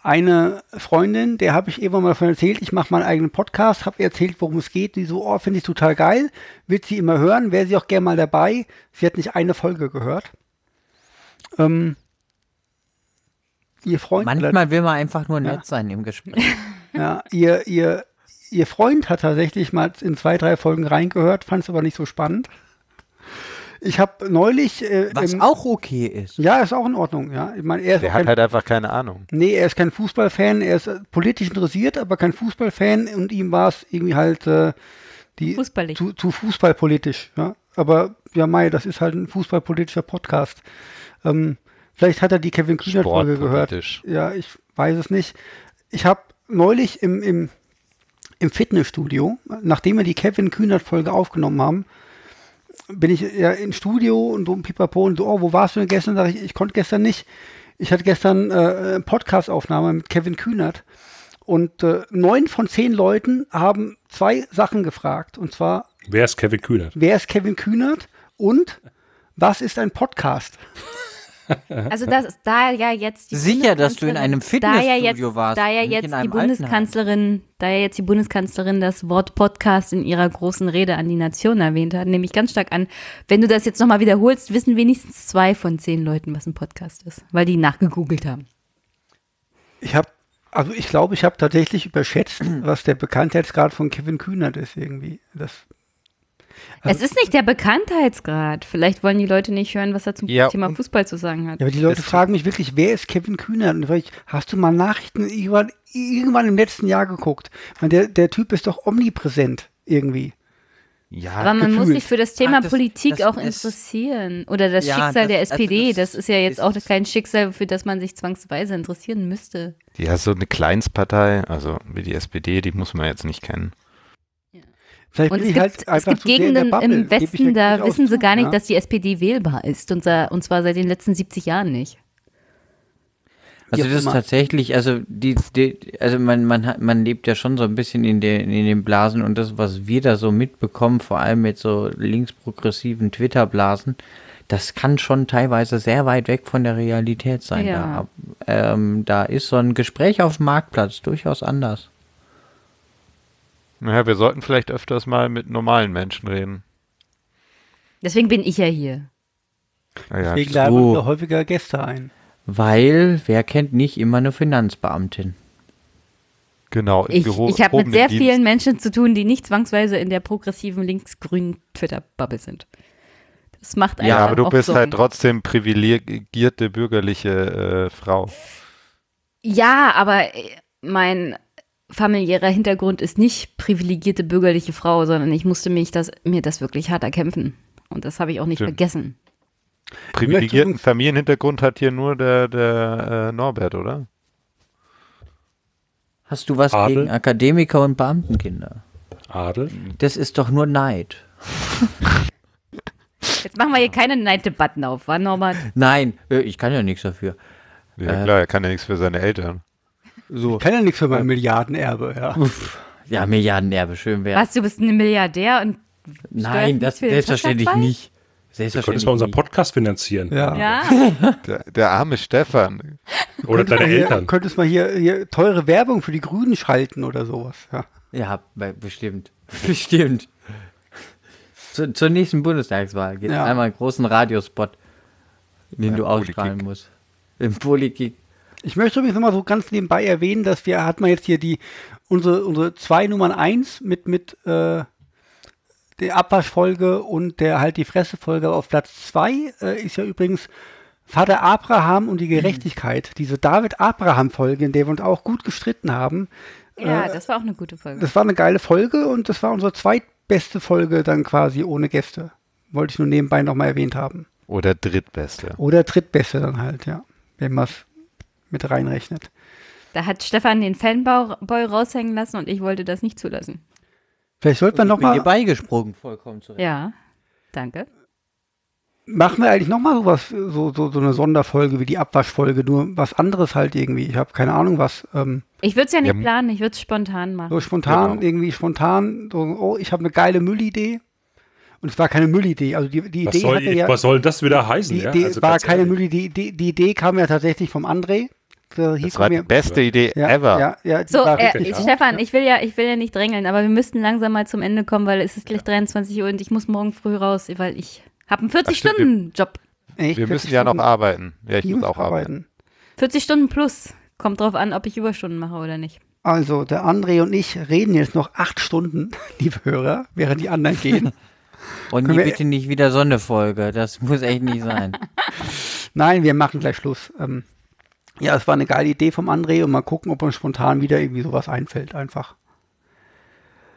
Speaker 2: eine Freundin, der habe ich eben mal von erzählt, ich mache meinen eigenen Podcast, habe erzählt, worum es geht. Die so, oh, finde ich total geil, wird sie immer hören, wäre sie auch gerne mal dabei. Sie hat nicht eine Folge gehört. Ähm, ihr Freund
Speaker 7: Manchmal will man einfach nur nett
Speaker 2: Ja.
Speaker 7: sein im Gespräch.
Speaker 2: ja, ihr, ihr, ihr Freund hat tatsächlich mal in zwei, drei Folgen reingehört, fand es aber nicht so spannend. Ich habe neulich. Äh,
Speaker 7: Was
Speaker 2: im-
Speaker 5: Ähm,
Speaker 7: auch okay ist.
Speaker 2: Ja, ist auch in Ordnung. Ja, ich meine, er ist
Speaker 3: Der
Speaker 2: auch
Speaker 3: hat
Speaker 2: kein,
Speaker 3: halt einfach keine Ahnung.
Speaker 2: nee, er ist kein Fußballfan. Er ist äh, politisch interessiert, aber kein Fußballfan. Und ihm war es irgendwie halt äh, die
Speaker 5: Fußballig.
Speaker 2: zu, zu Fußballpolitisch. Ja, aber ja, Mai, das ist halt ein Fußballpolitischer Podcast. Ähm, vielleicht hat er die Kevin Kühnert Folge gehört.
Speaker 3: Sportpolitisch.
Speaker 2: Ja, ich weiß es nicht. Ich habe neulich im, im, im Fitnessstudio, nachdem wir die Kevin Kühnert-Folge aufgenommen haben, bin ich ja ins Studio und so ein Pipapo und so, oh, wo warst du denn gestern? Sag ich, ich konnte gestern nicht. Ich hatte gestern äh, eine Podcast-Aufnahme mit Kevin Kühnert und äh, neun von zehn Leuten haben zwei Sachen gefragt und zwar,
Speaker 4: Wer ist Kevin Kühnert?
Speaker 2: wer ist Kevin Kühnert und was ist ein Podcast?
Speaker 5: Also das ist da ja jetzt die
Speaker 7: Sicher, dass du in einem
Speaker 5: da ja
Speaker 7: Fitnessstudio
Speaker 5: jetzt,
Speaker 7: warst.
Speaker 5: da ja
Speaker 7: und nicht
Speaker 5: jetzt
Speaker 7: in
Speaker 5: die
Speaker 7: einem Altenheim.
Speaker 5: Bundeskanzlerin, da ja jetzt die Bundeskanzlerin das Wort Podcast in ihrer großen Rede an die Nation erwähnt hat, nehme ich ganz stark an, wenn du das jetzt nochmal wiederholst, wissen wenigstens zwei von zehn Leuten, was ein Podcast ist, weil die nachgegoogelt haben.
Speaker 2: Ich habe, also ich glaube, ich habe <clears throat> tatsächlich überschätzt, was der Bekanntheitsgrad von Kevin Kühnert ist irgendwie. Das
Speaker 7: Also
Speaker 5: es ist nicht der Bekanntheitsgrad. Vielleicht wollen die Leute nicht hören, was er zum
Speaker 2: Ja,
Speaker 5: Thema
Speaker 2: und-
Speaker 5: Fußball zu sagen hat.
Speaker 2: Ja, aber die Leute fragen mich wirklich, wer ist Kevin Kühnert? Und ich, hast du mal Nachrichten irgendwann, irgendwann im letzten Jahr geguckt? Ich meine, der, der Typ ist doch omnipräsent irgendwie.
Speaker 3: Ja,
Speaker 5: aber man muss sich für das Thema
Speaker 13: das-
Speaker 5: Politik
Speaker 13: das
Speaker 5: auch
Speaker 13: ist-
Speaker 5: interessieren. Oder das
Speaker 13: Ja,
Speaker 5: Schicksal
Speaker 13: das-
Speaker 5: der
Speaker 13: also
Speaker 5: SPD.
Speaker 13: das
Speaker 5: das ist ja jetzt auch kein Schicksal, für das man sich zwangsweise interessieren müsste.
Speaker 3: Die ist so eine Kleinstpartei, also wie die SPD, die muss man jetzt nicht kennen.
Speaker 2: Vielleicht
Speaker 5: Und
Speaker 2: bin
Speaker 5: es
Speaker 2: ich
Speaker 5: gibt,
Speaker 2: halt
Speaker 5: es
Speaker 2: einfach
Speaker 5: gibt
Speaker 2: zu sehr in der
Speaker 5: Gegenden
Speaker 2: Bubble,
Speaker 5: im
Speaker 2: gebe ich
Speaker 5: Westen,
Speaker 2: ja
Speaker 5: da
Speaker 2: durchaus
Speaker 5: wissen sie
Speaker 2: zu,
Speaker 5: gar nicht,
Speaker 2: ja.
Speaker 5: dass die SPD wählbar ist. Und, sa- und zwar seit den letzten 70 Jahren nicht.
Speaker 7: Also
Speaker 5: Wie auch
Speaker 7: das ist
Speaker 5: immer.
Speaker 7: tatsächlich, also die, die also man, man hat, man lebt ja schon so ein bisschen in den in den Blasen und das, was wir da so mitbekommen, vor allem mit so linksprogressiven Twitter-Blasen, das kann schon teilweise sehr weit weg von der Realität sein.
Speaker 5: Ja.
Speaker 7: Da, ähm, da ist so ein Gespräch auf dem Marktplatz durchaus anders.
Speaker 3: Naja, wir sollten vielleicht öfters mal mit normalen Menschen reden.
Speaker 5: Deswegen bin ich ja hier.
Speaker 3: Naja,
Speaker 2: Deswegen laden wir wieder häufiger Gäste ein.
Speaker 7: Weil, wer kennt nicht immer eine Finanzbeamtin?
Speaker 3: Genau,
Speaker 5: Ich, ich habe mit sehr vielen Menschen zu tun, die nicht zwangsweise in der progressiven links-grünen Twitter-Bubble sind. Das macht einen
Speaker 3: ja,
Speaker 5: dann
Speaker 3: aber du
Speaker 5: auch
Speaker 3: bist
Speaker 5: so
Speaker 3: halt trotzdem privilegierte bürgerliche äh, Frau.
Speaker 5: Ja, aber äh, mein familiärer Hintergrund ist nicht privilegierte bürgerliche Frau, sondern ich musste mich das, mir das wirklich hart erkämpfen. Und das habe ich auch nicht
Speaker 3: Stimmt.
Speaker 5: vergessen.
Speaker 3: Privilegierten Familienhintergrund hat hier nur der, der äh, Norbert, oder?
Speaker 7: Hast du was
Speaker 3: Adel?
Speaker 7: gegen Akademiker und Beamtenkinder?
Speaker 4: Adel?
Speaker 7: Das ist doch nur Neid.
Speaker 5: Jetzt machen wir hier keine Neiddebatten auf, war Norbert?
Speaker 7: Nein, äh, ich kann ja nichts dafür.
Speaker 3: Ja, klar, er kann ja nichts für seine Eltern.
Speaker 7: So.
Speaker 2: Ich kann ja nichts für mein Milliardenerbe,
Speaker 7: <laughs>
Speaker 2: ja.
Speaker 7: Uff. Ja, Milliardenerbe, schön wäre.
Speaker 5: Was, du bist ein Milliardär und
Speaker 7: Nein,
Speaker 5: steuerst nicht
Speaker 7: das
Speaker 5: für den
Speaker 7: selbstverständlich
Speaker 5: Podcast bei?
Speaker 4: Wir
Speaker 7: nicht.
Speaker 4: können es mal
Speaker 7: Selbstverständlich.
Speaker 4: unseren Podcast finanzieren.
Speaker 7: <laughs>
Speaker 5: Ja.
Speaker 3: Der, der arme Stefan.
Speaker 4: Oder deine Eltern.
Speaker 2: Also Hier, könntest mal hier, hier teure Werbung für die Grünen schalten oder sowas. Ja.
Speaker 7: Ja, be- bestimmt. <laughs> Bestimmt. Zu, zur nächsten Bundestagswahl geht
Speaker 2: Ja.
Speaker 7: einmal einen großen Radiospot, den du ausstrahlen musst. Im Politik.
Speaker 2: Ich möchte übrigens nochmal so ganz nebenbei erwähnen, dass wir, hat man jetzt hier die, unsere, unsere zwei Nummern eins mit, mit äh, der Abwaschfolge und der Halt die Fresse-Folge auf Platz zwei äh, ist ja übrigens Vater Abraham und die
Speaker 7: Mhm.
Speaker 2: Gerechtigkeit. Diese David-Abraham-Folge, in der wir uns auch gut gestritten haben.
Speaker 5: Ja,
Speaker 2: Äh,
Speaker 5: das war auch eine gute Folge.
Speaker 2: Das war eine geile Folge und das war unsere zweitbeste Folge dann quasi ohne Gäste. Wollte ich nur nebenbei nochmal erwähnt haben.
Speaker 3: Oder Drittbeste.
Speaker 2: Oder drittbeste dann halt, ja. Wenn man es mit reinrechnet.
Speaker 5: Da hat Stefan den Fanboy raushängen lassen und ich wollte das nicht zulassen.
Speaker 2: Vielleicht sollte man
Speaker 7: Also Ich bin dir
Speaker 2: nochmal,
Speaker 7: beigesprungen, vollkommen zu Recht.
Speaker 5: Ja, danke.
Speaker 2: machen wir eigentlich nochmal sowas, so, so, so eine Sonderfolge wie die Abwaschfolge, nur was anderes halt irgendwie. Ich habe keine Ahnung was. Ähm,
Speaker 5: Ich würde es ja
Speaker 2: Ja,
Speaker 5: nicht
Speaker 2: m-
Speaker 5: planen, ich würde es spontan machen.
Speaker 2: so spontan,
Speaker 3: Genau.
Speaker 2: irgendwie spontan, so, oh, ich habe eine geile Müllidee. Und es war keine Müllidee. Also die, die
Speaker 4: Was
Speaker 2: Idee
Speaker 4: soll,
Speaker 2: hatte ja.
Speaker 4: was soll das wieder heißen?
Speaker 2: Die
Speaker 4: ja?
Speaker 2: Idee
Speaker 4: Also
Speaker 2: war
Speaker 4: ganz
Speaker 2: keine
Speaker 4: ehrlich.
Speaker 2: Müll, die, die, die Idee kam ja tatsächlich vom André. Da hieß
Speaker 3: Das war
Speaker 2: mir-
Speaker 3: die beste Idee
Speaker 2: ja,
Speaker 3: ever.
Speaker 2: Ja, ja, die
Speaker 5: So,
Speaker 2: war
Speaker 5: äh,
Speaker 2: richtig gut.
Speaker 5: Stefan, ich will ja, ich will ja nicht drängeln, aber wir müssten langsam mal zum Ende kommen, weil es ist gleich 23 Uhr und ich muss morgen früh raus, weil ich habe einen
Speaker 3: stimmt, wir-
Speaker 5: 40-Stunden-Job.
Speaker 2: Echt,
Speaker 3: Wir
Speaker 2: 40
Speaker 3: müssen ja noch
Speaker 2: Stunden.
Speaker 3: arbeiten. Ja, ich
Speaker 2: Die
Speaker 3: muss
Speaker 2: müssen
Speaker 3: auch arbeiten.
Speaker 5: 40 Stunden plus. Kommt drauf an, ob ich Überstunden mache oder nicht.
Speaker 2: Also, der André und ich reden jetzt noch acht Stunden, <laughs> liebe Hörer, während die anderen gehen.
Speaker 7: Und
Speaker 2: Können wir-
Speaker 7: nie bitte nicht wieder so eine Folge. Das muss echt nicht sein.
Speaker 2: Nein, wir machen gleich Schluss. Ähm, ja, es war eine geile Idee vom André und mal gucken, ob uns spontan wieder irgendwie sowas einfällt, einfach.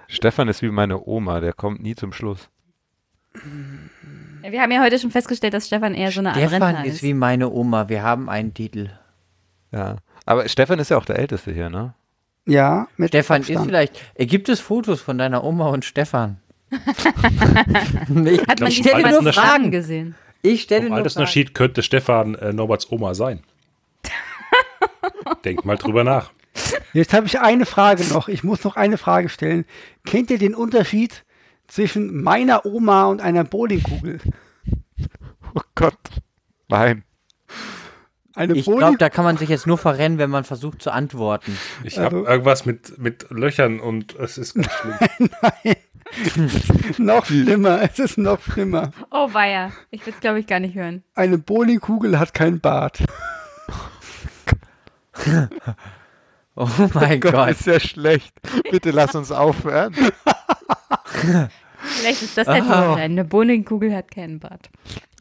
Speaker 3: Stefan ist wie meine Oma, der kommt nie zum Schluss.
Speaker 5: Wir haben ja heute schon festgestellt, dass Stefan eher so eine Art
Speaker 7: Stefan
Speaker 5: Rentner
Speaker 7: ist
Speaker 5: ist.
Speaker 7: wie meine Oma. Wir haben einen Titel.
Speaker 3: Ja. Aber Stefan ist ja auch der Älteste hier, ne?
Speaker 2: Ja, mit
Speaker 7: Stefan ist
Speaker 2: Abstand.
Speaker 7: vielleicht. Äh, gibt es Fotos von deiner Oma und Stefan? Nee,
Speaker 5: Hat man
Speaker 4: Ich
Speaker 5: die
Speaker 4: glaub,
Speaker 5: schon
Speaker 4: Alter,
Speaker 5: mal
Speaker 4: das-
Speaker 5: Fragen gesehen?
Speaker 7: Ich stelle
Speaker 4: Im
Speaker 7: nur Fragen.
Speaker 4: Altersunterschied könnte Stefan äh, Norberts Oma sein. Denk mal drüber nach.
Speaker 2: Jetzt habe ich eine Frage noch. Ich muss noch eine Frage stellen. Kennt ihr den Unterschied zwischen meiner Oma und einer Bowlingkugel?
Speaker 3: Oh Gott. Nein.
Speaker 2: Eine
Speaker 7: Ich
Speaker 2: Bowling-
Speaker 7: glaube, da kann man sich jetzt nur verrennen, wenn man versucht zu antworten.
Speaker 4: Ich habe
Speaker 3: Also
Speaker 4: irgendwas mit, mit Löchern und es ist ganz
Speaker 3: <laughs>
Speaker 4: schlimm.
Speaker 2: noch schlimmer, <laughs> es ist noch schlimmer.
Speaker 5: Oh weia, ich will es glaube ich gar nicht hören.
Speaker 2: Eine Bowlingkugel hat kein Bart. <laughs>
Speaker 7: Oh mein Gott.
Speaker 3: ist ja schlecht. Bitte lass uns aufhören.
Speaker 5: Vielleicht ist das der Torschein. Eine Bohnenkugel hat keinen Bart.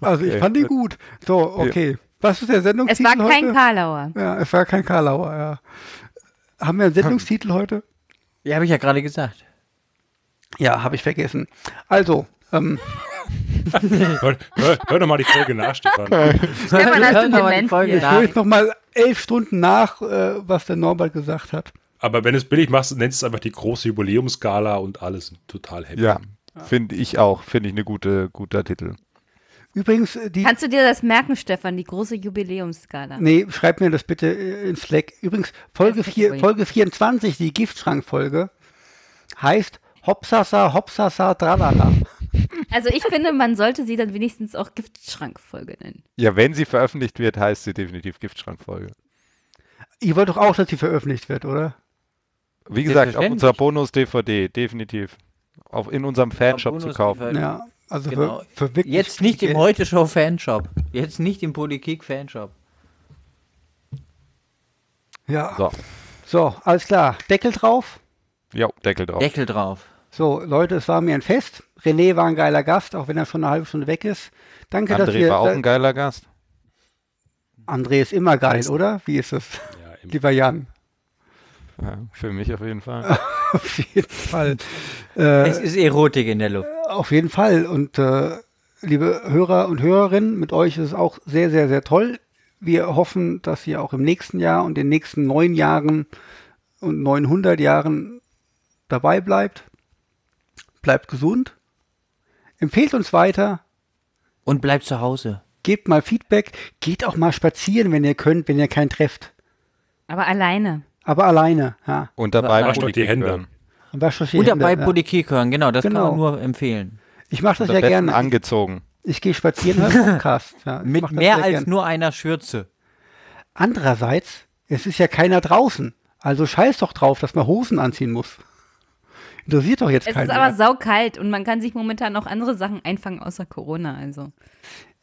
Speaker 2: Also ich
Speaker 5: Okay.
Speaker 2: fand die gut. So, okay. Was ist der Sendungstitel
Speaker 5: Es war kein
Speaker 2: heute?
Speaker 5: Karlauer.
Speaker 2: Ja, es war kein Karlauer, ja. Haben wir einen Sendungstitel heute?
Speaker 7: Ja, habe ich ja gerade gesagt.
Speaker 2: Ja, habe ich vergessen. Also, ähm,
Speaker 4: hör, hör, hör doch mal die Folge nach, Stefan.
Speaker 7: <laughs>
Speaker 2: Stefan, hast du
Speaker 7: mal die
Speaker 2: Demenz
Speaker 7: Folge
Speaker 2: hier? ich
Speaker 7: nach.
Speaker 2: höre jetzt nochmal elf Stunden nach, äh, was der Norbert gesagt hat.
Speaker 4: Aber wenn du es billig machst, nennst du es einfach die große Jubiläumsgala und alles sind total happy.
Speaker 3: Ja, finde ich auch. Finde ich eine gute, guter Titel.
Speaker 2: Übrigens, äh, die.
Speaker 5: Kannst du dir das merken, Stefan? Die große Jubiläumsskala.
Speaker 2: Nee, schreib mir das bitte äh, in Slack. Übrigens, Folge, vier, Folge 24, die Giftschrankfolge, heißt Hopsasa, Hopsasa, Tralala.
Speaker 5: Also ich finde, man sollte sie dann wenigstens auch Giftschrankfolge nennen.
Speaker 3: Ja, wenn sie veröffentlicht wird, heißt sie definitiv Giftschrankfolge.
Speaker 2: Ihr wollt doch auch, dass die veröffentlicht wird, oder?
Speaker 3: Wie gesagt, auf
Speaker 2: Selbstverständlich.
Speaker 3: unserer Bonus-DVD, definitiv. Auf, in unserem Fanshop zu kaufen.
Speaker 7: Bonus-DVD.
Speaker 2: also für-
Speaker 7: Äh, Genau.
Speaker 2: für wirklich
Speaker 7: Jetzt nicht
Speaker 2: viel
Speaker 7: im
Speaker 2: Geld.
Speaker 7: Heute-Show-Fanshop. Jetzt nicht im Politik-Fanshop.
Speaker 2: Ja.
Speaker 3: So.
Speaker 2: So, alles klar. Deckel drauf.
Speaker 3: Ja, Deckel drauf.
Speaker 7: Deckel drauf.
Speaker 2: So, Leute, es war mir ein Fest. René war ein geiler Gast, auch wenn er schon eine halbe Stunde weg ist. Danke, dass
Speaker 3: André
Speaker 2: ihr.
Speaker 3: war auch ein geiler Gast.
Speaker 2: André ist immer geil, oder? Wie ist es? Lieber Jan.
Speaker 3: Ja, für mich auf jeden Fall.
Speaker 2: <laughs> auf jeden Fall. Äh,
Speaker 7: Es ist Erotik in der Luft.
Speaker 2: Auf jeden Fall. Und äh, liebe Hörer und Hörerinnen, mit euch ist es auch sehr, sehr, sehr toll. Wir hoffen, dass ihr auch im nächsten Jahr und den nächsten neun Jahren und 900 Jahren dabei bleibt. Bleibt gesund. Empfehlt uns weiter.
Speaker 7: Und bleibt zu Hause.
Speaker 2: Gebt mal Feedback. Geht auch mal spazieren, wenn ihr könnt, wenn ihr keinen trefft.
Speaker 5: Aber alleine.
Speaker 2: Aber alleine. Ja.
Speaker 3: Und dabei
Speaker 4: Wascht euch die Hände.
Speaker 2: Und wascht euch die
Speaker 7: Oder
Speaker 2: Hände,
Speaker 7: bei
Speaker 2: ja.
Speaker 7: Politik hören, genau, das
Speaker 2: Genau.
Speaker 7: kann man nur empfehlen.
Speaker 2: Ich mache das
Speaker 3: Am
Speaker 2: ja
Speaker 3: besten
Speaker 2: gerne.
Speaker 3: Angezogen.
Speaker 2: Ich gehe spazieren
Speaker 7: <laughs>
Speaker 2: höre Podcast. Ja, ich mach
Speaker 7: Mit
Speaker 2: das
Speaker 7: mehr
Speaker 2: sehr
Speaker 7: als
Speaker 2: gern.
Speaker 7: nur einer Schürze.
Speaker 2: Andererseits, es ist ja keiner draußen. Also scheiß doch drauf, dass man Hosen anziehen muss. Interessiert doch jetzt
Speaker 5: Es
Speaker 2: keinen.
Speaker 5: ist aber
Speaker 2: mehr.
Speaker 5: saukalt und man kann sich momentan auch andere Sachen einfangen außer Corona. Also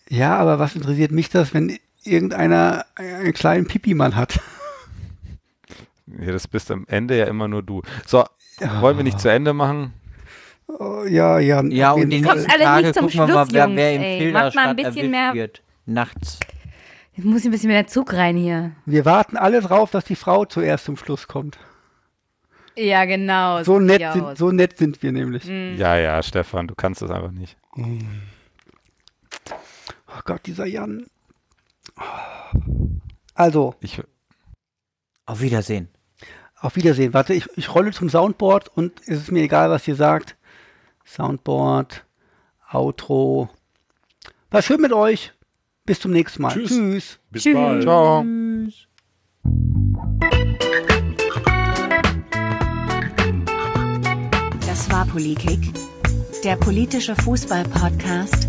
Speaker 2: ja, aber was interessiert mich das, wenn irgendeiner einen kleinen Pipi-Mann hat?
Speaker 3: Ja, das bist am Ende ja immer nur du. So, wollen wir nicht zu Ende machen?
Speaker 2: Oh, ja, ja.
Speaker 7: Ja, und die
Speaker 5: Kommt
Speaker 7: nächsten
Speaker 5: alle
Speaker 7: Tage
Speaker 5: nicht zum
Speaker 7: gucken wir mal,
Speaker 5: Schluss,
Speaker 7: wer,
Speaker 5: Jungs,
Speaker 7: wer im
Speaker 5: ey. Macht
Speaker 7: Filderstadt
Speaker 5: mal ein bisschen
Speaker 7: erwischt
Speaker 5: mehr-
Speaker 7: wird. Nachts.
Speaker 5: jetzt muss ich ein bisschen mehr Zug rein hier.
Speaker 2: Wir warten alle drauf, dass die Frau zuerst zum Schluss kommt.
Speaker 5: Ja, genau.
Speaker 2: So
Speaker 5: sieht
Speaker 2: nett,
Speaker 5: ja
Speaker 2: sind,
Speaker 5: aus. Mhm.
Speaker 2: so nett sind wir nämlich.
Speaker 3: Ja, ja, Stefan, du kannst das einfach nicht.
Speaker 2: Oh Gott, dieser Jan. Also,
Speaker 3: Ich,
Speaker 7: Auf Wiedersehen.
Speaker 2: Auf Wiedersehen. Warte, ich, ich rolle zum Soundboard und es ist mir egal, was ihr sagt. Soundboard, Outro. War schön mit euch. Bis zum nächsten Mal.
Speaker 4: Tschüss.
Speaker 2: Tschüss.
Speaker 4: Bis bald.
Speaker 3: Ciao.
Speaker 1: Das war Politik, der politische Fußball-Podcast.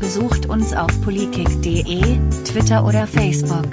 Speaker 1: Besucht uns auf politik.de, Twitter oder Facebook.